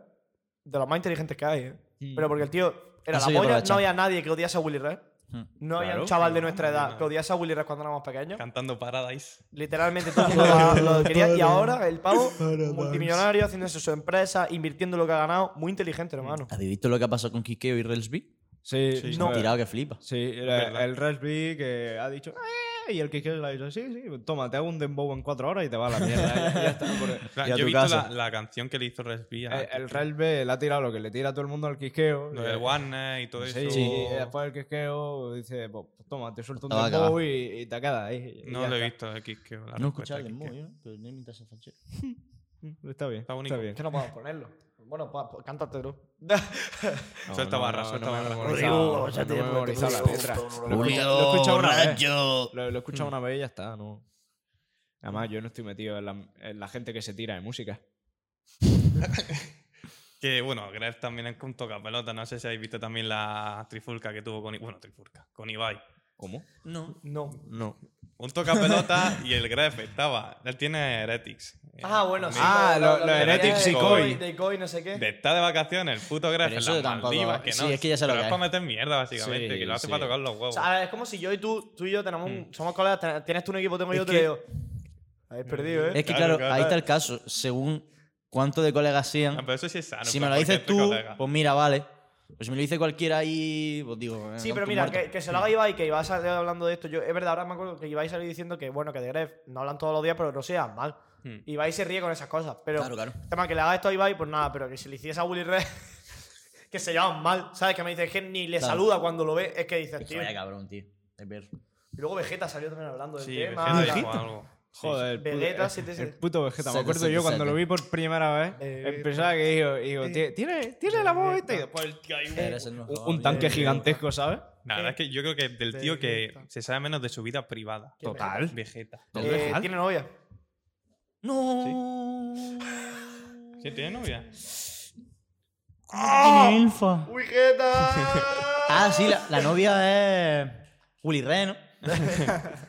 [SPEAKER 1] de los más inteligentes que hay, ¿eh?
[SPEAKER 4] Mm.
[SPEAKER 1] Pero porque el tío era la
[SPEAKER 3] Ha sabido
[SPEAKER 1] polla, no
[SPEAKER 3] aprovechar.
[SPEAKER 1] había nadie que odiase a Willy Red.
[SPEAKER 3] Mm.
[SPEAKER 1] No había un
[SPEAKER 4] Claro.
[SPEAKER 1] chaval de nuestra edad
[SPEAKER 2] no.
[SPEAKER 1] que odiase a Willy Red cuando éramos pequeños.
[SPEAKER 2] Cantando Paradise.
[SPEAKER 1] Literalmente todo el mundo lo, lo quería. Y ahora el pavo, multimillonario, haciendo eso, su empresa, invirtiendo lo que ha ganado. Muy inteligente, hermano.
[SPEAKER 3] ¿Habéis visto lo que ha pasado con Quiqueo y Relsby?
[SPEAKER 4] Sí,
[SPEAKER 2] Sí.
[SPEAKER 3] No.
[SPEAKER 4] no.
[SPEAKER 3] Tirado que flipa.
[SPEAKER 4] Sí, el,
[SPEAKER 2] Verdad.
[SPEAKER 4] el Resby que ha dicho. "Eh", Y el Quiqueo le ha dicho, sí, sí, toma, te hago un dembow en cuatro horas y te va a la mierda. y ya está, porque-
[SPEAKER 2] O sea,
[SPEAKER 3] Y
[SPEAKER 2] yo
[SPEAKER 3] a
[SPEAKER 2] he
[SPEAKER 3] tu
[SPEAKER 2] visto la,
[SPEAKER 3] casa.
[SPEAKER 2] la canción que le hizo Resby. a
[SPEAKER 4] Eh, el
[SPEAKER 2] Kike.
[SPEAKER 4] Relve le ha tirado lo que le tira a todo el mundo al quisqueo.
[SPEAKER 2] Lo de Warner y todo
[SPEAKER 4] Sí,
[SPEAKER 2] eso.
[SPEAKER 4] y
[SPEAKER 3] eh,
[SPEAKER 4] después el quisqueo dice, pues, pues toma, te suelto un
[SPEAKER 3] Estaba
[SPEAKER 4] dembow y, y te quedas ahí. y
[SPEAKER 2] No
[SPEAKER 4] ya
[SPEAKER 2] lo he
[SPEAKER 4] está.
[SPEAKER 2] visto, X que
[SPEAKER 3] No he escuchado el demo, yo, ¿eh? pero no imitas a Sánchez.
[SPEAKER 4] Está bien,
[SPEAKER 2] Está
[SPEAKER 4] está,
[SPEAKER 2] bonito.
[SPEAKER 4] bien.
[SPEAKER 1] Que no podemos ponerlo. Bueno, pa- pa- cántatelo.
[SPEAKER 2] Suelta barra, suelta
[SPEAKER 4] me he
[SPEAKER 2] barra.
[SPEAKER 4] memorizado,
[SPEAKER 1] Rodrigo, ya
[SPEAKER 4] no me
[SPEAKER 1] te
[SPEAKER 4] he
[SPEAKER 1] he
[SPEAKER 4] memorizado la
[SPEAKER 1] puesto
[SPEAKER 4] letra.
[SPEAKER 1] todo,
[SPEAKER 4] Lo he escuchado- lo he escuchado una vez.
[SPEAKER 3] rayo!
[SPEAKER 4] Lo, lo he escuchado una vez y ya está, no. Además, yo no estoy metido en la, en la gente que se tira de música.
[SPEAKER 2] Que bueno, Gref también es un tocapelota. No sé si habéis visto también la trifulca que tuvo con. I- Bueno, trifulca, con Ibai.
[SPEAKER 4] ¿Cómo?
[SPEAKER 3] No.
[SPEAKER 1] No.
[SPEAKER 4] No.
[SPEAKER 2] Un tocapelota y el Gref estaba. Él tiene Heretics. Eh,
[SPEAKER 1] Ah, bueno, sí.
[SPEAKER 2] también.
[SPEAKER 4] Ah,
[SPEAKER 1] lo-
[SPEAKER 4] lo-
[SPEAKER 1] lo
[SPEAKER 4] lo
[SPEAKER 1] de
[SPEAKER 4] Heretics
[SPEAKER 1] Heretics
[SPEAKER 2] y Koi.
[SPEAKER 1] De Koi, no sé qué.
[SPEAKER 2] De estar de vacaciones, el puto Gref
[SPEAKER 3] Pero
[SPEAKER 2] en
[SPEAKER 3] eso
[SPEAKER 2] las
[SPEAKER 3] tampoco-
[SPEAKER 2] Maldivas, que no.
[SPEAKER 3] sí, es que ya sé lo
[SPEAKER 2] pero
[SPEAKER 3] que
[SPEAKER 2] es para
[SPEAKER 3] es.
[SPEAKER 2] meter mierda, básicamente,
[SPEAKER 4] Sí,
[SPEAKER 2] que lo hace
[SPEAKER 4] sí.
[SPEAKER 2] para tocar los
[SPEAKER 1] O
[SPEAKER 2] huevos.
[SPEAKER 1] sea, a ver, es como si yo y tú, tú y yo tenemos un, somos colegas, ten- tienes tú un equipo, tengo yo
[SPEAKER 3] Es
[SPEAKER 1] otro.
[SPEAKER 3] que-
[SPEAKER 1] y yo- Habéis perdido, ¿eh?
[SPEAKER 3] Es que
[SPEAKER 2] Claro,
[SPEAKER 3] claro,
[SPEAKER 2] claro,
[SPEAKER 3] ahí está
[SPEAKER 2] claro.
[SPEAKER 3] el caso. Según cuánto de colegas
[SPEAKER 2] Ah,
[SPEAKER 3] sean,
[SPEAKER 2] pero eso sí es sano.
[SPEAKER 3] si
[SPEAKER 2] en
[SPEAKER 3] me lo
[SPEAKER 2] plan,
[SPEAKER 3] dices
[SPEAKER 2] porque es
[SPEAKER 3] tú,
[SPEAKER 2] tu este colega.
[SPEAKER 3] pues mira, vale. Pero si me lo dice cualquiera ahí, pues digo. eh,
[SPEAKER 1] Sí,
[SPEAKER 3] no,
[SPEAKER 1] pero
[SPEAKER 3] tú
[SPEAKER 1] mira,
[SPEAKER 3] muerto.
[SPEAKER 1] que, que se lo haga Ibai, que Ibai salió hablando de esto. Yo, es verdad, ahora me acuerdo que Ibai salió diciendo que, bueno, que de Gref no hablan todos los días, pero no se llevan mal.
[SPEAKER 2] Hmm.
[SPEAKER 1] Ibai se ríe con esas cosas. Pero
[SPEAKER 3] Mm. Claro, claro.
[SPEAKER 1] el tema que le haga esto a Ibai, pues nada, pero que si le hiciese a Willy Red, que se llevan mal, ¿sabes? Que me dice que ni le
[SPEAKER 3] Claro.
[SPEAKER 1] saluda cuando lo ve, es que dices,
[SPEAKER 3] Es que
[SPEAKER 1] tío.
[SPEAKER 3] vaya cabrón, tío. Es ver.
[SPEAKER 1] Y luego Vegeta salió también hablando del
[SPEAKER 2] Sí,
[SPEAKER 1] tema.
[SPEAKER 2] Vegeta
[SPEAKER 1] tal.
[SPEAKER 2] dijo algo. Sí,
[SPEAKER 4] Joder, el puto,
[SPEAKER 1] Vegeta,
[SPEAKER 4] el-
[SPEAKER 1] siete, Eh,
[SPEAKER 4] el
[SPEAKER 1] siete.
[SPEAKER 4] puto Vegeta. Me
[SPEAKER 3] Siete,
[SPEAKER 4] acuerdo
[SPEAKER 3] siete,
[SPEAKER 4] yo cuando lo
[SPEAKER 3] siete.
[SPEAKER 4] vi por primera vez,
[SPEAKER 1] Vegeta.
[SPEAKER 4] empezaba que digo, digo "Tie- tiene, tiene la voz esta", y después el tío ahí
[SPEAKER 2] Eh,
[SPEAKER 4] eh, un-
[SPEAKER 3] Eres el uh, mejor, eh.
[SPEAKER 4] un, un tanque
[SPEAKER 3] Vegeta.
[SPEAKER 4] gigantesco, ¿sabes?
[SPEAKER 2] La verdad es que yo creo que es del tío que
[SPEAKER 1] Vegeta.
[SPEAKER 2] se sabe menos de su vida privada.
[SPEAKER 1] ¿Quién,
[SPEAKER 4] Total.
[SPEAKER 2] Vegeta.
[SPEAKER 1] Eh,
[SPEAKER 4] Vegeta.
[SPEAKER 1] tiene novia.
[SPEAKER 3] No.
[SPEAKER 2] ¿Sí tiene novia?
[SPEAKER 1] Ah.
[SPEAKER 3] Tiene elfa.
[SPEAKER 1] ¡Vegeta!
[SPEAKER 3] Ah, sí, la, la novia es. Willy Reno.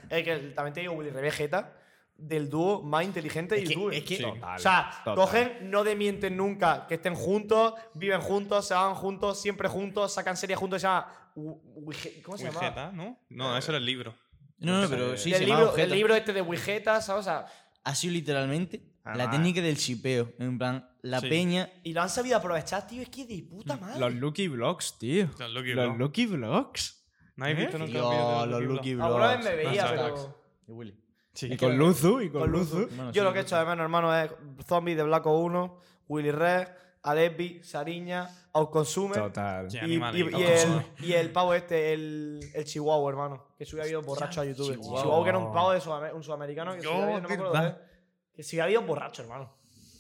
[SPEAKER 1] Es que también te digo, Willy Red Vegeta, del dúo más inteligente de
[SPEAKER 3] Es que-
[SPEAKER 1] YouTube.
[SPEAKER 3] es que- Sí.
[SPEAKER 1] o sea,
[SPEAKER 4] total.
[SPEAKER 1] cogen, no demienten nunca, que estén juntos, viven juntos, se van juntos, siempre juntos, sacan series juntos, se llama... Wi- Wige- ¿Cómo se llama?
[SPEAKER 2] Vegeta, ¿no? No, eso era el libro.
[SPEAKER 3] No, no, pero sí,
[SPEAKER 1] el,
[SPEAKER 3] se llama
[SPEAKER 1] libro, el
[SPEAKER 3] Objeto.
[SPEAKER 1] libro este de Wigeta, ¿sabes? O sea,
[SPEAKER 3] Ha sido literalmente la
[SPEAKER 4] Además-
[SPEAKER 3] técnica del chipeo. En plan, la
[SPEAKER 2] Ah, Sí.
[SPEAKER 3] peña.
[SPEAKER 1] y lo han sabido aprovechar, tío, es que de puta madre.
[SPEAKER 4] Los Lucky Blocks, tío.
[SPEAKER 2] Los Lucky
[SPEAKER 4] Los
[SPEAKER 2] Blocks.
[SPEAKER 4] Lucky Blocks.
[SPEAKER 2] ¿No habéis visto nunca el vídeo de
[SPEAKER 3] Dios, los Lucky Blocks.
[SPEAKER 1] Alguna vez me veía,
[SPEAKER 2] Los
[SPEAKER 1] pero...
[SPEAKER 2] Blacks.
[SPEAKER 3] Y Willy.
[SPEAKER 4] Y
[SPEAKER 2] Sí,
[SPEAKER 4] con Luzu, y con,
[SPEAKER 1] Con
[SPEAKER 4] Luzu.
[SPEAKER 1] Luzu.
[SPEAKER 3] Bueno,
[SPEAKER 1] Yo
[SPEAKER 3] sí,
[SPEAKER 1] lo que he hecho de menos, hermano, es Zombies de Black Ops 1, Willy Red, Alepi, Sariña, Outconsumer.
[SPEAKER 4] Total.
[SPEAKER 2] Sí,
[SPEAKER 1] Y,
[SPEAKER 2] animales,
[SPEAKER 1] y- y el,
[SPEAKER 2] outconsumer.
[SPEAKER 1] y el pavo este, el, el Chihuahua, hermano, que se hubiera ido borracho a YouTube. Chihuahua. que era un pavo de Sudam- un sudamericano que se hubiera ido, no me acuerdo de él. Que se hubiera ido borracho, hermano.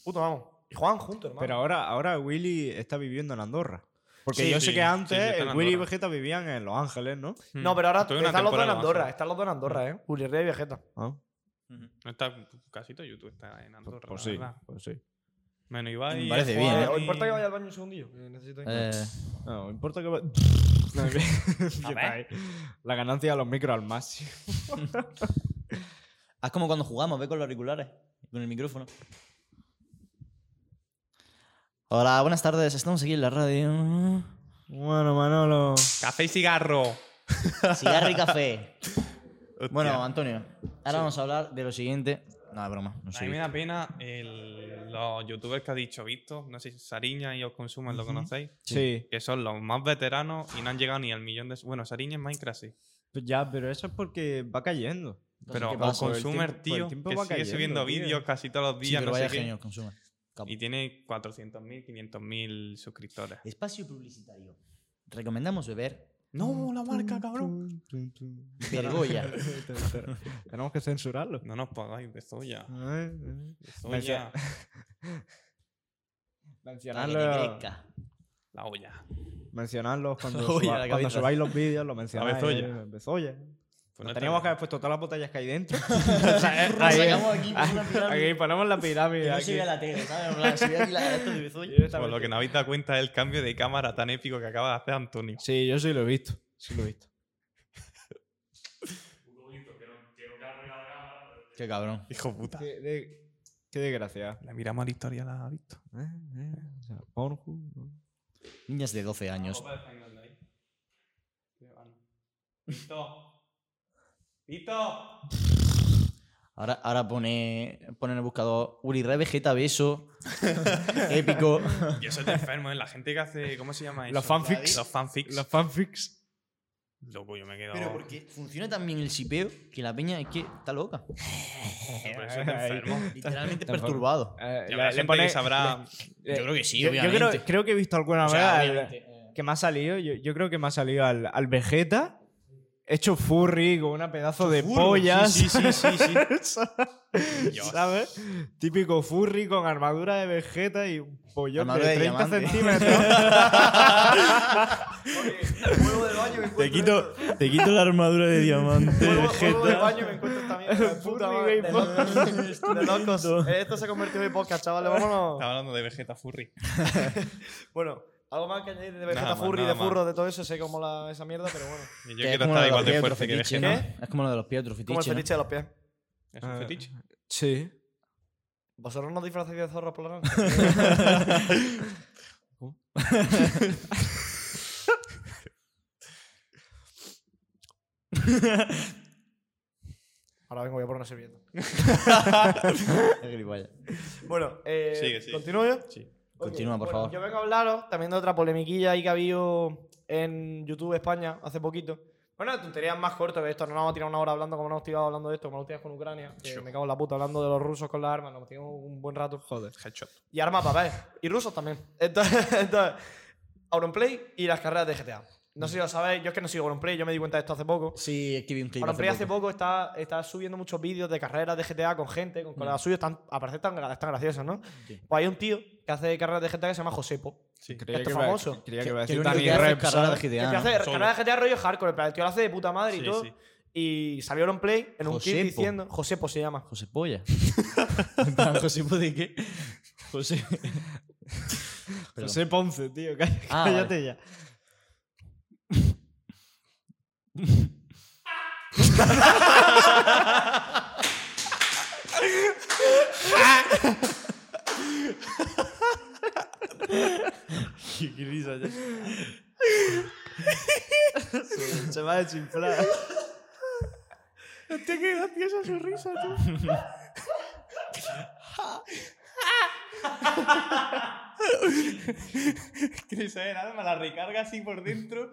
[SPEAKER 1] Puto vamos. Y jugaban juntos, hermano.
[SPEAKER 4] Pero ahora, ahora Willy está viviendo en Andorra. Porque
[SPEAKER 2] Sí,
[SPEAKER 4] yo sé
[SPEAKER 2] sí,
[SPEAKER 4] que antes
[SPEAKER 2] sí, sí, está en
[SPEAKER 4] el Willy y
[SPEAKER 2] Andorra.
[SPEAKER 4] Vegeta vivían en Los Ángeles, ¿no?
[SPEAKER 1] no, pero ahora
[SPEAKER 2] Tuve Hmm. una
[SPEAKER 1] están los dos en
[SPEAKER 2] temporada más,
[SPEAKER 1] Andorra,
[SPEAKER 2] sí.
[SPEAKER 1] están los dos en Andorra, eh. Willy Red y Vegeta.
[SPEAKER 4] Ah,
[SPEAKER 2] No está casi todo YouTube, está en
[SPEAKER 4] pues,
[SPEAKER 2] Andorra.
[SPEAKER 4] pues
[SPEAKER 2] la
[SPEAKER 4] sí,
[SPEAKER 2] verdad.
[SPEAKER 4] pues sí.
[SPEAKER 2] Menos Ibai.
[SPEAKER 3] Me parece
[SPEAKER 2] Juan
[SPEAKER 3] bien,
[SPEAKER 1] Eh,
[SPEAKER 3] ¿eh?
[SPEAKER 2] y-
[SPEAKER 1] ¿Os importa que vaya al baño un segundillo? Que necesito ir.
[SPEAKER 3] Eh,
[SPEAKER 4] No, no importa que... va- No, que- que está ahí. La ganancia de los micros al máximo.
[SPEAKER 3] haz como cuando jugamos, ve con los auriculares, con el micrófono. Hola, buenas tardes, estamos aquí en la radio.
[SPEAKER 4] Bueno, Manolo.
[SPEAKER 2] Café y cigarro.
[SPEAKER 3] Cigarro y café. bueno, Antonio, ahora vamos a hablar de lo siguiente. No, es broma, no
[SPEAKER 2] A
[SPEAKER 3] sé.
[SPEAKER 2] mí me da pena el- los youtubers que ha dicho visto, no sé si Sariña y os consumen, lo conocéis,
[SPEAKER 4] Sí.
[SPEAKER 2] que son los más veteranos y no han llegado ni al millón de... Bueno, Sariña en Minecraft sí,
[SPEAKER 4] Pues ya, pero eso es porque va cayendo.
[SPEAKER 2] pero
[SPEAKER 3] ¿qué
[SPEAKER 2] los
[SPEAKER 3] pasa?
[SPEAKER 4] Por el
[SPEAKER 2] consumer,
[SPEAKER 4] tiempo- por el
[SPEAKER 2] tío,
[SPEAKER 4] tiempo
[SPEAKER 2] que
[SPEAKER 4] va
[SPEAKER 2] sigue
[SPEAKER 4] cayendo,
[SPEAKER 2] subiendo
[SPEAKER 4] tío.
[SPEAKER 2] vídeos casi todos los
[SPEAKER 3] Sí,
[SPEAKER 2] días,
[SPEAKER 3] pero
[SPEAKER 2] no sé
[SPEAKER 3] vaya
[SPEAKER 2] qué,
[SPEAKER 3] genio, consume. Capo.
[SPEAKER 2] y tiene 400.000, 500.000 suscriptores.
[SPEAKER 3] Espacio publicitario. Recomendamos beber
[SPEAKER 2] No, la marca, cabrón.
[SPEAKER 3] Vergoya.
[SPEAKER 4] Tenemos que censurarlo.
[SPEAKER 2] No nos pagáis de Zoya. De Zoya.
[SPEAKER 4] Mencio-
[SPEAKER 3] para que te
[SPEAKER 4] Mencionarlo,
[SPEAKER 3] crezca.
[SPEAKER 2] La olla.
[SPEAKER 4] mencionarlo cuando,
[SPEAKER 3] Oye,
[SPEAKER 4] suba-
[SPEAKER 3] la cabeza.
[SPEAKER 4] cuando subáis los vídeos, lo mencionáis. eh,
[SPEAKER 2] Bezoya.
[SPEAKER 4] Bezoya.
[SPEAKER 2] Pues no
[SPEAKER 4] Teníamos que
[SPEAKER 2] está
[SPEAKER 4] haber puesto todas las botellas que hay dentro.
[SPEAKER 3] Nos sacamos aquí por una pirámide.
[SPEAKER 4] Aquí ponemos la pirámide.
[SPEAKER 3] Que no
[SPEAKER 4] aquí.
[SPEAKER 3] se vea la tele, ¿sabes? En plan, se vea aquí la esto de Bezoya.
[SPEAKER 2] bien. Pues lo que no habéis dado cuenta es el cambio de cámara tan épico que acaba de hacer Antonio.
[SPEAKER 4] Sí, yo sí lo he visto. Sí lo he visto.
[SPEAKER 3] Qué cabrón.
[SPEAKER 2] Hijo puta.
[SPEAKER 4] Qué, de- qué desgracia.
[SPEAKER 2] La miramos a la historia, la ha visto.
[SPEAKER 4] Eh, eh, o sea, Pornhub, ¿no?
[SPEAKER 3] Niñas de 12 años.
[SPEAKER 2] Vito. Vito.
[SPEAKER 3] Ahora, ahora pone, pone en el buscador Uri Re Vegeta Beso. épico.
[SPEAKER 2] Yo soy de enfermo, ¿eh? La gente que hace. ¿Cómo se llama eso?
[SPEAKER 4] Los fanfics.
[SPEAKER 2] Los fanfics.
[SPEAKER 4] Los fanfics.
[SPEAKER 2] Loco, yo me quedo.
[SPEAKER 3] Pero porque funciona tan bien el sipeo que la peña es que está loca.
[SPEAKER 2] Pero eso es de enfermo.
[SPEAKER 3] Literalmente
[SPEAKER 4] Tampoco.
[SPEAKER 3] perturbado.
[SPEAKER 2] Ya
[SPEAKER 4] Eh, le-
[SPEAKER 2] habrá
[SPEAKER 4] le
[SPEAKER 2] gente
[SPEAKER 4] pone-
[SPEAKER 2] que sabrá.
[SPEAKER 4] le-
[SPEAKER 3] Yo creo que sí,
[SPEAKER 4] Eh, yo- yo creo,
[SPEAKER 3] obviamente.
[SPEAKER 4] creo que he visto alguna
[SPEAKER 3] O sea,
[SPEAKER 4] vez al-
[SPEAKER 3] obviamente, eh,
[SPEAKER 4] que me ha salido. Yo, yo creo que me ha salido al, al Vegeta hecho furry con una pedazo de pollas.
[SPEAKER 2] Sí, sí, sí, sí. Dios.
[SPEAKER 4] ¿Sabes? Típico furry con armadura de Vegeta y un pollón
[SPEAKER 3] Armadura
[SPEAKER 4] de
[SPEAKER 3] de
[SPEAKER 4] 30
[SPEAKER 3] diamante.
[SPEAKER 4] centímetros.
[SPEAKER 1] Vuelvo del baño y me encuentro esto.
[SPEAKER 3] te quito la armadura de diamante.
[SPEAKER 1] Vuelvo- vuelvo del baño y me encuentro esta mierda. Puta madre.
[SPEAKER 4] Furry Game
[SPEAKER 1] De locos. De locos. Esto se ha convertido en podcast, chavales. Vámonos.
[SPEAKER 2] Estaba hablando de Vegeta Furry.
[SPEAKER 1] Bueno, algo más que añadir de
[SPEAKER 2] Nada
[SPEAKER 1] Vegeta
[SPEAKER 2] más,
[SPEAKER 1] Furry,
[SPEAKER 2] nada
[SPEAKER 1] de
[SPEAKER 2] más.
[SPEAKER 1] furro, de todo eso, sé cómo la, esa mierda, pero bueno.
[SPEAKER 2] Y Yo
[SPEAKER 3] Que es
[SPEAKER 2] quiero
[SPEAKER 3] como
[SPEAKER 2] estar
[SPEAKER 3] lo
[SPEAKER 2] igual de
[SPEAKER 3] de los pies,
[SPEAKER 2] fuerte que
[SPEAKER 3] otro fetiche,
[SPEAKER 2] Vegeta.
[SPEAKER 3] ¿no?
[SPEAKER 1] ¿Qué?
[SPEAKER 3] Es como lo de los pies, otro fetiche.
[SPEAKER 1] Como el
[SPEAKER 3] ¿no?
[SPEAKER 1] fetiche de los pies.
[SPEAKER 2] Es un
[SPEAKER 4] Ah.
[SPEAKER 2] fetiche.
[SPEAKER 4] sí.
[SPEAKER 1] ¿Vosotros no disfrazáis de zorro por la noche? Ahora vengo, voy a por una servilleta.
[SPEAKER 3] Es gilipollas.
[SPEAKER 1] Bueno, eh,
[SPEAKER 2] Sigue, sigue.
[SPEAKER 1] ¿continúo yo?
[SPEAKER 2] Sí.
[SPEAKER 3] Continúa, por
[SPEAKER 1] Bueno,
[SPEAKER 3] favor.
[SPEAKER 1] Yo vengo a hablaros también de otra polemiquilla ahí que ha habido en YouTube España hace poquito. Bueno, tonterías más cortas que esto. No nos vamos a tirar una hora hablando como nos hemos tirado hablando de esto, como nos tiramos con Ucrania. que me cago en la puta hablando de los rusos con las armas. Nos tiramos un buen rato. Joder.
[SPEAKER 8] Headshot.
[SPEAKER 1] Y armas papel. Y rusos también. Entonces, entonces Auronplay y las carreras de GTA. No sé si lo sabéis, yo es que no sigo Auronplay, yo me di cuenta de esto hace poco.
[SPEAKER 3] Sí, es que vi un clip.
[SPEAKER 1] Auronplay hace poco está, está subiendo muchos vídeos de carreras de GTA con gente, con colegas suyos, están, aparece tan, tan graciosos, ¿no?
[SPEAKER 3] Sí.
[SPEAKER 1] Pues hay un tío que hace carreras de GTA que se llama Josepo.
[SPEAKER 8] Sí.
[SPEAKER 4] Creía
[SPEAKER 1] Esto
[SPEAKER 4] que
[SPEAKER 1] es
[SPEAKER 4] iba a-
[SPEAKER 1] famoso.
[SPEAKER 4] Creía que iba a
[SPEAKER 3] Que
[SPEAKER 4] decir
[SPEAKER 3] el
[SPEAKER 4] Dani
[SPEAKER 3] tío que hace
[SPEAKER 4] Rep,
[SPEAKER 3] carrera
[SPEAKER 4] ¿sabes?
[SPEAKER 1] Que
[SPEAKER 3] de GTA, ¿no?
[SPEAKER 1] hace
[SPEAKER 2] Solo.
[SPEAKER 1] carreras de GTA rollo hardcore, pero el tío lo hace de puta madre y
[SPEAKER 2] Sí,
[SPEAKER 1] todo.
[SPEAKER 2] sí.
[SPEAKER 1] Y salió en play en un clip
[SPEAKER 3] Josepo.
[SPEAKER 1] diciendo. Josepo se llama.
[SPEAKER 3] José Polla. En plan, José Polla de qué? José. Perdón.
[SPEAKER 4] José Ponce, tío, cállate,
[SPEAKER 3] Ah, vale.
[SPEAKER 4] cállate ya. Se va a desinflar.
[SPEAKER 1] Te queda esa su risa, tú.
[SPEAKER 2] Chris, eh, nada, me la recarga así por dentro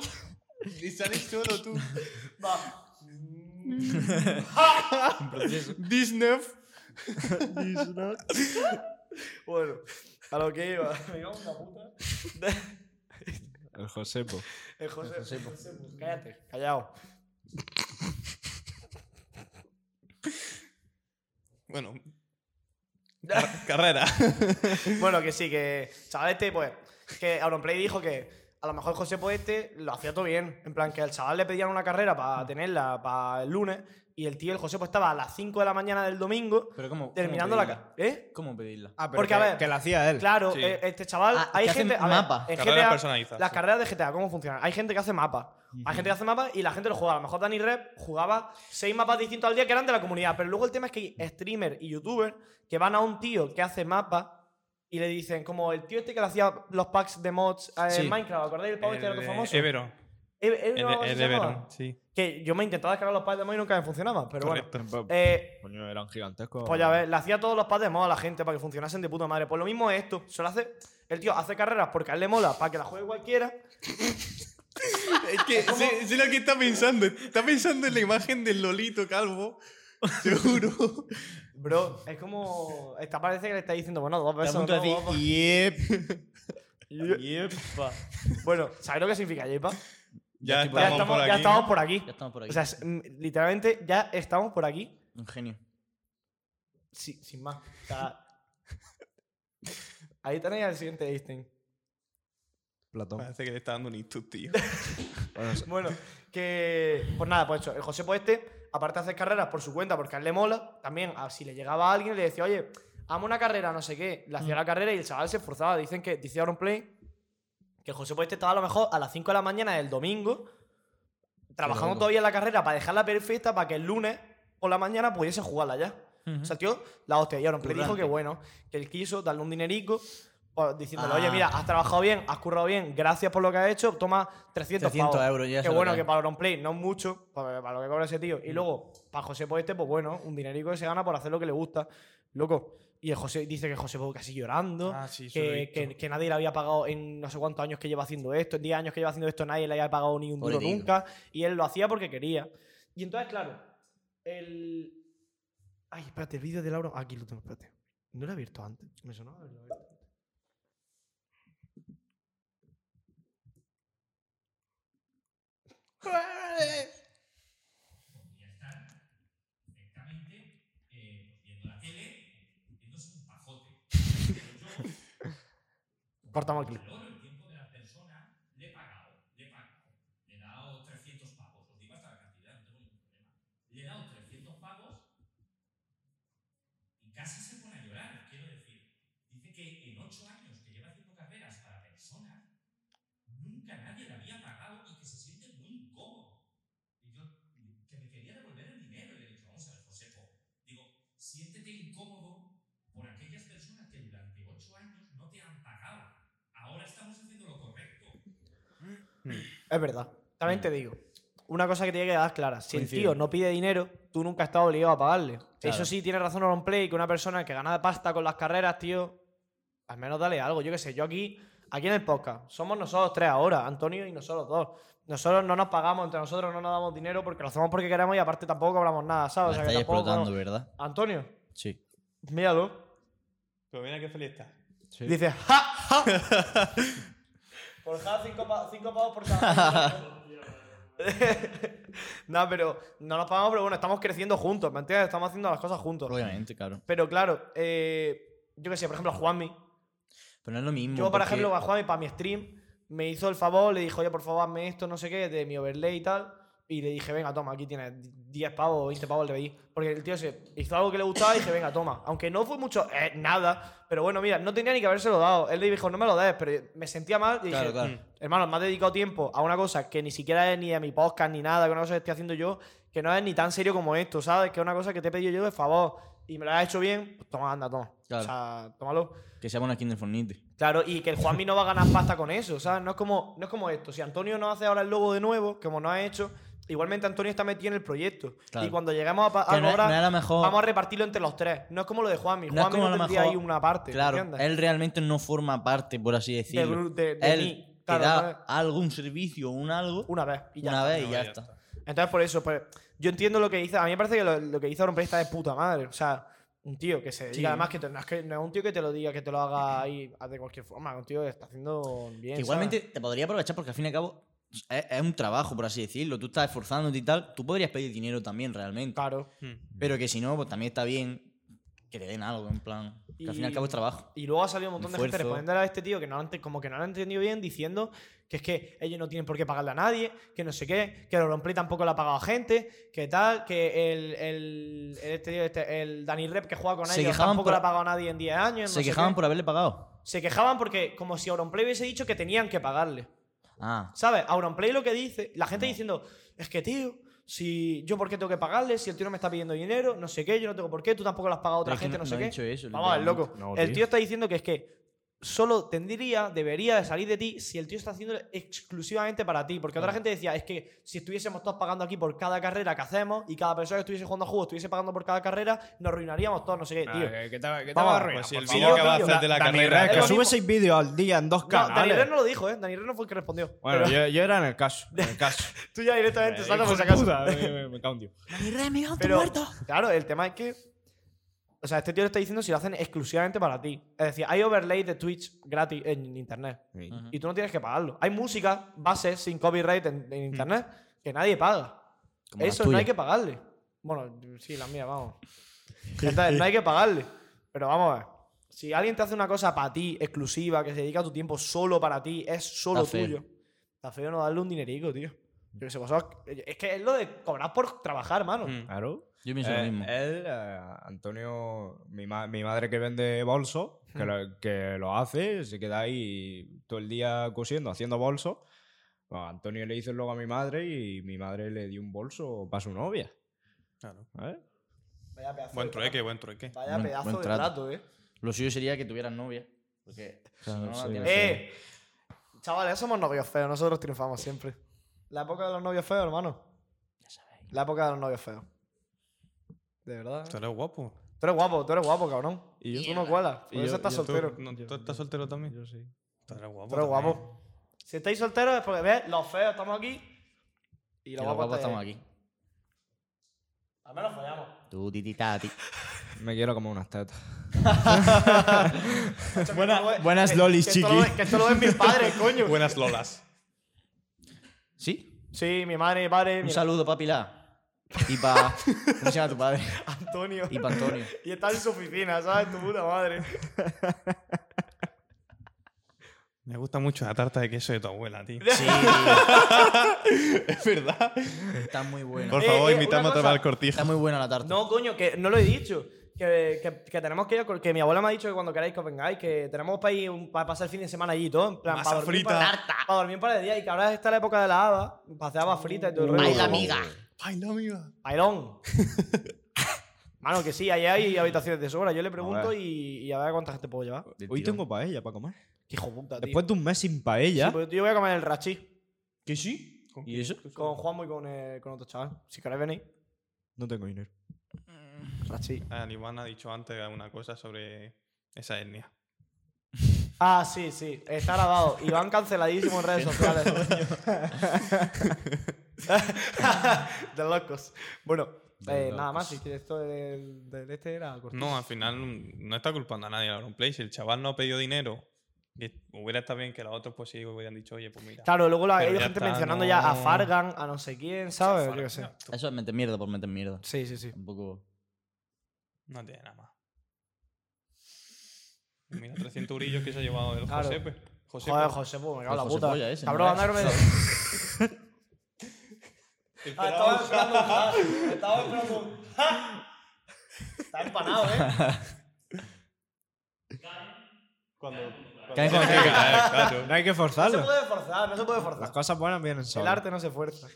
[SPEAKER 2] y sales solo tú.
[SPEAKER 1] Disney. bueno, a lo que iba. Me cago en la puta.
[SPEAKER 4] El Josepo.
[SPEAKER 1] El José, Josepo. Cállate, callao.
[SPEAKER 8] Bueno. car- carrera.
[SPEAKER 1] Bueno, que sí, que. Chaval, este, pues. Que Auronplay dijo que. A lo mejor José Poeste lo hacía todo bien. En plan, que al chaval le pedían una carrera
[SPEAKER 4] Mm.
[SPEAKER 1] para tenerla para el lunes. Y el tío, el José, pues estaba a las 5 de la mañana del domingo.
[SPEAKER 3] Pero ¿cómo?
[SPEAKER 1] Terminando la carrera. ¿Eh?
[SPEAKER 3] ¿Cómo pedirla?
[SPEAKER 4] Ah, pero
[SPEAKER 1] Porque,
[SPEAKER 4] que,
[SPEAKER 1] a ver,
[SPEAKER 4] que la hacía él.
[SPEAKER 1] Claro,
[SPEAKER 8] Sí.
[SPEAKER 1] eh, este chaval.
[SPEAKER 3] Ah,
[SPEAKER 1] hay
[SPEAKER 3] que hacen
[SPEAKER 1] gente. A ver,
[SPEAKER 3] mapa.
[SPEAKER 1] en
[SPEAKER 8] Carreras
[SPEAKER 1] GTA,
[SPEAKER 8] personalizadas,
[SPEAKER 1] Las
[SPEAKER 8] sí.
[SPEAKER 1] carreras de GTA, ¿cómo funcionan? Hay gente que hace mapas. Hay gente que hace mapas y la gente lo juega. A lo mejor Dani Rep jugaba seis mapas distintos al día que eran de la comunidad. Pero luego el tema es que hay streamers y youtubers que van a un tío que hace mapas y le dicen, como el tío este que le hacía los packs de mods eh, en
[SPEAKER 3] Sí.
[SPEAKER 1] Minecraft, ¿acordáis del pavo este
[SPEAKER 2] El,
[SPEAKER 1] que
[SPEAKER 2] eh,
[SPEAKER 1] era famoso?
[SPEAKER 2] Everon.
[SPEAKER 1] Ev-
[SPEAKER 2] El,
[SPEAKER 1] Ever, ¿no?
[SPEAKER 2] de-
[SPEAKER 1] ¿Se
[SPEAKER 2] el
[SPEAKER 1] llamaba?
[SPEAKER 2] Everon, sí.
[SPEAKER 1] Que yo me intentaba descargar los packs de mods y nunca me funcionaba. Pero
[SPEAKER 2] Correcto.
[SPEAKER 1] bueno. Eh,
[SPEAKER 4] Coño, eran gigantescos.
[SPEAKER 1] pues ya ves, le hacía todos los pads de moda a la gente para que funcionasen de puta madre. Pues lo mismo es esto. Solo hace. El tío hace carreras porque a él le mola para que la juegue cualquiera.
[SPEAKER 8] Es que sé, sé lo que está pensando. Está pensando en la imagen del Lolito calvo. Seguro.
[SPEAKER 1] Bro, es como. Está parece que le está diciendo, bueno, dos
[SPEAKER 3] Está
[SPEAKER 1] veces.
[SPEAKER 3] a punto de
[SPEAKER 1] ¿no?
[SPEAKER 3] decir,
[SPEAKER 1] Guapo.
[SPEAKER 3] yepa.
[SPEAKER 1] Bueno, ¿sabéis lo que significa yepa?
[SPEAKER 8] Ya,
[SPEAKER 3] estoy por
[SPEAKER 1] Ya
[SPEAKER 8] estamos,
[SPEAKER 1] estamos
[SPEAKER 8] por aquí.
[SPEAKER 1] ya estamos por aquí.
[SPEAKER 3] Ya estamos por aquí.
[SPEAKER 1] O sea, es- mm, literalmente ya estamos por aquí.
[SPEAKER 3] un genio.
[SPEAKER 1] Sí, sin más. O sea, ahí tenéis al siguiente Einstein.
[SPEAKER 4] Platón.
[SPEAKER 8] Parece que le está dando un instut, tío.
[SPEAKER 1] Bueno, que. Pues nada, pues eso. El José Poeste, aparte de hacer carreras por su cuenta, porque a él le mola, también a- si le llegaba a alguien le decía, oye, amo una carrera, no sé qué. Le hacía la carrera y el chaval se esforzaba. Dicen que, dice Aaron Play, que José Poeste estaba a lo mejor a las 5 de la mañana del domingo, trabajando
[SPEAKER 3] loco.
[SPEAKER 1] todavía en la carrera para dejarla perfecta para que el lunes por la mañana pudiese jugarla ya. O sea, el tío, la hostia. Y Aaron Play dijo
[SPEAKER 3] Currante.
[SPEAKER 1] que bueno, que él quiso darle un dinerico. pues, Diciéndole, oye,
[SPEAKER 3] Ah.
[SPEAKER 1] mira, has trabajado bien, has currado bien, gracias por lo que has hecho, toma 300,
[SPEAKER 3] 300
[SPEAKER 1] pavos".
[SPEAKER 3] euros, ya
[SPEAKER 1] Qué
[SPEAKER 3] se lo Mm.
[SPEAKER 1] bueno
[SPEAKER 3] creo.
[SPEAKER 1] que para Auronplay no es mucho, para, para lo que cobra ese tío. Y luego, para José Poeste, pues bueno, un dinerico que se gana por hacer lo que le gusta. Loco. Y el José dice que José Po casi llorando,
[SPEAKER 2] Ah, sí, eso lo he
[SPEAKER 1] que,
[SPEAKER 2] visto.
[SPEAKER 1] que- que nadie le había pagado en no sé cuántos años que lleva haciendo esto, en 10 años que lleva haciendo esto, nadie le había pagado ni un duro
[SPEAKER 3] Pobretico.
[SPEAKER 1] nunca. Y él lo hacía porque quería. Y entonces, claro, el. Ay, espérate, el vídeo de Laura. Aquí lo tengo, espérate. ¿No lo he abierto antes? Me sonaba haberlo abierto.
[SPEAKER 6] podría estar perfectamente eh, viendo la tele, viéndose un pajote. Pero
[SPEAKER 1] Cortamos el
[SPEAKER 6] yo
[SPEAKER 1] clip.
[SPEAKER 6] valoro el tiempo de la persona, le he pagado, le he pagado, le he dado 300 pavos, os digo hasta la cantidad, no tengo ningún problema. Le he dado 300 pavos y casi se pone a llorar, quiero decir. Dice que en 8 años que lleva haciendo carreras para personas, nunca nadie le había pagado y que se siente muy incómodo. Y yo, que me quería devolver el dinero, y le dije, vamos a ver, Josepo. Digo, siéntete incómodo por aquellas personas que durante ocho años no te han pagado. Ahora estamos haciendo lo correcto.
[SPEAKER 1] Es verdad. También te digo, una cosa que tiene que quedar clara. Si el
[SPEAKER 3] Mm. Coincido.
[SPEAKER 1] tío no pide dinero, tú nunca has estado obligado a pagarle.
[SPEAKER 3] Claro.
[SPEAKER 1] Eso sí, tiene razón Aaron Play, que una persona que gana pasta con las carreras, tío, Al menos dale algo. Yo qué sé, yo aquí, aquí en el podcast, somos nosotros tres ahora, Antonio y nosotros dos. Nosotros no nos pagamos, entre nosotros no nos damos dinero porque lo hacemos porque queremos y aparte tampoco hablamos nada,
[SPEAKER 3] La
[SPEAKER 1] ¿sabes? O sea, que
[SPEAKER 3] estáis
[SPEAKER 1] tampoco-
[SPEAKER 3] explotando, ¿verdad?
[SPEAKER 1] Antonio,
[SPEAKER 3] Sí.
[SPEAKER 1] míralo.
[SPEAKER 2] Pero mira qué feliz está.
[SPEAKER 1] Dice, ja, ja. por ja, cinco, pa- cinco pavos por cada. no, pero no nos pagamos, pero bueno, estamos creciendo juntos, ¿me entiendes? Estamos haciendo las cosas juntos.
[SPEAKER 3] Obviamente, claro.
[SPEAKER 1] Pero claro, eh, yo qué sé, por ejemplo, Juanmi.
[SPEAKER 3] Pero no es lo mismo.
[SPEAKER 1] Yo, por
[SPEAKER 3] porque-
[SPEAKER 1] ejemplo, a Juanmi para mi stream me hizo el favor, le dijo, oye, por favor, hazme esto, no sé qué, de mi overlay y tal. Y le dije, venga, toma, aquí tienes 10 pavos, 20 pavos el DBI. Porque el tío se hizo algo que le gustaba y dije, venga, toma. Aunque no fue mucho, eh, nada. Pero bueno, mira, no tenía ni que habérselo dado. Él le dijo, no me lo des, pero me sentía mal. Y
[SPEAKER 3] Claro,
[SPEAKER 1] dije, "Mm,
[SPEAKER 3] claro.
[SPEAKER 1] Hermano, me has dedicado tiempo a una cosa que ni siquiera es ni de mi podcast ni nada, que una cosa que estoy haciendo yo, que no es ni tan serio como esto, ¿sabes? Que es una cosa que te he pedido yo de favor y me lo has hecho bien, pues toma, anda, toma.
[SPEAKER 3] Claro.
[SPEAKER 1] O sea, tómalo.
[SPEAKER 3] Que seamos aquí en el Fornite.
[SPEAKER 1] Claro, y que el Juanmi no va a ganar pasta con eso, ¿sabes? No es como, no es como esto. Si Antonio no hace ahora el logo de nuevo, como no ha hecho, igualmente Antonio está metido en el proyecto.
[SPEAKER 3] Claro.
[SPEAKER 1] Y cuando lleguemos a, pa- a
[SPEAKER 3] Que no es-
[SPEAKER 1] cobrar,
[SPEAKER 3] no es la mejor-
[SPEAKER 1] vamos a repartirlo entre los tres. No es como lo de Juanmi.
[SPEAKER 3] No es
[SPEAKER 1] Juanmi
[SPEAKER 3] como
[SPEAKER 1] no
[SPEAKER 3] a lo
[SPEAKER 1] tendría
[SPEAKER 3] mejor-
[SPEAKER 1] ahí una parte,
[SPEAKER 3] Claro,
[SPEAKER 1] ¿entiendes?
[SPEAKER 3] él realmente no forma parte, por así decirlo.
[SPEAKER 1] gru- de- de
[SPEAKER 3] él
[SPEAKER 1] mí,
[SPEAKER 3] te
[SPEAKER 1] claro,
[SPEAKER 3] da
[SPEAKER 1] no es-
[SPEAKER 3] algún servicio o un algo
[SPEAKER 1] Una vez y ya
[SPEAKER 3] una
[SPEAKER 1] está.
[SPEAKER 3] vez y
[SPEAKER 2] No,
[SPEAKER 3] ya,
[SPEAKER 2] ya
[SPEAKER 3] está.
[SPEAKER 1] Entonces, por eso, pues, yo entiendo lo que hizo. A mí me parece que lo, lo que hizo Romper está de puta madre. O sea, un tío que se dedica,
[SPEAKER 3] Sí.
[SPEAKER 1] además, que te- no, es que no es un tío que te lo diga, que te lo haga ahí de cualquier forma. Un tío que está haciendo bien.
[SPEAKER 3] Que
[SPEAKER 1] ¿sabes?
[SPEAKER 3] igualmente te podría aprovechar porque al fin y al cabo es, es un trabajo, por así decirlo. Tú estás esforzándote y tal. Tú podrías pedir dinero también, realmente.
[SPEAKER 1] Claro.
[SPEAKER 2] Mm.
[SPEAKER 3] Pero que si no, pues también está bien que te den algo, en plan. Que al fin y al
[SPEAKER 1] Y-
[SPEAKER 3] cabo es trabajo.
[SPEAKER 1] Y luego ha salido un montón de gente
[SPEAKER 3] Esfuerzo.
[SPEAKER 1] respondiendo a este tío que no lo han ente- como que no lo han entendido bien, diciendo que es que ellos no tienen por qué pagarle a nadie, que no sé qué, que Auronplay tampoco le ha pagado a gente, que tal, que el, el, el- este tío, este- el Dani Rep que juega con
[SPEAKER 3] Se
[SPEAKER 1] ellos
[SPEAKER 3] quejaban
[SPEAKER 1] tampoco
[SPEAKER 3] por-
[SPEAKER 1] le ha pagado a nadie en 10 años.
[SPEAKER 3] Se
[SPEAKER 1] no sé
[SPEAKER 3] quejaban
[SPEAKER 1] qué.
[SPEAKER 3] por haberle pagado.
[SPEAKER 1] Se quejaban porque, como si Auronplay hubiese dicho que tenían que pagarle.
[SPEAKER 3] Ah,
[SPEAKER 1] ¿Sabes? Auronplay lo que dice, la gente diciendo, es que tío, si yo por qué tengo que pagarle, si el tío no me está pidiendo dinero, no sé qué, yo no tengo por qué, tú tampoco lo has pagado a otra
[SPEAKER 3] Pero es que
[SPEAKER 1] gente, no,
[SPEAKER 3] no- no
[SPEAKER 1] sé
[SPEAKER 3] he
[SPEAKER 1] qué.
[SPEAKER 3] dicho eso,
[SPEAKER 1] Vamos, el loco.
[SPEAKER 4] No,
[SPEAKER 1] el
[SPEAKER 4] tío.
[SPEAKER 1] tío está diciendo que es que solo tendría, debería de salir de ti si el tío está haciendo exclusivamente para ti. Porque
[SPEAKER 4] Mm.
[SPEAKER 1] otra gente decía, es que si estuviésemos todos pagando aquí por cada carrera que hacemos y cada persona que estuviese jugando a juego estuviese pagando por cada carrera, nos arruinaríamos todos, no
[SPEAKER 4] Eh,
[SPEAKER 1] sé qué, tío.
[SPEAKER 4] ¿Qué te, va- qué te
[SPEAKER 1] Vamos,
[SPEAKER 4] va a arruinar,
[SPEAKER 2] Pues si
[SPEAKER 4] por
[SPEAKER 2] el
[SPEAKER 4] favor?
[SPEAKER 2] vídeo que
[SPEAKER 1] tío.
[SPEAKER 2] va a hacer de la
[SPEAKER 4] Dani
[SPEAKER 2] carrera.
[SPEAKER 4] Red,
[SPEAKER 1] es
[SPEAKER 4] que
[SPEAKER 1] lo
[SPEAKER 4] sube
[SPEAKER 1] mismo.
[SPEAKER 4] seis vídeos al día en dos
[SPEAKER 1] No, Dani
[SPEAKER 4] canales.
[SPEAKER 1] Red no lo dijo, ¿eh? Dani Red no fue el que respondió.
[SPEAKER 4] bueno,
[SPEAKER 1] Pero
[SPEAKER 4] yo, yo era en el caso. En el caso.
[SPEAKER 1] tú ya directamente saltas por si
[SPEAKER 4] Hijo de
[SPEAKER 1] acaso.
[SPEAKER 4] puta, me, me, me cago en Dios.
[SPEAKER 1] Pero, Claro, el tema es que. O sea, este tío le está diciendo si lo hacen exclusivamente para ti. Es decir, hay overlays de Twitch gratis en internet.
[SPEAKER 3] Ujú.
[SPEAKER 1] Y tú no tienes que pagarlo. Hay música, bases sin copyright en, en internet que nadie paga.
[SPEAKER 3] Como la
[SPEAKER 1] Eso no
[SPEAKER 3] tuya.
[SPEAKER 1] hay que pagarle. Bueno, sí, la mía, vamos. Entonces, no hay que pagarle. Pero vamos a ver. Si alguien te hace una cosa para ti, exclusiva, que se dedica tu tiempo solo para ti, es solo
[SPEAKER 3] Está feo.
[SPEAKER 1] tuyo. Está feo no darle un dinerico, tío. Yo qué sé, vosotros- eh, es que es lo de cobrar por trabajar, hermano.
[SPEAKER 2] Mm.
[SPEAKER 4] Claro.
[SPEAKER 3] yo pienso lo
[SPEAKER 4] Eh,
[SPEAKER 3] mismo.
[SPEAKER 4] Él, eh, Antonio, mi, ma- mi madre que vende bolso, que,
[SPEAKER 2] Hmm.
[SPEAKER 4] lo, que lo hace, se queda ahí todo el día cosiendo, haciendo bolso. Bueno, Antonio le hizo luego a mi madre y mi madre le dio un bolso para su novia.
[SPEAKER 2] Claro.
[SPEAKER 4] ¿sabes?
[SPEAKER 1] Vaya pedazo
[SPEAKER 2] Buen
[SPEAKER 1] de trabajo.
[SPEAKER 2] trueque, buen trueque.
[SPEAKER 1] Vaya
[SPEAKER 3] Buen-
[SPEAKER 1] pedazo
[SPEAKER 3] buen
[SPEAKER 1] de
[SPEAKER 3] trato.
[SPEAKER 1] trato, eh.
[SPEAKER 3] Lo suyo sería que tuvieran novia. Porque si no, no
[SPEAKER 4] sí.
[SPEAKER 3] tienes-
[SPEAKER 1] Eh, chavales, somos novios feos, nosotros triunfamos siempre. La época de los novios feos, hermano. La época de los novios feos. De verdad.
[SPEAKER 2] Tú
[SPEAKER 1] eh.
[SPEAKER 2] eres guapo.
[SPEAKER 1] Tú eres guapo, tú eres guapo, cabrón.
[SPEAKER 4] ¿Y yo?
[SPEAKER 1] Tú no cuelas.
[SPEAKER 4] ¿Y
[SPEAKER 1] Por eso
[SPEAKER 4] yo-
[SPEAKER 1] estás
[SPEAKER 4] yo-
[SPEAKER 1] soltero.
[SPEAKER 2] No, ¿Tú estás soltero también? Yo sí. Tú eres guapo.
[SPEAKER 1] Tú eres
[SPEAKER 2] también.
[SPEAKER 1] guapo. Si estáis solteros es porque, ¿ves? Los feos estamos aquí y
[SPEAKER 3] Y
[SPEAKER 1] los
[SPEAKER 3] los
[SPEAKER 1] guapos
[SPEAKER 3] guapos pues, estamos
[SPEAKER 1] estáis
[SPEAKER 3] aquí.
[SPEAKER 1] ahí. Al menos follamos.
[SPEAKER 3] Tú, titi, tati.
[SPEAKER 4] Me quiero como unas tetas.
[SPEAKER 1] Buenas,
[SPEAKER 3] buenas lolis, chiqui.
[SPEAKER 1] Que esto lo ven mis padres, coño.
[SPEAKER 2] Buenas lolas.
[SPEAKER 3] ¿Sí?
[SPEAKER 1] Sí, mi madre, mi padre,
[SPEAKER 3] Un
[SPEAKER 1] mi
[SPEAKER 3] saludo para Pilar. Y para... ¿Cómo se llama tu padre?
[SPEAKER 1] Antonio.
[SPEAKER 3] Y para Antonio.
[SPEAKER 1] Y está en su oficina, ¿sabes? Tu puta madre.
[SPEAKER 2] Me gusta mucho la tarta de queso de tu abuela, tío.
[SPEAKER 3] Sí,
[SPEAKER 2] Es verdad.
[SPEAKER 3] está muy buena.
[SPEAKER 2] Por
[SPEAKER 1] Eh,
[SPEAKER 2] favor,
[SPEAKER 1] eh,
[SPEAKER 2] invitamos
[SPEAKER 1] una
[SPEAKER 2] a
[SPEAKER 1] cosa.
[SPEAKER 2] tomar el cortijo.
[SPEAKER 3] Está muy buena la tarta.
[SPEAKER 1] No, coño, que no lo he dicho. Que, que- que tenemos que ir, a cor- que mi abuela me ha dicho que cuando queráis que os vengáis, que tenemos para ir un- para pasar el fin de semana allí y todo, en plan,
[SPEAKER 2] Masa
[SPEAKER 1] para dormir,
[SPEAKER 2] frita.
[SPEAKER 1] Para, para dormir un par de días y que ahora está la época de la haba, hacer habas fritas y todo el rollo.
[SPEAKER 3] Baila, amiga.
[SPEAKER 2] Ay, la amiga.
[SPEAKER 1] Bailón. Mano, que sí, ahí hay habitaciones de sobra. Yo le pregunto
[SPEAKER 4] ver.
[SPEAKER 1] y, y a ver cuánta gente puedo llevar.
[SPEAKER 3] Del
[SPEAKER 4] Hoy
[SPEAKER 3] tirón.
[SPEAKER 4] tengo paella para comer.
[SPEAKER 1] Qué hijo puta, tío.
[SPEAKER 4] Después de un mes sin paella.
[SPEAKER 1] Sí, pues yo voy a comer el rachi
[SPEAKER 4] ¿Que sí?
[SPEAKER 3] ¿Y eso?
[SPEAKER 1] con Juanmo y con, eh, con otro chaval. Si queréis venir,
[SPEAKER 4] No tengo dinero.
[SPEAKER 1] rachi.
[SPEAKER 2] Ah, el Iván ha dicho antes una cosa sobre esa etnia.
[SPEAKER 1] Ah, sí, sí. Está grabado. Iván canceladísimo en redes sociales. de locos. Bueno,
[SPEAKER 3] De
[SPEAKER 1] eh, nada
[SPEAKER 3] locos.
[SPEAKER 1] más. Si quieres, esto del, del este era cortito.
[SPEAKER 2] No, al final mm, no está culpando a nadie la Play. Si el chaval no ha pedido dinero, que hubiera estado bien que los otros pues sí hubieran dicho, oye, pues mira.
[SPEAKER 1] Claro, luego la, hay
[SPEAKER 2] Pero ya
[SPEAKER 1] gente
[SPEAKER 2] está,
[SPEAKER 1] mencionando
[SPEAKER 2] no-
[SPEAKER 1] ya a Fargan, a no sé quién, ¿sabes? Yo
[SPEAKER 2] Fargan,
[SPEAKER 1] qué sé.
[SPEAKER 2] no, tú-
[SPEAKER 3] Eso es meter mierda por meter mierda.
[SPEAKER 1] Sí, sí, sí.
[SPEAKER 3] Tampoco.
[SPEAKER 2] No tiene nada más. Mira, 300 eurillos que se ha llevado el pues.
[SPEAKER 1] Claro.
[SPEAKER 2] Josepe. Josepe.
[SPEAKER 1] Joder, José, pues, me cago en la
[SPEAKER 3] José
[SPEAKER 1] puta.
[SPEAKER 3] Polla ese, ¿no?
[SPEAKER 1] Cabrón, andarme. Ah, estaba esperando. ah, Estaba esperando. Está empanado, ¿eh?
[SPEAKER 3] Caen con-
[SPEAKER 2] Tiene que caer, eh, claro.
[SPEAKER 4] No hay que
[SPEAKER 1] No se
[SPEAKER 4] forzarlo.
[SPEAKER 1] puede forzar, no se puede
[SPEAKER 4] Las
[SPEAKER 1] forzar.
[SPEAKER 4] cosas buenas vienen
[SPEAKER 1] El
[SPEAKER 4] solas.
[SPEAKER 1] arte no se fuerza.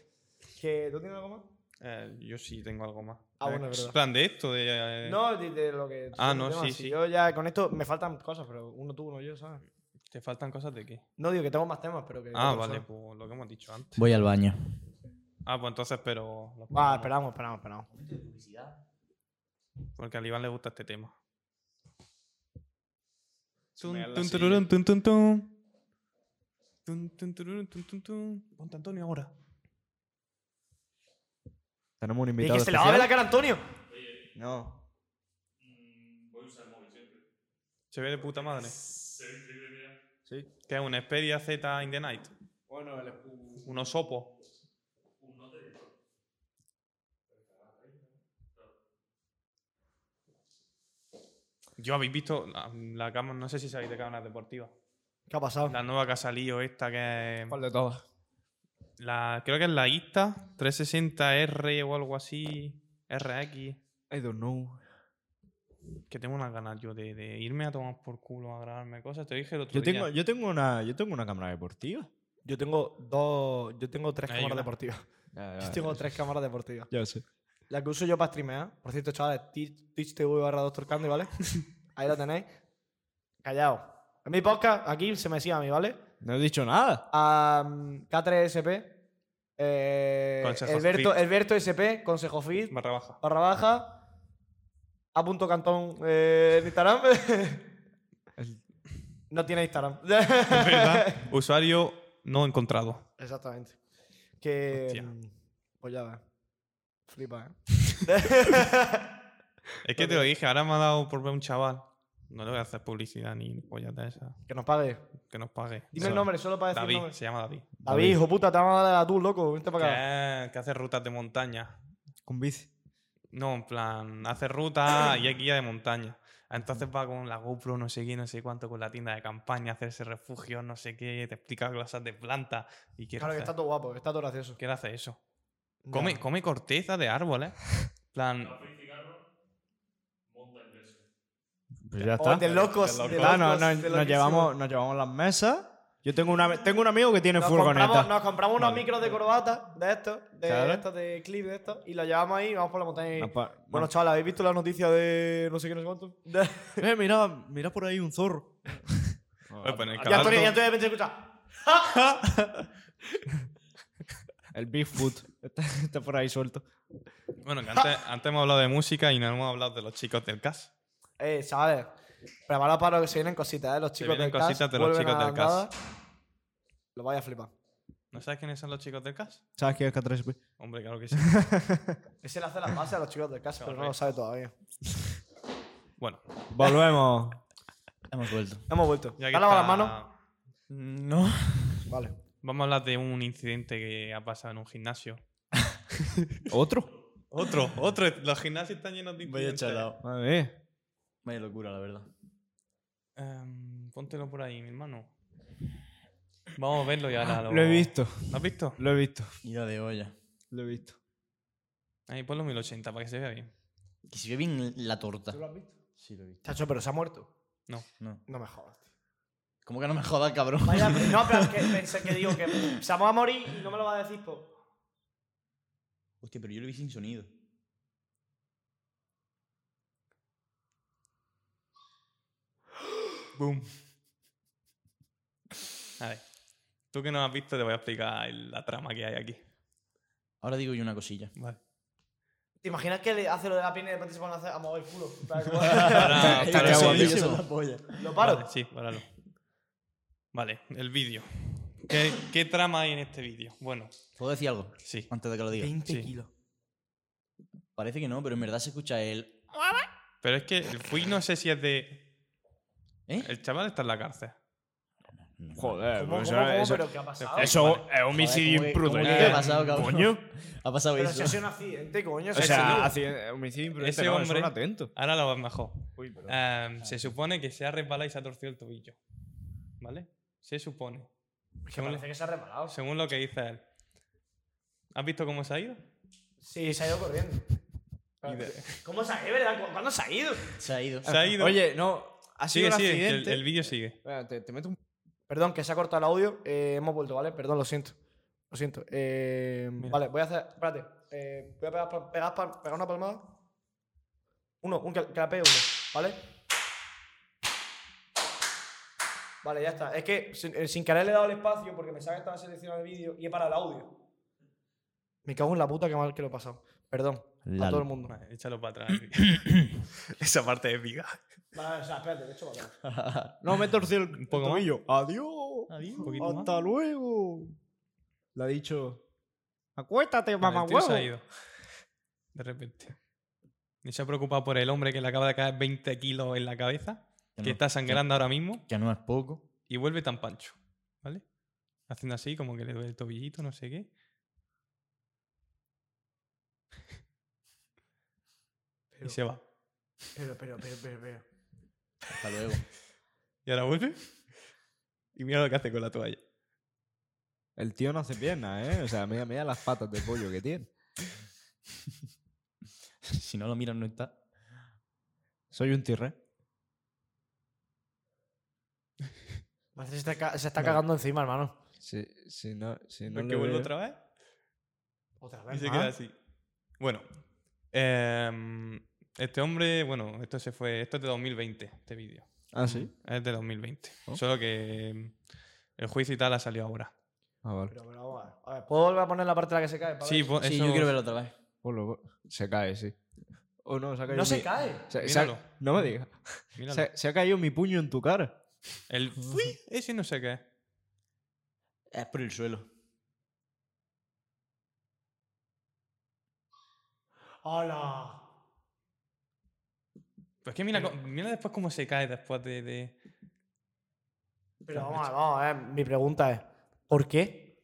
[SPEAKER 1] ¿Que, ¿Tú tienes algo más?
[SPEAKER 2] Eh, yo sí tengo algo más.
[SPEAKER 1] Ah, bueno,
[SPEAKER 2] Eh,
[SPEAKER 1] es verdad.
[SPEAKER 2] En plan de esto, de. eh,
[SPEAKER 1] No, de, de lo que.
[SPEAKER 2] Ah,
[SPEAKER 1] de los
[SPEAKER 2] no,
[SPEAKER 1] temas.
[SPEAKER 2] sí,
[SPEAKER 1] Si
[SPEAKER 2] sí.
[SPEAKER 1] Yo ya con esto me faltan cosas, pero uno tú, uno yo, ¿sabes?
[SPEAKER 2] ¿Te faltan cosas de qué?
[SPEAKER 1] No digo que tengo más temas, pero que.
[SPEAKER 2] Ah,
[SPEAKER 1] otros
[SPEAKER 2] vale,
[SPEAKER 1] son.
[SPEAKER 2] pues lo que hemos dicho antes.
[SPEAKER 3] Voy al baño.
[SPEAKER 2] Ah, pues entonces, pero. lo
[SPEAKER 1] Ah, esperamos,
[SPEAKER 2] ponemos,
[SPEAKER 1] esperamos, esperamos.
[SPEAKER 2] Porque al Iván le gusta este tema. Tun,
[SPEAKER 8] Mear la
[SPEAKER 2] tun,
[SPEAKER 8] silla.
[SPEAKER 2] tururún, tun, tun, tun. Tun, tun, tururún, tun, tun, tun. Ponte Antonio ahora.
[SPEAKER 4] Tenemos un
[SPEAKER 1] Y
[SPEAKER 4] invitado
[SPEAKER 1] que se le va a ver la
[SPEAKER 4] especial.
[SPEAKER 1] cara a Antonio.
[SPEAKER 4] No.
[SPEAKER 2] Se ve de puta madre. Se ve increíble, Sí. Que es un Xperia Z in the night.
[SPEAKER 4] Bueno, el
[SPEAKER 2] Un osopo. Yo habéis visto la, la cámara, no sé si sabéis de cámaras deportivas.
[SPEAKER 1] ¿Qué ha pasado?
[SPEAKER 2] La nueva que ha salido esta que es
[SPEAKER 4] ¿Cuál de todas?
[SPEAKER 2] la creo que es la Insta 360R o algo así, RX,
[SPEAKER 4] I don't know.
[SPEAKER 2] que tengo unas ganas yo de, de irme a tomar por culo a grabarme cosas, te dije el otro
[SPEAKER 4] Yo
[SPEAKER 2] día.
[SPEAKER 4] tengo, yo tengo una, yo tengo una cámara deportiva.
[SPEAKER 1] Yo tengo dos. Yo tengo tres
[SPEAKER 2] Ahí
[SPEAKER 1] cámaras
[SPEAKER 2] una.
[SPEAKER 1] deportivas.
[SPEAKER 4] Ya,
[SPEAKER 1] Yo tengo tres cámaras deportivas.
[SPEAKER 4] ya sé.
[SPEAKER 1] La que uso yo para streamear. Por cierto, chavales, Twitch Twitch TV barra Doctor Candy, ¿vale? Ahí la tenéis. Callao. En mi podcast, aquí se me sigue a mí, ¿vale?
[SPEAKER 4] No he dicho nada.
[SPEAKER 1] a mm, K3SP, eh,
[SPEAKER 2] Consejo
[SPEAKER 1] Elberto,
[SPEAKER 2] Fit.
[SPEAKER 1] Elberto SP, Consejo Fit,
[SPEAKER 2] barra baja.
[SPEAKER 1] barra baja, a punto cantón eh, en Instagram. no tiene Instagram.
[SPEAKER 2] Es verdad, usuario no encontrado.
[SPEAKER 1] Exactamente. Que.
[SPEAKER 2] Hostia.
[SPEAKER 1] mm, Pues ya va. Flipa, ¿eh?
[SPEAKER 2] Es que te lo dije, ahora me ha dado por ver un chaval. No le voy a hacer publicidad ni pollas de esa.
[SPEAKER 1] Que nos pague.
[SPEAKER 2] Que nos pague.
[SPEAKER 1] Dime el
[SPEAKER 2] Eso.
[SPEAKER 1] nombre, solo para decir
[SPEAKER 2] David,
[SPEAKER 1] nombre.
[SPEAKER 2] se llama David.
[SPEAKER 1] David, hijo puta, te vamos a dar a tú, loco. Vente para acá.
[SPEAKER 2] Que, que hace rutas de montaña.
[SPEAKER 4] Con bici.
[SPEAKER 2] No, en plan, hace rutas y es guía de montaña. Entonces va con la GoPro, no sé qué, no sé cuánto, con la tienda de campaña, hacerse refugios, no sé qué, te explica cosas de planta. Y quiere,
[SPEAKER 1] Claro que
[SPEAKER 2] hacer,
[SPEAKER 1] está todo guapo, que está todo gracioso.
[SPEAKER 2] quiere hacer eso.
[SPEAKER 1] Ya.
[SPEAKER 2] Come, come corteza de árboles. En plan,
[SPEAKER 4] Pues ya
[SPEAKER 1] Oh,
[SPEAKER 4] está.
[SPEAKER 1] de locos. de
[SPEAKER 4] Ah, no,
[SPEAKER 1] locos,
[SPEAKER 4] no,
[SPEAKER 1] de
[SPEAKER 4] nos,
[SPEAKER 1] loquísimo.
[SPEAKER 4] llevamos, nos llevamos las mesas. Yo tengo, una, tengo un amigo que tiene
[SPEAKER 1] Nos
[SPEAKER 4] furgoneta.
[SPEAKER 1] compramos, nos compramos unos micros de corbata de estos, de
[SPEAKER 4] Claro.
[SPEAKER 1] estos de clip de estos, y los llevamos ahí y vamos por la montaña. y-
[SPEAKER 4] No, pa- no.
[SPEAKER 1] bueno, chaval, ¿habéis visto la noticia de no sé qué, no sé cuánto? ya
[SPEAKER 4] Eh, mira, mira por ahí un zorro.
[SPEAKER 2] oye, pues en el
[SPEAKER 1] estoy,
[SPEAKER 2] Cabalco-
[SPEAKER 1] ya estoy de repente escucha.
[SPEAKER 4] El Bigfoot. Está, está por ahí suelto.
[SPEAKER 2] Bueno, que antes, antes hemos hablado de música y no hemos hablado de los chicos del CAS.
[SPEAKER 1] Eh, chavales, preparados para lo que se vienen cositas, ¿eh? Los chicos
[SPEAKER 2] vienen
[SPEAKER 1] del CAS.
[SPEAKER 2] cositas de los
[SPEAKER 1] vuelven
[SPEAKER 2] chicos
[SPEAKER 1] a
[SPEAKER 2] del CAS.
[SPEAKER 1] andar. Lo vais a flipar.
[SPEAKER 2] ¿No sabes quiénes son los chicos del CAS?
[SPEAKER 4] ¿Sabes qué es K3P?
[SPEAKER 2] Hombre, claro que sí.
[SPEAKER 1] Ese le hace las bases a los chicos del CAS, pero no lo sabe todavía.
[SPEAKER 2] Bueno,
[SPEAKER 4] Volvemos.
[SPEAKER 3] Hemos vuelto.
[SPEAKER 1] Hemos vuelto. ¿Te
[SPEAKER 2] ya
[SPEAKER 1] has
[SPEAKER 2] que
[SPEAKER 1] lavado las
[SPEAKER 2] está-
[SPEAKER 1] manos?
[SPEAKER 3] Mm,
[SPEAKER 2] No.
[SPEAKER 1] Vale.
[SPEAKER 2] Vamos a hablar de un incidente que ha pasado en un gimnasio.
[SPEAKER 4] ¿Otro?
[SPEAKER 2] Otro, otro. Los gimnasios están llenos de
[SPEAKER 3] Voy a
[SPEAKER 2] incidentes.
[SPEAKER 3] echarlo.
[SPEAKER 4] Madre mía.
[SPEAKER 3] Vaya locura, la verdad.
[SPEAKER 2] Em, póntelo por ahí, mi hermano. Vamos a verlo ya. ahora
[SPEAKER 4] Ah, Lo he visto.
[SPEAKER 2] ¿Lo has visto?
[SPEAKER 4] Lo he visto.
[SPEAKER 3] Ida de olla.
[SPEAKER 4] Lo he visto.
[SPEAKER 2] Ahí ponlo 1080 para que se vea bien.
[SPEAKER 3] Que se ve bien la torta.
[SPEAKER 4] lo has visto?
[SPEAKER 3] Sí, lo he visto.
[SPEAKER 1] Chacho, pero se ha muerto.
[SPEAKER 3] No.
[SPEAKER 1] No me jodas. tío.
[SPEAKER 3] ¿Cómo que no me jodas, cabrón?
[SPEAKER 1] Vaya, no, pero es que pensé que digo que se va a morir y no me lo va a decir, pues.
[SPEAKER 3] Hostia, pero yo lo vi sin sonido.
[SPEAKER 2] Boom. A ver. Tú que no has visto, te voy a explicar el- la trama que hay aquí.
[SPEAKER 3] Ahora digo yo una cosilla.
[SPEAKER 2] Vale.
[SPEAKER 1] ¿Te imaginas que le hace lo de la pierna y de repente se pone a, hacer, a mover el culo?
[SPEAKER 2] Ahora, claro,
[SPEAKER 3] Eso-
[SPEAKER 2] sí,
[SPEAKER 3] eso es la polla.
[SPEAKER 1] lo paro.
[SPEAKER 2] Vale, sí, páralo. Vale, el vídeo. ¿Qué, qué trama hay en este vídeo? Bueno,
[SPEAKER 3] ¿Puedo decir algo?
[SPEAKER 2] sí.
[SPEAKER 3] Antes de que lo diga.
[SPEAKER 2] 20 Sí.
[SPEAKER 3] kilos. Parece que no, pero en verdad se escucha el.
[SPEAKER 2] Pero es que el Fui no sé si es de.
[SPEAKER 3] ¿Eh?
[SPEAKER 2] El chaval está en la cárcel.
[SPEAKER 4] Joder,
[SPEAKER 1] ¿Cómo,
[SPEAKER 4] pues
[SPEAKER 1] cómo,
[SPEAKER 4] eso-
[SPEAKER 1] cómo?
[SPEAKER 4] eso-
[SPEAKER 1] ¿Pero qué ha pasado?
[SPEAKER 2] Pero-
[SPEAKER 4] eso
[SPEAKER 2] Vale.
[SPEAKER 4] es homicidio
[SPEAKER 3] Joder, ¿cómo que-
[SPEAKER 4] imprudente.
[SPEAKER 3] cómo que ha pasado, cabrón?
[SPEAKER 4] Coño.
[SPEAKER 3] Ha pasado
[SPEAKER 1] Pero si
[SPEAKER 3] eso.
[SPEAKER 1] ha sido un accidente, coño.
[SPEAKER 4] O
[SPEAKER 1] si ha
[SPEAKER 4] sea, ah,
[SPEAKER 1] sido-
[SPEAKER 4] haci- homicidio imprudente.
[SPEAKER 2] Ese
[SPEAKER 4] no,
[SPEAKER 2] hombre-
[SPEAKER 4] Eso es un atento. Ah.
[SPEAKER 2] Ahora lo ves mejor.
[SPEAKER 4] Uy, perdón.
[SPEAKER 2] Em, se supone que se ha resbalado y se ha torcido el tobillo. ¿Vale? Se supone.
[SPEAKER 1] que
[SPEAKER 2] Según,
[SPEAKER 1] parece que se ha reparado.
[SPEAKER 2] según lo que dice él. ¿Has visto cómo se ha ido?
[SPEAKER 1] Sí, se ha ido corriendo.
[SPEAKER 4] Ah,
[SPEAKER 1] ¿Cómo se ha ido, verdad? ¿Cu- ¿Cuándo se ha ido?
[SPEAKER 3] Se ha ido.
[SPEAKER 2] Se ha ido.
[SPEAKER 4] Oye, no, ha sido
[SPEAKER 2] sigue, sigue.
[SPEAKER 4] un
[SPEAKER 2] que El,
[SPEAKER 4] accidente.
[SPEAKER 2] el vídeo sigue.
[SPEAKER 4] Espera, te, te meto un...
[SPEAKER 1] Perdón, que se ha cortado el audio. Eh, hemos vuelto, ¿vale? Perdón, lo siento. Lo siento. Eh,
[SPEAKER 2] Mira.
[SPEAKER 1] vale, voy a hacer. Espérate. Eh, voy a pegar, pa- pegar pa- pegar una palmada. Uno, un, que, que la pegue uno, ¿vale? Vale, ya está. Es que sin, eh, sin querer le he dado el espacio porque pensaba que estaba seleccionado el vídeo y he parado el audio. Me cago en la puta que mal que lo he pasado. Perdón.
[SPEAKER 3] La
[SPEAKER 1] a todo
[SPEAKER 3] lu-
[SPEAKER 1] el mundo.
[SPEAKER 2] Vale, échalo para atrás. Esa parte es viva.
[SPEAKER 1] Vale, o sea, espérate, de hecho, para atrás.
[SPEAKER 4] No, me he torcido el
[SPEAKER 2] poco más.
[SPEAKER 4] tobillo. Adiós.
[SPEAKER 3] Adiós.
[SPEAKER 2] Un poquito más.
[SPEAKER 4] Hasta luego. Le ha dicho. Acuéstate,
[SPEAKER 2] Vale,
[SPEAKER 4] mamá
[SPEAKER 2] el tío
[SPEAKER 4] huevo.
[SPEAKER 2] se ha ido. De repente. Y se ha preocupado por el hombre que le acaba de caer 20 kilos en la cabeza,
[SPEAKER 3] Que
[SPEAKER 2] que
[SPEAKER 3] no-
[SPEAKER 2] está sangrando ahora mismo,
[SPEAKER 3] Que no es poco.
[SPEAKER 2] y vuelve tan pancho. ¿Vale? Haciendo así, como que le duele el tobillito, no sé qué. Y se va.
[SPEAKER 1] Pero, pero, pero, pero, pero.
[SPEAKER 3] Hasta luego.
[SPEAKER 2] Y ahora vuelve. Y mira lo que hace con la toalla.
[SPEAKER 4] El tío no hace piernas, ¿eh? O sea, mira, mira las patas de pollo que tiene.
[SPEAKER 3] si no lo miran, no está.
[SPEAKER 4] Soy un tirre.
[SPEAKER 1] Parece que se está, ca- se está cagando encima, hermano.
[SPEAKER 4] Si, si no, si no
[SPEAKER 2] Porque
[SPEAKER 4] le
[SPEAKER 2] vuelve
[SPEAKER 4] veo-
[SPEAKER 2] otra vez.
[SPEAKER 1] Otra
[SPEAKER 2] Y
[SPEAKER 1] vez.
[SPEAKER 2] se
[SPEAKER 1] más.
[SPEAKER 2] queda así. Bueno. em, este hombre, bueno, esto se fue. Esto es de 2020, este vídeo.
[SPEAKER 4] Ah, sí.
[SPEAKER 2] Es de 2020.
[SPEAKER 3] Oh.
[SPEAKER 2] Solo que em, el juicio y tal ha salido ahora.
[SPEAKER 4] Ah, vale.
[SPEAKER 1] Pero, pero vamos a ver. A ver, ¿puedo volver a poner la parte en la que se cae? para
[SPEAKER 2] Sí,
[SPEAKER 1] ver?
[SPEAKER 2] po-
[SPEAKER 3] Sí,
[SPEAKER 2] eso-
[SPEAKER 3] yo quiero verlo otra vez.
[SPEAKER 4] Pues luego- Se cae, sí. O no, se ha caído.
[SPEAKER 1] No
[SPEAKER 4] mi-
[SPEAKER 1] se cae.
[SPEAKER 4] se- se ha-
[SPEAKER 2] Míralo.
[SPEAKER 4] No me digas.
[SPEAKER 2] Míralo.
[SPEAKER 4] Se, se ha caído mi puño en tu cara.
[SPEAKER 2] El fui, ese no sé qué. es.
[SPEAKER 3] Es por el suelo.
[SPEAKER 1] ¡Hala!
[SPEAKER 2] Pues que mira, co- mira después cómo se cae después de. de-
[SPEAKER 1] Pero vamos a ver, vamos a ver. Mi pregunta es: ¿por qué?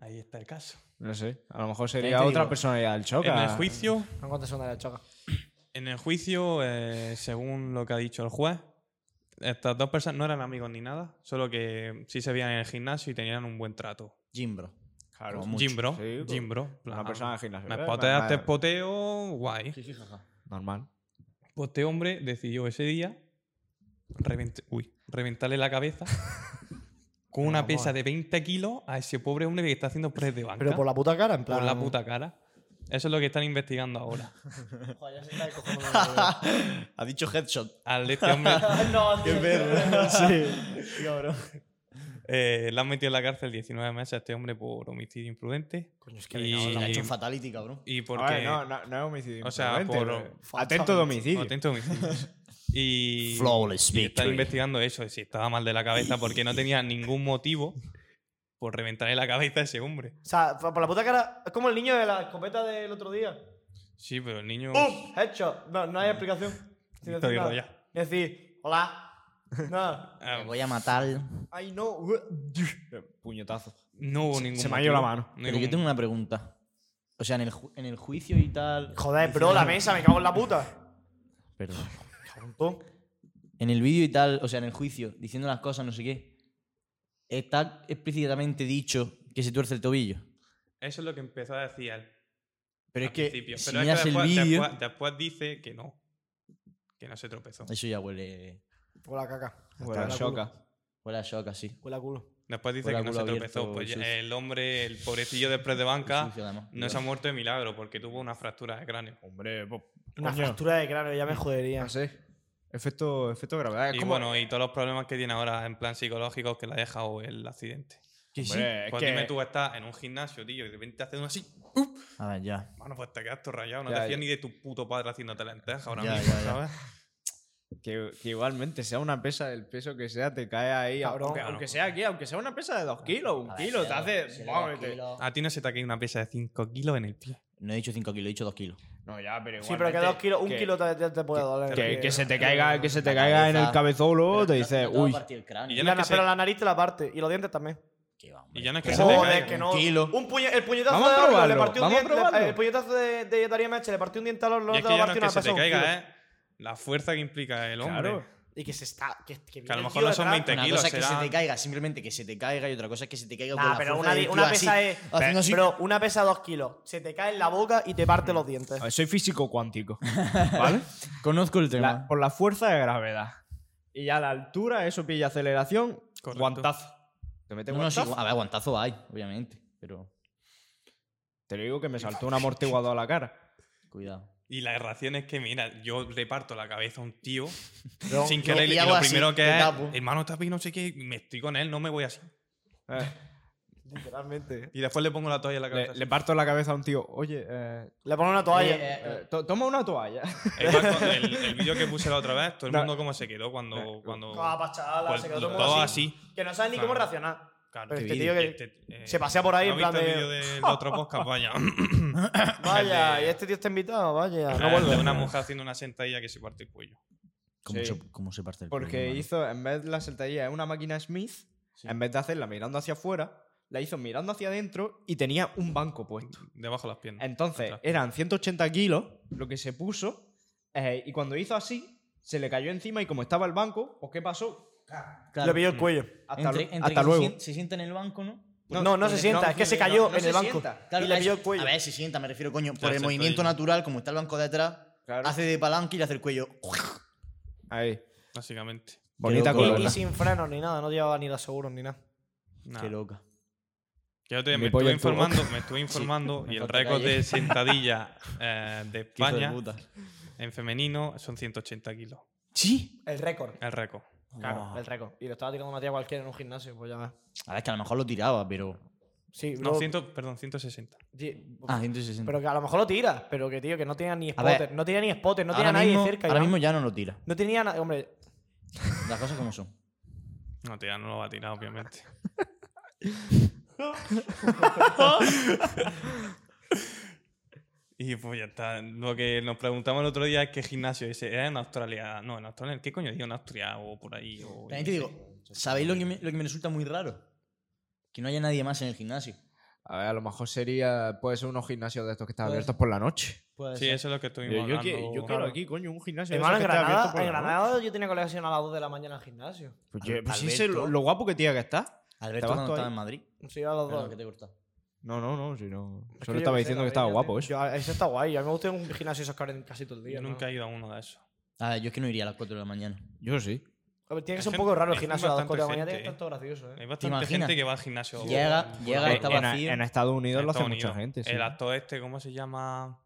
[SPEAKER 2] Ahí está el caso.
[SPEAKER 4] No sé. A lo mejor
[SPEAKER 3] te
[SPEAKER 4] sería
[SPEAKER 3] digo.
[SPEAKER 4] otra personalidad del choca.
[SPEAKER 2] En el juicio,
[SPEAKER 1] No cuántas son de la choca.
[SPEAKER 2] en el juicio eh, según lo que ha dicho el juez, estas dos personas no eran amigos ni nada, solo que sí se veían en el gimnasio y tenían un buen trato.
[SPEAKER 3] Jimbro.
[SPEAKER 4] Claro.
[SPEAKER 3] Como mucho.
[SPEAKER 2] Jim Bro,
[SPEAKER 4] Sí, pues,
[SPEAKER 2] Jim Bro. en
[SPEAKER 4] Una
[SPEAKER 2] plan,
[SPEAKER 4] persona de gimnasio.
[SPEAKER 2] Me
[SPEAKER 4] Eh,
[SPEAKER 2] espoteas, te
[SPEAKER 4] normal.
[SPEAKER 2] espoteo, guay.
[SPEAKER 4] Normal.
[SPEAKER 2] Pues este hombre decidió ese día revent- uy, reventarle la cabeza con una
[SPEAKER 1] Vamos a
[SPEAKER 2] pesa de 20 kilos a ese pobre hombre que está haciendo press de banca.
[SPEAKER 1] Pero por la puta cara, en plan.
[SPEAKER 2] por la puta cara. Eso es lo que están investigando ahora.
[SPEAKER 1] Joder, ya se está descojonando la vida.
[SPEAKER 3] ha dicho headshot.
[SPEAKER 2] Al este hombre
[SPEAKER 1] no, tío.
[SPEAKER 3] sí. Cabrón.
[SPEAKER 2] eh, le han metido en la cárcel 19 meses a este hombre por homicidio imprudente
[SPEAKER 1] Coño, es que
[SPEAKER 2] Y-
[SPEAKER 1] venga,
[SPEAKER 3] Le ha
[SPEAKER 1] hola.
[SPEAKER 3] hecho un fatality, cabrón.
[SPEAKER 2] y
[SPEAKER 4] A
[SPEAKER 2] porque
[SPEAKER 4] ver, no, no, no es homicidio. eh,
[SPEAKER 2] O sea,
[SPEAKER 4] imprudente,
[SPEAKER 2] por-
[SPEAKER 4] pero- Atento de homicidio.
[SPEAKER 2] Atento homicidio. Y,
[SPEAKER 3] Flawless
[SPEAKER 2] y están
[SPEAKER 3] victory.
[SPEAKER 2] investigando eso, de si estaba mal de la cabeza porque no tenía ningún motivo por reventarle la cabeza a ese hombre.
[SPEAKER 1] O sea, por la puta cara. Es como el niño de la escopeta del otro día.
[SPEAKER 2] Sí, pero el niño...
[SPEAKER 1] ¡Pum! Hecho. No, no hay explicación. Sin
[SPEAKER 2] Estoy
[SPEAKER 1] decir nada.
[SPEAKER 2] rayado.
[SPEAKER 1] Ni decir, hola. Nada.
[SPEAKER 2] Ah,
[SPEAKER 3] Me voy a matar.
[SPEAKER 4] Ay, no. Puñetazo.
[SPEAKER 2] no hubo ningún
[SPEAKER 4] se me ha ido la
[SPEAKER 2] motivo.
[SPEAKER 4] mano.
[SPEAKER 2] No
[SPEAKER 3] Pero
[SPEAKER 2] hubo-
[SPEAKER 3] yo tengo una pregunta. O sea, en el, ju- en el juicio y tal.
[SPEAKER 1] Joder, bro, la mesa, me cago en la puta.
[SPEAKER 3] Perdón.
[SPEAKER 1] Tonto.
[SPEAKER 3] En el vídeo y tal, o sea, en el juicio, diciendo las cosas, no sé qué. Está explícitamente dicho que se tuerce el tobillo.
[SPEAKER 2] Eso es lo que empezó a decir él.
[SPEAKER 3] Pero
[SPEAKER 2] al
[SPEAKER 3] es que
[SPEAKER 2] principio.
[SPEAKER 3] si
[SPEAKER 2] Pero es que
[SPEAKER 3] miras
[SPEAKER 2] después,
[SPEAKER 3] el vídeo,
[SPEAKER 2] después- después dice que no. Que no se tropezó.
[SPEAKER 3] eso ya huele,
[SPEAKER 1] Por la caca.
[SPEAKER 4] Bueno,
[SPEAKER 1] Hasta la
[SPEAKER 4] choca.
[SPEAKER 3] huele a shock así.
[SPEAKER 1] Huele a culo.
[SPEAKER 2] Después dice
[SPEAKER 3] Con
[SPEAKER 2] que
[SPEAKER 3] el
[SPEAKER 2] no
[SPEAKER 3] culo
[SPEAKER 2] se tropezó.
[SPEAKER 3] abierto
[SPEAKER 2] Pues
[SPEAKER 3] y
[SPEAKER 2] ya-
[SPEAKER 3] sucio.
[SPEAKER 2] el hombre, el pobrecillo después de
[SPEAKER 3] Y
[SPEAKER 2] banca,
[SPEAKER 3] sucio, además.
[SPEAKER 2] no se ha muerto de milagro porque tuvo una fractura de cráneo.
[SPEAKER 4] Hombre, po-
[SPEAKER 1] Una
[SPEAKER 4] coño.
[SPEAKER 1] fractura de cráneo, ya me jodería.
[SPEAKER 4] No sé. Efecto, efecto gravedad. Es
[SPEAKER 2] Y
[SPEAKER 4] como-
[SPEAKER 2] bueno, y todos los problemas que tiene ahora en plan psicológico que le ha dejado el accidente.
[SPEAKER 3] ¿Que sí?
[SPEAKER 4] Hombre, es
[SPEAKER 2] Pues
[SPEAKER 4] que-
[SPEAKER 2] dime tú, estás en un gimnasio, tío, y de repente haces uno así.
[SPEAKER 3] A ver, ya.
[SPEAKER 2] Mano, pues te quedas todo rayado. No
[SPEAKER 4] Ya,
[SPEAKER 2] te fías
[SPEAKER 4] ya.
[SPEAKER 2] ni de tu puto padre haciéndote lentejas ahora
[SPEAKER 3] Ya,
[SPEAKER 2] mismo,
[SPEAKER 3] ya, ya.
[SPEAKER 2] ¿sabes?
[SPEAKER 4] que, que igualmente sea una pesa del peso que sea, te cae ahí.
[SPEAKER 1] Cabrón.
[SPEAKER 4] aunque,
[SPEAKER 1] Claro.
[SPEAKER 4] aunque sea aquí, aunque sea una pesa de 2 kilos, un
[SPEAKER 3] A ver,
[SPEAKER 4] kilo,
[SPEAKER 3] si
[SPEAKER 4] te
[SPEAKER 3] le-
[SPEAKER 4] hace.
[SPEAKER 3] si le
[SPEAKER 4] vamos,
[SPEAKER 3] dos
[SPEAKER 4] te-
[SPEAKER 3] kilos-
[SPEAKER 2] A ti no se te ha caído una pesa de 5 kilos en el pie.
[SPEAKER 3] No he dicho 5 kilos, he dicho 2 kilos.
[SPEAKER 4] No, ya, pero
[SPEAKER 1] Sí, pero que dos
[SPEAKER 4] igualmente
[SPEAKER 1] kilos, un
[SPEAKER 4] que-
[SPEAKER 1] kilo te, te- te puede doler.
[SPEAKER 4] Que, que se te
[SPEAKER 1] pero-
[SPEAKER 4] caiga, que se te
[SPEAKER 3] La
[SPEAKER 4] caiga en
[SPEAKER 3] cabeza.
[SPEAKER 4] el cabezolo, te dice, uy.
[SPEAKER 2] Y
[SPEAKER 1] Y la
[SPEAKER 2] ya no es
[SPEAKER 1] na-
[SPEAKER 2] que
[SPEAKER 1] pero
[SPEAKER 2] se-
[SPEAKER 1] la nariz te la parte y los dientes también.
[SPEAKER 2] Y ya no es que se te
[SPEAKER 1] Joder,
[SPEAKER 2] caiga.
[SPEAKER 1] que no.
[SPEAKER 3] Un kilo.
[SPEAKER 1] Un puñe- el puñetazo
[SPEAKER 4] Vamos a
[SPEAKER 1] de Orlo le
[SPEAKER 4] probarlo,
[SPEAKER 1] partió un
[SPEAKER 4] vamos a
[SPEAKER 1] diente. le-
[SPEAKER 4] probarlo.
[SPEAKER 1] el puñetazo de, de Darío Meche le partió un diente al Orlo,
[SPEAKER 2] Y es
[SPEAKER 1] te
[SPEAKER 2] que
[SPEAKER 1] lo
[SPEAKER 2] ya no es
[SPEAKER 1] partió
[SPEAKER 2] que
[SPEAKER 1] una
[SPEAKER 2] se
[SPEAKER 1] pesa
[SPEAKER 2] te
[SPEAKER 1] un kilo.
[SPEAKER 2] caiga, es la fuerza que implica el hombre.
[SPEAKER 4] Claro.
[SPEAKER 1] Y que se está. Que, que
[SPEAKER 2] Que a
[SPEAKER 1] viene
[SPEAKER 2] lo
[SPEAKER 1] el
[SPEAKER 2] mejor
[SPEAKER 1] tío
[SPEAKER 2] no son
[SPEAKER 1] detrás.
[SPEAKER 2] 20
[SPEAKER 3] Una
[SPEAKER 2] kilos,
[SPEAKER 3] cosa es que se
[SPEAKER 2] serán-
[SPEAKER 3] te caiga, simplemente que se te caiga, y otra cosa es que se te caiga con
[SPEAKER 1] Nah,
[SPEAKER 3] la
[SPEAKER 1] Ah, pero
[SPEAKER 3] fuerza
[SPEAKER 1] una,
[SPEAKER 3] del
[SPEAKER 1] di-
[SPEAKER 3] tío
[SPEAKER 1] una
[SPEAKER 3] así,
[SPEAKER 1] pesa es.
[SPEAKER 3] haciendo así.
[SPEAKER 1] Bro, una pesa dos kilos. Se te cae en la boca y te parte los dientes.
[SPEAKER 4] Soy físico cuántico, ¿vale?
[SPEAKER 3] Conozco el tema.
[SPEAKER 4] La- por la fuerza de gravedad. Y ya a la altura, eso pilla aceleración,
[SPEAKER 2] Correcto.
[SPEAKER 4] guantazo. Te mete
[SPEAKER 3] Unos
[SPEAKER 4] guantazo.
[SPEAKER 3] igual- a ver, guantazo hay, obviamente, pero
[SPEAKER 4] Te digo que me saltó un amortiguador a la cara.
[SPEAKER 3] cuidado.
[SPEAKER 2] Y la erración es que, mira, yo le parto la cabeza a un tío
[SPEAKER 3] Pero-
[SPEAKER 2] sin
[SPEAKER 3] y-
[SPEAKER 2] querer.
[SPEAKER 3] y
[SPEAKER 2] Y,
[SPEAKER 3] hago
[SPEAKER 2] lo
[SPEAKER 3] así,
[SPEAKER 2] primero que
[SPEAKER 3] te
[SPEAKER 2] es,
[SPEAKER 3] tapo.
[SPEAKER 2] hermano, está y no sé qué, y me estoy con él, no me voy así.
[SPEAKER 4] Eh,
[SPEAKER 1] Literalmente.
[SPEAKER 2] Y después le pongo la toalla en la cabeza.
[SPEAKER 4] le, le parto la cabeza a un tío. Oye, eh,
[SPEAKER 1] Le pones una toalla.
[SPEAKER 3] Eh, eh,
[SPEAKER 4] eh, to- toma una toalla.
[SPEAKER 2] así. Es más, con el, el vídeo que puse la otra vez, todo el
[SPEAKER 4] No.
[SPEAKER 2] mundo cómo se quedó cuando...
[SPEAKER 4] Eh,
[SPEAKER 2] cuando
[SPEAKER 1] Ah, pa' chavala,
[SPEAKER 2] cual-
[SPEAKER 1] se quedó todo el mundo
[SPEAKER 2] pues todo
[SPEAKER 1] así.
[SPEAKER 2] así.
[SPEAKER 1] Que no sabes ni cómo
[SPEAKER 2] Claro.
[SPEAKER 1] reaccionar.
[SPEAKER 2] Claro.
[SPEAKER 1] Pero
[SPEAKER 3] Qué
[SPEAKER 1] este
[SPEAKER 3] vídeo,
[SPEAKER 1] tío que.
[SPEAKER 2] Este, eh,
[SPEAKER 1] se pasea por ahí
[SPEAKER 2] ¿no
[SPEAKER 1] en
[SPEAKER 2] has
[SPEAKER 1] plan
[SPEAKER 2] visto el
[SPEAKER 1] de-
[SPEAKER 2] vídeo del otro podcast? Vaya.
[SPEAKER 1] Vaya,
[SPEAKER 2] el de-
[SPEAKER 1] y este tío está invitado, vaya. No
[SPEAKER 2] Ah, el de
[SPEAKER 1] vuelve.
[SPEAKER 2] una mujer haciendo una sentadilla que se parte el cuello.
[SPEAKER 3] ¿Cómo,
[SPEAKER 4] Sí.
[SPEAKER 3] se, cómo se parte el culo,
[SPEAKER 4] Porque
[SPEAKER 3] mano?
[SPEAKER 4] hizo, en vez de la sentadilla en una máquina Smith, en vez de hacerla mirando hacia afuera, la hizo mirando hacia adentro y tenía un banco puesto.
[SPEAKER 2] Debajo de las piernas.
[SPEAKER 4] Entonces,
[SPEAKER 2] Mm, Atrás.
[SPEAKER 4] eran 180 kilos lo que se puso, eh, y cuando hizo así, se le cayó encima y como estaba el banco, pues ¿qué pasó?
[SPEAKER 3] Claro.
[SPEAKER 1] Le pilló el cuello.
[SPEAKER 4] Hasta,
[SPEAKER 3] Entre-
[SPEAKER 4] lu-
[SPEAKER 3] entre
[SPEAKER 4] hasta
[SPEAKER 3] que
[SPEAKER 4] luego.
[SPEAKER 3] Se, sien- se sienta en el banco, Ah, ¿no?
[SPEAKER 1] No, no, se sienta, es que se cayó en el banco.
[SPEAKER 3] Claro,
[SPEAKER 1] y le
[SPEAKER 3] a
[SPEAKER 1] pilló el
[SPEAKER 3] ese-
[SPEAKER 1] cuello.
[SPEAKER 3] A ver, se sienta, me refiero, coño. Por
[SPEAKER 2] Claro,
[SPEAKER 3] el
[SPEAKER 2] se
[SPEAKER 3] movimiento
[SPEAKER 2] estoy-
[SPEAKER 3] natural, como está el banco detrás,
[SPEAKER 4] Claro.
[SPEAKER 3] hace de palanca y le hace el cuello.
[SPEAKER 4] Ahí.
[SPEAKER 2] Básicamente.
[SPEAKER 4] Bonita
[SPEAKER 3] loco,
[SPEAKER 1] Y-
[SPEAKER 4] color.
[SPEAKER 1] y, sin frenos ni nada, no llevaba ni los seguros ni nada.
[SPEAKER 2] Nada.
[SPEAKER 3] Qué loca.
[SPEAKER 2] Que otro día
[SPEAKER 4] Mi
[SPEAKER 2] me
[SPEAKER 4] pollo
[SPEAKER 2] estuve
[SPEAKER 4] en tu
[SPEAKER 2] informando, me estuve informando
[SPEAKER 3] me
[SPEAKER 2] y el
[SPEAKER 3] falta
[SPEAKER 2] récord
[SPEAKER 3] calle.
[SPEAKER 2] de sentadilla eh, de
[SPEAKER 3] Qué hijo de
[SPEAKER 2] España
[SPEAKER 3] puta.
[SPEAKER 2] en femenino son 180 kilos.
[SPEAKER 3] Sí.
[SPEAKER 1] El récord.
[SPEAKER 2] El récord.
[SPEAKER 1] Claro,
[SPEAKER 3] Wow.
[SPEAKER 1] el récord. Y lo estaba tirando una tía cualquiera en un gimnasio, pues ya ves.
[SPEAKER 3] A ver, que a lo mejor lo tiraba, pero.
[SPEAKER 1] Sí,
[SPEAKER 2] No,
[SPEAKER 1] bro,
[SPEAKER 2] 100, perdón, 160.
[SPEAKER 1] ti-
[SPEAKER 3] Ah, 160.
[SPEAKER 1] Pero que a lo mejor lo tira, pero que tío, que no tenía ni
[SPEAKER 3] A ver,
[SPEAKER 1] spotter, no tenía ni spotter, no
[SPEAKER 3] ahora
[SPEAKER 1] tenía nadie
[SPEAKER 3] mismo,
[SPEAKER 1] cerca.
[SPEAKER 3] Ahora
[SPEAKER 1] ya.
[SPEAKER 3] mismo ya no lo tira.
[SPEAKER 1] No tenía nadie, hombre.
[SPEAKER 3] Las cosas como son.
[SPEAKER 2] No, tira, no lo va a tirar, obviamente. y pues ya está. Lo que nos preguntamos el otro día es qué gimnasio ese era en Australia. No, en Australia. ¿Qué coño digo en Australia o por ahí?
[SPEAKER 1] Pues
[SPEAKER 2] O
[SPEAKER 3] También te digo, ¿sabéis lo que, me, lo que me resulta muy raro? Que no haya nadie más en el gimnasio.
[SPEAKER 4] A ver, a lo mejor sería, puede ser unos gimnasios de estos que están
[SPEAKER 3] Puede
[SPEAKER 4] abiertos por la noche.
[SPEAKER 3] Puede
[SPEAKER 2] Sí,
[SPEAKER 3] ser.
[SPEAKER 2] eso es lo que estuvimos
[SPEAKER 4] Yo, yo,
[SPEAKER 2] hablando.
[SPEAKER 4] qui- yo quiero aquí, coño, un gimnasio de
[SPEAKER 1] Hermano, en
[SPEAKER 4] esos que esté
[SPEAKER 1] Granada,
[SPEAKER 4] abierto por
[SPEAKER 1] en
[SPEAKER 4] la noche.
[SPEAKER 1] Granada yo tenía colección a las 2 de la mañana al gimnasio.
[SPEAKER 4] Pues, yo- pues sí
[SPEAKER 3] Alberto.
[SPEAKER 4] sé lo, lo guapo que tiene que estar.
[SPEAKER 3] Alberto
[SPEAKER 4] Estabas
[SPEAKER 3] cuando
[SPEAKER 4] tú
[SPEAKER 3] estaba
[SPEAKER 4] ahí.
[SPEAKER 3] en Madrid.
[SPEAKER 1] Sí, a las 2.
[SPEAKER 3] Perdón, que te he cortado.
[SPEAKER 4] No, no, no, si no.
[SPEAKER 1] Es que
[SPEAKER 4] Solo
[SPEAKER 1] yo
[SPEAKER 4] estaba
[SPEAKER 1] qué sé,
[SPEAKER 4] diciendo que
[SPEAKER 1] también,
[SPEAKER 4] estaba
[SPEAKER 1] yo
[SPEAKER 4] guapo
[SPEAKER 1] te-
[SPEAKER 4] eso.
[SPEAKER 1] yo- eso está guay. A mí me gusta ir a un gimnasio esos que abren casi todo el día.
[SPEAKER 2] Yo
[SPEAKER 1] ¿no?
[SPEAKER 2] nunca he ido a uno de esos.
[SPEAKER 3] A ver, Ah, yo es que no iría a las 4 de la mañana.
[SPEAKER 4] Yo sí.
[SPEAKER 1] A ver, tiene que
[SPEAKER 2] Hay
[SPEAKER 1] ser un
[SPEAKER 2] gente-
[SPEAKER 1] poco raro el
[SPEAKER 2] hay
[SPEAKER 1] gimnasio a las
[SPEAKER 2] bastante
[SPEAKER 1] 4 de la mañana.
[SPEAKER 2] gente,
[SPEAKER 1] Tiene que estar
[SPEAKER 2] ¿eh?
[SPEAKER 1] todo gracioso, ¿eh?
[SPEAKER 2] Hay bastante
[SPEAKER 3] imaginas?
[SPEAKER 2] gente que va al gimnasio.
[SPEAKER 3] Llega-
[SPEAKER 2] por-
[SPEAKER 3] llega,
[SPEAKER 2] por-
[SPEAKER 3] está
[SPEAKER 4] en,
[SPEAKER 3] vacío.
[SPEAKER 4] en Estados Unidos lo hace
[SPEAKER 2] Estados
[SPEAKER 4] mucha
[SPEAKER 2] Unidos.
[SPEAKER 4] gente. Sí.
[SPEAKER 2] El actor este, ¿cómo se llama?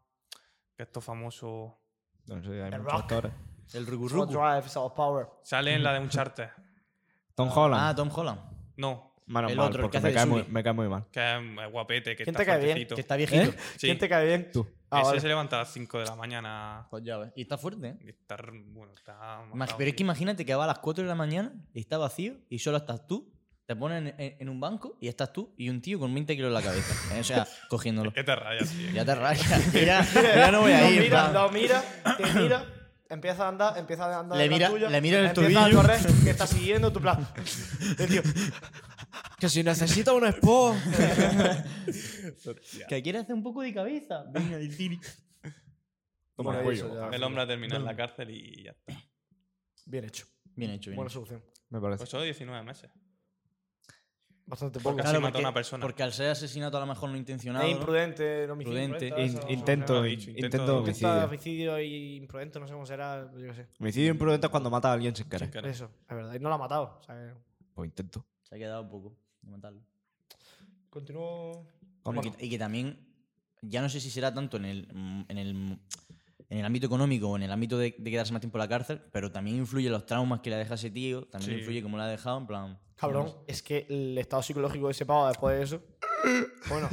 [SPEAKER 2] Que esto famoso.
[SPEAKER 4] No sé, hay
[SPEAKER 1] The
[SPEAKER 4] muchos
[SPEAKER 1] Rock.
[SPEAKER 4] actores.
[SPEAKER 3] El
[SPEAKER 1] Four
[SPEAKER 3] Rucurrucu.
[SPEAKER 1] Drive, South Power.
[SPEAKER 2] Sale en la de un charter.
[SPEAKER 4] Tom
[SPEAKER 3] Ah,
[SPEAKER 4] Holland.
[SPEAKER 3] Tom Holland.
[SPEAKER 2] No,
[SPEAKER 4] Menos
[SPEAKER 3] el
[SPEAKER 4] mal,
[SPEAKER 3] otro, el que
[SPEAKER 4] porque
[SPEAKER 3] hace
[SPEAKER 4] me
[SPEAKER 3] de
[SPEAKER 4] cae,
[SPEAKER 3] Sully.
[SPEAKER 4] muy, me cae muy mal.
[SPEAKER 2] que es eh, guapete, que
[SPEAKER 1] ¿Quién
[SPEAKER 2] está
[SPEAKER 1] te cae bien?
[SPEAKER 2] fuertecito.
[SPEAKER 3] Que Este está viejito.
[SPEAKER 2] Sí.
[SPEAKER 1] ¿Quién te cae bien?
[SPEAKER 4] Tú.
[SPEAKER 1] Ah,
[SPEAKER 2] Ese
[SPEAKER 1] vale.
[SPEAKER 2] se levanta a las 5 de la mañana.
[SPEAKER 3] Pues ya ves. Y está fuerte, ¿eh?
[SPEAKER 2] y Está, r- bueno, está
[SPEAKER 3] Imag-
[SPEAKER 2] matado.
[SPEAKER 3] Pero es que imagínate que va a las 4 de la mañana y está vacío y solo estás tú. Te ponen en, en- en un banco y estás tú y un tío con 20 kilos en la cabeza. ¿Eh? O sea, cogiéndolo.
[SPEAKER 2] ¿Qué te rayas, tío?
[SPEAKER 3] Ya te rayas. que Ya, que ya no voy a
[SPEAKER 1] Lo
[SPEAKER 3] ir. en
[SPEAKER 1] mira,
[SPEAKER 3] plan.
[SPEAKER 1] lo mira, te mira, empieza a andar, empieza a andar.
[SPEAKER 3] Le
[SPEAKER 1] detrás
[SPEAKER 3] mira-
[SPEAKER 1] tuya,
[SPEAKER 3] le mira el
[SPEAKER 1] empieza
[SPEAKER 3] tobillo.
[SPEAKER 1] a correr, que está siguiendo tu plan. El tío,
[SPEAKER 4] Que si necesita un spa.
[SPEAKER 3] Que quiere hacer un poco de cabeza. Venga, del tiri.
[SPEAKER 4] Toma
[SPEAKER 1] Bueno,
[SPEAKER 4] cuello.
[SPEAKER 1] eso ya.
[SPEAKER 2] El hombre ha terminado en la cárcel y ya está.
[SPEAKER 1] bien hecho,
[SPEAKER 3] Bien hecho, bien
[SPEAKER 1] buena
[SPEAKER 3] hecho.
[SPEAKER 1] solución.
[SPEAKER 4] Me parece.
[SPEAKER 2] Pues solo 19 meses.
[SPEAKER 1] Bastante
[SPEAKER 2] Porque
[SPEAKER 1] poco.
[SPEAKER 2] así
[SPEAKER 3] Claro,
[SPEAKER 2] mata a una persona.
[SPEAKER 3] Porque al ser asesinato a lo mejor no intencionado.
[SPEAKER 1] Es
[SPEAKER 3] ¿no?
[SPEAKER 1] imprudente, no homicidio,
[SPEAKER 3] Prudente.
[SPEAKER 1] todo eso,
[SPEAKER 4] In-
[SPEAKER 1] no
[SPEAKER 4] intento,
[SPEAKER 2] lo he
[SPEAKER 4] in-
[SPEAKER 2] dicho, intento
[SPEAKER 4] intento
[SPEAKER 2] de
[SPEAKER 4] de
[SPEAKER 1] sé. Intenta
[SPEAKER 4] homicidio.
[SPEAKER 1] homicidio y imprudente, no sé cómo será, yo qué sé.
[SPEAKER 4] Homicidio imprudente es cuando mata a alguien sin querer.
[SPEAKER 2] Sin querer.
[SPEAKER 1] Eso, es verdad. Y no lo ha matado. O sea, que-
[SPEAKER 4] Pues intento.
[SPEAKER 3] Se ha quedado poco de matarlo.
[SPEAKER 1] Continúo.
[SPEAKER 4] Vamos.
[SPEAKER 3] Y, que, y que también, ya no sé si será tanto en el, mm, en el, mm, en el ámbito económico o en el ámbito de, de quedarse más tiempo en la cárcel, pero también influye los traumas que le deja ese tío, también
[SPEAKER 2] Sí.
[SPEAKER 3] influye cómo la ha dejado, en plan...
[SPEAKER 1] Cabrón, es que el estado psicológico de ese pavo después de eso. Bueno,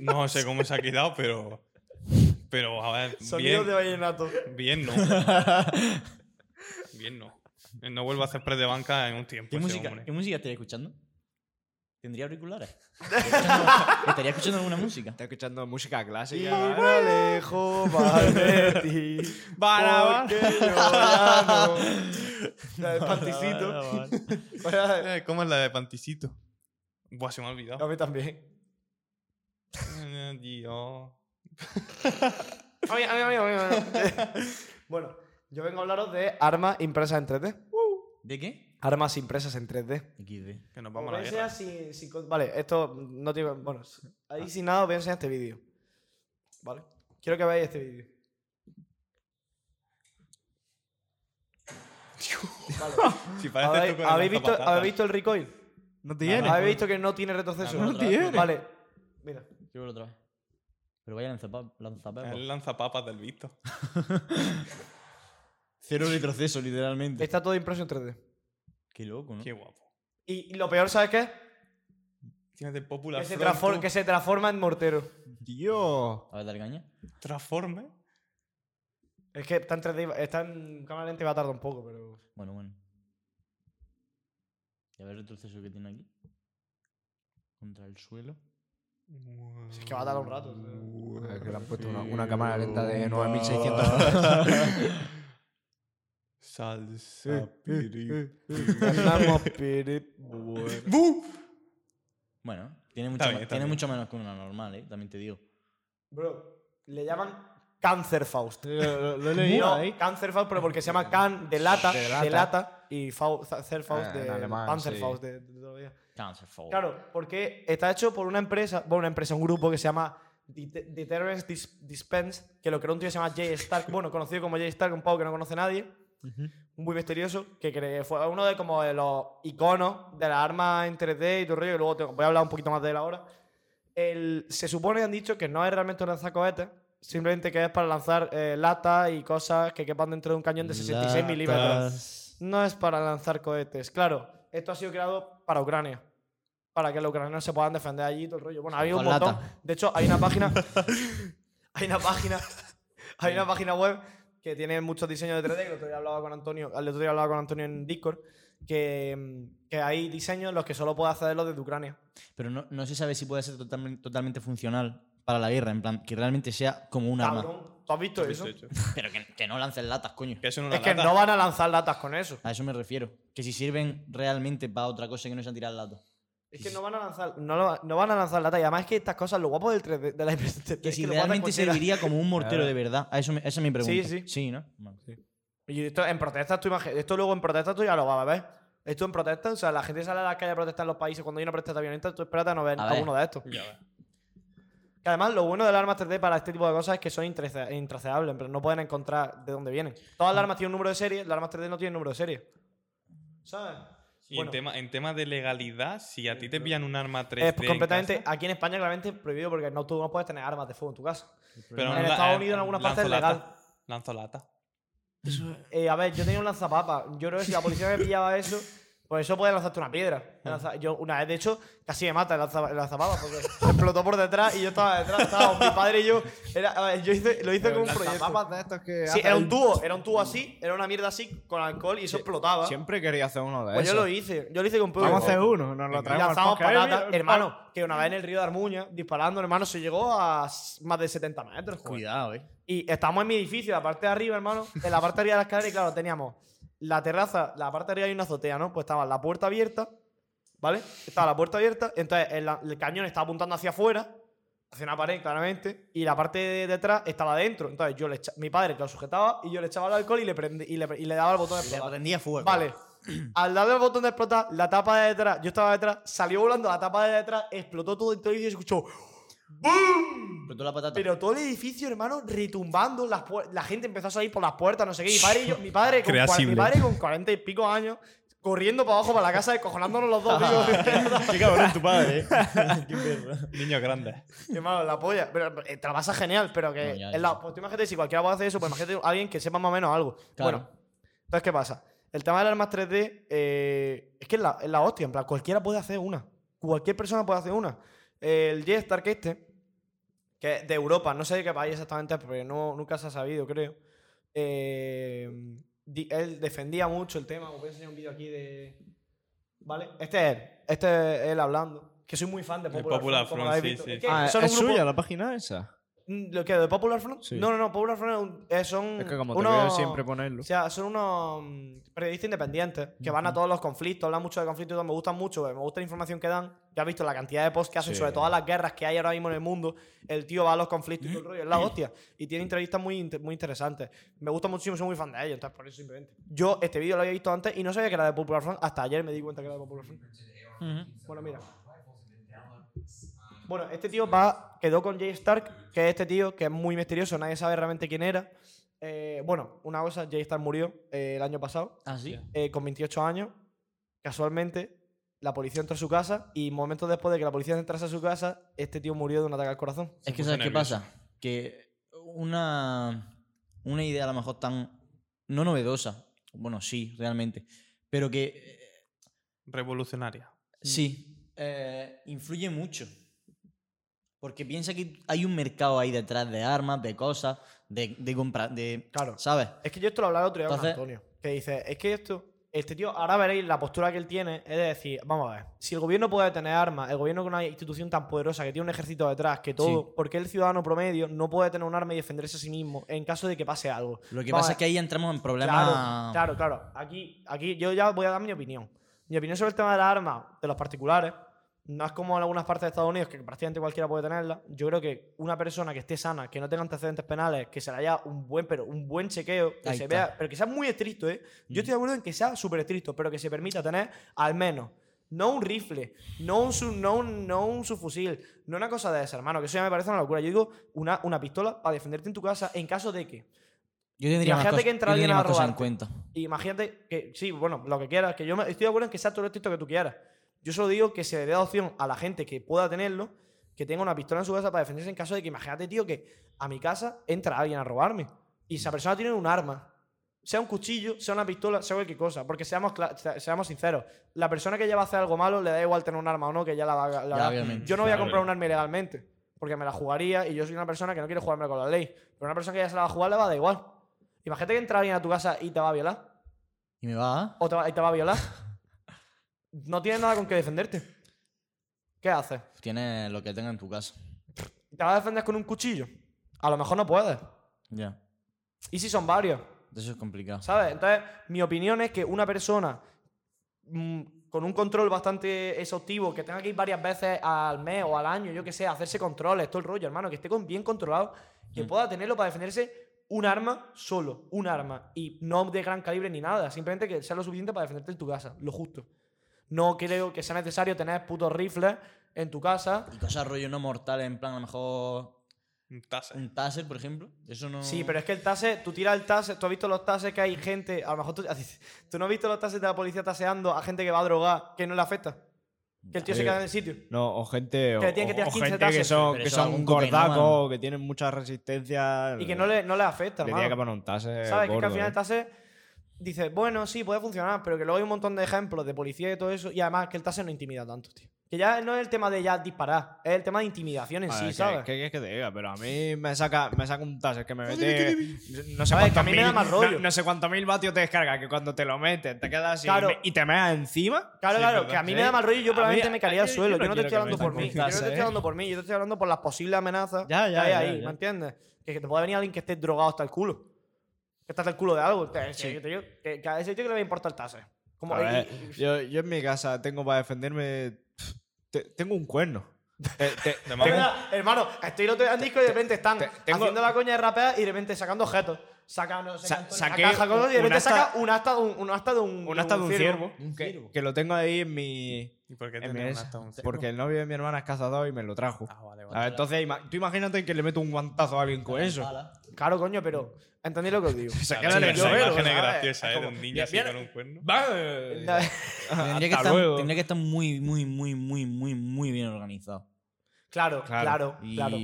[SPEAKER 2] No sé cómo se ha quedado, pero. Pero, a ver.
[SPEAKER 1] sonido
[SPEAKER 2] Bien,
[SPEAKER 1] de vallenato.
[SPEAKER 2] bien no. Bien, no. Eh, No vuelvo a hacer press de banca en un tiempo.
[SPEAKER 3] ¿Qué,
[SPEAKER 2] ese
[SPEAKER 3] música,
[SPEAKER 2] hombre.
[SPEAKER 3] ¿Qué música estaría escuchando? ¿Tendría auriculares? ¿Estaría escuchando alguna música?
[SPEAKER 4] Está escuchando música
[SPEAKER 1] Y
[SPEAKER 4] clásica. ¿vale?
[SPEAKER 1] me alejo más de ti.
[SPEAKER 4] Barabá.
[SPEAKER 1] porque yo ya no. Ya, El panticito. Bueno,
[SPEAKER 2] Eh, ¿Cómo es la de Panticito? Buah, se me ha
[SPEAKER 1] A
[SPEAKER 2] olvidado.
[SPEAKER 1] mí también.
[SPEAKER 2] Eh, Dios.
[SPEAKER 1] A mí, a mí, a mí, a mí, a mí. Bueno, yo vengo a hablaros de armas impresas en 3D.
[SPEAKER 3] ¿De qué?
[SPEAKER 1] Armas impresas en 3D.
[SPEAKER 3] XD.
[SPEAKER 2] Que nos
[SPEAKER 1] Os
[SPEAKER 2] vamos
[SPEAKER 1] voy
[SPEAKER 2] a
[SPEAKER 1] a
[SPEAKER 2] la
[SPEAKER 1] enseñar
[SPEAKER 2] guerra. Ah.
[SPEAKER 1] sin- sin con- vale, esto no tiene. Bueno, s- ahí sin nada os voy a enseñar este vídeo. Vale. Quiero que veáis este vídeo.
[SPEAKER 2] Si parece
[SPEAKER 1] ¿Habéis,
[SPEAKER 2] tú con el
[SPEAKER 1] habéis visto,
[SPEAKER 2] lanzapatatas.
[SPEAKER 1] ¿Habéis visto el recoil?
[SPEAKER 4] No
[SPEAKER 1] ¿Habéis visto que no tiene retroceso?
[SPEAKER 3] No tiene.
[SPEAKER 1] Vale. Mira.
[SPEAKER 3] Yo otra vez. Pero vaya lanzapa- lanzapepas.
[SPEAKER 2] El lanzapapas del visto.
[SPEAKER 3] Cero retroceso, literalmente.
[SPEAKER 1] Está todo impreso en 3D.
[SPEAKER 3] Qué loco, ¿no?
[SPEAKER 2] Qué guapo.
[SPEAKER 1] Y, y lo peor, ¿sabes qué?
[SPEAKER 2] Tienes el popular
[SPEAKER 1] Que se,
[SPEAKER 2] Front,
[SPEAKER 1] transfor-
[SPEAKER 2] tú.
[SPEAKER 1] que se transforma en mortero.
[SPEAKER 4] Dios.
[SPEAKER 3] A ver, dale caña.
[SPEAKER 2] transforme.
[SPEAKER 1] Es que está en 3D, y- está en cámara lenta y va a tardar un poco, pero.
[SPEAKER 3] Bueno, bueno. Y a ver el retroceso que tiene aquí. Contra el suelo.
[SPEAKER 1] Si es que va a tardar un rato. tío.
[SPEAKER 4] Ah, que le han puesto una, una cámara lenta de 9600.
[SPEAKER 3] Eh,
[SPEAKER 2] Salsa piri.
[SPEAKER 1] Ganamos, piri, bueno.
[SPEAKER 2] ¡Bu!
[SPEAKER 3] Bueno, tiene, mucho,
[SPEAKER 2] Está
[SPEAKER 3] me-
[SPEAKER 2] bien, está
[SPEAKER 3] tiene
[SPEAKER 2] bien.
[SPEAKER 3] mucho menos que una normal, ¿eh? También te digo.
[SPEAKER 1] Bro, le llaman Cáncer Faust.
[SPEAKER 4] Lo, lo he
[SPEAKER 1] No,
[SPEAKER 4] leído ahí.
[SPEAKER 1] Cáncer Faust, pero porque se llama Can de lata,
[SPEAKER 4] De
[SPEAKER 1] de
[SPEAKER 4] lata.
[SPEAKER 1] lata, y Faust, Faust
[SPEAKER 4] Ah, en
[SPEAKER 1] de
[SPEAKER 4] alemán,
[SPEAKER 1] Panzer
[SPEAKER 4] sí.
[SPEAKER 1] Faust de, de todavía.
[SPEAKER 3] Cancer Fall.
[SPEAKER 1] Claro, porque está hecho por una empresa, bueno, una empresa, un grupo que se llama Det- Deterrence Dis- Dispense, que lo creó un tío que se llama Jay Stark, bueno, conocido como Jay Stark, un pavo que no conoce nadie, muy misterioso, que cre- fue uno de como de los iconos de las armas en 3D y todo el rollo, que luego te- voy a hablar un poquito más de él ahora. El- se supone, han dicho, que no es realmente un lanzacohetes, simplemente que es para lanzar eh, latas y cosas que quepan dentro de un cañón de 66 milímetros. No es para lanzar cohetes. Claro, esto ha sido creado para Ucrania. Para que los ucranianos se puedan defender allí y todo el rollo. Bueno, había un
[SPEAKER 3] Con
[SPEAKER 1] montón.
[SPEAKER 3] lata.
[SPEAKER 1] De hecho, hay una página. hay una página. Hay una página web que tiene muchos diseños de 3D. Que el otro día hablaba con Antonio. El otro día hablaba con Antonio en Discord. Que, mm, que hay diseños en los que solo puedes hacerlo desde Ucrania.
[SPEAKER 3] Pero no, no se sabe si puede ser totalmente, totalmente funcional para la guerra, en plan, que realmente sea como un arma.
[SPEAKER 1] Cabrón, ¿tú has visto eso?
[SPEAKER 2] Hecho, hecho.
[SPEAKER 3] Pero que, que no lancen latas, coño.
[SPEAKER 2] Que es una
[SPEAKER 1] Es que
[SPEAKER 2] lata.
[SPEAKER 1] no van a lanzar latas con eso.
[SPEAKER 3] A eso me refiero. Que si sirven realmente para otra cosa que no sea tirar latas.
[SPEAKER 1] Es que no van a lanzar, no, lo- no van a lanzar latas. Y además es que estas cosas, lo guapo del 3D, de la impresión 3D,
[SPEAKER 3] Que
[SPEAKER 1] es
[SPEAKER 3] si
[SPEAKER 1] que lo guarda
[SPEAKER 3] realmente
[SPEAKER 1] cualquiera.
[SPEAKER 3] serviría como un mortero
[SPEAKER 4] Claro.
[SPEAKER 3] de verdad. A eso me, esa es mi pregunta.
[SPEAKER 1] sí.
[SPEAKER 3] Sí, ¿no? Vale.
[SPEAKER 1] Y esto en protestas, tú imagi- esto luego en protestas tú ya lo vas a ver. Esto en protestas, o sea, la gente sale a la calle a protestar en los países cuando hay una protesta violenta, tú espérate a no ver
[SPEAKER 3] A ver.
[SPEAKER 1] alguno de estos.
[SPEAKER 2] Ya ves.
[SPEAKER 1] Que además, lo bueno de las armas 3D para este tipo de cosas es que son intrace- intraceables, pero no pueden encontrar de dónde vienen. Todas las armas tienen un número de serie, las armas 3D no tienen número de serie. ¿Sabes?
[SPEAKER 2] Y
[SPEAKER 1] Bueno.
[SPEAKER 2] en, tema, en tema de legalidad, si a ti te pillan un arma 3D.
[SPEAKER 1] Es
[SPEAKER 2] en
[SPEAKER 1] completamente,
[SPEAKER 2] casa,
[SPEAKER 1] aquí en España claramente prohibido porque no, tú no puedes tener armas de fuego en tu casa.
[SPEAKER 2] pero
[SPEAKER 1] en
[SPEAKER 2] la-
[SPEAKER 1] Estados
[SPEAKER 2] eh,
[SPEAKER 1] Unidos en algunas partes es
[SPEAKER 2] lanzolata.
[SPEAKER 1] legal.
[SPEAKER 2] Lanzolata.
[SPEAKER 1] Eh, a ver, yo tenía un lanzapapa. Yo creo que si la policía me pillaba eso, pues eso puede lanzarte una piedra. El lanza- Yo una vez, de hecho, casi me mata el, lanza- el lanzapapa porque explotó por detrás y yo estaba detrás. Estábamos mi padre y yo. Era, a ver, yo hice, lo hice como un proyecto.
[SPEAKER 4] de estos que.
[SPEAKER 1] Sí, era un tubo, era un tubo así, era una mierda así con alcohol y eso explotaba.
[SPEAKER 4] Siempre quería hacer uno de
[SPEAKER 1] Pues yo
[SPEAKER 4] esos.
[SPEAKER 1] lo hice, yo lo hice con
[SPEAKER 4] Vamos a hacer
[SPEAKER 1] público.
[SPEAKER 4] uno, nos lo
[SPEAKER 1] Y
[SPEAKER 4] traemos. al
[SPEAKER 1] lanzamos
[SPEAKER 4] podcast.
[SPEAKER 1] patatas,
[SPEAKER 4] Eh, mira,
[SPEAKER 1] hermano, que una vez en el río de Armuña, disparando, hermano, se llegó a s- más de 70 metros. joder.
[SPEAKER 3] Cuidado, eh.
[SPEAKER 1] Y estábamos en mi edificio, la parte de arriba, hermano. En la parte de arriba de la escalera, y claro, teníamos la terraza, la parte de arriba hay una azotea, ¿no? Pues estaba la puerta abierta, ¿vale? Estaba la puerta abierta, entonces el, el cañón estaba apuntando hacia afuera, hacia una pared, claramente, y la parte de detrás estaba dentro. Entonces yo le echa- mi padre que lo sujetaba y yo le echaba el alcohol y le, prendí- y le, y le daba el botón de
[SPEAKER 3] Le
[SPEAKER 1] explotar.
[SPEAKER 3] prendía fuego.
[SPEAKER 1] Vale. Al darle el botón de explotar, la tapa de detrás, yo estaba detrás, salió volando la tapa de detrás, explotó todo el edificio y se escuchó
[SPEAKER 3] Explotó la patata.
[SPEAKER 1] pero todo el edificio, hermano, retumbando, las puer- la gente empezó a salir por las puertas, no sé qué. Mi padre, y yo- mi padre, con, cua- mi
[SPEAKER 2] Creasible.
[SPEAKER 1] padre con 40 y pico años, corriendo para abajo para la casa, descojonándonos los dos. digo,
[SPEAKER 3] Qué cabrón tu padre, eh. Qué perro.
[SPEAKER 2] Niños grandes.
[SPEAKER 1] hermano, la polla. Pero eh, te la pasas genial, pero que.
[SPEAKER 3] No, ya,
[SPEAKER 1] es
[SPEAKER 3] ya.
[SPEAKER 1] la- pues tú imagínate, si cualquiera puede hacer eso, pues imagínate alguien que sepa más o menos algo.
[SPEAKER 3] Claro.
[SPEAKER 1] Bueno, entonces, ¿qué pasa? El tema de las armas 3D eh, es que es la, es la hostia, en plan, cualquiera puede hacer una. Cualquier persona puede hacer una. El Jet Stark este, que es de Europa, no sé de qué país exactamente, es, porque no, nunca se ha sabido, creo. eh, di- él defendía mucho el tema. Os voy a enseñar un vídeo aquí de. ¿Vale? Este es él. Este es él hablando. Que soy muy fan de
[SPEAKER 2] De
[SPEAKER 1] Popular,
[SPEAKER 2] Popular
[SPEAKER 1] Front, como
[SPEAKER 2] Front,
[SPEAKER 1] lo habéis visto.
[SPEAKER 2] sí, sí.
[SPEAKER 1] Es que
[SPEAKER 4] Ah,
[SPEAKER 1] son un
[SPEAKER 4] ¿Es
[SPEAKER 1] grupo-
[SPEAKER 4] suya la página esa?
[SPEAKER 1] Mm, ¿Lo que? ¿De Popular Front?
[SPEAKER 4] Sí.
[SPEAKER 1] No, no, no. Popular Front es un- es, son.
[SPEAKER 4] Es que como te
[SPEAKER 1] unos,
[SPEAKER 4] veo siempre ponerlo.
[SPEAKER 1] O sea, son unos mm, periodistas independientes que van a todos los conflictos, hablan mucho de conflictos y todo. Me gustan mucho, eh, me gusta la información que dan. Ya has visto la cantidad de posts que hacen
[SPEAKER 4] Sí.
[SPEAKER 1] sobre todas las guerras que hay ahora mismo en el mundo. El tío va a los conflictos y todo el rollo. Es la hostia. Y tiene entrevistas muy, inte- muy interesantes. Me gusta muchísimo, soy muy fan de ellos. Entonces, por eso simplemente. Yo este vídeo lo había visto antes y no sabía que era de Popular Front. Hasta ayer me di cuenta que era de Popular Front. Bueno, mira. Bueno, este tío va, quedó con Jay Stark, que es este tío que es muy misterioso, nadie sabe realmente quién era. Eh, bueno, una cosa, Jay Stark murió eh, el año pasado,
[SPEAKER 3] ¿Ah, sí?
[SPEAKER 1] eh, con 28 años. Casualmente, la policía entró a su casa y momentos después de que la policía entrase a su casa, este tío murió de un ataque al corazón.
[SPEAKER 3] Es que
[SPEAKER 2] puso
[SPEAKER 3] ¿sabes qué
[SPEAKER 2] nervioso.
[SPEAKER 3] pasa? Que una, una idea a lo mejor tan... No novedosa. Bueno, sí, realmente. Pero que eh,
[SPEAKER 2] Revolucionaria.
[SPEAKER 3] Sí, eh, influye mucho. Porque piensa que hay un mercado ahí detrás de armas, de cosas, de, de comprar, de...
[SPEAKER 1] Claro.
[SPEAKER 3] ¿Sabes?
[SPEAKER 1] Es que yo esto lo hablaba el otro día
[SPEAKER 3] Entonces-
[SPEAKER 1] con Antonio. Que dice, es que esto, este tío, ahora veréis la postura que él tiene, es de decir, vamos a ver, si el gobierno puede tener armas, el gobierno con una institución tan poderosa, que tiene un ejército detrás, que todo,
[SPEAKER 3] Sí.
[SPEAKER 1] porque el ciudadano promedio no puede tener un arma y defenderse a sí mismo en caso de que pase algo?
[SPEAKER 3] Lo que
[SPEAKER 1] Vamos
[SPEAKER 3] pasa
[SPEAKER 1] a
[SPEAKER 3] es que ahí entramos en
[SPEAKER 1] ver,
[SPEAKER 3] problemas...
[SPEAKER 1] eh, Claro, claro, claro. Aquí, aquí yo ya voy a dar mi opinión. Mi opinión sobre el tema de las armas de los particulares no es como en algunas partes de Estados Unidos que prácticamente cualquiera puede tenerla. Yo creo que una persona que esté sana, que no tenga antecedentes penales, que se le haya un buen, pero un buen chequeo, que
[SPEAKER 3] Ahí
[SPEAKER 1] se
[SPEAKER 3] está. Mm.
[SPEAKER 1] vea, pero que sea muy estricto, ¿eh? Yo estoy de acuerdo en que sea súper estricto, pero que se permita tener al menos no un rifle, no un, sub- no un, no un subfusil, no una cosa de esa, hermano, que eso ya me parece una locura. Yo digo una, una pistola para defenderte en tu casa en caso de que
[SPEAKER 3] Yo tendría más
[SPEAKER 1] Imagínate que
[SPEAKER 3] cosas, yo
[SPEAKER 1] entra alguien
[SPEAKER 3] tendría
[SPEAKER 1] a
[SPEAKER 3] más cosas en
[SPEAKER 1] robarte.
[SPEAKER 3] cuenta.
[SPEAKER 1] Imagínate que, sí, bueno, lo que quieras, que yo me- estoy de acuerdo en que sea todo el estricto que tú quieras. Yo solo digo que se le dé la opción a la gente que pueda tenerlo, que tenga una pistola en su casa para defenderse en caso de que, imagínate, tío, que a mi casa entra alguien a robarme y esa persona tiene un arma. Sea un cuchillo, sea una pistola, sea cualquier cosa. Porque seamos, cla- se- seamos sinceros, la persona que ya va a hacer algo malo le da igual tener un arma o no, que ya la va la
[SPEAKER 3] Ya,
[SPEAKER 1] va-
[SPEAKER 3] obviamente.
[SPEAKER 1] Yo no voy a
[SPEAKER 2] Claro,
[SPEAKER 1] comprar
[SPEAKER 2] claro.
[SPEAKER 1] un arma ilegalmente, porque me la jugaría y yo soy una persona que no quiere jugarme con la ley. Pero una persona que ya se la va a jugar le va a dar igual. Imagínate que entra alguien a tu casa y te va a violar.
[SPEAKER 3] Y me va a...
[SPEAKER 1] O te va, y te va a violar. No tienes nada con que defenderte. ¿Qué haces?
[SPEAKER 3] Tienes pues, lo que tenga en tu casa.
[SPEAKER 1] ¿Te vas a defender con un cuchillo? A lo mejor no puedes.
[SPEAKER 3] Ya.
[SPEAKER 1] ¿Y si son varios?
[SPEAKER 3] Eso es complicado.
[SPEAKER 1] ¿Sabes? Entonces, mi opinión es que una persona mm, con un control bastante exhaustivo, que tenga que ir varias veces al mes o al año, yo qué sé, a hacerse controles, todo el rollo, hermano, que esté con- bien controlado, que pueda tenerlo para defenderse un arma solo, un arma, y no de gran calibre ni nada, simplemente que sea lo suficiente para defenderte en tu casa, lo justo. No creo que sea necesario tener putos rifles en tu casa.
[SPEAKER 3] Y cosas rollo no mortales, en plan, a lo mejor
[SPEAKER 2] Un taser.
[SPEAKER 3] un taser, por ejemplo. Eso no...
[SPEAKER 1] Sí, pero es que el tase, tú tiras el tase, tú has visto los tases que hay gente, a lo mejor tú, tú no has visto los tases de la policía taseando a gente que va a drogar, que no le afecta. Que el tío se
[SPEAKER 4] Sí.
[SPEAKER 1] queda en el sititio.
[SPEAKER 4] No, o gente, o,
[SPEAKER 1] Que tienen que
[SPEAKER 4] o-
[SPEAKER 1] tirar
[SPEAKER 4] o
[SPEAKER 1] 15
[SPEAKER 4] gente que
[SPEAKER 1] tases.
[SPEAKER 4] son,
[SPEAKER 3] Pero
[SPEAKER 4] que
[SPEAKER 3] eso
[SPEAKER 4] son
[SPEAKER 3] algún cocainómano.
[SPEAKER 4] gordacos, que tienen mucha resistencia.
[SPEAKER 1] Y que no le, no le afecta,
[SPEAKER 4] le tiene que
[SPEAKER 1] hermano.
[SPEAKER 4] poner un tase
[SPEAKER 1] ¿Sabes? Que es que
[SPEAKER 4] gordo,
[SPEAKER 1] al final
[SPEAKER 4] ¿eh?
[SPEAKER 1] el tase dice, bueno, sí, puede funcionar, pero que luego hay un montón de ejemplos de policía y todo eso. Y además que el tase no intimida tanto, tío. Que ya no es el tema de ya disparar, es el tema de intimidación en
[SPEAKER 4] Vale,
[SPEAKER 1] sí,
[SPEAKER 4] Ah, que-
[SPEAKER 1] ¿sabes?
[SPEAKER 4] que- que- que te diga? Pero a mí me saca, me saca un taser que me mete. No sé
[SPEAKER 1] A ver, que a
[SPEAKER 4] cuántos
[SPEAKER 1] mí
[SPEAKER 4] mil.
[SPEAKER 1] me da más rollo.
[SPEAKER 4] No, no sé cuántos mil vatios te descarga, que cuando te lo metes te quedas así
[SPEAKER 1] Claro.
[SPEAKER 4] y me- y te meas encima.
[SPEAKER 1] Claro,
[SPEAKER 4] Sí,
[SPEAKER 1] claro,
[SPEAKER 4] perdón,
[SPEAKER 1] que a mí
[SPEAKER 4] sí.
[SPEAKER 1] me da mal rollo y yo
[SPEAKER 4] A
[SPEAKER 1] probablemente
[SPEAKER 4] mí-
[SPEAKER 1] me caería al
[SPEAKER 4] yo- yo
[SPEAKER 1] suelo. Yo,
[SPEAKER 4] no
[SPEAKER 1] no te estoy
[SPEAKER 4] quiero que
[SPEAKER 1] hablando
[SPEAKER 4] me
[SPEAKER 1] por mí.
[SPEAKER 4] metan
[SPEAKER 1] Yo no te
[SPEAKER 4] con
[SPEAKER 1] estoy
[SPEAKER 4] taza,
[SPEAKER 1] hablando por mí, yo te estoy hablando por las posibles amenazas
[SPEAKER 4] Ya, ya,
[SPEAKER 1] que hay
[SPEAKER 4] ya,
[SPEAKER 1] ahí,
[SPEAKER 4] ya.
[SPEAKER 1] ¿me entiendes? Que, que te puede venir alguien que esté drogado hasta el culo. Que estás el culo de algo. Que, que- que te digo, que- que a ese tío que le va a importar el tase. Como,
[SPEAKER 4] A
[SPEAKER 1] y-
[SPEAKER 4] ver,
[SPEAKER 1] y-
[SPEAKER 4] yo, yo en mi casa tengo para defenderme. pff, te- tengo un cuerno. Te- te-
[SPEAKER 2] De
[SPEAKER 1] Tengo
[SPEAKER 2] mamá.
[SPEAKER 1] una- hermano, estoy el otro día en disco y de repente están
[SPEAKER 4] tengo-
[SPEAKER 1] haciendo la coña de rapear y de repente sacando objetos. Saca, no sé,
[SPEAKER 4] Sa-
[SPEAKER 1] Antonio,
[SPEAKER 4] saqué
[SPEAKER 1] una caja con- y de
[SPEAKER 4] un
[SPEAKER 1] repente
[SPEAKER 4] asta-
[SPEAKER 1] saca un asta de un, un asta de un,
[SPEAKER 4] un hasta de un ciervo.
[SPEAKER 3] ciervo.
[SPEAKER 4] Que, que lo tengo ahí en mi.
[SPEAKER 2] ¿Y por qué
[SPEAKER 4] en mi
[SPEAKER 2] tenía
[SPEAKER 4] esa,
[SPEAKER 2] hasta un cero?
[SPEAKER 4] porque el novio de mi hermana es cazador y me lo trajo.
[SPEAKER 2] Ah, vale,
[SPEAKER 4] A ver,
[SPEAKER 2] vale.
[SPEAKER 4] entonces, ima- tú imagínate que le meto un guantazo a alguien con eso.
[SPEAKER 1] Claro, coño, pero entendí lo que os digo.
[SPEAKER 4] Se
[SPEAKER 2] Claro,
[SPEAKER 4] queda en el
[SPEAKER 2] esa
[SPEAKER 4] suelo,
[SPEAKER 2] imagen es
[SPEAKER 4] ¿sabes?
[SPEAKER 2] graciosa,
[SPEAKER 4] Es
[SPEAKER 2] ¿eh? De
[SPEAKER 4] como,
[SPEAKER 2] un niño
[SPEAKER 4] "Mira,
[SPEAKER 2] así
[SPEAKER 4] mira,
[SPEAKER 2] con un cuerno.
[SPEAKER 4] va, eh,
[SPEAKER 3] Tendría que,
[SPEAKER 4] hasta
[SPEAKER 3] estar,
[SPEAKER 4] luego.
[SPEAKER 3] tendría que estar muy, muy, muy, muy, muy, muy bien organizado.
[SPEAKER 1] Claro, claro,
[SPEAKER 3] Y-
[SPEAKER 1] claro.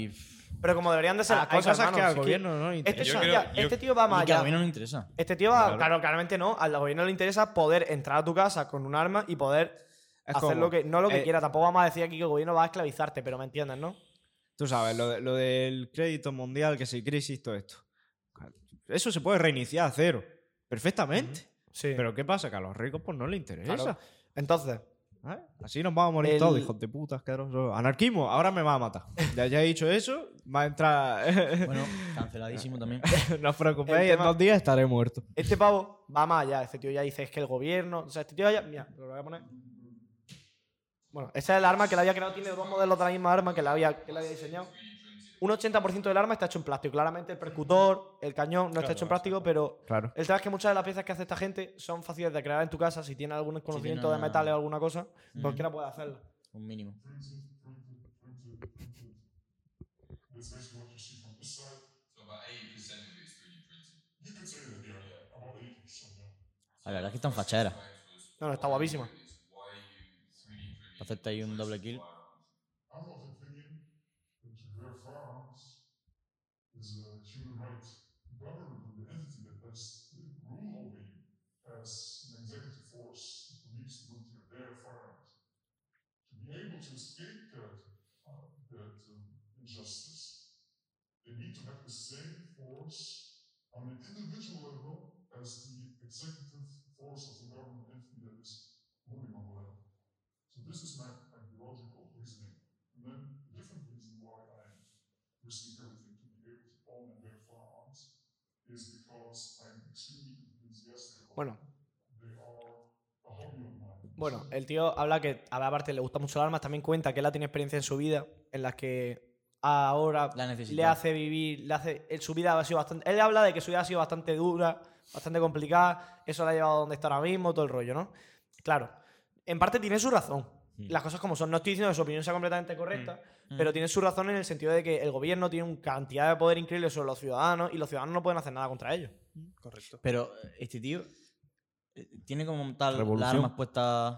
[SPEAKER 1] Pero como deberían de ser las
[SPEAKER 4] Hay
[SPEAKER 1] cosas,
[SPEAKER 4] Ah, cosas que
[SPEAKER 1] hermano,
[SPEAKER 4] al
[SPEAKER 1] si es
[SPEAKER 4] gobierno no le
[SPEAKER 1] Este,
[SPEAKER 4] interesa.
[SPEAKER 2] Yo
[SPEAKER 1] son-
[SPEAKER 2] creo-
[SPEAKER 1] ya,
[SPEAKER 2] yo-
[SPEAKER 1] este tío va más
[SPEAKER 3] Y que a
[SPEAKER 1] allá.
[SPEAKER 3] mí no me interesa.
[SPEAKER 1] Este tío va,
[SPEAKER 4] Claro.
[SPEAKER 1] claro. claramente no. Al gobierno le interesa poder entrar a tu casa con un arma y poder
[SPEAKER 4] Es
[SPEAKER 1] hacer
[SPEAKER 4] como,
[SPEAKER 1] lo que, no lo que
[SPEAKER 4] eh,
[SPEAKER 1] quiera. Tampoco vamos a decir aquí que el gobierno va a esclavizarte, pero me entiendes, ¿no?
[SPEAKER 4] Tú sabes, lo, de- lo del crédito mundial, que si crisis, todo esto. Eso se puede reiniciar a cero. perfectamente.
[SPEAKER 1] Sí.
[SPEAKER 4] Pero ¿qué pasa? Que a los ricos pues no les interesa.
[SPEAKER 1] Claro. Entonces,
[SPEAKER 4] ¿eh? Así nos vamos a morir
[SPEAKER 1] El-
[SPEAKER 4] todos, hijos de puta, asquerosos. Anarquismo, ahora me va a matar. Ya, ya he dicho eso, va a entrar...
[SPEAKER 3] Bueno, canceladísimo también.
[SPEAKER 4] no os preocupéis,
[SPEAKER 1] El
[SPEAKER 4] en
[SPEAKER 1] tema-
[SPEAKER 4] dos días estaré muerto.
[SPEAKER 1] este pavo va más allá. Este tío ya dice, es que el gobierno... O sea, este tío ya... Mira, lo voy a poner... Bueno, esa es el arma que le había creado. Tiene dos modelos de la misma arma que le había, que le había diseñado. Un 80% del arma está hecho en plástico. Claramente el percutor, el cañón, no está hecho en plástico, pero...
[SPEAKER 4] Claro.
[SPEAKER 1] El tema es que muchas de las piezas que hace esta gente son fáciles de crear en tu casa. Si tienes algún conocimiento
[SPEAKER 3] tiene
[SPEAKER 1] de
[SPEAKER 3] una-
[SPEAKER 1] metales o alguna cosa,
[SPEAKER 3] Ujú.
[SPEAKER 1] cualquiera puede hacerla.
[SPEAKER 3] Un mínimo. A la verdad es que están facheras.
[SPEAKER 1] No, no, está guapísima.
[SPEAKER 3] Para hacerte ahí un doble kill.
[SPEAKER 6] uh, um,
[SPEAKER 1] Bueno. Bueno, el tío habla que, a la parte le gusta mucho el armas, también cuenta que él ha tenido experiencia en su vida, en las que ahora
[SPEAKER 3] La
[SPEAKER 1] le
[SPEAKER 3] necesitas.
[SPEAKER 1] hace vivir, le hace, él- su vida ha sido bastante, él habla de que su vida ha sido bastante dura, bastante complicada, eso la ha llevado a donde está ahora mismo, todo el rollo, ¿no? Claro, en parte tiene su razón, las cosas como son, no estoy diciendo que su opinión sea completamente correcta, pero tiene su razón en el sentido de que el gobierno tiene una cantidad de poder increíble sobre los ciudadanos y los ciudadanos no pueden hacer nada contra ellos.
[SPEAKER 2] Correcto.
[SPEAKER 3] Pero eh, este tío eh, tiene como tal las
[SPEAKER 4] Revolución.
[SPEAKER 3] armas puestas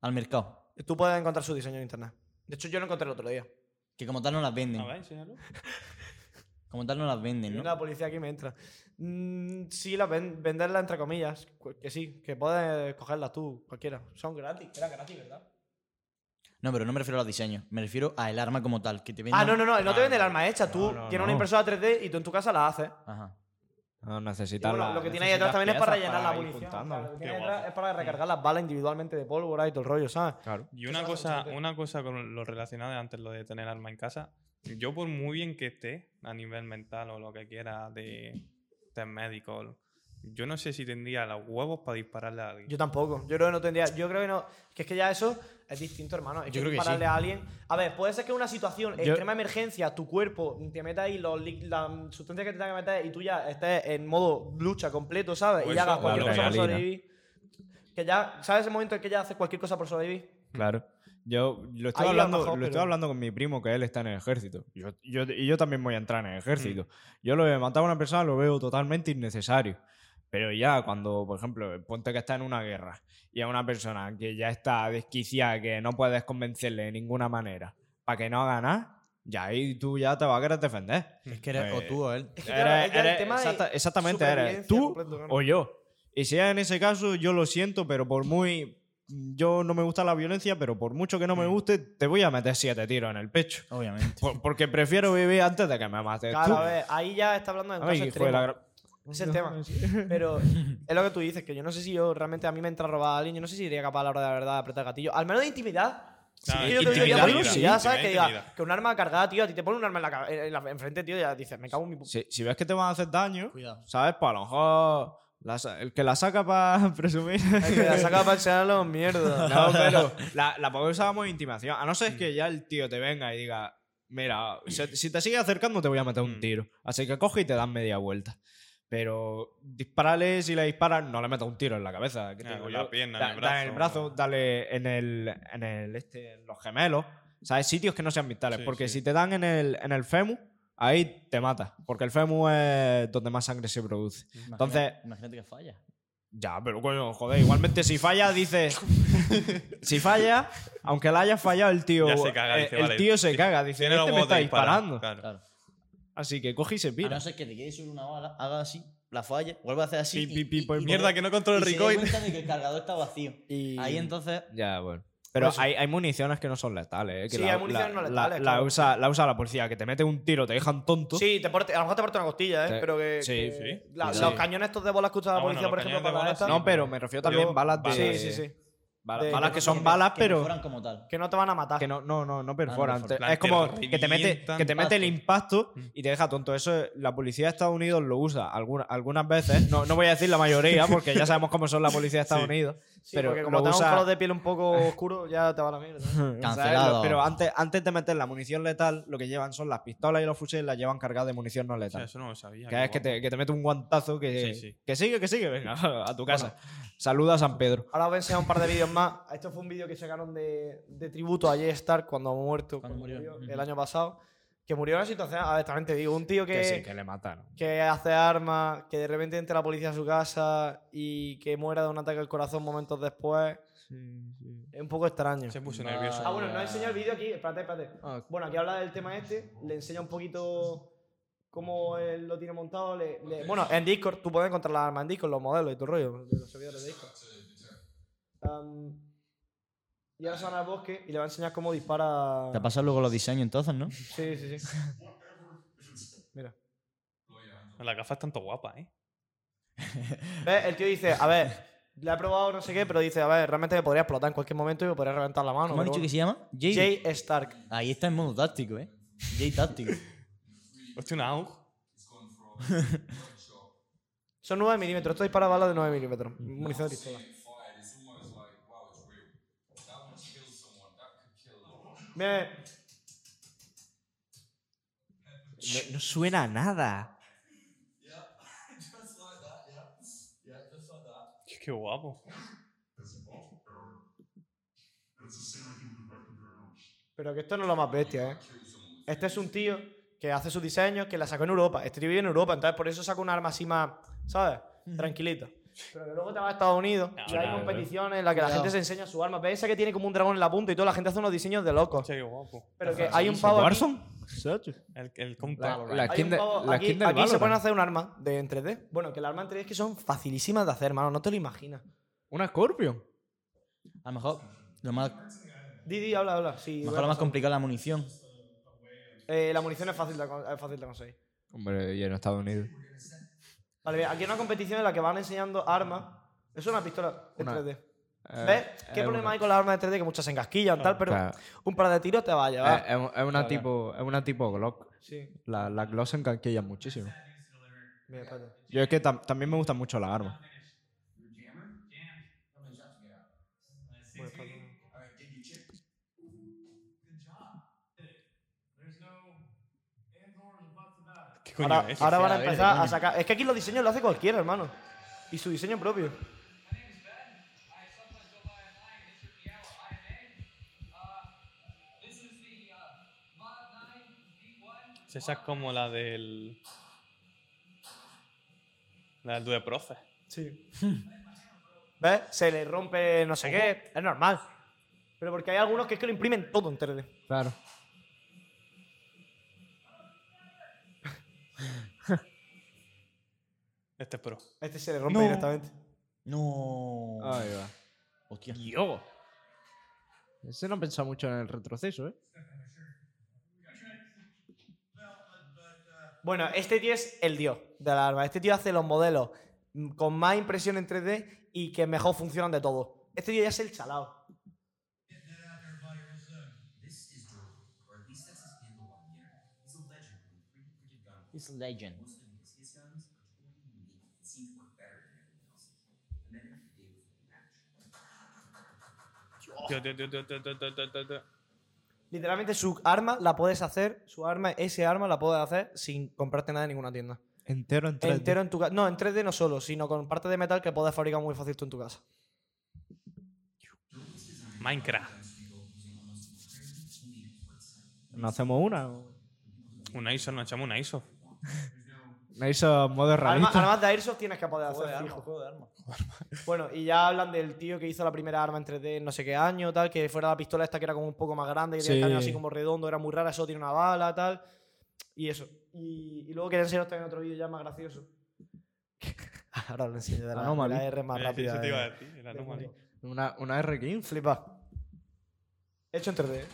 [SPEAKER 3] al mercado.
[SPEAKER 1] Tú puedes encontrar su diseño en internet. De hecho, yo lo encontré el otro día.
[SPEAKER 3] Que como tal no las venden.
[SPEAKER 2] A ver, enséñalo.
[SPEAKER 3] Como tal no las venden,
[SPEAKER 1] Viene
[SPEAKER 3] ¿no?
[SPEAKER 1] La policía aquí me entra. Mm, sí, la ven- venderla entre comillas. cu- Que sí, que puedes cogerlas tú, cualquiera. Son gratis. Era gratis, ¿verdad?
[SPEAKER 3] No, pero no me refiero a los diseños. Me refiero al arma como tal. Que te venden.
[SPEAKER 1] Ah, no, no, no. él No te vende el arma hecha. Tú
[SPEAKER 4] no,
[SPEAKER 1] tienes
[SPEAKER 4] no.
[SPEAKER 1] una impresora 3D y tú en tu casa la haces.
[SPEAKER 3] Ajá.
[SPEAKER 4] No,
[SPEAKER 1] Y bueno,
[SPEAKER 4] necesitarla.
[SPEAKER 1] lo que tiene ahí detrás también es para rellenar la munición.
[SPEAKER 4] munición.
[SPEAKER 1] claro, lo que tiene
[SPEAKER 2] Qué
[SPEAKER 1] detrás
[SPEAKER 2] guapo.
[SPEAKER 1] es para recargar las balas individualmente de pólvora y todo el rollo, ¿sabes?
[SPEAKER 4] Claro.
[SPEAKER 2] Y una
[SPEAKER 1] Eso hace
[SPEAKER 2] cosa,
[SPEAKER 1] mucha gente.
[SPEAKER 2] una cosa con lo relacionado de antes, lo de tener arma en casa. Yo, por muy bien que esté a nivel mental o lo que quiera de test médico, yo no sé si tendría los huevos para dispararle a alguien.
[SPEAKER 1] Yo tampoco. Yo creo que no tendría. Yo creo que no. Que es que ya eso es distinto, hermano. Es que dispararle a alguien. A ver, puede ser que en una situación,
[SPEAKER 4] Yo-
[SPEAKER 1] extrema emergencia, tu cuerpo te meta ahí los, li- la sustancia que te tenga que meter y tú ya estés en modo lucha completo, ¿sabes?
[SPEAKER 2] O
[SPEAKER 1] y ya
[SPEAKER 2] eso,
[SPEAKER 1] hagas
[SPEAKER 2] o
[SPEAKER 1] cualquier
[SPEAKER 4] Pues la
[SPEAKER 1] cosa por
[SPEAKER 4] adrenalina.
[SPEAKER 1] sobrevivir. Que ya, ¿sabes ese momento en que ya haces cualquier cosa por sobrevivir?
[SPEAKER 4] Claro. Yo lo estoy,
[SPEAKER 1] Ahí a lo
[SPEAKER 4] hablando,
[SPEAKER 1] mejor,
[SPEAKER 4] lo estoy
[SPEAKER 1] pero-
[SPEAKER 4] hablando con mi primo, que él está en el ejército. Yo, yo- y yo también voy a entrar
[SPEAKER 1] Mm.
[SPEAKER 4] en el ejército. Yo lo de matar a una persona lo veo totalmente innecesario. Pero ya cuando, por ejemplo, ponte que está en una guerra y a una persona que ya está desquiciada, que no puedes convencerle de ninguna manera para que no haga nada, ya ahí tú ya te vas a querer defender.
[SPEAKER 3] Es que eres
[SPEAKER 4] Pues-
[SPEAKER 3] o tú o él.
[SPEAKER 1] Es que claro,
[SPEAKER 4] Eres-
[SPEAKER 1] es ya el
[SPEAKER 4] eres-
[SPEAKER 1] tema de
[SPEAKER 4] exacta- exactamente, eres tú
[SPEAKER 1] supervivencia completo,
[SPEAKER 4] o
[SPEAKER 1] claro.
[SPEAKER 4] yo. Y si es en ese caso, yo lo siento, pero por muy. Yo no me gusta la violencia, pero por mucho que no
[SPEAKER 1] Mm.
[SPEAKER 4] me guste, te voy a meter siete tiros en el pecho.
[SPEAKER 3] Obviamente.
[SPEAKER 4] Por- porque prefiero vivir antes de que me mates
[SPEAKER 1] Claro,
[SPEAKER 4] tú.
[SPEAKER 1] a ver, ahí ya está hablando en
[SPEAKER 4] Ay,
[SPEAKER 1] casos
[SPEAKER 4] hijo de la
[SPEAKER 1] extremos.
[SPEAKER 4] gra-
[SPEAKER 1] Es el tema. Pero es lo que tú dices, que yo no sé si yo realmente a mí me entra a robar a alguien, yo no sé si sería capaz a la hora de la verdad de apretar gatillo. Al menos de intimidad.
[SPEAKER 2] Sí,
[SPEAKER 1] que yo te digo, ya
[SPEAKER 2] intimidad,
[SPEAKER 1] por curiosidad,
[SPEAKER 2] intimidad,
[SPEAKER 1] ¿sabes? Que
[SPEAKER 2] intimidad,
[SPEAKER 1] diga,
[SPEAKER 2] intimidad.
[SPEAKER 1] que un arma cargada, tío, a ti te pone un arma en la, ca- en la- enfrente, tío, ya dices, me cago en mi puta.
[SPEAKER 4] Si, si ves que te van a hacer daño,
[SPEAKER 3] Cuidado.
[SPEAKER 4] ¿sabes? Pues a lo mejor la sa- el que la saca para presumir.
[SPEAKER 1] que la saca para enseñarlo, mierda.
[SPEAKER 4] No, pero la, la podemos usar como intimación. A no ser que ya el tío te venga y diga, mira, se- si te sigues acercando te voy a meter un
[SPEAKER 2] Mm.
[SPEAKER 4] tiro. Así que coge y te das media vuelta. Pero disparale, si le disparas, no le metas un tiro en la cabeza. ¿qué te
[SPEAKER 2] Ah,
[SPEAKER 4] digo
[SPEAKER 2] con
[SPEAKER 4] yo?
[SPEAKER 2] la pierna, en
[SPEAKER 4] Da-
[SPEAKER 2] el
[SPEAKER 4] dale en el
[SPEAKER 2] brazo.
[SPEAKER 4] brazo, dale en el, en el este, en los gemelos. ¿Sabes? Sitios que no sean vitales.
[SPEAKER 2] Sí,
[SPEAKER 4] porque
[SPEAKER 2] sí.
[SPEAKER 4] si te dan en el, en el fémur, ahí te mata. Porque el fémur es donde más sangre se produce.
[SPEAKER 3] Imagina-
[SPEAKER 4] Entonces-
[SPEAKER 3] Imagínate que falla.
[SPEAKER 4] Ya, pero coño, joder, igualmente si falla, dices. si falla, aunque la haya fallado el tío.
[SPEAKER 2] Ya se caga,
[SPEAKER 4] eh,
[SPEAKER 2] dice,
[SPEAKER 4] el
[SPEAKER 2] vale,
[SPEAKER 4] tío se
[SPEAKER 2] tiene-
[SPEAKER 4] caga, dice,
[SPEAKER 2] Tiene los
[SPEAKER 4] este me
[SPEAKER 2] huevos
[SPEAKER 4] está
[SPEAKER 2] de disparar,
[SPEAKER 4] disparando.
[SPEAKER 2] claro.
[SPEAKER 3] Claro.
[SPEAKER 4] Así que coge y se
[SPEAKER 3] A
[SPEAKER 4] pira.
[SPEAKER 3] no ser que te quede sobre una bala, haga así, la falla, vuelve a hacer así.
[SPEAKER 4] Pi,
[SPEAKER 3] y-
[SPEAKER 4] pi, pi,
[SPEAKER 3] y-
[SPEAKER 4] pues
[SPEAKER 3] y te
[SPEAKER 2] Mierda,
[SPEAKER 3] da-
[SPEAKER 2] que no controlo el
[SPEAKER 3] y se da
[SPEAKER 2] recoil.
[SPEAKER 3] cuenta de que el cargador está vacío.
[SPEAKER 1] Y-
[SPEAKER 3] Ahí entonces
[SPEAKER 4] Ya, bueno. Pero
[SPEAKER 1] Por eso.
[SPEAKER 4] hay, hay municiones que no son letales. eh, que
[SPEAKER 1] Sí,
[SPEAKER 4] la,
[SPEAKER 1] hay municiones
[SPEAKER 4] la-
[SPEAKER 1] no
[SPEAKER 4] la-
[SPEAKER 1] letales,
[SPEAKER 4] La,
[SPEAKER 1] claro.
[SPEAKER 4] usa, la usa la policía, que te mete un tiro, te dejan tonto.
[SPEAKER 1] Sí, te porte- a lo mejor te parte una costilla, ¿eh?
[SPEAKER 4] Sí.
[SPEAKER 1] Pero que.
[SPEAKER 4] Sí,
[SPEAKER 1] que
[SPEAKER 2] sí.
[SPEAKER 1] la-
[SPEAKER 4] Sí.
[SPEAKER 1] Los cañones estos de bolas que usa
[SPEAKER 2] Ah,
[SPEAKER 1] la
[SPEAKER 2] bueno,
[SPEAKER 1] policía,
[SPEAKER 2] los
[SPEAKER 1] por ejemplo,
[SPEAKER 2] cañones de
[SPEAKER 1] para
[SPEAKER 2] bolas,
[SPEAKER 1] estas.
[SPEAKER 2] sí.
[SPEAKER 4] No, pero me refiero también
[SPEAKER 1] Yo-
[SPEAKER 4] balas de.
[SPEAKER 1] Sí, sí, sí.
[SPEAKER 4] bala-
[SPEAKER 1] De-
[SPEAKER 4] balas
[SPEAKER 1] de-
[SPEAKER 4] que son balas, pero.
[SPEAKER 3] mejoran como tal.
[SPEAKER 1] Que no te van a matar.
[SPEAKER 4] Que no, no, no, no perforan.
[SPEAKER 3] perforan.
[SPEAKER 4] Te-
[SPEAKER 2] Plan,
[SPEAKER 4] es como
[SPEAKER 2] te
[SPEAKER 4] que te mete,
[SPEAKER 2] revientan.
[SPEAKER 4] que te mete el impacto y te deja tonto. Eso es- la policía de Estados Unidos lo usa alguna- algunas veces. No, no voy a decir la mayoría, porque ya sabemos cómo son la policía de Estados Unidos.
[SPEAKER 1] Sí,
[SPEAKER 4] pero
[SPEAKER 1] porque como
[SPEAKER 4] lo
[SPEAKER 1] tengas un
[SPEAKER 4] usa-
[SPEAKER 1] color de piel un poco oscuro, ya te van a mierda.
[SPEAKER 4] O sea,
[SPEAKER 3] Cancelado.
[SPEAKER 4] lo- Pero antes, antes de meter la munición letal, lo que llevan son las pistolas y los fusiles, las llevan cargadas de munición no
[SPEAKER 2] O sea,
[SPEAKER 4] letal.
[SPEAKER 2] eso no lo sabía.
[SPEAKER 4] que es que te, que te mete un guantazo que,
[SPEAKER 2] Sí, sí.
[SPEAKER 4] que sigue, que sigue, venga, a tu casa. Saluda a San Pedro.
[SPEAKER 1] Ahora os voy a enseñar un par de vídeos más. Esto fue un vídeo que sacaron de, de tributo a Jay Stark cuando ha muerto,
[SPEAKER 3] Cuando
[SPEAKER 1] cuando
[SPEAKER 3] murió.
[SPEAKER 1] murió, el
[SPEAKER 3] Ujú.
[SPEAKER 1] año pasado. Que murió en una situación, a ver, también te digo, un tío que,
[SPEAKER 4] Que sí, que le mataron.
[SPEAKER 1] que hace armas, que de repente entra la policía a su casa y que muera de un ataque al corazón momentos después. Es un poco extraño.
[SPEAKER 2] Se puso
[SPEAKER 3] Vaya.
[SPEAKER 2] nervioso.
[SPEAKER 1] Ah, bueno, no he enseñado el vídeo aquí. Espérate, espérate.
[SPEAKER 3] Ah,
[SPEAKER 1] Bueno, aquí habla del tema este. Le enseña un poquito cómo él lo tiene montado. le- le- Bueno, en Discord, tú puedes encontrar las armas en Discord, los modelos y tu rollo, de los servidores de Discord. Am, y ahora se van al bosque y le va a enseñar cómo dispara.
[SPEAKER 3] Te pasan luego los diseños entonces, ¿no?
[SPEAKER 1] Sí, sí, sí. Mira.
[SPEAKER 2] Las gafas tanto guapas, ¿eh?
[SPEAKER 1] ¿Ves? El tío dice, a ver, le he probado no sé qué, pero dice, a ver, realmente me podría explotar en cualquier momento y me podría reventar la mano.
[SPEAKER 3] ¿Cómo has
[SPEAKER 1] pero
[SPEAKER 3] dicho que
[SPEAKER 1] bueno.
[SPEAKER 3] se llama? Jay.
[SPEAKER 1] Jay Stark.
[SPEAKER 3] Ahí está en modo táctico, ¿eh? Jay táctico.
[SPEAKER 2] Hostia, una AUG.
[SPEAKER 1] Son 9 milímetros. Esto dispara balas de 9 milímetros.
[SPEAKER 2] Mm.
[SPEAKER 1] Munición de pistola. Mira, mira.
[SPEAKER 4] No, no suena a nada.
[SPEAKER 2] Qué guapo.
[SPEAKER 1] Pero que esto no es lo más bestia, ¿eh? Este es un tío que hace sus diseños, que la sacó en Europa. Este tío vive en Europa, entonces por eso saca un arma así más, ¿sabes? Tranquilita. Pero que luego te vas a Estados Unidos
[SPEAKER 2] No,
[SPEAKER 1] y hay
[SPEAKER 2] no, no.
[SPEAKER 1] competiciones en las que la gente se enseña su arma. Ves esa que tiene como un dragón en la punta y toda la gente hace unos diseños de locos.
[SPEAKER 2] Hostia, qué guapo.
[SPEAKER 1] Pero que hay un pavo aquí,
[SPEAKER 4] ¿Warzone?
[SPEAKER 2] El, el Counter.
[SPEAKER 4] La
[SPEAKER 1] Hay
[SPEAKER 4] skin
[SPEAKER 1] un
[SPEAKER 4] de-
[SPEAKER 1] pavo-
[SPEAKER 4] la
[SPEAKER 1] aquí,
[SPEAKER 4] skin del
[SPEAKER 1] aquí se
[SPEAKER 4] Valorant.
[SPEAKER 1] pueden hacer un arma de en 3D. Bueno, que las armas en 3D es que son facilísimas de hacer, hermano. No te lo imaginas.
[SPEAKER 4] ¿Una Scorpion?
[SPEAKER 3] A lo mejor lo más,
[SPEAKER 1] Didi, habla, habla. Sí,
[SPEAKER 3] mejor
[SPEAKER 1] voy a
[SPEAKER 3] lo más
[SPEAKER 1] pasar.
[SPEAKER 3] complicado es la munición.
[SPEAKER 1] Eh, la munición es fácil, de, con- es fácil de conseguir.
[SPEAKER 4] Hombre, y en Estados Unidos.
[SPEAKER 1] Vale, bien, aquí hay una competición en la que van enseñando armas. Es una pistola en
[SPEAKER 4] Una.
[SPEAKER 1] 3D.
[SPEAKER 4] Eh,
[SPEAKER 1] ¿Ves? ¿Qué
[SPEAKER 4] es
[SPEAKER 1] problema
[SPEAKER 4] una- Ah,
[SPEAKER 1] hay con las armas de 3D? Que muchas se encasquillan, tal, pero
[SPEAKER 4] Claro.
[SPEAKER 1] un par de tiros te va a llevar.
[SPEAKER 4] Eh, Es, es una tipo, es una tipo Glock.
[SPEAKER 1] sí.
[SPEAKER 4] La, la Glock se encanquilla muchísimo.
[SPEAKER 1] Mira, espérate.
[SPEAKER 4] Yo es que tam- también me gustan mucho las armas.
[SPEAKER 1] Bueno, espérate.
[SPEAKER 2] ¿Qué coño
[SPEAKER 4] eh,
[SPEAKER 1] Ahora,
[SPEAKER 2] es?
[SPEAKER 1] ahora van a
[SPEAKER 3] ver,
[SPEAKER 1] empezar
[SPEAKER 3] coño.
[SPEAKER 1] a sacar. Es que aquí los diseños lo hace cualquiera, hermano. Y su diseño propio.
[SPEAKER 2] Esa es como la del. La del Due Profe.
[SPEAKER 1] Sí. ¿Ves? Se le rompe no sé qué. Es normal. Pero porque hay algunos que es que lo imprimen todo en 3D.
[SPEAKER 4] Claro.
[SPEAKER 2] Este es pro.
[SPEAKER 1] Este se le rompe
[SPEAKER 2] No.
[SPEAKER 1] directamente.
[SPEAKER 3] No.
[SPEAKER 4] Ahí va.
[SPEAKER 3] Hostia.
[SPEAKER 4] Ese no ha pensado mucho en el retroceso, ¿eh?
[SPEAKER 1] Bueno, este tío es el dios de la arma. Este tío hace los modelos mm, con más impresión en 3D y que mejor funcionan de todo. Este tío ya es el chalao.
[SPEAKER 6] This is Jordan, or at least that's his handle on the internet. He's a legend
[SPEAKER 3] It's legend.
[SPEAKER 6] with pretty freaking gun. Most of his, his guns are totally unique and seem to work better than everything else. And then every day was a match.
[SPEAKER 2] Tío, tío, tío, tío, tío, tío, tío, tío, tío.
[SPEAKER 1] Literalmente su arma la puedes hacer, su arma, ese arma la puedes hacer sin comprarte nada en ninguna tienda.
[SPEAKER 4] Entero, entero.
[SPEAKER 1] Entero en tu casa. No, en 3D no solo, sino con parte de metal que puedes fabricar muy fácil tú en tu casa.
[SPEAKER 2] Minecraft.
[SPEAKER 4] ¿No hacemos una? o?
[SPEAKER 2] Una ISO, nos echamos una ISO.
[SPEAKER 4] Me hizo modo
[SPEAKER 1] Arma-
[SPEAKER 4] realista.
[SPEAKER 1] armas de Airsoft tienes que poder hacer. fijo. Bueno, y ya hablan del tío que hizo la primera arma en 3D en no sé qué año, tal, que fuera la pistola esta que era como un poco más grande, que tenía el
[SPEAKER 4] Sí.
[SPEAKER 1] cañón así como redondo, era muy rara, solo tiene una bala, tal. Y eso. Y, y luego quería enseñaros también otro vídeo ya más gracioso. Ahora lo enseño de la, de
[SPEAKER 4] Anomaly.
[SPEAKER 1] la R más
[SPEAKER 2] Eh,
[SPEAKER 1] rápida.
[SPEAKER 2] Eso te
[SPEAKER 1] de-
[SPEAKER 2] iba a decir, el Anomaly.
[SPEAKER 4] Una, una R15.
[SPEAKER 1] Flipa. Hecho en 3D.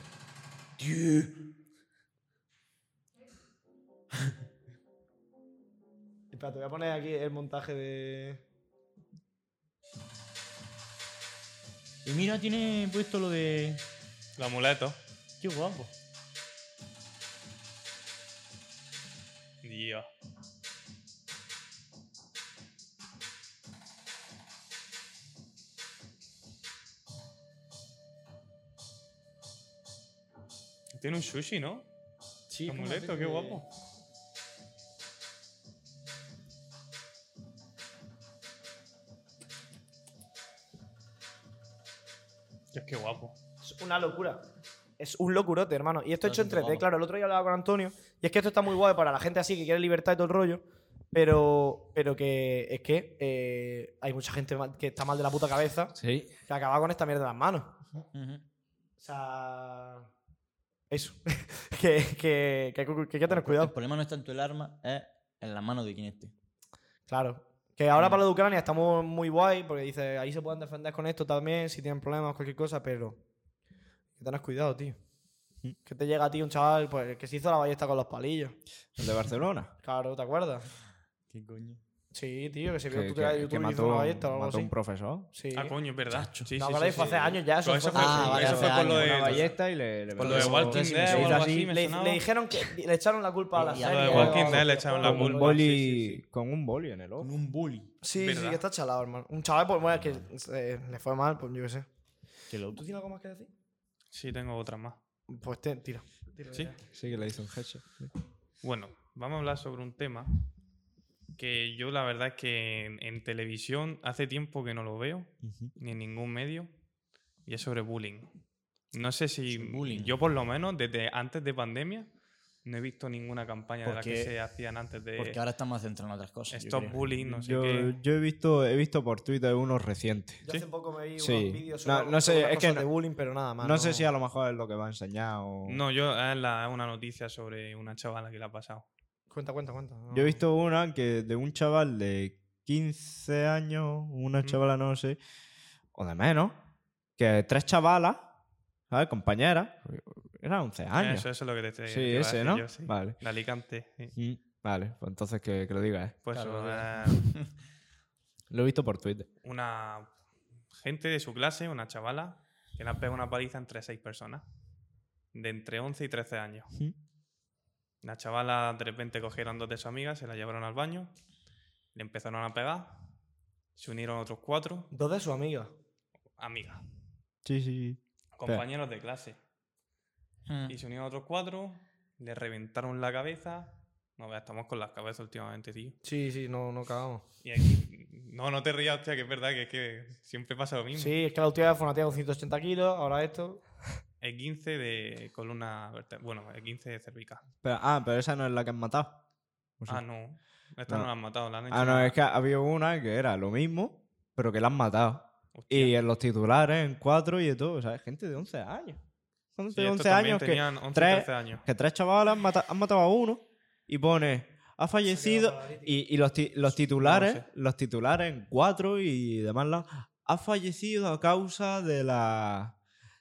[SPEAKER 1] Espera, te voy a poner aquí el montaje de.
[SPEAKER 9] Y mira, tiene puesto lo de.
[SPEAKER 2] Los amuletos.
[SPEAKER 9] Qué guapo.
[SPEAKER 2] Dios. Tiene un sushi, ¿no?
[SPEAKER 9] Sí,
[SPEAKER 2] Un amuleto, qué guapo. Dios, qué guapo.
[SPEAKER 1] Es una locura. Es un locurote, hermano. Y esto hecho en
[SPEAKER 3] Totalmente
[SPEAKER 1] 3D,
[SPEAKER 3] guapo.
[SPEAKER 1] claro. El otro día hablaba con Antonio. Y es que esto está muy guay para la gente así que quiere libertad y todo el rollo. Pero, pero que es que eh, hay mucha gente mal- que está mal de la puta cabeza
[SPEAKER 3] Sí.
[SPEAKER 1] que acaba con esta mierda en las manos. O sea. Eso. que, que, que, que hay que tener
[SPEAKER 3] El
[SPEAKER 1] cuidado.
[SPEAKER 3] problema no es tanto el arma, es en la mano de quien esté.
[SPEAKER 1] Claro. Que ahora para lo de Ucrania estamos muy guay, porque dice, ahí se pueden defender con esto también, si tienen problemas, cualquier cosa, pero. Que tengas cuidado, tío. Que te llega a ti un chaval, pues el que se hizo la ballesta con los palillos.
[SPEAKER 4] El de Barcelona.
[SPEAKER 1] Claro, ¿te acuerdas?
[SPEAKER 3] ¿Qué coño?
[SPEAKER 1] Sí, tío, que se vio el
[SPEAKER 4] Que, que-
[SPEAKER 1] tutorial de
[SPEAKER 4] que
[SPEAKER 1] YouTube y hizo
[SPEAKER 4] mató,
[SPEAKER 1] una ballesta o algo
[SPEAKER 4] mató
[SPEAKER 1] así.
[SPEAKER 4] un profesor.
[SPEAKER 1] Sí.
[SPEAKER 2] Ah, coño, es verdad. Sí, sí,
[SPEAKER 1] ¿No
[SPEAKER 2] sí,
[SPEAKER 1] acordáis?
[SPEAKER 2] sí.
[SPEAKER 1] Fue hace años ya, eso
[SPEAKER 2] Pues eso
[SPEAKER 1] fue
[SPEAKER 2] fue,
[SPEAKER 3] Ah, vale,
[SPEAKER 2] eso
[SPEAKER 3] hace
[SPEAKER 2] fue por lo
[SPEAKER 3] años,
[SPEAKER 2] de,
[SPEAKER 4] Una ballesta y le... le
[SPEAKER 2] por lo
[SPEAKER 4] pegó
[SPEAKER 2] de
[SPEAKER 4] un-
[SPEAKER 2] Walking
[SPEAKER 4] sí,
[SPEAKER 2] Dead
[SPEAKER 4] sí,
[SPEAKER 2] o algo
[SPEAKER 4] sí,
[SPEAKER 2] así, me
[SPEAKER 1] le,
[SPEAKER 2] sonaba.
[SPEAKER 1] le dijeron que le echaron la culpa a la
[SPEAKER 3] Lo de
[SPEAKER 1] serie.
[SPEAKER 2] Walking
[SPEAKER 1] o-
[SPEAKER 2] Dead le echaron la
[SPEAKER 4] Con un
[SPEAKER 2] culpa,
[SPEAKER 4] boli...
[SPEAKER 2] sí, sí,
[SPEAKER 4] Con un boli en el ojo.
[SPEAKER 3] Con un bully.
[SPEAKER 1] Sí, sí,
[SPEAKER 2] ¿Verdad?
[SPEAKER 1] que está chalado, hermano. Un chaval, pues, bueno, es que eh, le fue mal, pues yo qué sé.
[SPEAKER 3] Qué loco.
[SPEAKER 1] ¿Tú tienes algo más que decir?
[SPEAKER 2] Sí, tengo otra más.
[SPEAKER 1] Pues te, tira.
[SPEAKER 2] ¿Sí?
[SPEAKER 4] Sí, que le hizo un headshot.
[SPEAKER 2] Bueno, vamos a hablar sobre un tema que yo la verdad es que en, en televisión hace tiempo que no lo veo, ni en ningún medio, y es sobre bullying. No sé si
[SPEAKER 3] Sobre bullying.
[SPEAKER 2] yo por lo menos desde antes de pandemia no he visto ninguna campaña de las que
[SPEAKER 3] Porque-
[SPEAKER 2] se hacían antes de
[SPEAKER 3] Porque ahora estamos más centrados en otras cosas. yo
[SPEAKER 2] Stop
[SPEAKER 3] creo.
[SPEAKER 2] Bullying, no sé
[SPEAKER 4] Yo,
[SPEAKER 2] qué.
[SPEAKER 4] yo he, visto, he visto por Twitter unos recientes.
[SPEAKER 1] Yo
[SPEAKER 2] ¿Sí?
[SPEAKER 1] hace poco me vi
[SPEAKER 4] Sí.
[SPEAKER 1] unos vídeos
[SPEAKER 4] No,
[SPEAKER 1] sobre
[SPEAKER 4] no sé,
[SPEAKER 1] algunas
[SPEAKER 4] es que
[SPEAKER 1] cosas
[SPEAKER 4] no-
[SPEAKER 1] de bullying, pero nada más.
[SPEAKER 4] No sé si a lo mejor es lo que va a enseñar o...
[SPEAKER 2] No, yo es la- es una noticia sobre una chavala que la ha pasado.
[SPEAKER 1] Cuenta, cuenta, cuenta. no.
[SPEAKER 4] Yo he visto una que de un chaval de 15 años, una chavala no sé, o de menos, que tres chavalas, ¿sabes? Compañeras, eran 11 años.
[SPEAKER 2] Eso, eso es lo que te estoy
[SPEAKER 4] Sí,
[SPEAKER 2] te iba a
[SPEAKER 4] ese,
[SPEAKER 2] decir
[SPEAKER 4] ¿no?
[SPEAKER 2] yo, sí.
[SPEAKER 4] Vale.
[SPEAKER 2] De Alicante. sí.
[SPEAKER 4] Mm, Vale, pues entonces que, que lo diga, ¿eh?
[SPEAKER 2] Pues
[SPEAKER 3] Claro,
[SPEAKER 2] eh,
[SPEAKER 4] Lo he visto por Twitter.
[SPEAKER 2] una gente de su clase, una chavala, que le han pegado una paliza entre seis personas, de entre 11 y 13 años.
[SPEAKER 4] Ujú.
[SPEAKER 2] La chavala de repente cogieron dos de sus amigas, se la llevaron al baño, le empezaron a pegar, se unieron otros cuatro,
[SPEAKER 1] Dos de sus amigas.
[SPEAKER 2] amigas,
[SPEAKER 4] Sí, sí.
[SPEAKER 2] compañeros de clase.
[SPEAKER 4] Ah.
[SPEAKER 3] Mm.
[SPEAKER 2] Y se unieron otros cuatro, le reventaron la cabeza. No, veas, estamos con las cabezas últimamente, tío.
[SPEAKER 1] Sí, sí, no, no cagamos.
[SPEAKER 2] Y aquí- No, no te rías, hostia, que es verdad que, es que siempre pasa lo mismo.
[SPEAKER 1] Sí, es que la última vez fue una tía con 180 kilos, ahora esto.
[SPEAKER 2] El 15 de columna vertebral. Bueno, el 15 de cervical.
[SPEAKER 4] Pero- ah, pero esa no es la que han matado.
[SPEAKER 1] Pues
[SPEAKER 4] O sea-
[SPEAKER 2] Ah, no. Esta no,
[SPEAKER 4] No.
[SPEAKER 2] la han matado, la han hecho.
[SPEAKER 4] Ah, no,
[SPEAKER 2] una-
[SPEAKER 4] es que había una que era lo mismo, pero que la han matado.
[SPEAKER 2] Hostia.
[SPEAKER 4] Y en los titulares, en cuatro y de todo, o sea, gente de 11 años. Son
[SPEAKER 2] Sí,
[SPEAKER 4] de
[SPEAKER 2] estos
[SPEAKER 4] 11
[SPEAKER 2] también
[SPEAKER 4] años que...
[SPEAKER 2] tenían 11
[SPEAKER 4] tres-
[SPEAKER 2] 13 años.
[SPEAKER 4] que tres chavalas han, mata- han matado a uno y pone ha fallecido y, y los, ti- los titulares
[SPEAKER 2] No lo sé.
[SPEAKER 4] los titulares en cuatro y demás lados, ha fallecido a causa de la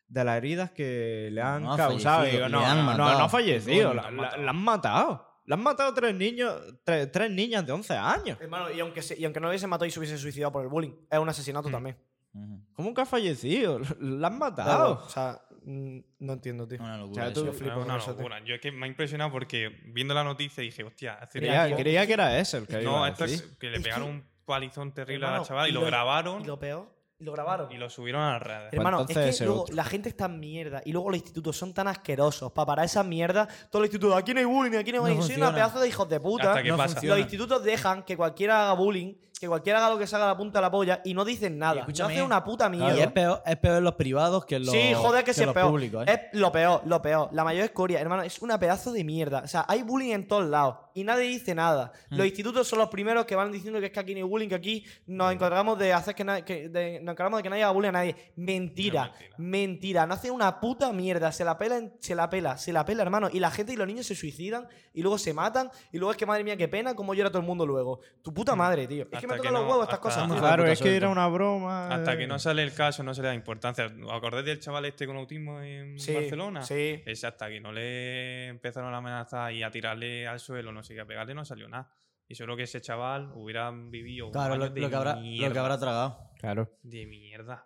[SPEAKER 4] de las heridas que le han
[SPEAKER 3] No ha
[SPEAKER 4] causado Y
[SPEAKER 3] fallecido,
[SPEAKER 4] digo,
[SPEAKER 3] le
[SPEAKER 4] no,
[SPEAKER 3] han
[SPEAKER 4] no, no,
[SPEAKER 3] matado.
[SPEAKER 4] no ha fallecido
[SPEAKER 2] Coño,
[SPEAKER 4] la,
[SPEAKER 2] la han matado.
[SPEAKER 4] la- la han matado la han matado tres niños tres, tres niñas de 11 años
[SPEAKER 1] Hermano, y aunque, se- y aunque no hubiese matado y se hubiese suicidado por el bullying, es un asesinato
[SPEAKER 2] Mm.
[SPEAKER 1] también.
[SPEAKER 3] Ujú.
[SPEAKER 4] ¿cómo que ha fallecido? la
[SPEAKER 1] Da igual,
[SPEAKER 4] han matado
[SPEAKER 1] O sea, mm, no entiendo, tío.
[SPEAKER 3] Una
[SPEAKER 4] O
[SPEAKER 3] locura.
[SPEAKER 4] sea, tú-
[SPEAKER 3] eso.
[SPEAKER 1] Yo flipo
[SPEAKER 2] Es
[SPEAKER 1] con
[SPEAKER 2] una
[SPEAKER 1] eso, tío.
[SPEAKER 2] locura. Yo es que me ha impresionado porque viendo la noticia dije, hostia, hace
[SPEAKER 4] creía,
[SPEAKER 1] tío.
[SPEAKER 4] creía que era ese el que
[SPEAKER 2] No,
[SPEAKER 4] iba a
[SPEAKER 2] esto es
[SPEAKER 4] decir.
[SPEAKER 2] que le
[SPEAKER 1] Es que-
[SPEAKER 2] pegaron un palizón terrible a la
[SPEAKER 1] Hermano,
[SPEAKER 2] chavala y,
[SPEAKER 1] y
[SPEAKER 2] lo,
[SPEAKER 1] lo-
[SPEAKER 2] grabaron
[SPEAKER 1] Y lo peor, y lo grabaron.
[SPEAKER 2] y lo subieron a las redes.
[SPEAKER 4] Pues
[SPEAKER 1] Hermano,
[SPEAKER 4] entonces
[SPEAKER 1] es
[SPEAKER 4] ese
[SPEAKER 1] que luego
[SPEAKER 4] otro.
[SPEAKER 1] la gente es tan mierda y luego los institutos son tan asquerosos para parar esa mierda. Todos los institutos, aquí no hay bullying, aquí no hay bullying.
[SPEAKER 3] No
[SPEAKER 1] Soy una
[SPEAKER 3] funciona.
[SPEAKER 1] pedazo de hijos de puta.
[SPEAKER 2] Hasta que
[SPEAKER 3] No
[SPEAKER 2] pasa.
[SPEAKER 1] Los
[SPEAKER 3] funciona.
[SPEAKER 1] institutos dejan que cualquiera haga bullying, que cualquiera haga lo que se haga la punta de la polla y no dicen
[SPEAKER 3] Y
[SPEAKER 1] nada.
[SPEAKER 3] escúchame,
[SPEAKER 1] no hacen una puta mierda.
[SPEAKER 3] Y es peor, es peor en los privados que en los,
[SPEAKER 1] sí, joder, que,
[SPEAKER 3] que
[SPEAKER 1] sí
[SPEAKER 3] en
[SPEAKER 1] es
[SPEAKER 3] los
[SPEAKER 1] peor.
[SPEAKER 3] públicos. ¿eh?
[SPEAKER 1] Es lo peor, lo peor. La mayor escoria, hermano, es una pedazo de mierda. O sea, hay bullying en todos lados y nadie dice nada.
[SPEAKER 2] Mm.
[SPEAKER 1] Los institutos son los primeros que van diciendo que es que aquí no hay bullying, que aquí
[SPEAKER 2] Mm.
[SPEAKER 1] nos encargamos de hacer que, na- que- de- nos encargamos de que nadie haga bullying a nadie. Mentira,
[SPEAKER 2] Es mentira.
[SPEAKER 1] mentira, No hacen una puta mierda. Se la pela, en- se la pela, se la pela, hermano. Y la gente y los niños se suicidan y luego se matan y luego es que madre mía, qué pena cómo llora todo el mundo luego. Tu puta madre, tío. Es
[SPEAKER 2] Al
[SPEAKER 1] que
[SPEAKER 2] Mm. hasta
[SPEAKER 1] me
[SPEAKER 2] que
[SPEAKER 1] tocan los
[SPEAKER 2] no-
[SPEAKER 1] huevos estas
[SPEAKER 2] hasta-
[SPEAKER 1] cosas. tío.
[SPEAKER 3] Hijo de
[SPEAKER 4] Claro,
[SPEAKER 3] puta
[SPEAKER 4] es que
[SPEAKER 3] suelta.
[SPEAKER 4] era una broma.
[SPEAKER 2] Hasta que
[SPEAKER 4] eh.
[SPEAKER 2] no sale el caso, no se le da importancia. ¿Os acordáis del chaval este con autismo en
[SPEAKER 1] Sí,
[SPEAKER 2] Barcelona?
[SPEAKER 1] Sí.
[SPEAKER 2] Es hasta que no le empezaron a amenazar y a tirarle al suelo, no sé qué, a pegarle, no salió nada. Y solo que ese chaval hubiera vivido
[SPEAKER 3] Claro,
[SPEAKER 2] un
[SPEAKER 3] lo,
[SPEAKER 2] año de
[SPEAKER 3] lo que habrá,
[SPEAKER 2] mierda.
[SPEAKER 3] lo que habrá tragado.
[SPEAKER 4] Claro.
[SPEAKER 2] De mierda.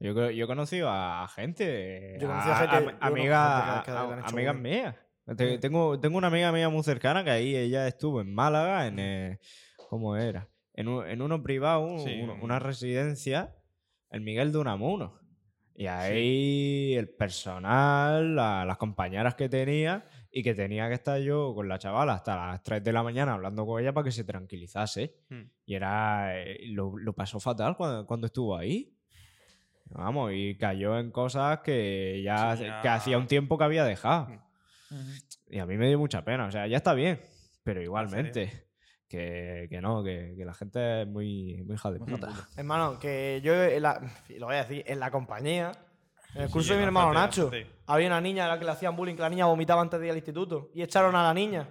[SPEAKER 4] Yo, creo- yo he conocido a gente.
[SPEAKER 1] Yo he conocido a gente- yo conozco
[SPEAKER 4] amigas
[SPEAKER 1] gente que- que le han hecho
[SPEAKER 4] amigas
[SPEAKER 1] bullying.
[SPEAKER 4] mías. Te- Tengo, tengo una amiga mía muy cercana que ahí ella estuvo en Málaga, en. eh, ¿Cómo era? En, un- en uno privado, un-
[SPEAKER 2] Sí,
[SPEAKER 4] un-
[SPEAKER 2] un-
[SPEAKER 4] una residencia, el Miguel de Unamuno. Y ahí el personal, la- las compañeras que tenía, y que tenía que estar yo con la chavala hasta las 3 de la mañana hablando con ella para que se tranquilizase.
[SPEAKER 2] Hmm.
[SPEAKER 4] Y era. eh, Lo, lo pasó fatal cuando, cuando estuvo ahí. Vamos, y cayó en cosas que ya,
[SPEAKER 2] Sí, ya.
[SPEAKER 4] que hacía un tiempo que había dejado.
[SPEAKER 2] Mm.
[SPEAKER 4] Y a mí me dio mucha pena. O sea, ya está bien, pero igualmente. Que, que no, que, que la gente es muy, muy hija de puta.
[SPEAKER 1] Hermano, que yo, en la- lo voy a decir, en la compañía, en el curso de
[SPEAKER 2] sí,
[SPEAKER 1] mi
[SPEAKER 2] bastante,
[SPEAKER 1] hermano Nacho,
[SPEAKER 2] bastante.
[SPEAKER 1] había una niña a la que le hacían bullying, que la niña vomitaba antes de ir al instituto. Y echaron a la niña.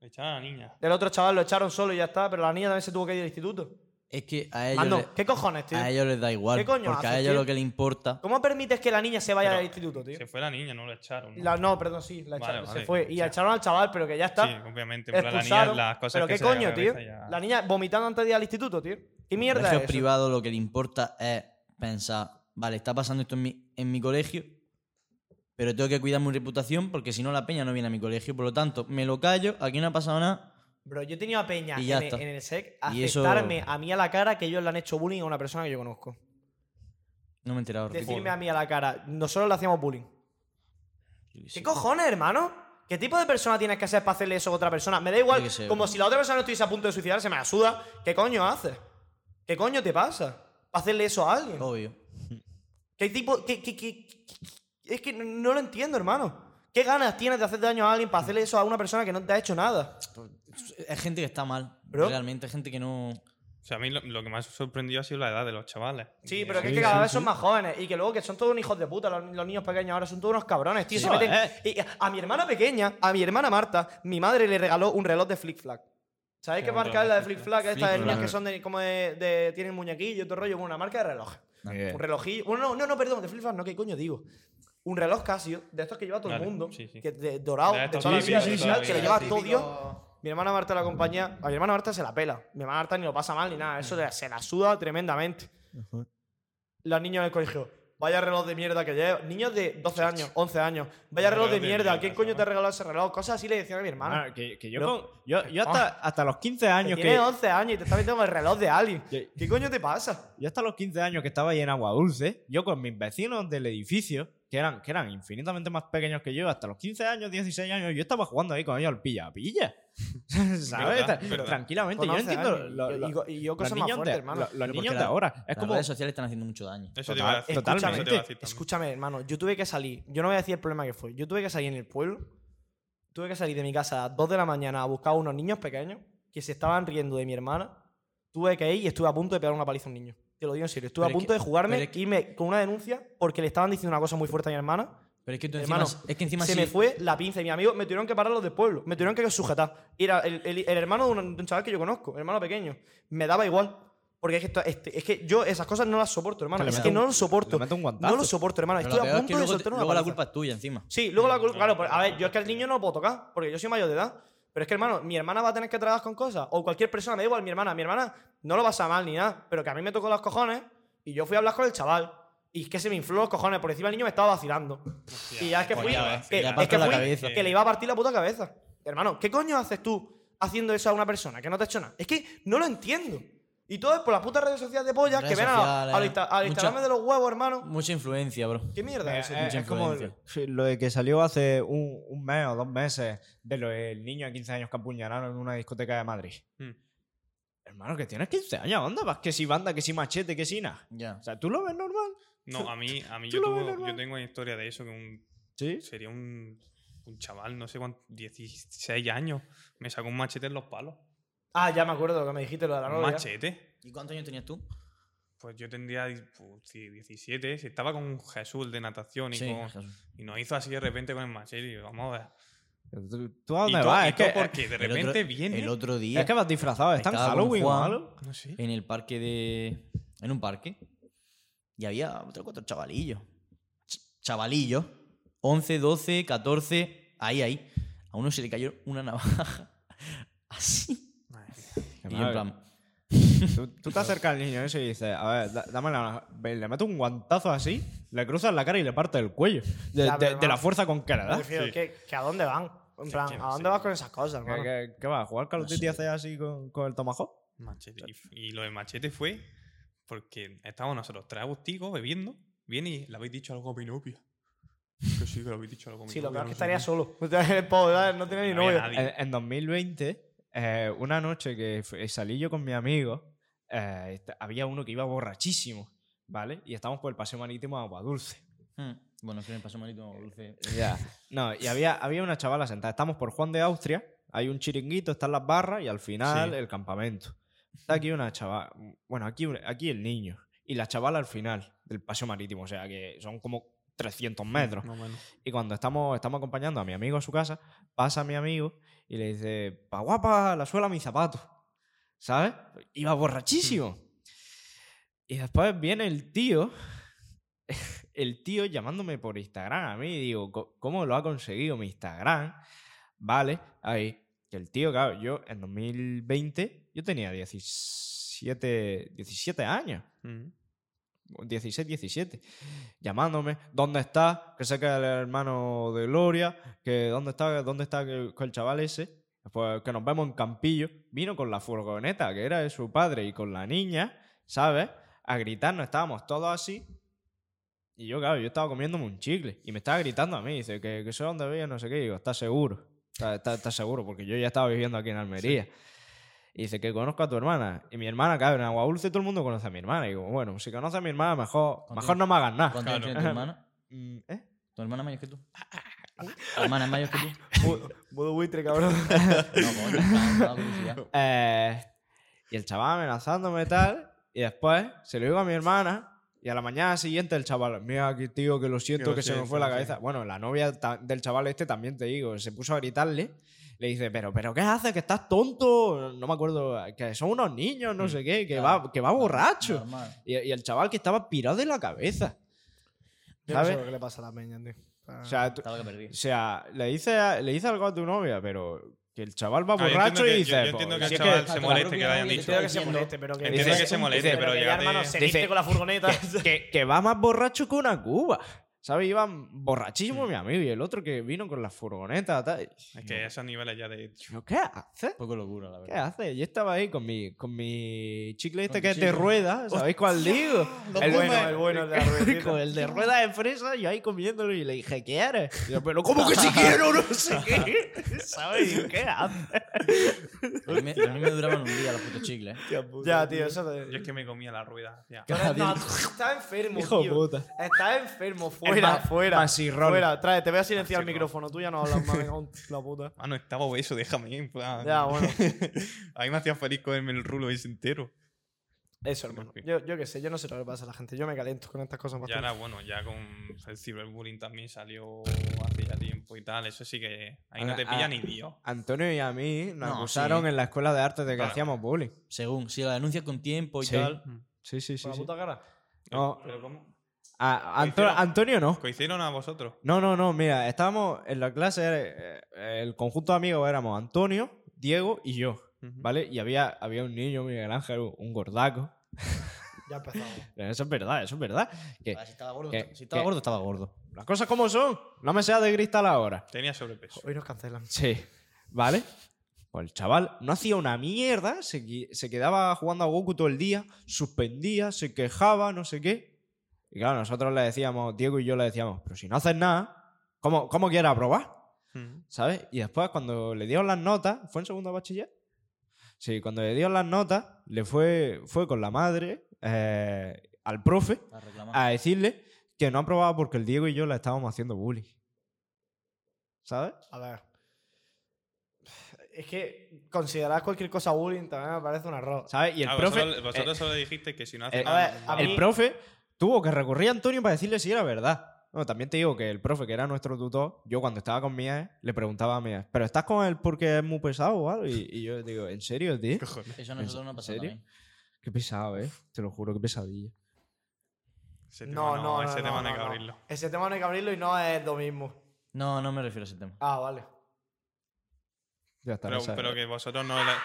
[SPEAKER 2] Echar a la niña.
[SPEAKER 1] Del otro chaval lo echaron solo y ya está, pero la niña también se tuvo que ir al instituto.
[SPEAKER 3] Es que a ellos,
[SPEAKER 1] Mando,
[SPEAKER 3] le-
[SPEAKER 1] ¿qué cojones, tío?
[SPEAKER 3] a ellos les da igual.
[SPEAKER 1] ¿Qué coño
[SPEAKER 3] porque a
[SPEAKER 1] haces,
[SPEAKER 3] ellos
[SPEAKER 1] tío?
[SPEAKER 3] lo que les importa.
[SPEAKER 1] ¿Cómo permites que la niña se vaya
[SPEAKER 2] Pero-
[SPEAKER 1] al instituto, tío?
[SPEAKER 2] Se fue la niña, no la echaron. ¿no?
[SPEAKER 1] La- no, perdón, sí, la
[SPEAKER 2] Vale,
[SPEAKER 1] echaron,
[SPEAKER 2] vale,
[SPEAKER 1] se fue. Y
[SPEAKER 2] ya.
[SPEAKER 1] echaron al chaval, pero que ya está.
[SPEAKER 2] Sí, obviamente. en plan, la niña,
[SPEAKER 1] expulsaron.
[SPEAKER 2] las cosas
[SPEAKER 1] pero
[SPEAKER 2] que
[SPEAKER 1] qué
[SPEAKER 2] se le da a
[SPEAKER 1] coño,
[SPEAKER 2] la
[SPEAKER 1] tío.
[SPEAKER 2] cabeza ya-
[SPEAKER 1] La niña vomitando antes de ir al instituto, tío. ¿Qué
[SPEAKER 3] En
[SPEAKER 1] mierda
[SPEAKER 3] colegios
[SPEAKER 1] es eso?
[SPEAKER 3] privados lo que les importa es pensar, vale, está pasando esto en mi, en mi colegio, pero tengo que cuidar mi reputación porque si no la peña no viene a mi colegio. Por lo tanto, me lo callo, aquí no ha pasado nada.
[SPEAKER 1] Bro, yo he tenido a Peña
[SPEAKER 3] Y ya
[SPEAKER 1] en, el-
[SPEAKER 3] está.
[SPEAKER 1] en el SEC
[SPEAKER 3] Y eso-
[SPEAKER 1] aceptarme a mí a la cara que ellos le han hecho bullying a una persona que yo conozco.
[SPEAKER 3] No me he enterado. Ricky.
[SPEAKER 1] Decirme a mí a la cara, nosotros le hacíamos bullying. ¿Qué cojones, hermano? ¿Qué tipo de persona tienes que ser para hacerle eso a otra persona? Me da igual,
[SPEAKER 3] Yo qué sé,
[SPEAKER 1] como
[SPEAKER 3] bro.
[SPEAKER 1] si la otra persona no estuviese a punto de suicidarse, me la suda. ¿Qué coño haces? ¿Qué coño te pasa? ¿Para hacerle eso a alguien?
[SPEAKER 3] Obvio.
[SPEAKER 1] ¿Qué tipo.? qué- qué- qué- qué- qué- es que no- no lo entiendo, hermano. ¿Qué ganas tienes de hacer daño a alguien para hacerle eso a una persona que no te ha hecho nada?
[SPEAKER 3] Es gente que está mal.
[SPEAKER 1] Bro.
[SPEAKER 3] Realmente, es gente que no.
[SPEAKER 2] O sea, a mí lo, lo que más sorprendió ha sido la edad de los chavales.
[SPEAKER 1] Sí,
[SPEAKER 2] Que-
[SPEAKER 1] pero que es que cada vez son más jóvenes y que luego que son todos unos hijos de puta, los, los niños pequeños ahora son todos unos cabrones, tío.
[SPEAKER 3] Sí,
[SPEAKER 1] se
[SPEAKER 3] lo
[SPEAKER 1] meten-
[SPEAKER 3] es.
[SPEAKER 1] y a- a mi hermana pequeña, a mi hermana Marta, mi madre le regaló un reloj de Flick Flag. ¿Sabéis qué
[SPEAKER 2] Qué bonito
[SPEAKER 1] marca es
[SPEAKER 2] reloj
[SPEAKER 1] la de
[SPEAKER 2] de
[SPEAKER 1] Flick
[SPEAKER 2] Flick
[SPEAKER 1] Flag? Estas de
[SPEAKER 3] Flick
[SPEAKER 1] niñas
[SPEAKER 3] Flag.
[SPEAKER 1] que son de, como de, de- tienen muñequillo y todo el rollo, bueno, una marca de reloj.
[SPEAKER 4] Ni idea.
[SPEAKER 1] Un relojillo. Bueno, no, no, no, perdón, de Flick Flag, no, ¿qué coño digo? Un reloj Casio, de estos que lleva todo
[SPEAKER 2] Vale,
[SPEAKER 1] el mundo,
[SPEAKER 2] sí, sí.
[SPEAKER 1] que de, dorado,
[SPEAKER 2] De
[SPEAKER 1] de
[SPEAKER 2] estos
[SPEAKER 1] toda la vida,
[SPEAKER 2] típicos, de
[SPEAKER 1] original,
[SPEAKER 2] toda la
[SPEAKER 1] que le
[SPEAKER 2] vida.
[SPEAKER 1] lleva todo Dios. Mi hermana Marta la compañía. A mi hermana Marta se la pela. Mi hermana Marta ni lo pasa mal ni nada. Eso le- se la suda tremendamente. Los niños en el colegio. Vaya reloj de mierda que llevo. Niños de 12 años, 11 años. Vaya reloj de mierda. ¿Quién coño te ha regalado ese reloj? Cosas así le decían a mi hermana.
[SPEAKER 4] Ah, que, que yo,
[SPEAKER 1] Pero-
[SPEAKER 4] con- yo, yo hasta, hasta los 15
[SPEAKER 1] Que
[SPEAKER 4] años
[SPEAKER 1] tiene
[SPEAKER 4] que,
[SPEAKER 1] 11 años y te está metiendo con el reloj de alguien.
[SPEAKER 4] Que-
[SPEAKER 1] ¿Qué coño te pasa?
[SPEAKER 4] yo hasta los 15 años que estaba ahí en Agua Dulce, yo con mis vecinos del edificio, que eran, que eran infinitamente más pequeños que yo, hasta los 15 años, 16 años, yo estaba jugando ahí con ellos al pilla-pilla. ¿Sabes?
[SPEAKER 2] Verdad,
[SPEAKER 4] Tra-
[SPEAKER 2] verdad.
[SPEAKER 4] Tranquilamente,
[SPEAKER 1] Con
[SPEAKER 4] yo
[SPEAKER 1] 11
[SPEAKER 4] entiendo.
[SPEAKER 1] años.
[SPEAKER 4] lo-
[SPEAKER 1] Y-
[SPEAKER 4] lo-
[SPEAKER 1] y, yo- y yo
[SPEAKER 4] los
[SPEAKER 1] cosas más
[SPEAKER 4] niños
[SPEAKER 1] fuertes,
[SPEAKER 4] de-
[SPEAKER 1] hermano.
[SPEAKER 4] lo- los niños
[SPEAKER 3] porque
[SPEAKER 4] de
[SPEAKER 3] la-
[SPEAKER 4] ahora. Es
[SPEAKER 3] Las
[SPEAKER 4] como.
[SPEAKER 3] redes sociales están haciendo mucho daño.
[SPEAKER 2] Eso te
[SPEAKER 4] Total-
[SPEAKER 2] iba a decir.
[SPEAKER 4] totalmente.
[SPEAKER 2] Eso te iba a decir también.
[SPEAKER 1] Escúchame, hermano, yo tuve que salir. Yo no voy a decir el problema que fue. Yo tuve que salir en el pueblo. Tuve que salir de mi casa a las 2 de la mañana a buscar a unos niños pequeños que se estaban riendo de mi hermana. Tuve que ir y estuve a punto de pegar una paliza a un niño. Te lo digo en serio. Estuve
[SPEAKER 3] Pero
[SPEAKER 1] a
[SPEAKER 3] es
[SPEAKER 1] punto de
[SPEAKER 3] que-
[SPEAKER 1] jugarme
[SPEAKER 3] pero es que-
[SPEAKER 1] y irme con una denuncia porque le estaban diciendo una cosa muy fuerte a mi hermana.
[SPEAKER 3] Pero es que tú encima.
[SPEAKER 1] Hermano,
[SPEAKER 3] es que encima
[SPEAKER 1] se
[SPEAKER 3] sí-
[SPEAKER 1] me fue la pinza y mis amigos me tuvieron que parar los del pueblo, me tuvieron que sujetar. Era el, el- el hermano de un, de un chaval que yo conozco, el hermano pequeño. Me daba igual. Porque es que, esto- este- es que yo esas cosas no las soporto, hermano.
[SPEAKER 4] Le
[SPEAKER 1] Es
[SPEAKER 4] meto
[SPEAKER 1] que
[SPEAKER 4] un-
[SPEAKER 1] no lo soporto.
[SPEAKER 4] le meto un guantazo.
[SPEAKER 1] no lo soporto, hermano.
[SPEAKER 3] pero
[SPEAKER 1] Estoy
[SPEAKER 3] lo
[SPEAKER 1] a
[SPEAKER 3] peor es
[SPEAKER 1] punto
[SPEAKER 3] que
[SPEAKER 1] de
[SPEAKER 3] luego,
[SPEAKER 1] soltar
[SPEAKER 3] te-
[SPEAKER 1] una
[SPEAKER 3] luego la
[SPEAKER 1] paliza.
[SPEAKER 3] culpa es tuya encima.
[SPEAKER 1] Sí, luego la culpa. Claro, pues, a ver, yo es que al niño no lo puedo tocar, porque yo soy mayor de edad. Pero es que, hermano, mi hermana va a tener que trabajar con cosas. O cualquier persona, me da igual, mi hermana. Mi hermana no lo pasa mal ni nada. Pero que a mí me tocó los cojones y yo fui a hablar con el chaval. Y es que se me infló los cojones. Por encima el niño me estaba vacilando. y ya es que
[SPEAKER 3] pues
[SPEAKER 1] fui.
[SPEAKER 3] ya ves,
[SPEAKER 1] que,
[SPEAKER 3] ya
[SPEAKER 1] es
[SPEAKER 3] parto
[SPEAKER 1] que
[SPEAKER 3] la
[SPEAKER 1] fui
[SPEAKER 3] cabeza.
[SPEAKER 1] que le iba a partir la puta cabeza. Hermano, ¿qué coño haces tú haciendo eso a una persona que no te ha hecho nada? Es que no lo entiendo. Y todo es por las putas redes sociales de pollas que
[SPEAKER 3] Redes
[SPEAKER 1] ven a,
[SPEAKER 3] sociales,
[SPEAKER 1] a los insta- a los
[SPEAKER 3] mucha-
[SPEAKER 1] Instagrames de los huevos, hermano.
[SPEAKER 3] Mucha influencia, bro.
[SPEAKER 1] ¿Qué mierda
[SPEAKER 4] Eh,
[SPEAKER 1] es eso?
[SPEAKER 4] eh,
[SPEAKER 3] mucha
[SPEAKER 4] es como
[SPEAKER 3] influencia.
[SPEAKER 4] lo de que salió hace un, un mes o dos meses de lo del niño de 15 años que apuñalaron en una discoteca de Madrid.
[SPEAKER 2] Mm.
[SPEAKER 4] Hermano, que tienes 15 años, onda, vas que si banda, que si machete, que si nada.
[SPEAKER 3] Ya.
[SPEAKER 4] O sea, ¿tú lo ves normal?
[SPEAKER 2] No, a mí, a mí
[SPEAKER 4] Tú
[SPEAKER 2] yo,
[SPEAKER 4] lo ves
[SPEAKER 2] tuve- yo
[SPEAKER 4] normal.
[SPEAKER 2] tengo una historia de eso que un-
[SPEAKER 4] Sí.
[SPEAKER 2] sería un, un chaval, no sé cuánto, 16 años, me sacó un machete en los palos.
[SPEAKER 1] Ah, ya me acuerdo lo que me dijiste, lo de la
[SPEAKER 2] ¿Un
[SPEAKER 1] novia.
[SPEAKER 2] machete?
[SPEAKER 3] ¿Y cuántos años tenías tú?
[SPEAKER 2] Pues yo tendría di- pues, sí, 17, si estaba con Jesús el de natación y,
[SPEAKER 3] Sí,
[SPEAKER 2] con-
[SPEAKER 3] Jesús.
[SPEAKER 2] y nos hizo así de repente con el machete y vamos a ver.
[SPEAKER 4] ¿Tú, tú a dónde
[SPEAKER 2] y todo-
[SPEAKER 4] vas?
[SPEAKER 2] y
[SPEAKER 4] Es
[SPEAKER 2] todo
[SPEAKER 4] que,
[SPEAKER 2] porque de
[SPEAKER 3] El otro-
[SPEAKER 2] repente viene.
[SPEAKER 3] El otro día.
[SPEAKER 4] es que vas disfrazado. ¿Está en
[SPEAKER 3] estaba con
[SPEAKER 4] Halloween o
[SPEAKER 3] Juan
[SPEAKER 4] algo?
[SPEAKER 2] No sé.
[SPEAKER 3] En el parque de. En un parque. Y había otros cuatro chavalillos. Ch- chavalillos. 11, 12, 14. Ahí, ahí. A uno se le cayó una navaja. Así. Y yo en plan.
[SPEAKER 4] Tú, tú te acercas al niño ese y dices, a ver, da- dame la... ve, Le meto un guantazo así, le cruzas la cara y le partes el cuello. De,
[SPEAKER 1] Ya,
[SPEAKER 4] de-
[SPEAKER 1] pero
[SPEAKER 4] de la
[SPEAKER 1] vamos.
[SPEAKER 4] fuerza con que le
[SPEAKER 1] Me
[SPEAKER 4] das.
[SPEAKER 1] refiero, que, que ¿a dónde van? En plan, ¿a dónde vas con esas cosas,
[SPEAKER 4] ¿Qué,
[SPEAKER 1] hermano?
[SPEAKER 4] qué, qué va? ¿A jugar Call of Duty hace así con, con el tomahawk?
[SPEAKER 2] Machete. Y, y lo del machete fue porque estábamos nosotros tres agusticos bebiendo. Viene y le habéis dicho algo a mi novia. Que sí, que le habéis dicho algo a mi
[SPEAKER 1] Sí,
[SPEAKER 2] novia.
[SPEAKER 1] lo peor es
[SPEAKER 2] no
[SPEAKER 1] que
[SPEAKER 2] sé
[SPEAKER 1] estaría
[SPEAKER 2] qué.
[SPEAKER 1] solo. El pobre, no tiene ni
[SPEAKER 2] No había
[SPEAKER 1] novio.
[SPEAKER 2] nadie.
[SPEAKER 4] En, en 2020, eh, una noche que fu- salí yo con mi amigo, eh, esta- había uno que iba borrachísimo, ¿vale? Y estábamos por el paseo marítimo a Aguadulce.
[SPEAKER 3] "Hmm, Bueno, es que me pasó malito dulce.
[SPEAKER 4] Ya. No, y había, había una chavala sentada. Estamos por Juan de Austria, hay un chiringuito, están las barras y al final
[SPEAKER 2] Sí.
[SPEAKER 4] el campamento. Está aquí una chavala. Bueno, aquí, aquí el niño. Y la chavala al final del paseo marítimo, o sea que son como 300 metros.
[SPEAKER 2] Más o menos.
[SPEAKER 4] Y cuando estamos, estamos acompañando a mi amigo a su casa, pasa mi amigo y le dice: Pa guapa, la suela a mi zapato. ¿Sabes? Iba borrachísimo. Y después viene el tío, el tío llamándome por Instagram a mí. Y digo, "Co- ¿cómo lo ha conseguido mi Instagram? Vale, ahí. Que el tío, claro, yo en 2020, yo tenía 17, 17 años.
[SPEAKER 2] Mm.
[SPEAKER 4] 16, 17, llamándome, ¿dónde está? Que sé que es el hermano de Gloria, que dónde está, dónde está que- que el chaval ese, pues que nos vemos en Campillo, vino con la furgoneta, que era de su padre, y con la niña, ¿sabes? A gritarnos, estábamos todos así, y yo, claro, yo estaba comiéndome un chicle, y me estaba gritando a mí, dice, que, que sé dónde veía, no sé qué, y digo, ¿estás seguro? ¿Estás, estás- estás seguro? Porque yo ya estaba viviendo aquí en Almería. Y dice que conozco a tu hermana. Y mi hermana, claro, en Aguadulce todo el mundo conoce a mi hermana. Y digo, bueno, si conoce a mi hermana, mejor,
[SPEAKER 3] Contigo.
[SPEAKER 4] mejor no me hagas nada.
[SPEAKER 3] ¿Cuántos años tiene tu hermana?
[SPEAKER 4] Mm, ¿eh?
[SPEAKER 3] ¿Tu hermana es mayor que tú? ¿Tu hermana es mayor que tú?
[SPEAKER 1] Modo buitre, cabrón.
[SPEAKER 3] No, coño, me da curiosidad.
[SPEAKER 4] Eh, y el chaval amenazándome tal. Y después se lo digo a mi hermana. Y a la mañana siguiente el chaval, mira aquí, tío, que lo siento,
[SPEAKER 2] lo
[SPEAKER 4] que se me
[SPEAKER 2] siento,
[SPEAKER 4] fue la
[SPEAKER 2] lo
[SPEAKER 4] cabeza.
[SPEAKER 2] siento.
[SPEAKER 4] Bueno, la novia ta- del chaval este también te digo, se puso a gritarle. Le dice, pero, pero ¿qué haces? Que estás tonto. No me acuerdo, que son unos niños,
[SPEAKER 2] Mm,
[SPEAKER 4] no sé qué, que,
[SPEAKER 3] claro.
[SPEAKER 4] va, que va borracho.
[SPEAKER 3] Normal.
[SPEAKER 4] Y, y el chaval que estaba pirado de la cabeza.
[SPEAKER 1] Yo no sé
[SPEAKER 4] ¿Sabes?
[SPEAKER 1] lo que le pasa a la peña, tío. Ah.
[SPEAKER 4] O sea, tú-
[SPEAKER 3] Estaba que perdí.
[SPEAKER 4] O sea, le dice, a- le dice algo a tu novia, pero que el chaval va
[SPEAKER 2] Ah, yo
[SPEAKER 4] borracho
[SPEAKER 2] entiendo
[SPEAKER 4] y
[SPEAKER 2] que-
[SPEAKER 4] dice.
[SPEAKER 2] yo- yo entiendo que
[SPEAKER 4] "Pues,
[SPEAKER 2] el
[SPEAKER 4] si es
[SPEAKER 2] chaval se
[SPEAKER 3] la
[SPEAKER 2] moleste
[SPEAKER 3] propia
[SPEAKER 2] que le hayan
[SPEAKER 3] novia
[SPEAKER 2] dicho.
[SPEAKER 3] te
[SPEAKER 1] Entiendo que se
[SPEAKER 3] diciendo-
[SPEAKER 1] moleste, pero que.
[SPEAKER 2] Entiendo
[SPEAKER 1] dice-
[SPEAKER 2] que se moleste,
[SPEAKER 1] dice,
[SPEAKER 2] pero
[SPEAKER 1] que,
[SPEAKER 2] ya
[SPEAKER 1] hermano,
[SPEAKER 2] te-
[SPEAKER 1] seguiste
[SPEAKER 4] dice-
[SPEAKER 1] con la furgoneta.
[SPEAKER 4] que, que va más borracho que una cuba. ¿Sabes? Iba borrachísimo mi amigo y el otro que vino con la furgoneta. Tal.
[SPEAKER 2] Es que esos niveles ya de.
[SPEAKER 4] Yo, ¿Qué hace?
[SPEAKER 3] Poco locura, la
[SPEAKER 4] ¿Qué
[SPEAKER 3] verdad.
[SPEAKER 4] hace? Yo estaba ahí con mi, con mi chicle
[SPEAKER 3] Con
[SPEAKER 4] este que
[SPEAKER 3] tu
[SPEAKER 4] es de
[SPEAKER 3] chicle.
[SPEAKER 4] rueda. ¿Sabéis cuál digo?
[SPEAKER 1] El bueno, el bueno, el de la ruedecita.
[SPEAKER 4] con el de rueda de fresa, yo ahí comiéndolo y le dije, ¿qué eres? Y yo, pero ¿cómo que si quiero? No sé qué. ¿Sabes? Y yo, ¿Qué hace?
[SPEAKER 3] A mí, me- a mí me duraban un día los putos chicles. ¿eh?
[SPEAKER 1] Ya, tío, eso
[SPEAKER 2] Yo es
[SPEAKER 1] de.
[SPEAKER 2] que me comía la rueda. ya.
[SPEAKER 1] Tú eres- no, Estás enfermo,
[SPEAKER 4] Hijo de
[SPEAKER 1] tío.
[SPEAKER 4] puta.
[SPEAKER 1] Estás enfermo,
[SPEAKER 4] ma-
[SPEAKER 1] fuera, fuera.
[SPEAKER 4] masirrón.
[SPEAKER 1] Fuera, trae, te voy a silenciar el
[SPEAKER 2] Masirrón.
[SPEAKER 1] micrófono. Tú ya no hablas más, me cago en la puta.
[SPEAKER 2] Mano, Ah, estaba obeso, déjame. en plan.
[SPEAKER 1] Ya, bueno.
[SPEAKER 2] a mí me hacía feliz comerme el rulo ese entero.
[SPEAKER 1] Eso, hermano.
[SPEAKER 2] En fin.
[SPEAKER 1] Yo, yo qué sé, yo no sé lo que pasa a la gente. Yo me calento con estas cosas.
[SPEAKER 2] Y
[SPEAKER 1] bastante.
[SPEAKER 2] ahora, bueno, ya con el ciberbullying también salió hace ya tiempo y tal. Eso sí que. Ahí no
[SPEAKER 4] Ahora,
[SPEAKER 2] te pilla
[SPEAKER 4] ah,
[SPEAKER 2] ni Dios.
[SPEAKER 4] Antonio y a mí nos
[SPEAKER 3] No,
[SPEAKER 4] acusaron
[SPEAKER 3] sí.
[SPEAKER 4] en la escuela de arte de que
[SPEAKER 2] Claro.
[SPEAKER 4] hacíamos bullying.
[SPEAKER 3] Según, si la denuncias con tiempo y
[SPEAKER 4] Sí.
[SPEAKER 3] tal.
[SPEAKER 4] Sí, sí, sí.
[SPEAKER 1] Con la
[SPEAKER 4] sí.
[SPEAKER 1] puta cara.
[SPEAKER 4] No,
[SPEAKER 2] ¿Pero cómo?
[SPEAKER 4] a-
[SPEAKER 2] Lo
[SPEAKER 4] Anto-
[SPEAKER 2] hicieron.
[SPEAKER 4] Antonio no.
[SPEAKER 2] ¿Qué hicieron a vosotros?
[SPEAKER 4] No, no, no, mira, estábamos en la clase, eh, eh, el conjunto de amigos éramos Antonio, Diego y yo,
[SPEAKER 2] Ujú.
[SPEAKER 4] ¿vale? Y había, había un niño, Miguel Ángel, un gordaco.
[SPEAKER 1] Ya empezamos.
[SPEAKER 4] Eso es verdad, eso es verdad. Que
[SPEAKER 3] Ah, si estaba gordo,
[SPEAKER 4] ¿Qué?
[SPEAKER 3] estaba- si estaba
[SPEAKER 4] ¿Qué?
[SPEAKER 3] gordo, estaba gordo.
[SPEAKER 4] las cosas como son, no me sea de cristal ahora.
[SPEAKER 2] Tenía sobrepeso.
[SPEAKER 1] Hoy nos cancelan.
[SPEAKER 4] Sí, ¿vale? Pues el chaval no hacía una mierda, se, qui- se quedaba jugando a Goku todo el día, suspendía, se quejaba, no sé qué. Y claro, nosotros le decíamos, Diego y yo le decíamos, pero si no haces nada, ¿cómo, cómo quieres aprobar?
[SPEAKER 2] Mm.
[SPEAKER 4] ¿Sabes? Y después cuando le dieron las notas, ¿fue en segundo de bachiller? Sí, cuando le dieron las notas, le fue, fue con la madre eh, al profe
[SPEAKER 3] Estaba reclamando.
[SPEAKER 1] Ah,
[SPEAKER 4] a decirle que no aprobaba porque el Diego y yo la estábamos haciendo bullying. ¿Sabes?
[SPEAKER 1] A ver. Es que considerar cualquier cosa bullying también me parece un error.
[SPEAKER 4] ¿Sabes? Y el
[SPEAKER 2] Ah,
[SPEAKER 4] profe.
[SPEAKER 2] vosotros, vosotros solo dijiste que si no hace
[SPEAKER 4] eh,
[SPEAKER 1] a
[SPEAKER 2] nada.
[SPEAKER 1] ver,
[SPEAKER 2] no-
[SPEAKER 1] a
[SPEAKER 4] el
[SPEAKER 1] mí-
[SPEAKER 4] profe tuvo que recurrir a Antonio para decirle si era verdad. No, también te digo que el profe, que era nuestro tutor, yo cuando estaba con mi ex, le preguntaba a mi ex, ¿pero estás con él porque es muy pesado o algo? Y, y yo digo, ¿en serio, tío?
[SPEAKER 3] Eso a nosotros no pasa
[SPEAKER 4] serio?
[SPEAKER 3] también.
[SPEAKER 4] Qué pesado, ¿eh? Te lo juro, qué pesadilla.
[SPEAKER 2] Ese tema no, ese tema no hay que
[SPEAKER 1] no.
[SPEAKER 2] abrirlo.
[SPEAKER 1] Ese tema no hay que abrirlo y no es lo mismo.
[SPEAKER 3] No, no me refiero a ese tema.
[SPEAKER 1] Ah, vale.
[SPEAKER 4] Ya está.
[SPEAKER 2] Pero,
[SPEAKER 4] esa-
[SPEAKER 2] pero que vosotros no... la-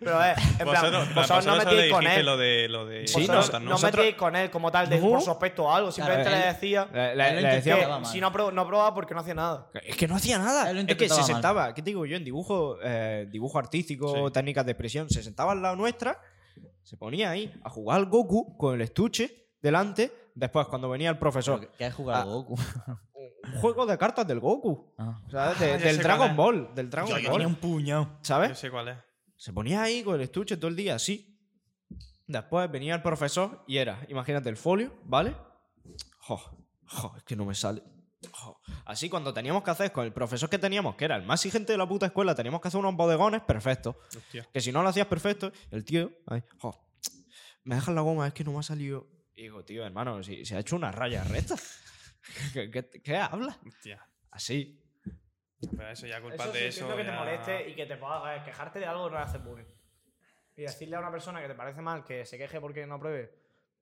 [SPEAKER 1] Pero a ver, en plan,
[SPEAKER 2] Vosotros,
[SPEAKER 1] vosotros,
[SPEAKER 2] vosotros
[SPEAKER 1] no
[SPEAKER 2] solo
[SPEAKER 1] metíais
[SPEAKER 2] le
[SPEAKER 1] con
[SPEAKER 2] dijiste
[SPEAKER 1] él.
[SPEAKER 2] Lo de, lo de
[SPEAKER 4] Sí,
[SPEAKER 1] vosotros
[SPEAKER 2] notas,
[SPEAKER 1] no,
[SPEAKER 2] ¿no?
[SPEAKER 1] metíais con él como tal, de,
[SPEAKER 4] No.
[SPEAKER 1] por sospecho o algo. Simplemente
[SPEAKER 3] Claro,
[SPEAKER 1] le
[SPEAKER 3] él-
[SPEAKER 1] decía
[SPEAKER 4] Le-
[SPEAKER 3] Él lo
[SPEAKER 4] le- le decía,
[SPEAKER 3] interpretaba
[SPEAKER 1] que
[SPEAKER 3] mal.
[SPEAKER 1] si no, apro- no probaba porque no hacía nada.
[SPEAKER 4] Es que no hacía nada.
[SPEAKER 3] Él lo
[SPEAKER 4] Es que se
[SPEAKER 3] interpretaba mal.
[SPEAKER 4] sentaba, ¿qué te digo yo? En dibujo, eh, dibujo artístico,
[SPEAKER 2] Sí.
[SPEAKER 4] técnicas de expresión, se sentaba al lado nuestra, se ponía ahí a jugar al Goku con el estuche delante. Después, cuando venía el
[SPEAKER 3] Pero
[SPEAKER 4] profesor,
[SPEAKER 3] que- que has jugado
[SPEAKER 4] Ah.
[SPEAKER 3] Goku.
[SPEAKER 4] un juego de cartas del Goku.
[SPEAKER 3] Ah.
[SPEAKER 4] O sea, de-
[SPEAKER 2] Ah, ya
[SPEAKER 4] del
[SPEAKER 2] sé
[SPEAKER 4] Dragon
[SPEAKER 2] cuál
[SPEAKER 4] Ball. Del Dragon
[SPEAKER 3] Yo, yo tenía
[SPEAKER 4] Ball.
[SPEAKER 3] un puñado.
[SPEAKER 2] Yo
[SPEAKER 4] ¿Sabes?
[SPEAKER 2] sé cuál es.
[SPEAKER 4] Se ponía ahí con el estuche todo el día así. Después venía el profesor y era, imagínate el folio, ¿vale? Jo, jo, es que no me sale. Jo. Así cuando teníamos que hacer con el profesor que teníamos, que era el más exigente de la puta escuela, teníamos que hacer unos bodegones perfectos.
[SPEAKER 2] Hostia.
[SPEAKER 4] Que si no lo hacías perfecto, el tío, ahí, jo, me dejas la goma, es que no me ha salido. Y digo, tío, hermano, si se ha hecho una raya recta. ¿Qué, qué, qué hablas?
[SPEAKER 2] Hostia.
[SPEAKER 4] Así.
[SPEAKER 2] Pero eso ya culpa
[SPEAKER 1] Eso sí,
[SPEAKER 2] de eso.
[SPEAKER 1] entiendo que te
[SPEAKER 2] ya-
[SPEAKER 1] moleste y que te pueda eh, quejarte de algo no le hace bullying. Y decirle a una persona que te parece mal que se queje porque no apruebe,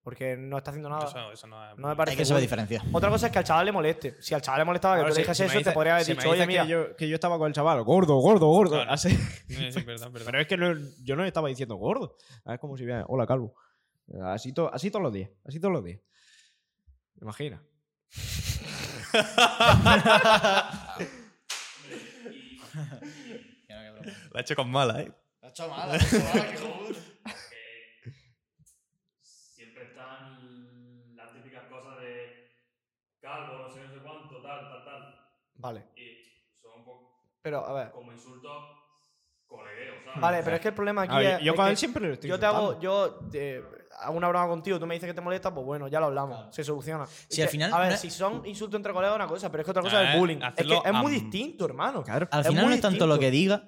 [SPEAKER 1] porque no está haciendo nada,
[SPEAKER 2] Eso, eso no es.
[SPEAKER 1] no me
[SPEAKER 3] Hay
[SPEAKER 1] parece
[SPEAKER 3] que saber
[SPEAKER 1] bullying.
[SPEAKER 3] diferenciar.
[SPEAKER 1] Otra cosa es que al chaval le moleste. Si al chaval le molestaba Ah, que tú
[SPEAKER 4] Ahora,
[SPEAKER 1] le
[SPEAKER 4] si-
[SPEAKER 1] dijes
[SPEAKER 4] si me
[SPEAKER 1] eso,
[SPEAKER 4] dices-
[SPEAKER 1] te podría haber
[SPEAKER 4] si me
[SPEAKER 1] dicho, oye,
[SPEAKER 4] dices
[SPEAKER 1] mira,
[SPEAKER 4] Que yo, que yo estaba con el chaval, gordo, gordo, gordo.
[SPEAKER 2] Claro.
[SPEAKER 4] así.
[SPEAKER 2] Sí, sí, verdad, verdad.
[SPEAKER 4] Pero es que no- yo no le estaba diciendo gordo. Ah, Es como si viera, hola, calvo. Así, to- así todos los días. Así todos los días. Imagina.
[SPEAKER 2] La he hecho con mala, ¿eh?
[SPEAKER 10] que siempre están las típicas cosas de calvo, no sé, no sé cuánto, tal, tal, tal.
[SPEAKER 1] vale.
[SPEAKER 10] Y son un poco
[SPEAKER 1] Pero, a ver.
[SPEAKER 10] como insultos colegueos, ¿sabes?
[SPEAKER 1] Vale, pero es que el problema aquí
[SPEAKER 4] Ah, yo-
[SPEAKER 1] es.
[SPEAKER 4] yo
[SPEAKER 1] es
[SPEAKER 4] con
[SPEAKER 1] que
[SPEAKER 4] él siempre lo estoy
[SPEAKER 1] Yo te hago,
[SPEAKER 4] insultando.
[SPEAKER 1] yo eh, hago una broma contigo, tú me dices que te molesta, pues bueno, ya lo hablamos, se soluciona. Es que,
[SPEAKER 3] al final
[SPEAKER 1] A
[SPEAKER 3] no
[SPEAKER 1] ver,
[SPEAKER 3] es-
[SPEAKER 1] si son insultos entre colegas es una cosa, pero es que otra cosa
[SPEAKER 2] Ah,
[SPEAKER 1] es el bullying. Es, que
[SPEAKER 2] hacerlo
[SPEAKER 1] es muy
[SPEAKER 2] am-
[SPEAKER 1] distinto, hermano.
[SPEAKER 4] eh, Claro.
[SPEAKER 3] Al
[SPEAKER 1] Es
[SPEAKER 3] final
[SPEAKER 1] muy
[SPEAKER 3] no es tanto
[SPEAKER 1] distinto.
[SPEAKER 3] lo que diga,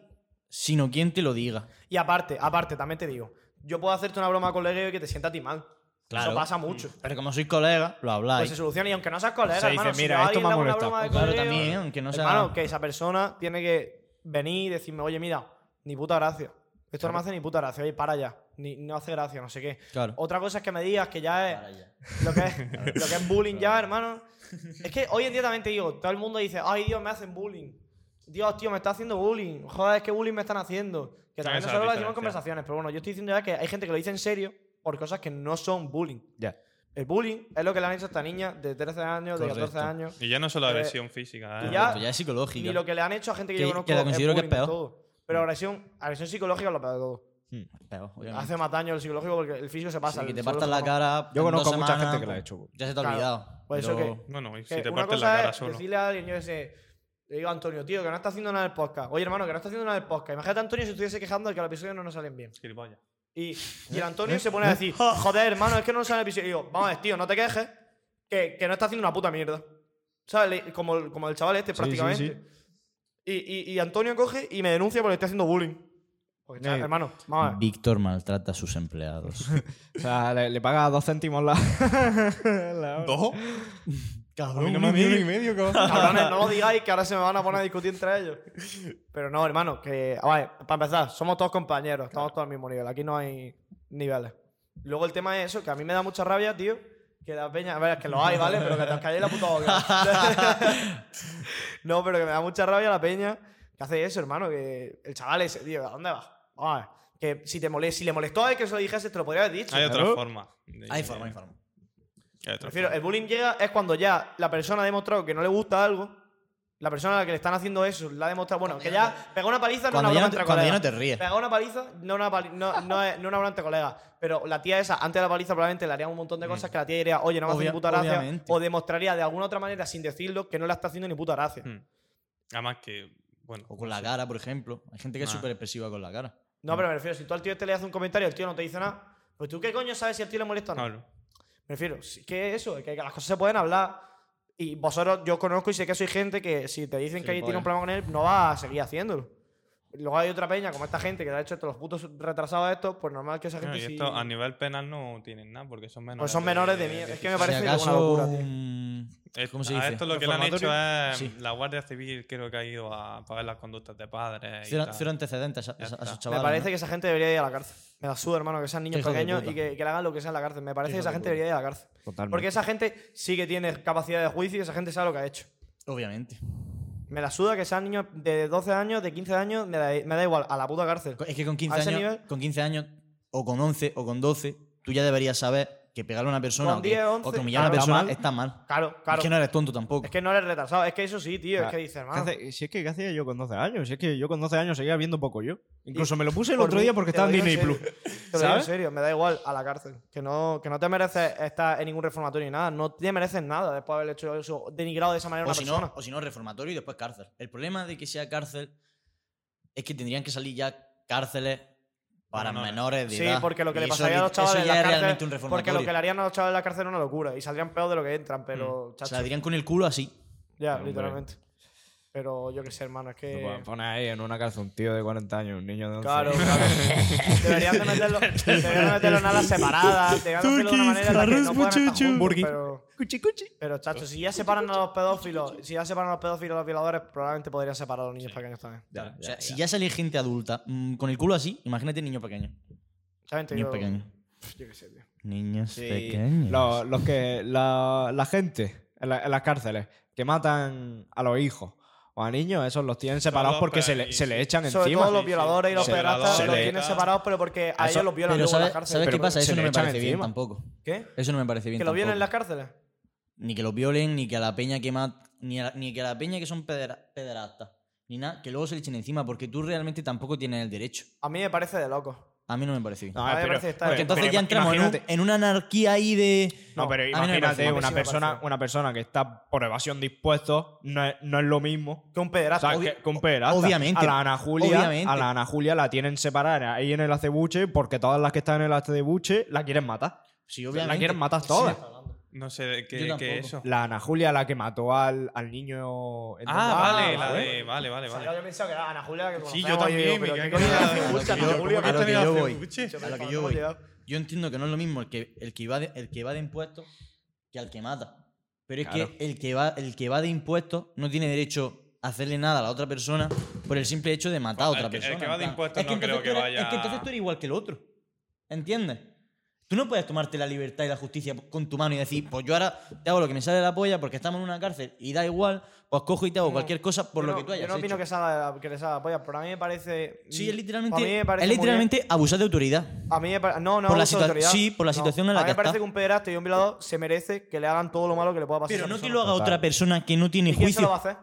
[SPEAKER 3] sino quién te lo diga.
[SPEAKER 1] Y aparte, aparte, también te digo, yo puedo hacerte una broma con Lego y que te sienta a ti mal.
[SPEAKER 3] Claro.
[SPEAKER 1] Eso pasa mucho.
[SPEAKER 3] Pero como sois colegas, lo habláis.
[SPEAKER 1] Pues
[SPEAKER 3] Pues
[SPEAKER 1] se soluciona y aunque no seas colega,
[SPEAKER 4] Mm. Se dice,
[SPEAKER 1] hermano, si
[SPEAKER 4] mira,
[SPEAKER 1] yo a
[SPEAKER 4] esto
[SPEAKER 1] alguien
[SPEAKER 4] me
[SPEAKER 1] le
[SPEAKER 4] ha
[SPEAKER 1] hago una
[SPEAKER 4] molestado.
[SPEAKER 1] broma de
[SPEAKER 3] Claro,
[SPEAKER 1] colega,
[SPEAKER 3] también, aunque no sea-
[SPEAKER 1] Hermano, que esa persona tiene que venir y decirme, oye, mira, ni puta gracia. Esto no me hace ni puta gracia, oye, para ya. Ni, no hace gracia, no sé qué.
[SPEAKER 3] Claro.
[SPEAKER 1] Otra cosa es que me digas que ya es...
[SPEAKER 3] Para allá.
[SPEAKER 1] lo que es, lo que es bullying ya, hermano. Es que hoy en día también te digo, todo el mundo dice, ay Dios, me hacen bullying. Dios, tío, me está haciendo bullying. Joder, es que bullying me están haciendo. Que también
[SPEAKER 2] Esa
[SPEAKER 1] nosotros lo
[SPEAKER 2] es la
[SPEAKER 1] decimos en
[SPEAKER 2] diferencia.
[SPEAKER 1] conversaciones, pero bueno, yo estoy diciendo ya que hay gente que lo dice en serio por cosas que no son bullying.
[SPEAKER 4] Ya.
[SPEAKER 1] El bullying es lo que le han hecho a esta niña de 13 años, de 14
[SPEAKER 3] Correcto.
[SPEAKER 1] años.
[SPEAKER 2] Y ya no solo
[SPEAKER 1] Eh,
[SPEAKER 2] agresión física.
[SPEAKER 1] y
[SPEAKER 2] ¿eh?
[SPEAKER 1] ya-
[SPEAKER 3] Esto ya es psicológica.
[SPEAKER 1] Ni lo que le han hecho a gente que, yo
[SPEAKER 3] Que-
[SPEAKER 1] conozco.
[SPEAKER 3] que la
[SPEAKER 1] es
[SPEAKER 3] considero que es
[SPEAKER 1] bullying
[SPEAKER 3] peor. Mm.
[SPEAKER 1] todo. Pero agresión, agresión psicológica es lo peor de todo.
[SPEAKER 3] Pero, obviamente.
[SPEAKER 1] Hace más daño el psicológico porque el físico se pasa.
[SPEAKER 3] Sí, que
[SPEAKER 1] el
[SPEAKER 3] te partas la
[SPEAKER 1] psicológico no.
[SPEAKER 3] cara.
[SPEAKER 4] Yo
[SPEAKER 3] en
[SPEAKER 4] conozco
[SPEAKER 3] dos
[SPEAKER 4] a mucha
[SPEAKER 3] semanas,
[SPEAKER 4] gente que lo ha hecho.
[SPEAKER 3] Ya se te ha
[SPEAKER 1] Claro.
[SPEAKER 3] olvidado.
[SPEAKER 1] Pues eso
[SPEAKER 3] pero-
[SPEAKER 2] Bueno, y
[SPEAKER 1] Que
[SPEAKER 2] si te
[SPEAKER 1] una
[SPEAKER 2] partes
[SPEAKER 1] cosa
[SPEAKER 2] la cara
[SPEAKER 1] es
[SPEAKER 2] solo.
[SPEAKER 1] decirle a alguien, yo qué sé, le digo a Antonio, tío, que no está haciendo nada el podcast. Oye, hermano, que no está haciendo nada el podcast. Imagínate a Antonio si estuviese quejando de que los episodios no nos salen bien.
[SPEAKER 2] Gilipollas.
[SPEAKER 1] Y, y el Antonio se pone a decir, joder, hermano, es que no nos sale el episodio. Y digo, vamos a ver, tío, no te quejes, que, que no está haciendo una puta mierda. ¿Sabes? Le- Como, el- como el chaval este,
[SPEAKER 4] Sí,
[SPEAKER 1] prácticamente.
[SPEAKER 4] sí, sí.
[SPEAKER 1] Y, y- y Antonio coge y me denuncia porque estoy haciendo bullying. Porque, chaval,
[SPEAKER 4] Sí.
[SPEAKER 1] hermano, vamos a ver.
[SPEAKER 3] Víctor maltrata a sus empleados.
[SPEAKER 4] O sea, le, le paga dos céntimos la. la hora.
[SPEAKER 8] ¿Dos?
[SPEAKER 3] Cabrón,
[SPEAKER 8] no me digas y medio, cabrón.
[SPEAKER 1] Cabrones, no lo digáis que ahora se me van a poner a discutir entre ellos. Pero no, hermano, que. A ver, para empezar, somos todos compañeros, estamos todos al mismo nivel. Aquí no hay niveles. Luego el tema es eso, que a mí me da mucha rabia, tío. Que la peña. A ver, es que lo hay, ¿vale? Pero que te os calléis la puta boca. no, pero que me da mucha rabia la peña que hace eso, hermano. Que el chaval ese, tío, ¿a dónde vas? Vamos a ver, Que si, te molest, si le molestó a él que se lo dijese, te lo podría haber dicho.
[SPEAKER 2] Hay otra
[SPEAKER 4] claro.
[SPEAKER 2] forma. de-
[SPEAKER 3] Hay forma, hay forma.
[SPEAKER 2] Hay
[SPEAKER 1] Me
[SPEAKER 2] otra
[SPEAKER 1] refiero,
[SPEAKER 2] forma.
[SPEAKER 1] el bullying llega es cuando ya la persona ha demostrado que no le gusta algo, la persona a la que le están haciendo eso, la ha demostrado, bueno, que ya pegó una paliza no una
[SPEAKER 3] Cuando, ya
[SPEAKER 1] broma
[SPEAKER 3] no te,
[SPEAKER 1] entre
[SPEAKER 3] cuando ya no
[SPEAKER 1] colegas.
[SPEAKER 3] te ríes.
[SPEAKER 1] Pegó una paliza no una, pali- no, no, es- no una broma entre colegas, pero la tía esa, antes de la paliza probablemente le haría un montón de cosas que la tía diría, oye, no me hace ni
[SPEAKER 3] Mm. Obvia-
[SPEAKER 1] puta gracia,
[SPEAKER 3] obviamente.
[SPEAKER 1] o demostraría de alguna otra manera, sin decirlo, que no la está haciendo ni puta gracia.
[SPEAKER 2] Mm. Además que. Bueno.
[SPEAKER 3] O con la cara, por ejemplo. Hay gente que es
[SPEAKER 2] Ah.
[SPEAKER 3] súper expresiva con la cara.
[SPEAKER 1] No,
[SPEAKER 3] Mm.
[SPEAKER 1] pero me refiero, si tú al tío este le haces un comentario, el tío no te dice nada, pues tú qué coño sabes si al tío le molesta o no.
[SPEAKER 2] Claro.
[SPEAKER 1] Me refiero, sí que eso, que las cosas se pueden hablar. Y vosotros, yo conozco y sé que soy gente que si te dicen que
[SPEAKER 2] pues.
[SPEAKER 3] Gilipollas.
[SPEAKER 1] tiene un problema con él, no va a seguir haciéndolo. Luego hay otra peña, como esta gente que de hecho, estos los putos retrasados estos, pues normal que esa gente
[SPEAKER 2] No, y
[SPEAKER 1] sí-
[SPEAKER 2] esto a nivel penal no tienen nada porque son menores.
[SPEAKER 1] Pues son menores
[SPEAKER 2] eh,
[SPEAKER 1] de mierda. Es que me parece
[SPEAKER 3] si
[SPEAKER 1] que
[SPEAKER 3] acaso,
[SPEAKER 1] una locura, tío.
[SPEAKER 3] un-
[SPEAKER 2] Es-
[SPEAKER 3] ¿Cómo se
[SPEAKER 2] a
[SPEAKER 3] dice?
[SPEAKER 2] esto lo que le han hecho es.
[SPEAKER 3] Sí.
[SPEAKER 2] La Guardia Civil creo que ha ido a pagar las conductas de padres. y
[SPEAKER 3] Cero,
[SPEAKER 2] tal.
[SPEAKER 3] cero antecedentes a, a-
[SPEAKER 2] Ya
[SPEAKER 3] a
[SPEAKER 2] está.
[SPEAKER 3] esos
[SPEAKER 2] Me
[SPEAKER 1] Me
[SPEAKER 3] chavales.
[SPEAKER 1] parece
[SPEAKER 3] ¿no?
[SPEAKER 1] que esa gente debería ir a la cárcel. Me la suda, hermano, que sean niños
[SPEAKER 3] Hijo de
[SPEAKER 1] pequeños y
[SPEAKER 3] puta.
[SPEAKER 1] que, que le hagan lo que sea en la cárcel. Me parece que
[SPEAKER 3] Hijo
[SPEAKER 1] esa
[SPEAKER 3] de
[SPEAKER 1] gente
[SPEAKER 3] puta.
[SPEAKER 1] debería ir a la cárcel.
[SPEAKER 4] Totalmente.
[SPEAKER 1] Porque esa gente sí que tiene capacidad de juicio y esa gente sabe lo que ha hecho.
[SPEAKER 3] Obviamente.
[SPEAKER 1] Me la suda que sean niños de 12 años, de 15 años, me da, me da igual, a la puta cárcel.
[SPEAKER 3] Co- Es que con
[SPEAKER 1] ¿A
[SPEAKER 3] 15,
[SPEAKER 1] ese
[SPEAKER 3] años,
[SPEAKER 1] nivel?
[SPEAKER 3] con 15 años, o con 11, o con 12, tú ya deberías saber que pegarle a una persona
[SPEAKER 1] Con
[SPEAKER 3] o, que,
[SPEAKER 1] 10,
[SPEAKER 3] o
[SPEAKER 1] 11,
[SPEAKER 3] que humillar a una
[SPEAKER 1] claro, está
[SPEAKER 3] persona
[SPEAKER 1] mal.
[SPEAKER 3] está mal.
[SPEAKER 1] Claro, claro.
[SPEAKER 3] Es que no eres tonto tampoco.
[SPEAKER 1] eres retrasado. Es que eso sí, tío.
[SPEAKER 4] Claro.
[SPEAKER 1] Es que dices,
[SPEAKER 4] ¿Qué
[SPEAKER 1] hermano.
[SPEAKER 4] hace- Si es que ¿qué hacía yo con 12 años? Si es que yo con 12 años seguía viendo poco yo. Incluso me lo puse el
[SPEAKER 1] por
[SPEAKER 4] otro
[SPEAKER 1] mí,
[SPEAKER 4] día porque
[SPEAKER 1] pues te lo
[SPEAKER 4] estaba en
[SPEAKER 1] digo
[SPEAKER 4] Disney
[SPEAKER 1] en serio.
[SPEAKER 4] Plus.
[SPEAKER 1] Te lo digo en
[SPEAKER 4] ¿Sabes?
[SPEAKER 1] serio, me da igual a la cárcel. Que no, que no te mereces estar en ningún reformatorio ni nada. No te mereces nada después de haber hecho eso, denigrado de esa manera a
[SPEAKER 3] O
[SPEAKER 1] una
[SPEAKER 3] si,
[SPEAKER 1] persona.
[SPEAKER 3] no, o si no, reformatorio y después cárcel. El problema de que sea cárcel es que tendrían que salir ya cárceles para
[SPEAKER 2] Menores.
[SPEAKER 3] menores de
[SPEAKER 1] Sí,
[SPEAKER 3] edad.
[SPEAKER 1] porque lo que
[SPEAKER 3] Y
[SPEAKER 1] le
[SPEAKER 3] eso
[SPEAKER 1] pasaría a
[SPEAKER 3] ri-
[SPEAKER 1] los chavales
[SPEAKER 3] Eso
[SPEAKER 1] en
[SPEAKER 3] ya
[SPEAKER 1] la
[SPEAKER 3] es
[SPEAKER 1] cárcel-
[SPEAKER 3] realmente un
[SPEAKER 1] Porque
[SPEAKER 3] reformatorio. Mm.
[SPEAKER 1] lo que le harían a los chavales en la cárcel era una locura. Y saldrían peor de lo que entran, pero. chacho,
[SPEAKER 3] Saldrían con el culo así.
[SPEAKER 1] ya,
[SPEAKER 4] Hombre.
[SPEAKER 1] literalmente. Pero yo qué sé, hermano, es
[SPEAKER 4] Me
[SPEAKER 1] que.
[SPEAKER 3] pues,
[SPEAKER 4] pueden poner ahí en una calza un tío de 40 años, un niño de 11.
[SPEAKER 1] Claro, claro. Deberían de meterlo, deberían de meterlo en alas separadas, deberían de hacerlo de una manera en la que no puedan estar juntos, pero, pero, chacho, si ya separan a los pedófilos, si ya separan a los pedófilos y a los violadores, probablemente podrían separar a los niños pequeños también.
[SPEAKER 3] Claro, o sea, si Ah, ya sale gente adulta mm, con el culo así, imagínate niño pequeño.
[SPEAKER 1] ¿Saben? Te digo,
[SPEAKER 3] Niños pequeños.
[SPEAKER 1] Yo qué sé, tío.
[SPEAKER 3] Niños
[SPEAKER 4] Sí,
[SPEAKER 3] pequeños.
[SPEAKER 4] Los, los que, la, la gente en, la- en las cárceles que matan a los hijos o a niños, esos los tienen separados
[SPEAKER 2] los
[SPEAKER 4] porque se le,
[SPEAKER 2] pedagogos,
[SPEAKER 4] se le
[SPEAKER 2] sí.
[SPEAKER 4] echan
[SPEAKER 1] Sobre
[SPEAKER 4] encima.
[SPEAKER 1] todo los
[SPEAKER 2] sí.
[SPEAKER 1] violadores y los
[SPEAKER 2] Se-
[SPEAKER 1] pederastas
[SPEAKER 2] se
[SPEAKER 1] los
[SPEAKER 4] le-
[SPEAKER 1] tienen separados, pero porque a
[SPEAKER 4] Eso-
[SPEAKER 1] ellos los violan
[SPEAKER 3] Pero
[SPEAKER 1] luego en
[SPEAKER 3] ¿sabes,
[SPEAKER 1] la cárcel.
[SPEAKER 3] ¿sabes qué
[SPEAKER 4] pero
[SPEAKER 3] pasa?
[SPEAKER 4] se
[SPEAKER 3] Eso no
[SPEAKER 4] le
[SPEAKER 3] me
[SPEAKER 4] echan
[SPEAKER 3] parece bien
[SPEAKER 4] encima.
[SPEAKER 3] tampoco.
[SPEAKER 1] ¿Qué?
[SPEAKER 3] Eso no me parece bien
[SPEAKER 1] ¿Que los violan en las
[SPEAKER 3] tampoco.
[SPEAKER 1] cárceles?
[SPEAKER 3] Ni que los violen, ni que a la peña que mat- ni, a la, ni que a la peña que son pedera- pederastas. Ni nada, que luego se le echen encima porque tú realmente tampoco tienes el derecho.
[SPEAKER 1] A mí me parece de loco.
[SPEAKER 3] A mí no me parece bien.
[SPEAKER 4] No,
[SPEAKER 1] A mí me
[SPEAKER 4] pero-
[SPEAKER 1] parece que está
[SPEAKER 4] porque
[SPEAKER 1] bien.
[SPEAKER 3] Entonces
[SPEAKER 4] pero
[SPEAKER 3] ya
[SPEAKER 4] ima-
[SPEAKER 3] entramos en, un-
[SPEAKER 4] imagínate-
[SPEAKER 3] en una anarquía ahí de...
[SPEAKER 4] No, pero
[SPEAKER 3] a mí no me parece
[SPEAKER 4] imagínate
[SPEAKER 3] bien.
[SPEAKER 1] A mí sí
[SPEAKER 4] una,
[SPEAKER 1] me
[SPEAKER 4] persona,
[SPEAKER 1] parece.
[SPEAKER 4] una persona que está por evasión de impuestos, no es, no es lo mismo.
[SPEAKER 1] Que un
[SPEAKER 4] O sea,
[SPEAKER 1] pederasta.
[SPEAKER 4] que, que un pederasta.
[SPEAKER 3] obviamente,
[SPEAKER 4] A la Ana Julia,
[SPEAKER 3] obviamente.
[SPEAKER 4] a la Ana Julia la tienen separada ahí en el acebuche porque todas las que están en el acebuche la quieren matar.
[SPEAKER 3] Sí, obviamente.
[SPEAKER 4] La quieren matar todas.
[SPEAKER 2] No sé de
[SPEAKER 3] Yo
[SPEAKER 2] qué,
[SPEAKER 3] tampoco.
[SPEAKER 2] qué es eso.
[SPEAKER 4] La Ana Julia, la que mató al, al niño. en
[SPEAKER 2] Ah,
[SPEAKER 4] Donbass,
[SPEAKER 2] vale, la
[SPEAKER 4] ¿eh?
[SPEAKER 2] de. Vale, vale,
[SPEAKER 1] O sea,
[SPEAKER 2] vale.
[SPEAKER 1] Yo pensaba que era Ana Julia la que
[SPEAKER 2] Sí,
[SPEAKER 1] conocemos,
[SPEAKER 2] yo
[SPEAKER 1] y digo,
[SPEAKER 2] también.
[SPEAKER 1] pero
[SPEAKER 2] me
[SPEAKER 1] ¿qué
[SPEAKER 2] cago en
[SPEAKER 1] coño
[SPEAKER 2] la-
[SPEAKER 1] hace
[SPEAKER 2] Uy,
[SPEAKER 1] Julia,
[SPEAKER 3] yo-
[SPEAKER 1] Ana Julia?
[SPEAKER 3] a lo
[SPEAKER 2] ¿cómo
[SPEAKER 3] que
[SPEAKER 2] que
[SPEAKER 3] yo
[SPEAKER 2] hace
[SPEAKER 3] voy.
[SPEAKER 2] buche?
[SPEAKER 1] Yo
[SPEAKER 3] a lo que
[SPEAKER 1] pensaba,
[SPEAKER 3] yo
[SPEAKER 1] ¿cómo
[SPEAKER 3] voy.
[SPEAKER 1] ha llegado?
[SPEAKER 3] Yo entiendo que no es lo mismo el que, el que, va, de, el que va de impuestos que al que mata. Pero es
[SPEAKER 4] Claro.
[SPEAKER 3] que el que, va, el que va de impuestos no tiene derecho a hacerle nada a la otra persona por el simple hecho de matar a
[SPEAKER 2] Bueno,
[SPEAKER 3] otra
[SPEAKER 2] el que- el
[SPEAKER 3] persona.
[SPEAKER 2] que va de
[SPEAKER 3] en plan,
[SPEAKER 2] impuestos no
[SPEAKER 3] entonces
[SPEAKER 2] creo que
[SPEAKER 3] tú eres-
[SPEAKER 2] vaya-
[SPEAKER 3] Es que entonces tú eres igual que el otro. ¿Entiendes? Tú no puedes tomarte la libertad y la justicia con tu mano y decir, pues yo ahora te hago lo que me sale de la polla porque estamos en una cárcel y da igual, pues cojo y te hago
[SPEAKER 1] No,
[SPEAKER 3] cualquier cosa por
[SPEAKER 1] Mm. Yo
[SPEAKER 3] lo
[SPEAKER 1] no-
[SPEAKER 3] que tú hayas
[SPEAKER 1] Yo no opino
[SPEAKER 3] hecho.
[SPEAKER 1] que, se haga, que les haga polla, pero a mí me parece.
[SPEAKER 3] Sí, es
[SPEAKER 1] a mí me
[SPEAKER 3] literalmente,
[SPEAKER 1] parece
[SPEAKER 3] es
[SPEAKER 1] muy
[SPEAKER 3] literalmente abusar de autoridad.
[SPEAKER 1] bien. A mí me pare- No, no,
[SPEAKER 3] por la
[SPEAKER 1] abuso de
[SPEAKER 3] situa-
[SPEAKER 1] autoridad.
[SPEAKER 3] sí, por la
[SPEAKER 1] No.
[SPEAKER 3] situación en la
[SPEAKER 1] A mí
[SPEAKER 3] que
[SPEAKER 1] me parece
[SPEAKER 3] está.
[SPEAKER 1] que un pederasta y un violador se merece que le hagan todo lo malo que le pueda pasar. a
[SPEAKER 3] Pero
[SPEAKER 1] esa
[SPEAKER 3] no que
[SPEAKER 1] persona.
[SPEAKER 3] lo haga otra persona que no tiene
[SPEAKER 1] ¿Y quién se
[SPEAKER 3] juicio.
[SPEAKER 1] lo va a hacer?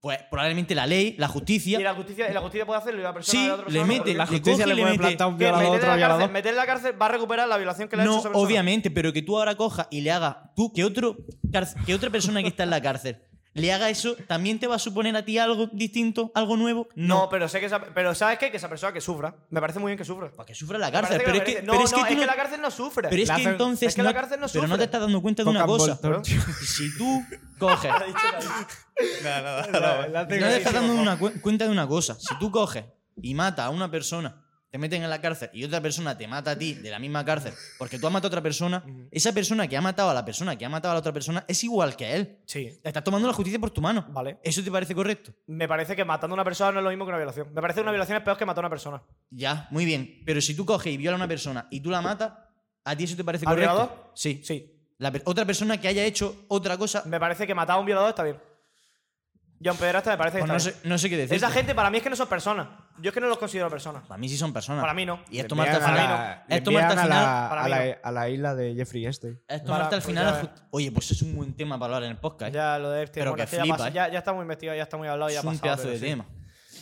[SPEAKER 3] Pues probablemente la ley, la
[SPEAKER 1] Y
[SPEAKER 3] justicia.
[SPEAKER 1] la justicia, y la justicia puede hacerlo y la persona
[SPEAKER 3] sí,
[SPEAKER 1] de la otra
[SPEAKER 3] le
[SPEAKER 1] persona no,
[SPEAKER 3] mete,
[SPEAKER 1] porque-
[SPEAKER 3] la
[SPEAKER 1] ¿Qué?
[SPEAKER 3] justicia le,
[SPEAKER 4] le pueden
[SPEAKER 3] mete.
[SPEAKER 4] plantar un
[SPEAKER 1] Meterle
[SPEAKER 4] violador a
[SPEAKER 1] en
[SPEAKER 4] otro
[SPEAKER 1] la
[SPEAKER 4] violador.
[SPEAKER 1] cárcel- meterle en la cárcel va a recuperar la violación que le ha hecho
[SPEAKER 3] No,
[SPEAKER 1] esa persona.
[SPEAKER 3] obviamente, pero que tú ahora cojas y le hagas tú que otro car- que otra persona que está en la cárcel le haga eso, también te va a suponer a ti algo distinto, algo nuevo.
[SPEAKER 1] No,
[SPEAKER 3] No,
[SPEAKER 1] pero sé que esa- pero sabes qué? que esa persona que sufra, me parece muy bien que sufra.
[SPEAKER 3] para que sufra la
[SPEAKER 1] Me parece
[SPEAKER 3] cárcel,
[SPEAKER 1] que
[SPEAKER 3] pero
[SPEAKER 1] lo
[SPEAKER 3] es que,
[SPEAKER 1] merece. no,
[SPEAKER 3] pero
[SPEAKER 1] no,
[SPEAKER 3] es que tú no-
[SPEAKER 1] la cárcel no sufre.
[SPEAKER 3] pero es
[SPEAKER 4] la
[SPEAKER 3] que
[SPEAKER 4] hacen-
[SPEAKER 3] entonces
[SPEAKER 1] es que la
[SPEAKER 3] no-
[SPEAKER 1] cárcel no
[SPEAKER 3] pero no
[SPEAKER 1] sufre.
[SPEAKER 3] te estás dando cuenta de
[SPEAKER 4] Coca
[SPEAKER 3] una cosa.
[SPEAKER 4] Voltron.
[SPEAKER 3] Si tú coges
[SPEAKER 2] Nada, nada, nada.
[SPEAKER 3] No te estás dando una cuen- cuenta de una cosa. Si tú coges y matas a una persona, te meten en la cárcel y otra persona te mata a ti de la misma cárcel porque tú has matado a otra persona, esa persona que ha matado a la persona que ha matado a la otra persona es igual que él.
[SPEAKER 1] Sí,
[SPEAKER 3] Te estás tomando la justicia por tu mano.
[SPEAKER 1] vale.
[SPEAKER 3] ¿Eso te parece correcto?
[SPEAKER 1] Me parece que matando a una persona no es lo mismo que una violación. Me parece que una violación es peor que matar a una persona.
[SPEAKER 3] Ya, muy bien. Pero si tú coges y violas a una persona y tú la matas, ¿a ti eso te parece
[SPEAKER 1] ¿Al
[SPEAKER 3] correcto?
[SPEAKER 1] violador?
[SPEAKER 3] Sí.
[SPEAKER 1] Sí.
[SPEAKER 3] La per- otra persona que haya hecho otra cosa,
[SPEAKER 1] Me parece que matar a un violador está bien. Y a un pederasta me parece que
[SPEAKER 3] pues
[SPEAKER 1] está
[SPEAKER 3] no,
[SPEAKER 1] bien.
[SPEAKER 3] sé, no sé qué decir.
[SPEAKER 1] Esa gente para mí es que no son personas. Yo es que no los considero personas.
[SPEAKER 3] Para mí sí son personas.
[SPEAKER 1] Para mí no.
[SPEAKER 3] Y es
[SPEAKER 4] Le
[SPEAKER 3] tomarte al
[SPEAKER 4] envían a
[SPEAKER 3] final.
[SPEAKER 4] la- le
[SPEAKER 3] es tomarte al
[SPEAKER 4] envían a
[SPEAKER 3] final-
[SPEAKER 4] la-
[SPEAKER 1] para
[SPEAKER 4] a
[SPEAKER 1] mí
[SPEAKER 4] la- a la isla de Jeffrey Este.
[SPEAKER 3] Es tomarte
[SPEAKER 1] Para-
[SPEAKER 3] al
[SPEAKER 1] pues
[SPEAKER 3] final.
[SPEAKER 1] ya
[SPEAKER 3] la
[SPEAKER 1] ves.
[SPEAKER 3] ju- Oye, pues es un buen tema para hablar en el podcast. ¿eh?
[SPEAKER 1] Ya lo de este,
[SPEAKER 3] Pero
[SPEAKER 1] bueno,
[SPEAKER 3] que
[SPEAKER 1] es ya,
[SPEAKER 3] flipa,
[SPEAKER 1] pasa-
[SPEAKER 3] ¿eh?
[SPEAKER 1] ya, ya está muy investigado, ya está muy hablado, ya
[SPEAKER 3] es
[SPEAKER 1] ha
[SPEAKER 3] un
[SPEAKER 1] pasado,
[SPEAKER 3] pedazo
[SPEAKER 1] pero
[SPEAKER 3] de
[SPEAKER 1] sí.
[SPEAKER 3] tema.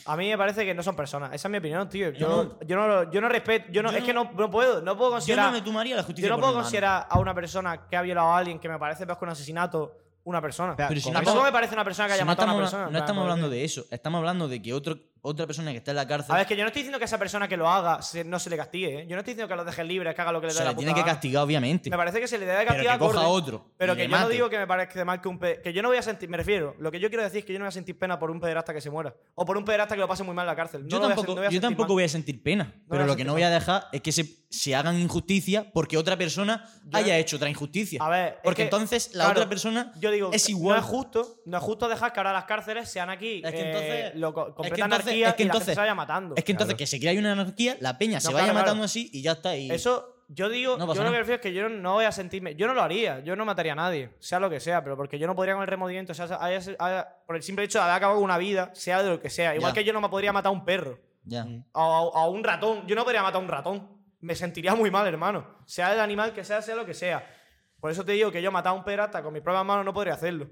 [SPEAKER 1] A mí me parece que no son personas. Esa es mi opinión, tío. Yo,
[SPEAKER 3] Yo
[SPEAKER 1] no, yo no, lo- yo no respeto, yo no,
[SPEAKER 3] yo
[SPEAKER 1] es que
[SPEAKER 3] no-
[SPEAKER 1] no, no puedo, no puedo
[SPEAKER 3] Yo
[SPEAKER 1] considerar.
[SPEAKER 3] no me tomaría la
[SPEAKER 1] Yo
[SPEAKER 3] justicia
[SPEAKER 1] no
[SPEAKER 3] por
[SPEAKER 1] puedo
[SPEAKER 3] mi mano.
[SPEAKER 1] considerar a una persona que ha violado a alguien que me parece peor que un asesinato una persona.
[SPEAKER 4] Pero
[SPEAKER 3] si no
[SPEAKER 1] Tampoco
[SPEAKER 3] estamos-
[SPEAKER 1] me parece una persona que haya
[SPEAKER 3] Si no
[SPEAKER 1] matado a
[SPEAKER 3] estamos,
[SPEAKER 1] una
[SPEAKER 3] habla-
[SPEAKER 1] persona.
[SPEAKER 3] no estamos hablando de eso. Estamos hablando de que otro otra persona que está en la cárcel.
[SPEAKER 1] A ver, es que yo no estoy diciendo que a esa persona que lo haga se- no se le castigue, ¿eh? Yo no estoy diciendo que lo dejes libre, que haga lo que le dé
[SPEAKER 3] se
[SPEAKER 1] la
[SPEAKER 3] le
[SPEAKER 1] puta
[SPEAKER 3] tiene que
[SPEAKER 1] gana.
[SPEAKER 3] castigar, obviamente.
[SPEAKER 1] Me parece que se le debe
[SPEAKER 3] pero
[SPEAKER 1] castigar
[SPEAKER 3] que coja
[SPEAKER 1] acorde.
[SPEAKER 3] otro.
[SPEAKER 1] Pero
[SPEAKER 3] y
[SPEAKER 1] que
[SPEAKER 3] le
[SPEAKER 1] yo no
[SPEAKER 3] mate.
[SPEAKER 1] digo que me parece mal que un pe- que yo no voy a sentir, me refiero, lo que yo quiero decir es que yo no voy a sentir pena por un pederasta que se muera o por un pederasta que lo pase muy mal en la cárcel. No
[SPEAKER 3] Yo
[SPEAKER 1] lo voy a sen- no
[SPEAKER 3] tampoco,
[SPEAKER 1] voy a
[SPEAKER 3] yo
[SPEAKER 1] sentir
[SPEAKER 3] tampoco
[SPEAKER 1] mal.
[SPEAKER 3] voy a sentir pena.
[SPEAKER 1] voy
[SPEAKER 3] pero
[SPEAKER 1] a
[SPEAKER 3] lo que no voy
[SPEAKER 1] sentir
[SPEAKER 3] a dejar es que se, se hagan injusticia porque otra persona haya hecho otra injusticia.
[SPEAKER 1] A ver, es
[SPEAKER 3] porque
[SPEAKER 1] que,
[SPEAKER 3] entonces la
[SPEAKER 1] claro,
[SPEAKER 3] otra persona.
[SPEAKER 1] yo digo,
[SPEAKER 3] es
[SPEAKER 1] no
[SPEAKER 3] igual.
[SPEAKER 1] es justo, no es justo dejar que ahora las cárceles sean aquí
[SPEAKER 3] Es que
[SPEAKER 1] eh,
[SPEAKER 3] entonces-
[SPEAKER 1] lo co-
[SPEAKER 3] Es
[SPEAKER 1] completa anarquía
[SPEAKER 3] que entonces, es que
[SPEAKER 1] y la gente
[SPEAKER 3] entonces-
[SPEAKER 1] se vaya matando.
[SPEAKER 3] es que entonces que se crea una anarquía, la peña se
[SPEAKER 1] No,
[SPEAKER 3] vaya
[SPEAKER 1] claro,
[SPEAKER 3] matando
[SPEAKER 1] claro.
[SPEAKER 3] así y ya está. Y
[SPEAKER 1] Eso, yo digo,
[SPEAKER 3] No
[SPEAKER 1] yo
[SPEAKER 3] pasa
[SPEAKER 1] lo que
[SPEAKER 3] nada.
[SPEAKER 1] me refiero es que yo no voy a sentirme. Yo no lo haría, yo no mataría a nadie, sea lo que sea, pero porque yo no podría con el remordimiento, o sea, haya- haya- por el simple hecho de haber acabado con una vida, sea de lo que sea. Igual
[SPEAKER 3] Ya.
[SPEAKER 1] que yo no me podría matar a un perro,
[SPEAKER 3] ya.
[SPEAKER 1] a, a- a un ratón, yo no podría matar a un ratón. Me sentiría muy mal, hermano. Sea el animal que sea, sea lo que sea. Por eso te digo que yo matar a un perrasta con mis propias manos no podría hacerlo.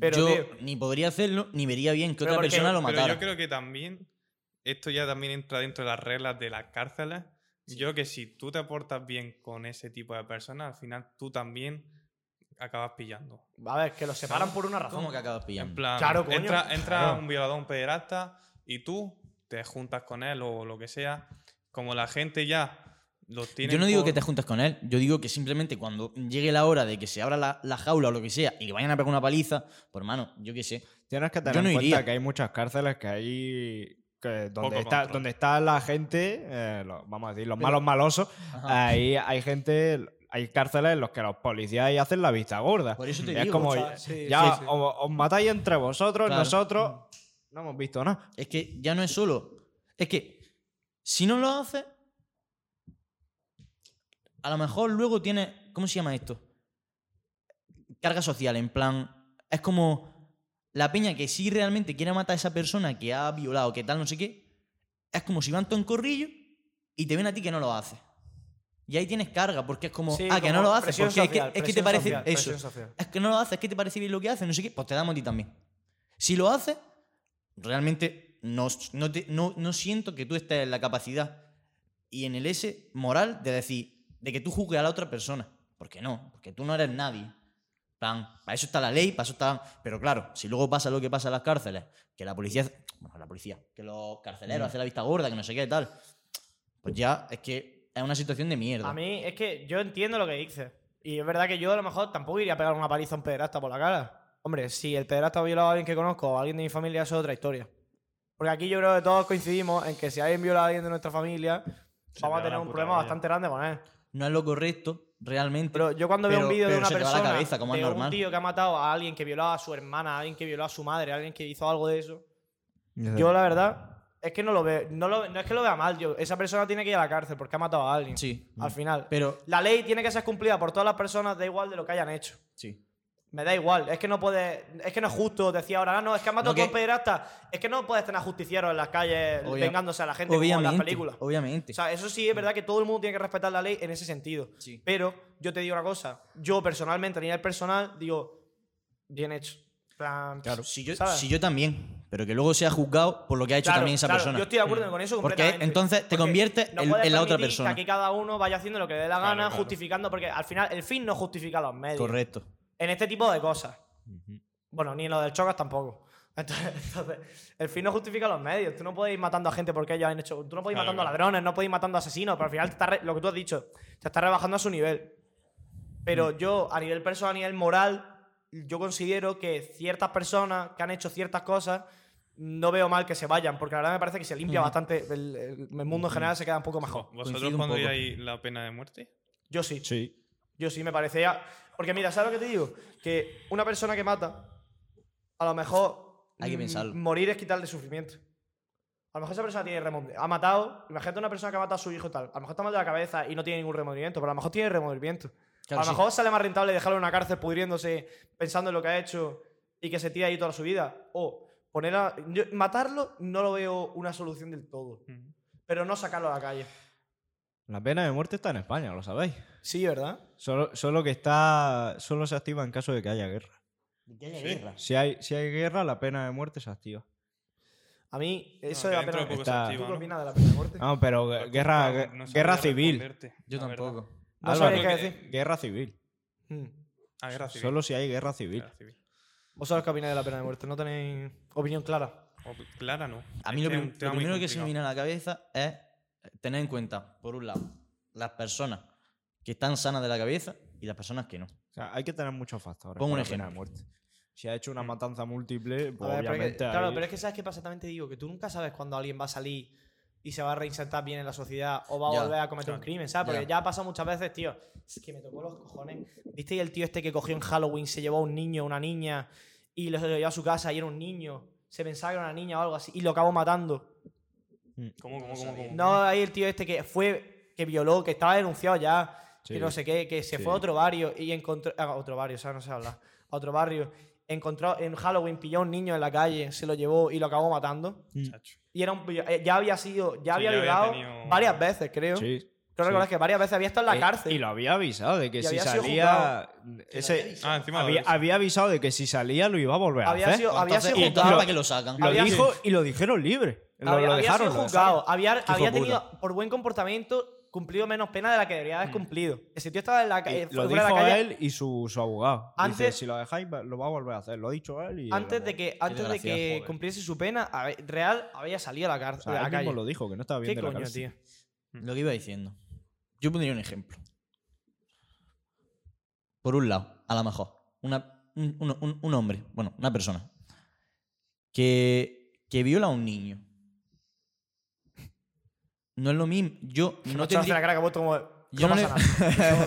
[SPEAKER 1] Pero,
[SPEAKER 3] yo
[SPEAKER 1] tío,
[SPEAKER 3] ni podría hacerlo, ni vería bien que
[SPEAKER 1] Pero
[SPEAKER 3] otra
[SPEAKER 1] porque-
[SPEAKER 3] persona lo
[SPEAKER 2] Pero
[SPEAKER 3] matara.
[SPEAKER 2] yo creo que también, esto ya también entra dentro de las reglas de las cárceles. Yo creo que si tú te portas bien con ese tipo de personas, al final tú también acabas pillando.
[SPEAKER 1] a ver, que los separan por una razón.
[SPEAKER 3] ¿Cómo que acabas
[SPEAKER 2] En
[SPEAKER 3] pillando?
[SPEAKER 2] plan,
[SPEAKER 1] Claro, coño.
[SPEAKER 2] entra, entra
[SPEAKER 1] Claro.
[SPEAKER 2] un violador, un pederasta, y tú te juntas con él o lo que sea. Como la gente ya los tiene.
[SPEAKER 3] Yo no digo que te juntes con él, yo digo que simplemente cuando llegue la hora de que se abra la, la jaula o lo que sea y le vayan a pegar una paliza, pues hermano, yo qué sé.
[SPEAKER 4] Tienes que tener
[SPEAKER 3] Yo no
[SPEAKER 4] en cuenta
[SPEAKER 3] iría.
[SPEAKER 4] que hay muchas cárceles que hay. que
[SPEAKER 2] Poco
[SPEAKER 4] donde, está,
[SPEAKER 2] control.
[SPEAKER 4] donde está la gente, eh, los- vamos a decir, los malos malosos,
[SPEAKER 3] Ah,
[SPEAKER 4] ahí hay gente. Hay cárceles en los que los policías ahí hacen la vista gorda.
[SPEAKER 3] Por eso te
[SPEAKER 4] es
[SPEAKER 3] Pues digo,
[SPEAKER 4] como,
[SPEAKER 3] o
[SPEAKER 1] sea, sí,
[SPEAKER 4] ya
[SPEAKER 1] sí, sí.
[SPEAKER 4] Os, os matáis entre vosotros,
[SPEAKER 3] Claro.
[SPEAKER 4] nosotros no hemos visto nada.
[SPEAKER 3] Es que ya no es solo. Es que si no lo haces, a lo mejor luego tienes. ¿Cómo se llama esto? Carga social, en plan. Es como la peña que sí realmente quiere matar a esa persona que ha violado, que tal, no sé qué. Es como si van todo en corrillo y te ven a ti que no lo haces. Y ahí tienes carga, porque es como.
[SPEAKER 1] Sí,
[SPEAKER 3] ah, que
[SPEAKER 1] como
[SPEAKER 3] no lo haces,
[SPEAKER 1] presión
[SPEAKER 3] porque es que-
[SPEAKER 1] social,
[SPEAKER 3] es que, te
[SPEAKER 1] presión
[SPEAKER 3] parece.
[SPEAKER 1] social,
[SPEAKER 3] eso.
[SPEAKER 1] presión social.
[SPEAKER 3] Es que no lo haces, es que te parece bien lo que haces, no sé qué, pues te damos a ti también. Si lo haces, realmente no, no, te- no- no siento que tú estés en la capacidad y en el S moral de decir, de que tú juzgues a la otra persona. Porque no, porque tú no eres nadie. Plan, para eso está la ley, para eso está... Pero claro, si luego pasa lo que pasa en las cárceles, que la policía... Bueno, la policía, que los
[SPEAKER 1] Mm.
[SPEAKER 3] carceleros hacen la vista gorda, que no sé qué tal. Pues ya es que es una situación de mierda.
[SPEAKER 1] A mí es que yo entiendo lo que dices. Y es verdad que yo a lo mejor tampoco iría a pegar una paliza a un pederasta por la cara. Hombre, si el pederasta ha violado a alguien que conozco o a alguien de mi familia, eso es otra historia. Porque aquí yo creo que todos coincidimos en que si alguien viola a alguien de nuestra familia, vamos a
[SPEAKER 2] pega
[SPEAKER 1] tener
[SPEAKER 2] la
[SPEAKER 1] un
[SPEAKER 2] puta
[SPEAKER 1] problema
[SPEAKER 2] olla.
[SPEAKER 1] bastante grande con él.
[SPEAKER 3] No es lo correcto, realmente.
[SPEAKER 1] Pero yo cuando veo
[SPEAKER 3] Pero-
[SPEAKER 1] un vídeo de
[SPEAKER 3] pero
[SPEAKER 1] una
[SPEAKER 3] se te va la
[SPEAKER 1] persona,
[SPEAKER 3] cabeza, como es
[SPEAKER 1] de un
[SPEAKER 3] normal.
[SPEAKER 1] tío que ha matado a alguien que violó a su hermana, a alguien que violó a su madre, a alguien que hizo algo de eso, yo la verdad es que no lo veo, no, lo- no es que lo vea mal, yo, esa persona tiene que ir a la cárcel porque ha matado a alguien.
[SPEAKER 3] Sí.
[SPEAKER 1] Al final.
[SPEAKER 3] Pero
[SPEAKER 1] La ley tiene que ser cumplida por todas las personas, da igual de lo que hayan hecho.
[SPEAKER 3] Sí.
[SPEAKER 1] Me da igual, es que no puedes, es que no es justo decir ahora, "Ah, no, es que han matado
[SPEAKER 3] No,
[SPEAKER 1] a
[SPEAKER 3] que-
[SPEAKER 1] un pederasta, es que no puedes tener justicieros en las calles
[SPEAKER 3] Obvia-
[SPEAKER 1] vengándose a la gente como en
[SPEAKER 3] obviamente,
[SPEAKER 1] las películas.
[SPEAKER 3] obviamente.
[SPEAKER 1] O sea, eso sí es verdad que todo el mundo tiene que respetar la ley en ese sentido.
[SPEAKER 3] Sí.
[SPEAKER 1] Pero yo te digo una cosa, yo personalmente a nivel personal digo, bien hecho. En plan,
[SPEAKER 3] Si yo,
[SPEAKER 1] ¿sabes?
[SPEAKER 3] si yo también, pero que luego sea juzgado por lo que ha hecho
[SPEAKER 1] Claro,
[SPEAKER 3] también esa
[SPEAKER 1] claro,
[SPEAKER 3] persona. Mm.
[SPEAKER 1] Yo estoy de acuerdo con eso
[SPEAKER 3] Porque
[SPEAKER 1] completamente.
[SPEAKER 3] entonces te conviertes
[SPEAKER 1] no
[SPEAKER 3] en-
[SPEAKER 1] puedes
[SPEAKER 3] en la otra
[SPEAKER 1] permitir
[SPEAKER 3] persona.
[SPEAKER 1] Que aquí cada uno vaya haciendo lo que le dé la gana,
[SPEAKER 2] claro.
[SPEAKER 1] justificando, porque al final el fin no justifica los medios.
[SPEAKER 3] Correcto.
[SPEAKER 1] En este tipo de cosas. Bueno, ni en lo del Chocas tampoco. Entonces, entonces, el fin no justifica los medios. Tú no puedes ir matando a gente porque ellos han hecho. Tú no puedes ir
[SPEAKER 2] Claro,
[SPEAKER 1] matando a
[SPEAKER 2] claro.
[SPEAKER 1] ladrones, no puedes ir matando a asesinos, pero al final te está re- lo que tú has dicho, te está rebajando a su nivel. Pero
[SPEAKER 2] Mm.
[SPEAKER 1] yo, a nivel personal, a nivel moral, yo considero que ciertas personas que han hecho ciertas cosas no veo mal que se vayan, porque la verdad me parece que se limpia bastante. El, el- el mundo en general se queda un poco mejor.
[SPEAKER 3] Coincido
[SPEAKER 2] ¿Vosotros
[SPEAKER 3] un poco.
[SPEAKER 2] pondríais la pena de muerte?
[SPEAKER 1] Yo sí.
[SPEAKER 4] Sí.
[SPEAKER 1] Yo sí me parecía. Porque mira, ¿sabes lo que te digo? Que una persona que mata, a lo mejor.
[SPEAKER 3] Hay que
[SPEAKER 1] mm,
[SPEAKER 3] pensarlo.
[SPEAKER 1] Morir es quitarle sufrimiento. A lo mejor esa persona tiene remordimiento. Ha matado. Imagínate una persona que ha matado a su hijo y tal. A lo mejor está mal de la cabeza y no tiene ningún remordimiento, pero a lo mejor tiene remordimiento.
[SPEAKER 3] Claro,
[SPEAKER 1] a lo
[SPEAKER 3] sí.
[SPEAKER 1] mejor sale más rentable dejarlo en una cárcel pudriéndose, pensando en lo que ha hecho y que se tira ahí toda su vida. O poner a- yo- matarlo no lo veo una solución del todo.
[SPEAKER 2] Ujú.
[SPEAKER 1] Pero no sacarlo a la calle.
[SPEAKER 4] La pena de muerte está en España, lo sabéis.
[SPEAKER 1] Sí, ¿verdad?
[SPEAKER 4] Solo, solo que está. Solo se activa en caso de que haya guerra. Si hay, si hay guerra, la pena de muerte se activa.
[SPEAKER 1] A mí, eso de
[SPEAKER 2] No,
[SPEAKER 1] la
[SPEAKER 2] que dentro
[SPEAKER 1] pena.
[SPEAKER 2] de poco se
[SPEAKER 4] está-
[SPEAKER 1] ¿Tú
[SPEAKER 2] activa,
[SPEAKER 1] qué
[SPEAKER 2] ¿no?
[SPEAKER 1] opinas de la pena de muerte?
[SPEAKER 4] No, pero
[SPEAKER 2] Pues
[SPEAKER 4] gue- guerra,
[SPEAKER 2] como
[SPEAKER 4] gue-
[SPEAKER 2] no sabría
[SPEAKER 4] guerra civil.
[SPEAKER 2] responderte,
[SPEAKER 3] Yo
[SPEAKER 2] la verdad.
[SPEAKER 3] tampoco.
[SPEAKER 1] No
[SPEAKER 4] Álvaro,
[SPEAKER 1] sabría qué
[SPEAKER 2] que-
[SPEAKER 1] decir.
[SPEAKER 4] Guerra civil.
[SPEAKER 1] Mm.
[SPEAKER 2] Ah, guerra civil.
[SPEAKER 4] Solo si hay guerra civil.
[SPEAKER 2] Guerra civil.
[SPEAKER 1] ¿Vosotros qué opináis de la pena de muerte? ¿No tenéis opinión clara?
[SPEAKER 2] O Clara no.
[SPEAKER 3] A
[SPEAKER 2] Es
[SPEAKER 3] mí lo,
[SPEAKER 2] que es
[SPEAKER 3] prim-
[SPEAKER 2] un
[SPEAKER 3] lo
[SPEAKER 2] tema muy
[SPEAKER 3] primero que se
[SPEAKER 2] complicado.
[SPEAKER 3] me viene a la cabeza es tener en cuenta, por un lado, las personas que están sanas de la cabeza y las personas que no.
[SPEAKER 4] O sea, hay que tener muchos factores.
[SPEAKER 3] Pongo un
[SPEAKER 4] para la pena
[SPEAKER 3] ejemplo.
[SPEAKER 4] de muerte. Si ha hecho una matanza múltiple, pues
[SPEAKER 1] Mm. A ver, pero es que-
[SPEAKER 4] obviamente.
[SPEAKER 1] claro,
[SPEAKER 4] ahí-
[SPEAKER 1] pero es que sabes qué pasa, también te digo, que tú nunca sabes cuándo alguien va a salir y se va a reinsertar bien en la sociedad o va a
[SPEAKER 3] Ya,
[SPEAKER 1] volver a cometer
[SPEAKER 2] claro.
[SPEAKER 1] un crimen, ¿sabes? Porque
[SPEAKER 3] Ya.
[SPEAKER 1] ya ha pasado muchas veces, tío. Es que me tocó los cojones. ¿Viste el tío este que cogió en Halloween, se llevó a un niño, una niña, y lo llevó a su casa y era un niño? Se pensaba que era una niña o algo así, y lo acabó matando.
[SPEAKER 2] ¿Cómo, cómo, cómo, cómo?
[SPEAKER 1] No, ahí el tío este que fue, que violó, que estaba denunciado ya,
[SPEAKER 4] Sí.
[SPEAKER 1] que no sé qué, que se fue a otro barrio y encontró. A otro barrio, o sea, no se habla. A otro barrio. Encontró en Halloween, pilló a un niño en la calle, se lo llevó y lo acabó matando.
[SPEAKER 4] Mm.
[SPEAKER 2] Chacho.
[SPEAKER 1] Y era un, pillo- eh, ya había sido, ya
[SPEAKER 2] Sí,
[SPEAKER 1] había
[SPEAKER 2] ya había
[SPEAKER 1] violado
[SPEAKER 2] tenido-
[SPEAKER 1] varias veces, creo.
[SPEAKER 4] Sí,
[SPEAKER 1] Creo
[SPEAKER 4] sí.
[SPEAKER 1] recordar que varias veces había estado en
[SPEAKER 4] Eh,
[SPEAKER 1] la cárcel.
[SPEAKER 4] Y lo había avisado de que
[SPEAKER 1] Y
[SPEAKER 4] si
[SPEAKER 1] había sido
[SPEAKER 4] salía. ese-
[SPEAKER 2] Ah, encima lo
[SPEAKER 4] había,
[SPEAKER 2] dice.
[SPEAKER 4] había avisado de que si salía lo iba a volver a
[SPEAKER 1] Había
[SPEAKER 4] hacer.
[SPEAKER 1] sido- había
[SPEAKER 3] Entonces,
[SPEAKER 1] sido
[SPEAKER 3] ¿y entonces
[SPEAKER 1] juzgado.
[SPEAKER 3] para qué lo sacan?
[SPEAKER 4] lo
[SPEAKER 1] había-
[SPEAKER 4] dijo y lo dijeron libre. Lo,
[SPEAKER 1] había,
[SPEAKER 4] lo
[SPEAKER 1] había
[SPEAKER 4] dejaron.
[SPEAKER 1] sido
[SPEAKER 4] lo
[SPEAKER 1] juzgado, había, había
[SPEAKER 4] de
[SPEAKER 1] tenido, por buen comportamiento, cumplido menos pena de la que debería haber cumplido. Ese tío estaba en la, ca-
[SPEAKER 4] dejaron.
[SPEAKER 1] eh,
[SPEAKER 4] Mm. Y Lo
[SPEAKER 1] fuera de
[SPEAKER 4] dijo
[SPEAKER 1] la calle
[SPEAKER 4] él y su, su abogado. Dice,
[SPEAKER 1] Antes-
[SPEAKER 4] si lo dejáis, va- lo va a volver a hacer. Lo ha dicho él. Y el
[SPEAKER 1] antes de
[SPEAKER 4] abogado.
[SPEAKER 1] que, antes de
[SPEAKER 3] desgraciado,
[SPEAKER 1] que
[SPEAKER 3] joder.
[SPEAKER 1] cumpliese su pena, a ver, Real había salido a la
[SPEAKER 4] O
[SPEAKER 1] cárcel.
[SPEAKER 4] sea,
[SPEAKER 1] a la
[SPEAKER 4] él
[SPEAKER 1] calle.
[SPEAKER 4] mismo lo dijo, que no estaba bien
[SPEAKER 1] ¿Qué
[SPEAKER 4] de la
[SPEAKER 1] coño,
[SPEAKER 4] cabeza.
[SPEAKER 1] tío?
[SPEAKER 3] Lo que iba diciendo. Yo pondría un ejemplo. Por un lado, a lo mejor, una- un, un- un- un hombre, bueno, una persona, que, que viola a un niño. No es lo mismo. Yo no
[SPEAKER 1] No te la
[SPEAKER 3] tendría...
[SPEAKER 1] cara que ha puesto como. "No
[SPEAKER 3] Yo no
[SPEAKER 1] pasa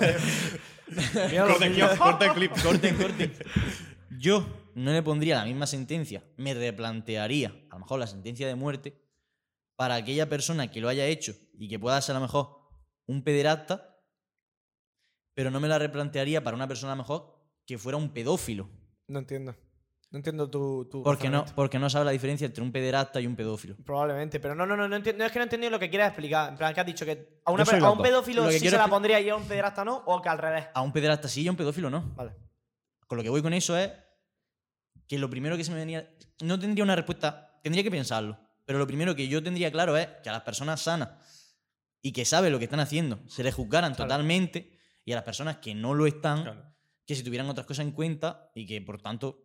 [SPEAKER 3] le-
[SPEAKER 1] nada".
[SPEAKER 8] Corta el clip, corta el clip.
[SPEAKER 3] Corten, corten. Yo no le pondría la misma sentencia. Me replantearía, a lo mejor, la sentencia de muerte para aquella persona que lo haya hecho y que pueda ser a lo mejor un pederasta, pero no me la replantearía para una persona a lo mejor que fuera un pedófilo.
[SPEAKER 1] No entiendo. No entiendo tu. tu
[SPEAKER 3] Porque no,
[SPEAKER 1] razonamiento.
[SPEAKER 3] porque no sabe la diferencia entre un pederasta y un pedófilo.
[SPEAKER 1] Probablemente, pero no, no, no, no, enti- no es que no he entendido lo que quieras explicar. En plan, que has dicho que a, una
[SPEAKER 4] Yo soy
[SPEAKER 1] pe- a un
[SPEAKER 4] loco.
[SPEAKER 1] pedófilo
[SPEAKER 3] Lo que
[SPEAKER 1] sí se
[SPEAKER 3] quiero
[SPEAKER 1] la
[SPEAKER 3] expli-
[SPEAKER 1] pondría y a un pederasta no, o que al revés.
[SPEAKER 3] A un pederasta sí y a un pedófilo no.
[SPEAKER 1] Vale.
[SPEAKER 3] Con lo que voy con eso es que lo primero que se me venía. No tendría una respuesta, tendría que pensarlo. Pero lo primero que yo tendría claro es que a las personas sanas y que saben lo que están haciendo se les juzgaran totalmente y a las personas que no lo están,
[SPEAKER 2] Claro.
[SPEAKER 3] que se tuvieran otras cosas en cuenta y que por tanto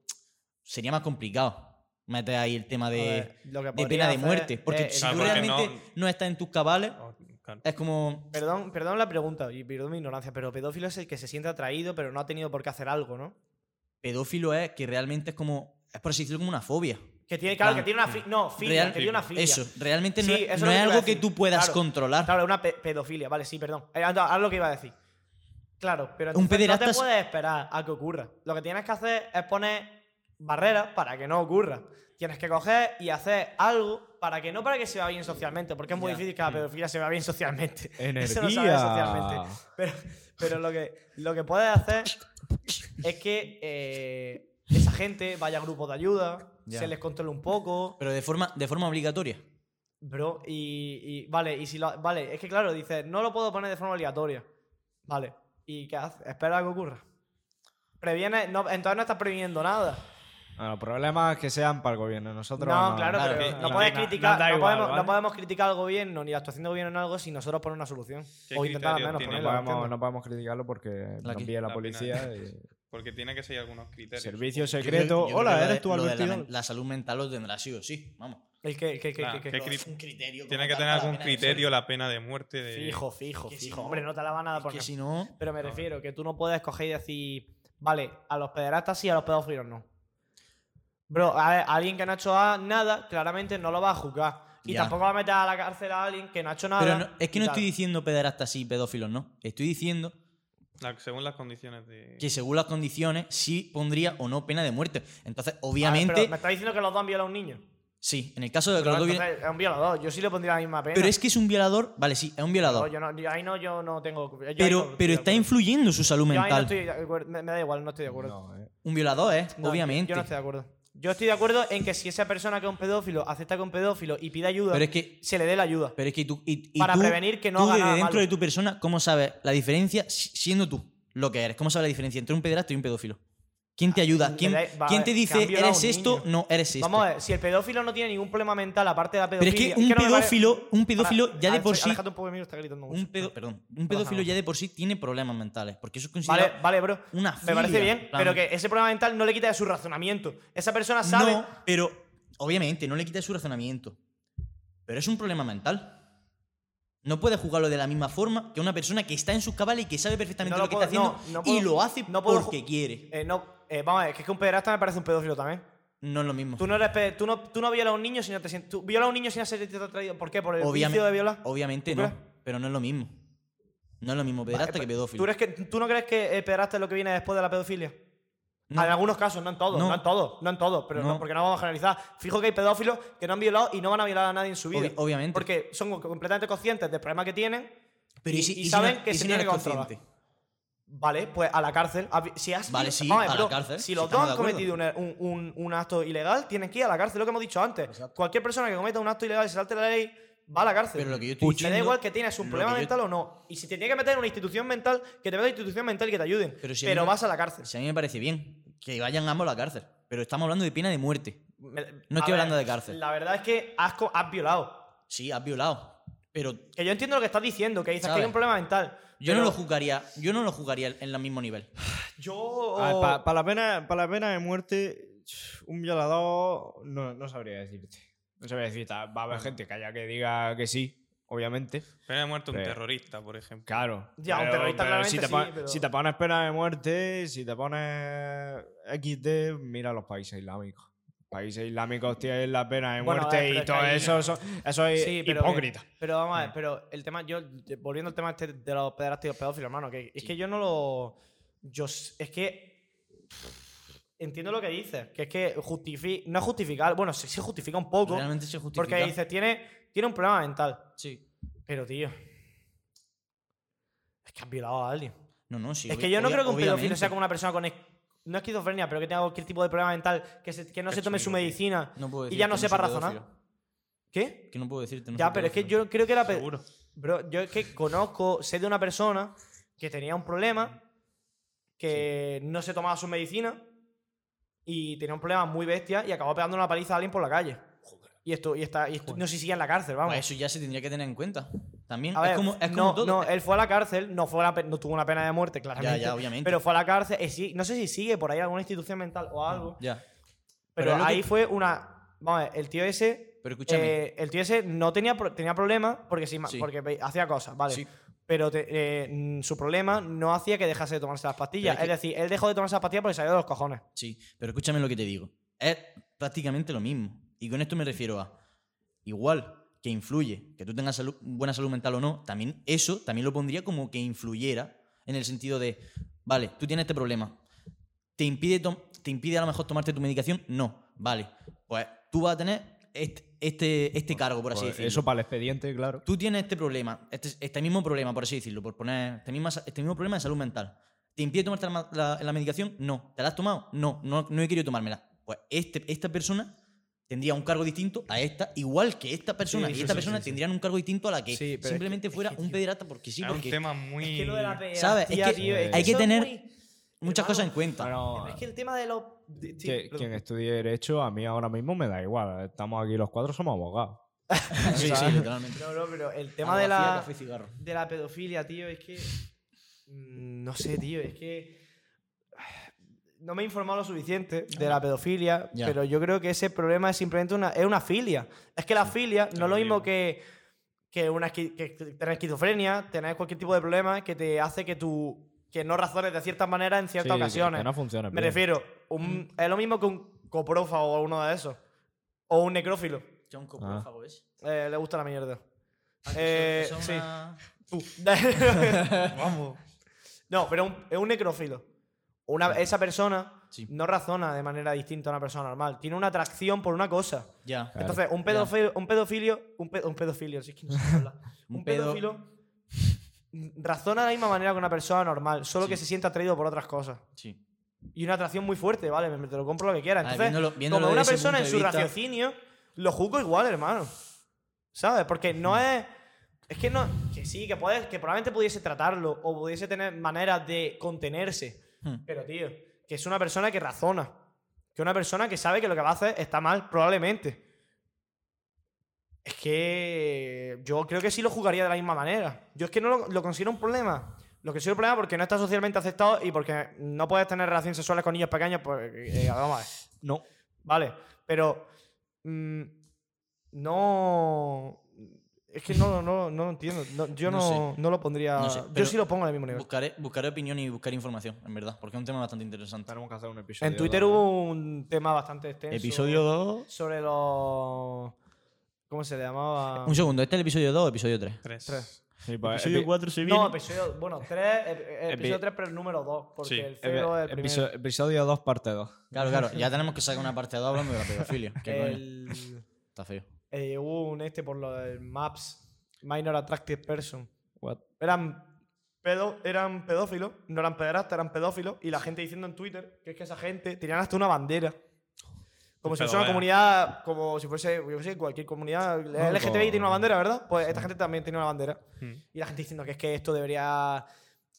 [SPEAKER 3] sería más complicado meter ahí el tema de,
[SPEAKER 1] Joder, lo que
[SPEAKER 3] de
[SPEAKER 1] podría
[SPEAKER 3] pena de
[SPEAKER 1] hacer
[SPEAKER 3] muerte. Porque
[SPEAKER 1] es-
[SPEAKER 3] si
[SPEAKER 2] Claro,
[SPEAKER 3] tú
[SPEAKER 2] porque
[SPEAKER 3] realmente
[SPEAKER 2] no-
[SPEAKER 3] no... estás en tus cabales,
[SPEAKER 2] Oh, claro.
[SPEAKER 3] es como.
[SPEAKER 1] Perdón, perdón la pregunta y perdón mi ignorancia, pero pedófilo es el que se siente atraído pero no ha tenido por qué hacer algo, ¿no?
[SPEAKER 3] Pedófilo es que realmente es como. Es por así decirlo, como una fobia.
[SPEAKER 1] Que tiene, claro, que
[SPEAKER 3] Plan,
[SPEAKER 1] tiene una fi- No, filia,
[SPEAKER 3] Real-
[SPEAKER 1] que tiene una filia.
[SPEAKER 3] Eso, realmente
[SPEAKER 1] Sí,
[SPEAKER 3] no,
[SPEAKER 1] eso
[SPEAKER 3] es-
[SPEAKER 1] es
[SPEAKER 3] no
[SPEAKER 1] lo que
[SPEAKER 3] es
[SPEAKER 1] iba a
[SPEAKER 3] algo que
[SPEAKER 1] decir.
[SPEAKER 3] tú puedas
[SPEAKER 1] Claro,
[SPEAKER 3] controlar.
[SPEAKER 1] Claro, una pe- pedofilia, vale, sí, perdón. Eh, ando- Ahora lo que iba a decir. Claro, pero
[SPEAKER 3] Un
[SPEAKER 1] entonces
[SPEAKER 3] pederasta
[SPEAKER 1] no
[SPEAKER 3] es-
[SPEAKER 1] te puedes esperar a que ocurra. Lo que tienes que hacer es poner barreras para que no ocurra. Tienes que coger y hacer algo para que no para que se vea bien socialmente, porque es muy
[SPEAKER 3] Ya.
[SPEAKER 1] difícil que la pedofilia se vea bien socialmente. Eso no se ve
[SPEAKER 4] Energía.
[SPEAKER 1] socialmente. Pero, pero lo, que, lo que puedes hacer es que eh, esa gente vaya a grupos de ayuda,
[SPEAKER 3] Ya.
[SPEAKER 1] se les controle un poco.
[SPEAKER 3] Pero de forma, de forma obligatoria.
[SPEAKER 1] Bro, y, y- vale, y si lo, vale, es que claro, dices, no lo puedo poner de forma obligatoria. Vale, ¿y qué haces? Espera a que ocurra. Previene, no, entonces no estás previniendo nada.
[SPEAKER 4] Ah, los problemas que sean para el gobierno. Nosotros
[SPEAKER 1] no,
[SPEAKER 4] Eh, no-
[SPEAKER 1] claro,
[SPEAKER 3] claro,
[SPEAKER 1] pero
[SPEAKER 3] que-
[SPEAKER 1] no
[SPEAKER 3] y-
[SPEAKER 1] puedes
[SPEAKER 4] na-
[SPEAKER 1] criticar,
[SPEAKER 4] nos da
[SPEAKER 1] no,
[SPEAKER 4] igual,
[SPEAKER 1] podemos,
[SPEAKER 4] ¿vale?
[SPEAKER 1] no podemos criticar al gobierno ni la actuación del gobierno en algo si nosotros ponemos una solución.
[SPEAKER 2] ¿Qué
[SPEAKER 1] O intentar al
[SPEAKER 2] criterios
[SPEAKER 1] menos
[SPEAKER 2] tiene?
[SPEAKER 1] ponerla,
[SPEAKER 4] No podemos,
[SPEAKER 1] ¿entiendes?
[SPEAKER 4] no podemos criticarlo porque
[SPEAKER 3] La
[SPEAKER 4] nos
[SPEAKER 3] que-
[SPEAKER 4] pide la
[SPEAKER 2] la
[SPEAKER 4] policía.
[SPEAKER 2] pena.
[SPEAKER 4] y-
[SPEAKER 2] Porque tiene que ser algunos criterios.
[SPEAKER 4] Servicio
[SPEAKER 3] Yo creo-
[SPEAKER 4] secreto.
[SPEAKER 3] yo creo que
[SPEAKER 4] Hola,
[SPEAKER 3] lo
[SPEAKER 4] ¿eres
[SPEAKER 3] de-
[SPEAKER 4] tú
[SPEAKER 3] lo de
[SPEAKER 4] Albertino?
[SPEAKER 3] la, men- la salud mental lo tendrá sí o sí. Vamos.
[SPEAKER 1] El que, el que, el que,
[SPEAKER 2] Nah,
[SPEAKER 1] el que-
[SPEAKER 2] ¿qué
[SPEAKER 1] que-
[SPEAKER 2] cri-
[SPEAKER 3] Un criterio. como
[SPEAKER 2] Tiene que tener
[SPEAKER 3] tal para la
[SPEAKER 2] algún
[SPEAKER 3] pena de
[SPEAKER 2] criterio la pena de muerte. De...
[SPEAKER 1] Fijo, fijo,
[SPEAKER 3] que si
[SPEAKER 1] fijo.
[SPEAKER 3] no-
[SPEAKER 1] Hombre, no te la van a
[SPEAKER 3] muerte.
[SPEAKER 1] dar
[SPEAKER 3] Es
[SPEAKER 1] por
[SPEAKER 3] que
[SPEAKER 1] nada.
[SPEAKER 3] si no.
[SPEAKER 1] Pero me refiero que tú no puedes coger y decir, vale, a los pederastas sí, a los pedófilos no. Bro, a, ver, a alguien que no ha hecho a- nada, claramente no lo va a juzgar. Y
[SPEAKER 3] Ya.
[SPEAKER 1] tampoco va a meter a la cárcel a alguien que no ha hecho nada.
[SPEAKER 3] Pero no- es que
[SPEAKER 1] y
[SPEAKER 3] no
[SPEAKER 1] tal.
[SPEAKER 3] estoy diciendo pederastas sí, pedófilos no. Estoy diciendo
[SPEAKER 2] La- según las condiciones de.
[SPEAKER 3] que según las condiciones sí pondría o no pena de muerte. Entonces,
[SPEAKER 1] A ver,
[SPEAKER 3] obviamente,
[SPEAKER 1] pero me está diciendo que los dos han violado a un niño.
[SPEAKER 3] sí, en el caso de que
[SPEAKER 1] Pero
[SPEAKER 3] los dos violen-
[SPEAKER 1] entonces, es un violador. Yo sí le pondría la misma pena.
[SPEAKER 3] Pero es que es un violador. Vale, sí, es un
[SPEAKER 1] No,
[SPEAKER 3] violador.
[SPEAKER 1] yo no- yo- ahí no, yo no tengo. yo ahí no
[SPEAKER 3] pero,
[SPEAKER 1] estoy
[SPEAKER 3] pero
[SPEAKER 1] de
[SPEAKER 3] está
[SPEAKER 1] acuerdo.
[SPEAKER 3] influyendo su salud
[SPEAKER 1] Yo ahí no
[SPEAKER 3] mental.
[SPEAKER 1] estoy de acuerdo. Me, me da igual, no estoy de acuerdo.
[SPEAKER 4] No, eh.
[SPEAKER 3] Un violador es,
[SPEAKER 1] No, yo-
[SPEAKER 3] obviamente.
[SPEAKER 1] Yo no estoy de acuerdo. Yo estoy de acuerdo en que si esa persona que es un pedófilo acepta que es un pedófilo y pide ayuda,
[SPEAKER 3] Pero es que
[SPEAKER 1] se le dé la ayuda.
[SPEAKER 3] Pero es que tú, y, y
[SPEAKER 1] Para
[SPEAKER 3] tú-
[SPEAKER 1] prevenir que no
[SPEAKER 3] tú
[SPEAKER 1] haga
[SPEAKER 3] desde
[SPEAKER 1] nada
[SPEAKER 3] dentro
[SPEAKER 1] malo.
[SPEAKER 3] de tu persona, ¿cómo sabes la diferencia si- siendo tú lo que eres? ¿Cómo sabes la diferencia entre un pederasta y un pedófilo? ¿Quién te ayuda?
[SPEAKER 1] me
[SPEAKER 3] ¿Quién,
[SPEAKER 1] Ah, da- va,
[SPEAKER 3] quién
[SPEAKER 1] que
[SPEAKER 3] te
[SPEAKER 1] han
[SPEAKER 3] dice
[SPEAKER 1] violado a
[SPEAKER 3] eres
[SPEAKER 1] un
[SPEAKER 3] esto?
[SPEAKER 1] niño.
[SPEAKER 3] No, eres esto.
[SPEAKER 1] Vamos a ver, si el pedófilo no tiene ningún problema mental aparte de la
[SPEAKER 3] Pero es
[SPEAKER 1] pedofilia.
[SPEAKER 3] que
[SPEAKER 1] no
[SPEAKER 3] un
[SPEAKER 1] me parece-
[SPEAKER 3] pedófilo, un pedófilo
[SPEAKER 1] Para-
[SPEAKER 3] ya de
[SPEAKER 1] Alex,
[SPEAKER 3] por sí,
[SPEAKER 1] aléjate un poco de mí, está gritando mucho.
[SPEAKER 3] un pedo- perdón,
[SPEAKER 1] pasa
[SPEAKER 3] un pedófilo
[SPEAKER 1] nada.
[SPEAKER 3] ya de por sí tiene problemas mentales, porque eso es considerado
[SPEAKER 1] Vale, vale, bro.
[SPEAKER 3] una
[SPEAKER 1] Me parece
[SPEAKER 3] filia,
[SPEAKER 1] bien,
[SPEAKER 3] plan.
[SPEAKER 1] pero que ese problema mental no le quita de su razonamiento. Esa persona sabe.
[SPEAKER 3] No, pero obviamente, no le quita su razonamiento. Pero es un problema mental. No puede jugarlo de la misma forma que una persona que está en sus cabales y que sabe perfectamente
[SPEAKER 1] No lo
[SPEAKER 3] lo que está
[SPEAKER 1] puedo-
[SPEAKER 3] haciendo
[SPEAKER 1] no, no
[SPEAKER 3] y
[SPEAKER 1] puedo-
[SPEAKER 3] lo hace
[SPEAKER 1] no puedo ju-
[SPEAKER 3] porque quiere.
[SPEAKER 1] Eh, no, eh, vamos a ver, que es que un pederasta me parece un pedófilo también.
[SPEAKER 3] No es lo mismo.
[SPEAKER 1] Tú no eres pe- tú no, tú no violas a un niño si no te sientes. Tú violas a un niño si no se te ha traído. ¿Por qué? Por el
[SPEAKER 3] Obviame-
[SPEAKER 1] vicio de violar.
[SPEAKER 3] Obviamente
[SPEAKER 1] ¿Tú
[SPEAKER 3] no,
[SPEAKER 1] crees?
[SPEAKER 3] pero no es lo mismo. No es lo mismo pederasta que pedófilo.
[SPEAKER 1] ¿Tú, eres que, ¿Tú no crees que el pederasta es lo que viene después de la pedofilia?
[SPEAKER 3] No.
[SPEAKER 1] En algunos casos, no en todos,
[SPEAKER 3] No.
[SPEAKER 1] no, en todos, no en todos, pero no.
[SPEAKER 3] No.
[SPEAKER 1] porque no vamos a generalizar. Fijo que hay pedófilos que no han violado y no van a violar a nadie en su vida.
[SPEAKER 3] Obvi- obviamente.
[SPEAKER 1] Porque son completamente conscientes del problema que tienen
[SPEAKER 3] pero
[SPEAKER 1] y,
[SPEAKER 3] ¿y si,
[SPEAKER 1] y
[SPEAKER 3] y si
[SPEAKER 1] saben
[SPEAKER 3] no-
[SPEAKER 1] que
[SPEAKER 3] y
[SPEAKER 1] se
[SPEAKER 3] si no
[SPEAKER 1] tiene
[SPEAKER 3] eres
[SPEAKER 1] que controlar.
[SPEAKER 3] consciente?
[SPEAKER 1] Vale, pues a la cárcel. Has vi- Si has-
[SPEAKER 3] Vale, sí,
[SPEAKER 1] vamos
[SPEAKER 3] a la
[SPEAKER 1] bro,
[SPEAKER 3] cárcel, si
[SPEAKER 1] Si los dos
[SPEAKER 3] estamos de
[SPEAKER 1] han
[SPEAKER 3] acuerdo.
[SPEAKER 1] cometido un, un- un- un acto ilegal, tienen que ir a la cárcel, lo que hemos dicho antes. Cualquier persona que cometa un acto ilegal y se salte la ley, va a la cárcel.
[SPEAKER 3] Pero lo que yo estoy
[SPEAKER 1] Me
[SPEAKER 3] diciendo-
[SPEAKER 1] da igual que tienes un
[SPEAKER 3] lo
[SPEAKER 1] problema
[SPEAKER 3] que yo-
[SPEAKER 1] mental o no. Y si te tiene que meter en una institución mental, que te meta en una institución mental y que te ayuden.
[SPEAKER 3] Pero
[SPEAKER 1] Pero,
[SPEAKER 3] si a mí me-
[SPEAKER 1] vas a la cárcel.
[SPEAKER 3] Si a mí me parece bien que vayan ambos a la cárcel, pero estamos hablando de pena de muerte.
[SPEAKER 1] Me-
[SPEAKER 3] No
[SPEAKER 1] a
[SPEAKER 3] estoy hablando de cárcel.
[SPEAKER 1] La verdad es que has, co- has violado.
[SPEAKER 3] Sí, has violado, pero
[SPEAKER 1] Que yo entiendo lo que estás diciendo, que dices que
[SPEAKER 3] ¿Sabes?
[SPEAKER 1] hay un problema mental.
[SPEAKER 3] yo no
[SPEAKER 1] pero
[SPEAKER 3] lo juzgaría, yo no lo juzgaría en el mismo nivel.
[SPEAKER 1] Yo.
[SPEAKER 4] Para la, pena- pa la pena de muerte, un violador no, no sabría decirte. No sabría decirte. Va a haber gente que haya que diga que sí, obviamente.
[SPEAKER 2] Pero ha muerto un
[SPEAKER 4] Sí.
[SPEAKER 2] terrorista, por ejemplo.
[SPEAKER 4] Claro.
[SPEAKER 1] Ya, un terrorista
[SPEAKER 4] si
[SPEAKER 1] claramente
[SPEAKER 4] te,
[SPEAKER 1] sí,
[SPEAKER 4] pon-
[SPEAKER 1] pero-
[SPEAKER 4] si te pones pena de muerte, si te pones XD, mira los países islámicos. Países islámicos tienen la pena de
[SPEAKER 1] Bueno,
[SPEAKER 4] muerte
[SPEAKER 1] a ver, pero
[SPEAKER 4] y
[SPEAKER 1] es que
[SPEAKER 4] todo
[SPEAKER 1] ahí-
[SPEAKER 4] eso, son- eso es
[SPEAKER 3] eh,
[SPEAKER 1] Sí, pero que-
[SPEAKER 4] hipócrita.
[SPEAKER 1] Pero vamos a
[SPEAKER 3] Mm.
[SPEAKER 1] ver, pero el tema, yo, de- volviendo al tema este de los pederastas y los pedófilos, hermano, que es que yo no lo. Yo, s- es que. Entiendo lo que dices, que es que justifica. No es justificar, bueno, sí se justifica un poco,
[SPEAKER 3] Realmente se justifica.
[SPEAKER 1] porque dices, tiene, tiene un problema mental.
[SPEAKER 3] Sí.
[SPEAKER 1] Pero, tío. Es que has violado a alguien.
[SPEAKER 3] No, no, sí.
[SPEAKER 1] es que
[SPEAKER 3] obvi-
[SPEAKER 1] yo no
[SPEAKER 3] obvia-
[SPEAKER 1] creo que un pedófilo
[SPEAKER 3] obviamente.
[SPEAKER 1] sea como una persona con. es- No esquizofrenia, pero que tenga cualquier tipo de problema mental, que, se- que no se tome su medicina
[SPEAKER 3] No
[SPEAKER 1] y
[SPEAKER 3] puedo decir
[SPEAKER 1] ya
[SPEAKER 3] que
[SPEAKER 1] no sepa
[SPEAKER 3] soy
[SPEAKER 1] razonar.
[SPEAKER 3] pedófilo.
[SPEAKER 1] ¿Qué?
[SPEAKER 3] Que no puedo decirte. no
[SPEAKER 1] Ya,
[SPEAKER 3] soy
[SPEAKER 1] pero es que
[SPEAKER 3] pedófilo.
[SPEAKER 1] yo creo que era. pe-
[SPEAKER 2] Seguro.
[SPEAKER 1] Bro, yo es que conozco, sé de una persona que tenía un problema, que no se tomaba su medicina y tenía un problema muy bestia y acabó pegando una paliza a alguien por la calle. Y esto, y está, y esto- no sé si sigue en la cárcel, vamos.
[SPEAKER 3] Pues eso ya se tendría que tener en cuenta. También.
[SPEAKER 1] A ver,
[SPEAKER 3] es como, es como
[SPEAKER 1] no,
[SPEAKER 3] todo.
[SPEAKER 1] no, él fue a la cárcel, no, fue a la pe- no tuvo una pena de muerte, claramente.
[SPEAKER 3] ya, obviamente.
[SPEAKER 1] Pero fue a la cárcel, eh, sí, no sé si sigue por ahí alguna institución mental o algo.
[SPEAKER 3] Ya. pero
[SPEAKER 1] Pero,
[SPEAKER 3] es lo que-
[SPEAKER 1] ahí fue una. Vamos a ver, el tío ese.
[SPEAKER 3] Pero escúchame.
[SPEAKER 1] eh, el tío ese no tenía, pro- tenía problemas porque, sí, ma-
[SPEAKER 3] Sí.
[SPEAKER 1] porque ve- hacía cosas, ¿vale?
[SPEAKER 3] Sí.
[SPEAKER 1] Pero te- eh, mm, su problema no hacía que dejase de tomarse las pastillas.
[SPEAKER 3] Pero es
[SPEAKER 1] es, decir, él dejó de tomarse las pastillas porque salió de los cojones.
[SPEAKER 3] Sí, pero escúchame lo que te digo. Es prácticamente lo mismo. Y con esto me refiero a, igual que influye, que tú tengas salud- buena salud mental o no, también eso, también lo pondría como que influyera en el sentido de, vale, tú tienes este problema. ¿Te impide, tom- te impide a lo mejor tomarte tu medicación? No, vale. Pues tú vas a tener este, este, este cargo, por así
[SPEAKER 4] Pues
[SPEAKER 3] decirlo.
[SPEAKER 4] eso para el expediente, claro.
[SPEAKER 3] Tú tienes este problema, este, este mismo problema, por así decirlo, por poner este, misma- este mismo problema de salud mental. ¿Te impide tomarte la, ma- la- la medicación? No. ¿Te la has tomado? No, no, no he querido tomármela. Pues este, esta persona tendría un cargo distinto a esta, igual que esta persona
[SPEAKER 1] Sí,
[SPEAKER 3] y
[SPEAKER 1] sí,
[SPEAKER 3] esta
[SPEAKER 1] sí,
[SPEAKER 3] persona
[SPEAKER 1] sí, sí.
[SPEAKER 3] tendrían un cargo distinto a la que
[SPEAKER 1] Sí, pero es que-
[SPEAKER 3] simplemente fuera
[SPEAKER 1] es que,
[SPEAKER 3] un
[SPEAKER 1] tío,
[SPEAKER 3] pederasta porque sí,
[SPEAKER 2] es un
[SPEAKER 3] porque
[SPEAKER 2] tema muy.
[SPEAKER 3] ¿Sabes? Es que hay que tener muchas
[SPEAKER 1] hermano,
[SPEAKER 3] cosas en cuenta.
[SPEAKER 4] Bueno,
[SPEAKER 1] Es que el tema de los. de- sí,
[SPEAKER 4] que-
[SPEAKER 1] perdón.
[SPEAKER 4] quien estudie Derecho, a mí ahora mismo me da igual. Estamos aquí los cuatro, somos abogados.
[SPEAKER 3] sí, sí, literalmente.
[SPEAKER 1] No, no, pero el tema de
[SPEAKER 3] Abogacía,
[SPEAKER 1] la.
[SPEAKER 3] café y cigarro.
[SPEAKER 1] de la pedofilia, tío, es que. mm, No sé, tío, es que. No me he informado lo suficiente de la pedofilia,
[SPEAKER 3] Ya.
[SPEAKER 1] pero yo creo que ese problema es simplemente una, es una filia. Es que la filia no es lo mismo que, que, una, esqui- que tener esquizofrenia, tener cualquier tipo de problema que te hace que tú que no razones de cierta manera en
[SPEAKER 4] Sí,
[SPEAKER 1] ciertas
[SPEAKER 4] que- que
[SPEAKER 1] ocasiones.
[SPEAKER 4] no funciona
[SPEAKER 1] Me
[SPEAKER 4] bien. Mm.
[SPEAKER 1] refiero, un- es lo mismo que un coprófago o uno de esos. O un necrófilo.
[SPEAKER 3] Ya un coprófago es.
[SPEAKER 1] Eh, le gusta la mierda.
[SPEAKER 3] Ah, eso-
[SPEAKER 1] Eh,
[SPEAKER 3] eso es
[SPEAKER 1] sí.
[SPEAKER 3] una-
[SPEAKER 1] Vamos. No, pero un- es un necrófilo. Una, esa persona
[SPEAKER 3] Sí.
[SPEAKER 1] no razona de manera distinta a una persona normal. Tiene una atracción por una cosa.
[SPEAKER 3] Ya.
[SPEAKER 1] Entonces, un pedofilio, un pedofilio, un, pe- un pedofilio, si es que no se habla.
[SPEAKER 3] Un
[SPEAKER 1] un
[SPEAKER 3] pedo-
[SPEAKER 1] pedofilo razona de la misma manera que una persona normal, solo que se siente atraído por otras cosas.
[SPEAKER 3] Sí.
[SPEAKER 1] Y una atracción muy fuerte, vale, me, te lo compro lo que quiera.
[SPEAKER 3] Ah,
[SPEAKER 1] Entonces,
[SPEAKER 3] viéndolo- viéndolo
[SPEAKER 1] como
[SPEAKER 3] desde
[SPEAKER 1] una
[SPEAKER 3] ese
[SPEAKER 1] persona en
[SPEAKER 3] punto
[SPEAKER 1] su
[SPEAKER 3] de vista-
[SPEAKER 1] raciocinio, lo juzgo igual, hermano. ¿Sabes? Porque no es. Es que no. Que sí, que, puedes, que probablemente pudiese tratarlo o pudiese tener maneras de contenerse.
[SPEAKER 3] Hmm.
[SPEAKER 1] Pero, tío, que es una persona que razona. Que una persona que sabe que lo que va a hacer está mal, probablemente. Es que. Yo creo que sí lo jugaría de la misma manera. Yo es que no lo, lo considero un problema. Lo considero un problema porque no está socialmente aceptado y porque no puedes tener relaciones sexuales con niños pequeños. Pues, eh, vamos a ver.
[SPEAKER 4] No.
[SPEAKER 1] Vale, pero mm, no. Es que no, no, no lo entiendo. No, yo
[SPEAKER 3] No
[SPEAKER 1] no,
[SPEAKER 3] sé.
[SPEAKER 1] no lo pondría.
[SPEAKER 3] No sé,
[SPEAKER 1] yo
[SPEAKER 3] pero-
[SPEAKER 1] sí lo pongo en el mismo nivel.
[SPEAKER 3] Buscaré, buscaré opinión y buscaré información, en verdad, porque es un tema bastante interesante.
[SPEAKER 4] Tenemos que hacer un episodio.
[SPEAKER 1] En Twitter
[SPEAKER 4] dos,
[SPEAKER 1] hubo un tema bastante extenso.
[SPEAKER 3] Episodio 2.
[SPEAKER 1] Sobre los. ¿Cómo se le llamaba?
[SPEAKER 3] Un segundo, ¿este es el episodio 2 o episodio 3?
[SPEAKER 2] Tres.
[SPEAKER 1] Tres.
[SPEAKER 4] ¿eh? Sí, pues, epi-
[SPEAKER 9] 4 se
[SPEAKER 1] No, episodio. Bueno, tres. ep- ep-
[SPEAKER 4] Epi-
[SPEAKER 1] episodio 3, pero el número 2. Porque
[SPEAKER 2] Sí.
[SPEAKER 1] el
[SPEAKER 4] epi-
[SPEAKER 1] 0 es el primero.
[SPEAKER 4] episo- episodio 2, parte 2.
[SPEAKER 3] Claro, claro, ya tenemos que sacar una parte 2 hablando de la pedofilia. ¿Qué coño?
[SPEAKER 1] El-
[SPEAKER 3] Está feo.
[SPEAKER 1] eh, hubo un este por los Maps. Minor Attractive Person. Eran, pedo, eran pedófilos, no eran pederastas, eran pedófilos. Y la gente diciendo en Twitter que es que esa gente tenían hasta una bandera. Como si
[SPEAKER 2] Pero
[SPEAKER 1] fuese una
[SPEAKER 2] vaya.
[SPEAKER 1] comunidad, como si fuese yo qué sé, cualquier comunidad. La LGTBI tiene una bandera, ¿verdad? Pues esta gente también tiene una bandera.
[SPEAKER 2] Hmm.
[SPEAKER 1] Y la gente diciendo que es que esto debería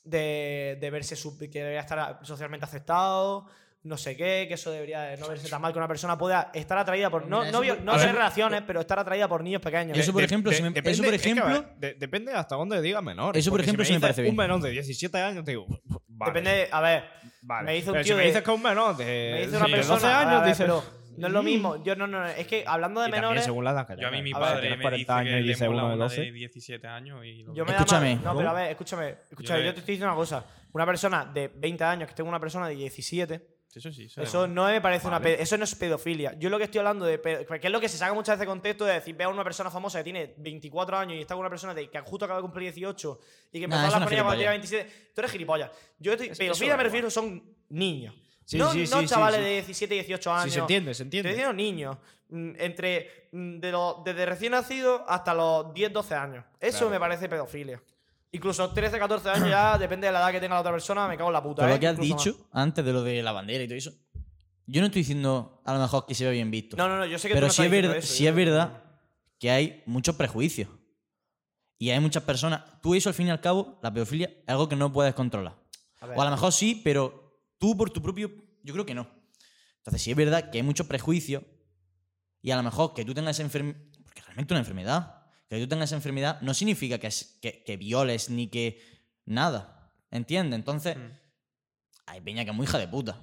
[SPEAKER 1] de, de verse, sub- que debería estar socialmente aceptado, no sé qué, que eso debería de no verse tan mal que una persona pueda estar atraída por... No,
[SPEAKER 3] Mira,
[SPEAKER 1] no,
[SPEAKER 3] eso
[SPEAKER 1] vio-
[SPEAKER 3] por-
[SPEAKER 1] no
[SPEAKER 3] a
[SPEAKER 1] tener
[SPEAKER 3] ver.
[SPEAKER 1] relaciones, pero estar atraída por niños pequeños. Eh,
[SPEAKER 3] Eso, por
[SPEAKER 4] De-
[SPEAKER 3] ejemplo,
[SPEAKER 4] de-
[SPEAKER 3] si me-
[SPEAKER 4] depende-
[SPEAKER 3] eso, por
[SPEAKER 4] es que, a
[SPEAKER 3] ejemplo-
[SPEAKER 4] ver, de- depende hasta dónde diga menor.
[SPEAKER 3] Eso, por
[SPEAKER 4] porque si
[SPEAKER 3] ejemplo, sí me
[SPEAKER 4] dices
[SPEAKER 3] parece bien.
[SPEAKER 4] Un menor de 17 años, te digo. Vale,
[SPEAKER 1] Depende, a ver,
[SPEAKER 4] Vale.
[SPEAKER 1] me dice un
[SPEAKER 4] Pero
[SPEAKER 1] tío
[SPEAKER 4] si me
[SPEAKER 1] de-
[SPEAKER 4] dices que es un menor de,
[SPEAKER 1] me dice una
[SPEAKER 4] Eh, de
[SPEAKER 1] persona... "Ah,
[SPEAKER 4] 12
[SPEAKER 1] a ver,
[SPEAKER 4] años,
[SPEAKER 1] a ver,
[SPEAKER 4] dices.
[SPEAKER 1] pero no es lo mismo. Yo no, no, no, es que hablando de
[SPEAKER 4] Y también
[SPEAKER 1] menores...
[SPEAKER 4] según la edad que
[SPEAKER 2] Yo a mí mi
[SPEAKER 4] tengas. O sea, si
[SPEAKER 2] padre
[SPEAKER 4] tienes
[SPEAKER 2] me dice que
[SPEAKER 4] y
[SPEAKER 2] le
[SPEAKER 4] dices
[SPEAKER 2] mola
[SPEAKER 4] uno de
[SPEAKER 2] una
[SPEAKER 4] 12.
[SPEAKER 2] de 17 años y lo
[SPEAKER 1] Yo
[SPEAKER 2] ve.
[SPEAKER 1] me da
[SPEAKER 3] Escúchame.
[SPEAKER 1] mal- No, pero a ver, escúchame. Escúchame,
[SPEAKER 2] le-
[SPEAKER 1] yo te estoy diciendo una cosa. Una persona de 20 años que tengo una persona de 17,
[SPEAKER 2] Eso sí, eso,
[SPEAKER 1] eso no me parece una pe- eso no es pedofilia. Yo lo que estoy hablando de pedo- que es lo que se saca muchas veces de contexto de decir, ve a una persona famosa que tiene 24 años y está con una persona de, que justo acaba de cumplir 18 y que empezó
[SPEAKER 3] Nah,
[SPEAKER 1] a
[SPEAKER 3] eso
[SPEAKER 1] hablar
[SPEAKER 3] no
[SPEAKER 1] con
[SPEAKER 3] es
[SPEAKER 1] ella cuando tenía
[SPEAKER 3] gilipollas.
[SPEAKER 1] 27. Tú eres gilipollas. Yo estoy,
[SPEAKER 4] Es-
[SPEAKER 1] pedofilia
[SPEAKER 4] eso
[SPEAKER 1] me
[SPEAKER 4] da
[SPEAKER 1] refiero son niños.
[SPEAKER 4] Sí,
[SPEAKER 1] no
[SPEAKER 4] sí,
[SPEAKER 1] no
[SPEAKER 4] sí, sí,
[SPEAKER 1] chavales
[SPEAKER 4] sí.
[SPEAKER 1] de 17, 18 años.
[SPEAKER 4] Sí, se entiende, se
[SPEAKER 1] Estoy
[SPEAKER 4] entiende.
[SPEAKER 1] diciendo niños. mm, Entre, mm, de los, desde recién nacido hasta los 10, 12 años. Eso me parece pedofilia. Incluso 13, 14 años ya, depende de la edad que tenga la otra persona, me cago en la puta.
[SPEAKER 3] Todo
[SPEAKER 1] ¿eh?
[SPEAKER 3] lo que has
[SPEAKER 1] Incluso más.
[SPEAKER 3] dicho antes de lo de la bandera y todo eso. Yo no estoy diciendo a lo mejor que se ve bien visto.
[SPEAKER 1] No, no, no, yo sé que tú
[SPEAKER 3] pero
[SPEAKER 1] no
[SPEAKER 3] sí
[SPEAKER 1] estás
[SPEAKER 3] es,
[SPEAKER 1] diciendo
[SPEAKER 3] verdad,
[SPEAKER 1] eso,
[SPEAKER 3] sí
[SPEAKER 1] yo-
[SPEAKER 3] es verdad que hay muchos prejuicios. Y hay muchas personas. Tú eso, al fin y al cabo, la pedofilia es algo que no puedes controlar.
[SPEAKER 1] A ver.
[SPEAKER 3] o a lo mejor sí, pero tú por tu propio... Yo creo que no. Entonces sí es verdad que hay muchos prejuicios. Y a lo mejor que tú tengas enfermedad... Porque realmente es una enfermedad. Que tú tengas enfermedad no significa que, es- que, que violes ni que... Nada. ¿Entiendes? Entonces...
[SPEAKER 2] Mm.
[SPEAKER 3] Hay peña que es muy hija de puta.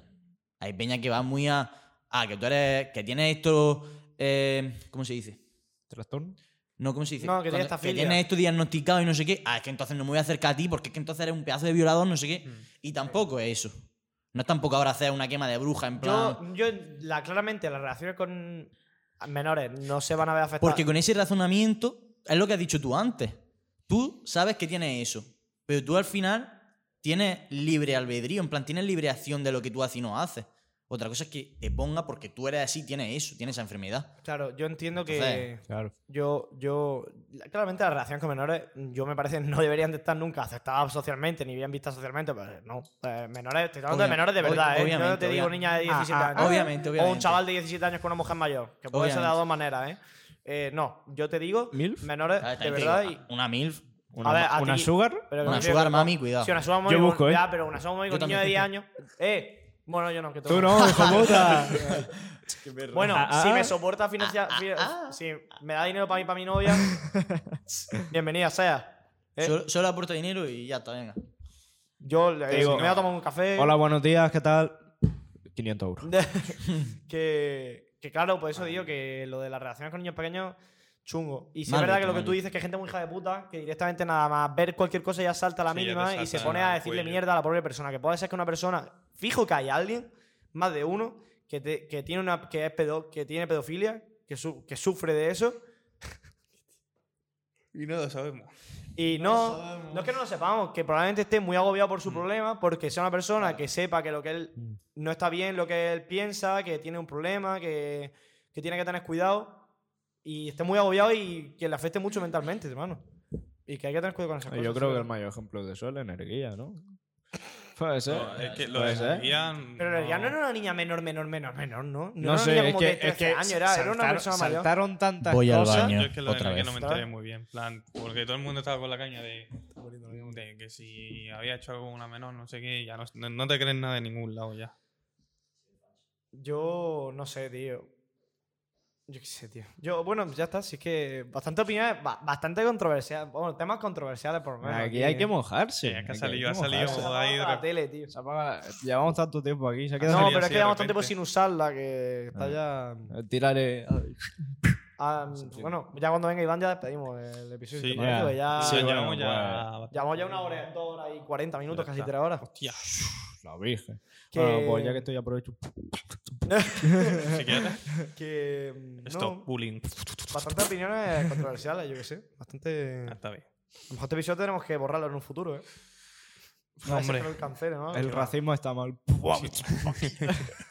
[SPEAKER 3] Hay peña que va muy a. Ah, que tú eres. Que tienes esto. eh, ¿Cómo se dice?
[SPEAKER 4] ¿Trastorno?
[SPEAKER 3] No, ¿cómo se dice?
[SPEAKER 1] No, que tienes
[SPEAKER 3] Cuando-
[SPEAKER 1] estafilia.
[SPEAKER 3] tienes esto diagnosticado y no sé qué. Ah, es que entonces no me voy a acercar a ti porque es que entonces eres un pedazo de violador, no sé qué.
[SPEAKER 1] Mm.
[SPEAKER 3] Y tampoco es eso. No es tampoco ahora hacer una quema de bruja en plan.
[SPEAKER 1] Yo, yo la, claramente, las relaciones con menores no se van a ver afectadas.
[SPEAKER 3] Porque con ese razonamiento es lo que has dicho tú antes. Tú sabes que tienes eso, pero tú al final tienes libre albedrío, en plan tienes libre acción de lo que tú haces y no haces. Otra cosa es que te ponga porque tú eres así, tienes eso, tienes esa enfermedad.
[SPEAKER 1] Claro, yo entiendo que.
[SPEAKER 3] Entonces,
[SPEAKER 4] Claro.
[SPEAKER 1] Yo, yo, la- claramente las relaciones con menores, yo me parece, no deberían de estar nunca aceptadas socialmente, ni bien vistas socialmente, pero no. Eh, menores, te estoy hablando de
[SPEAKER 3] Obvia-
[SPEAKER 1] menores de
[SPEAKER 3] ob-
[SPEAKER 1] verdad, ¿eh? Yo no
[SPEAKER 3] obviamente,
[SPEAKER 1] te digo
[SPEAKER 3] obvia-
[SPEAKER 1] niña de 17
[SPEAKER 4] ah,
[SPEAKER 1] años.
[SPEAKER 3] obviamente,
[SPEAKER 1] O un
[SPEAKER 3] obviamente.
[SPEAKER 1] chaval de 17 años con una mujer mayor, que puede ser de las
[SPEAKER 3] Obviamente.
[SPEAKER 1] dos maneras, ¿eh? Eh, No, yo te digo,
[SPEAKER 4] ¿Milf?
[SPEAKER 1] menores
[SPEAKER 3] Ah,
[SPEAKER 1] de
[SPEAKER 3] también te
[SPEAKER 1] verdad.
[SPEAKER 3] digo,
[SPEAKER 1] y-
[SPEAKER 3] Una MILF,
[SPEAKER 4] Una,
[SPEAKER 1] A ver, a
[SPEAKER 4] una
[SPEAKER 1] ti-
[SPEAKER 4] sugar.
[SPEAKER 1] pero
[SPEAKER 3] una
[SPEAKER 1] que-
[SPEAKER 3] sugar mami, cuidado.
[SPEAKER 1] Sí, una sugar mami.
[SPEAKER 4] Yo
[SPEAKER 1] con-
[SPEAKER 4] busco, ¿eh?
[SPEAKER 1] Ya, pero una sugar mami
[SPEAKER 3] Yo
[SPEAKER 1] con niño de
[SPEAKER 3] también.
[SPEAKER 1] 10 años. Eh, bueno, yo no, que
[SPEAKER 4] Tú no, hijo puta.
[SPEAKER 1] Bueno,
[SPEAKER 4] Ah, ah,
[SPEAKER 1] si
[SPEAKER 4] ah.
[SPEAKER 1] me soporta financiar.
[SPEAKER 3] Ah,
[SPEAKER 1] si me da dinero para mí, para mi novia. bienvenida sea. Eh,
[SPEAKER 3] Solo, solo aporta dinero y ya está, venga.
[SPEAKER 1] Yo le
[SPEAKER 4] Te
[SPEAKER 1] digo,
[SPEAKER 4] digo,
[SPEAKER 1] me voy a tomar un café.
[SPEAKER 4] Hola, buenos días, ¿qué tal? 500 euros.
[SPEAKER 1] que, que claro, por eso digo que lo de las relaciones con niños pequeños, chungo. Y si es
[SPEAKER 3] Mal
[SPEAKER 1] verdad que
[SPEAKER 3] visto,
[SPEAKER 1] lo que
[SPEAKER 3] mal
[SPEAKER 1] tú
[SPEAKER 3] visto.
[SPEAKER 1] dices, que hay gente muy hija de puta, que directamente nada más ver cualquier cosa ya salta a la
[SPEAKER 2] Sí, ya te
[SPEAKER 1] mínima y se
[SPEAKER 2] salta
[SPEAKER 1] pone a
[SPEAKER 2] al
[SPEAKER 1] decirle
[SPEAKER 2] cuello.
[SPEAKER 1] mierda a la pobre persona. Que puede ser que una persona, fijo que hay alguien, más de uno, que, te- que tiene, una, que es pedo- que tiene pedofilia, que, su- que sufre de eso.
[SPEAKER 2] Y no lo sabemos.
[SPEAKER 1] Y no, no es que no lo sepamos, que probablemente esté muy agobiado por
[SPEAKER 4] Mm.
[SPEAKER 1] su problema, porque sea una persona que sepa que lo que él no está bien, lo que él piensa, que tiene un problema, que, que tiene que tener cuidado, y esté muy agobiado y que le afecte mucho mentalmente, hermano. Y que hay que tener cuidado con esas cosas.
[SPEAKER 4] Yo creo
[SPEAKER 1] sí,
[SPEAKER 4] que el
[SPEAKER 1] pero-
[SPEAKER 4] mayor ejemplo de eso es la energía, ¿no? Puede ser.
[SPEAKER 2] No, es que lo
[SPEAKER 4] Puede
[SPEAKER 2] de
[SPEAKER 4] ser.
[SPEAKER 2] Guía,
[SPEAKER 1] Pero en realidad no era una niña menor, menor, menor, menor, ¿no? era
[SPEAKER 4] No,
[SPEAKER 1] una niña
[SPEAKER 4] sé, es
[SPEAKER 1] como
[SPEAKER 4] que,
[SPEAKER 1] de
[SPEAKER 4] es
[SPEAKER 1] 13
[SPEAKER 4] que
[SPEAKER 1] años, era, era una
[SPEAKER 4] saltaron-
[SPEAKER 1] persona mayor.
[SPEAKER 4] saltaron tantas
[SPEAKER 3] Voy al
[SPEAKER 4] cosas.
[SPEAKER 3] baño.
[SPEAKER 2] Yo es que lo de
[SPEAKER 3] Otra
[SPEAKER 2] Enrique
[SPEAKER 3] vez.
[SPEAKER 2] no me enteré muy bien. en plan, porque todo el mundo estaba con la caña de, de que si había hecho algo con una menor, no sé qué, ya no, no- no te crees nada de ningún lado ya.
[SPEAKER 1] Yo no sé, tío. Yo qué sé, tío. Yo, bueno, ya está. Si es que bastante opiniones, ba- bastante controversiales. Bueno, temas controversiales por lo menos.
[SPEAKER 4] Aquí hay que mojarse.
[SPEAKER 2] Sí, es que ha
[SPEAKER 4] aquí
[SPEAKER 2] salido,
[SPEAKER 4] hay que
[SPEAKER 2] ha salido
[SPEAKER 1] Se
[SPEAKER 4] mojarse.
[SPEAKER 1] apaga
[SPEAKER 2] ahí de
[SPEAKER 1] la
[SPEAKER 2] rep-
[SPEAKER 1] tele, tío.
[SPEAKER 4] Se apaga- Llevamos tanto tiempo aquí, se ha quedado.
[SPEAKER 1] No,
[SPEAKER 2] salido
[SPEAKER 1] pero es
[SPEAKER 2] así
[SPEAKER 1] que
[SPEAKER 2] de
[SPEAKER 1] llevamos tanto tiempo
[SPEAKER 2] repente.
[SPEAKER 1] sin usarla que
[SPEAKER 4] Ah.
[SPEAKER 1] está ya.
[SPEAKER 4] Tírale.
[SPEAKER 1] Ah, bueno, ya cuando venga Iván ya despedimos el episodio.
[SPEAKER 2] Sí,
[SPEAKER 1] ¿te parece?
[SPEAKER 4] ya.
[SPEAKER 1] Que ya-
[SPEAKER 2] Sí,
[SPEAKER 4] bueno, pues.
[SPEAKER 2] llevamos ya.
[SPEAKER 1] Llevamos ya una hora, dos horas y cuarenta minutos, casi
[SPEAKER 2] está.
[SPEAKER 1] tres horas.
[SPEAKER 2] Hostia,
[SPEAKER 4] La virgen.
[SPEAKER 1] Que-
[SPEAKER 4] Bueno, pues ya que estoy aprovecho.
[SPEAKER 2] si quieres.
[SPEAKER 1] que. mm,
[SPEAKER 2] Stop
[SPEAKER 1] No,
[SPEAKER 2] bullying.
[SPEAKER 1] bastantes opiniones controversiales, yo qué sé. Bastante.
[SPEAKER 2] Ah,
[SPEAKER 1] A
[SPEAKER 2] Está bien.
[SPEAKER 1] lo mejor este episodio tenemos que borrarlo en un futuro, ¿eh?
[SPEAKER 2] No,
[SPEAKER 1] Parece que
[SPEAKER 2] hombre.
[SPEAKER 1] lo cancelen,
[SPEAKER 2] Ah,
[SPEAKER 1] ¿no?
[SPEAKER 4] El racismo está mal.
[SPEAKER 1] Eh,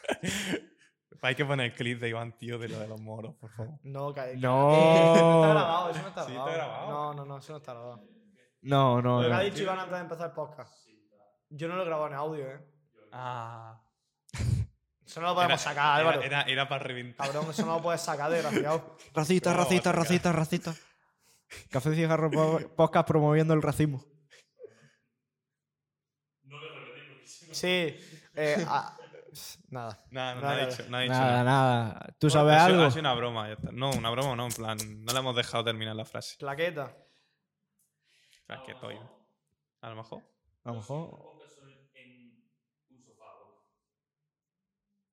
[SPEAKER 2] Hay que poner el clip de Iván, tío, de lo de los moros, por favor.
[SPEAKER 1] No, ca- No está
[SPEAKER 4] No.
[SPEAKER 1] grabado, eso no está
[SPEAKER 2] Sí,
[SPEAKER 1] grabado.
[SPEAKER 2] está grabado.
[SPEAKER 1] No, no, no, eso no está grabado.
[SPEAKER 4] No, no,
[SPEAKER 1] Lo que ha
[SPEAKER 4] no.
[SPEAKER 1] dicho Iván antes de empezar el podcast. Yo no lo he grabado en audio, ¿eh?
[SPEAKER 2] Ah.
[SPEAKER 1] Eso no lo podemos sacar, Álvaro.
[SPEAKER 2] Era, era, para reventar.
[SPEAKER 1] Cabrón, eso no lo puedes sacar, desgraciado.
[SPEAKER 2] Racista, racista, racista.
[SPEAKER 4] Café de cigarro po- podcast promoviendo el racismo.
[SPEAKER 1] Sí. Eh, ah, nada.
[SPEAKER 2] No, no, no
[SPEAKER 1] Nada,
[SPEAKER 2] ha
[SPEAKER 1] nada.
[SPEAKER 2] dicho, no ha dicho nada.
[SPEAKER 4] Nada, nada. ¿Tú
[SPEAKER 2] Bueno,
[SPEAKER 4] sabes
[SPEAKER 2] ha sido-
[SPEAKER 4] algo?
[SPEAKER 2] Ha sido una broma, ya está. No, una broma no, en plan, no le hemos dejado terminar la frase.
[SPEAKER 1] Plaqueta.
[SPEAKER 2] O sea, que estoy. A lo mejor.
[SPEAKER 4] A lo mejor.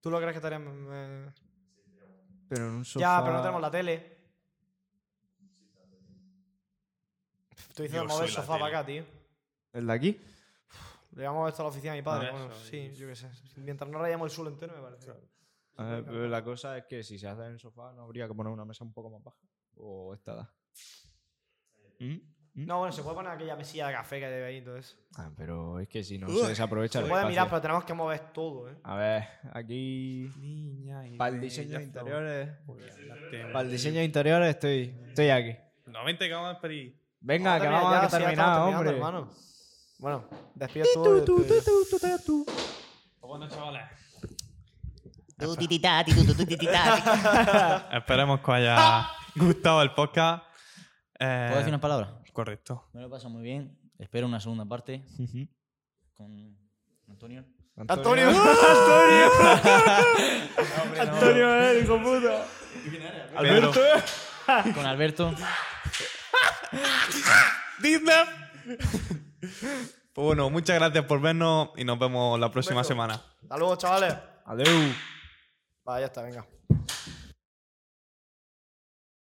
[SPEAKER 1] ¿Tú lo crees que estaríamos...? eh,
[SPEAKER 4] Pero en un sofá.
[SPEAKER 1] Ya, pero no tenemos la tele. Tú dices
[SPEAKER 2] Yo
[SPEAKER 1] mover el
[SPEAKER 2] soy la
[SPEAKER 1] sofá para
[SPEAKER 2] tele.
[SPEAKER 1] acá, tío.
[SPEAKER 4] ¿El de aquí?
[SPEAKER 1] Llevamos esto a la oficina de mi padre.
[SPEAKER 2] Por
[SPEAKER 1] bueno,
[SPEAKER 2] eso,
[SPEAKER 1] sí,
[SPEAKER 2] y-
[SPEAKER 1] yo qué sé. Mientras no rayamos el suelo entero, me parece.
[SPEAKER 4] A ver, pero la cosa es que si se hace en el sofá, ¿no habría que poner una mesa un poco más baja? ¿O esta da? ¿Mm?
[SPEAKER 1] No, bueno, se puede poner aquella mesilla de café que hay ahí y todo eso.
[SPEAKER 4] Ah, pero es que si no se desaprovecha
[SPEAKER 1] Se
[SPEAKER 4] el
[SPEAKER 1] puede
[SPEAKER 4] espacio.
[SPEAKER 1] mirar, pero tenemos que mover todo, ¿eh?
[SPEAKER 4] A ver, aquí...
[SPEAKER 2] Niña y
[SPEAKER 4] Para el diseño de interiores...
[SPEAKER 2] Pues,
[SPEAKER 4] Para
[SPEAKER 2] Para
[SPEAKER 4] el diseño de interiores estoy, estoy aquí.
[SPEAKER 2] No, vente que vamos a pedir.
[SPEAKER 4] Venga,
[SPEAKER 1] Vamos
[SPEAKER 4] que
[SPEAKER 1] a
[SPEAKER 4] vamos
[SPEAKER 1] terminar
[SPEAKER 4] a
[SPEAKER 1] ya, sí, ya
[SPEAKER 4] terminar,
[SPEAKER 1] estamos terminando,
[SPEAKER 4] hombre.
[SPEAKER 1] hermano. Bueno, despide tú. este, y despide yo.
[SPEAKER 2] Bueno, chavales.
[SPEAKER 11] Tu, ti, ti, ta, ti, tu, tu, ti, ti, ta, ti.
[SPEAKER 2] Esperemos que os haya gustado el podcast. Eh,
[SPEAKER 3] ¿Puedo decir unas palabras?
[SPEAKER 2] Correcto.
[SPEAKER 3] Me lo he pasado muy bien. Espero una segunda parte
[SPEAKER 4] Ujú.
[SPEAKER 3] con Antonio.
[SPEAKER 1] Antonio.
[SPEAKER 4] Antonio, eh, hijo puta.
[SPEAKER 2] Alberto.
[SPEAKER 3] Con Alberto.
[SPEAKER 2] Pues bueno, muchas gracias por vernos y nos vemos la próxima
[SPEAKER 1] beso.
[SPEAKER 2] semana.
[SPEAKER 1] Hasta luego, chavales.
[SPEAKER 4] Adeu.
[SPEAKER 1] Vale, ya está, venga.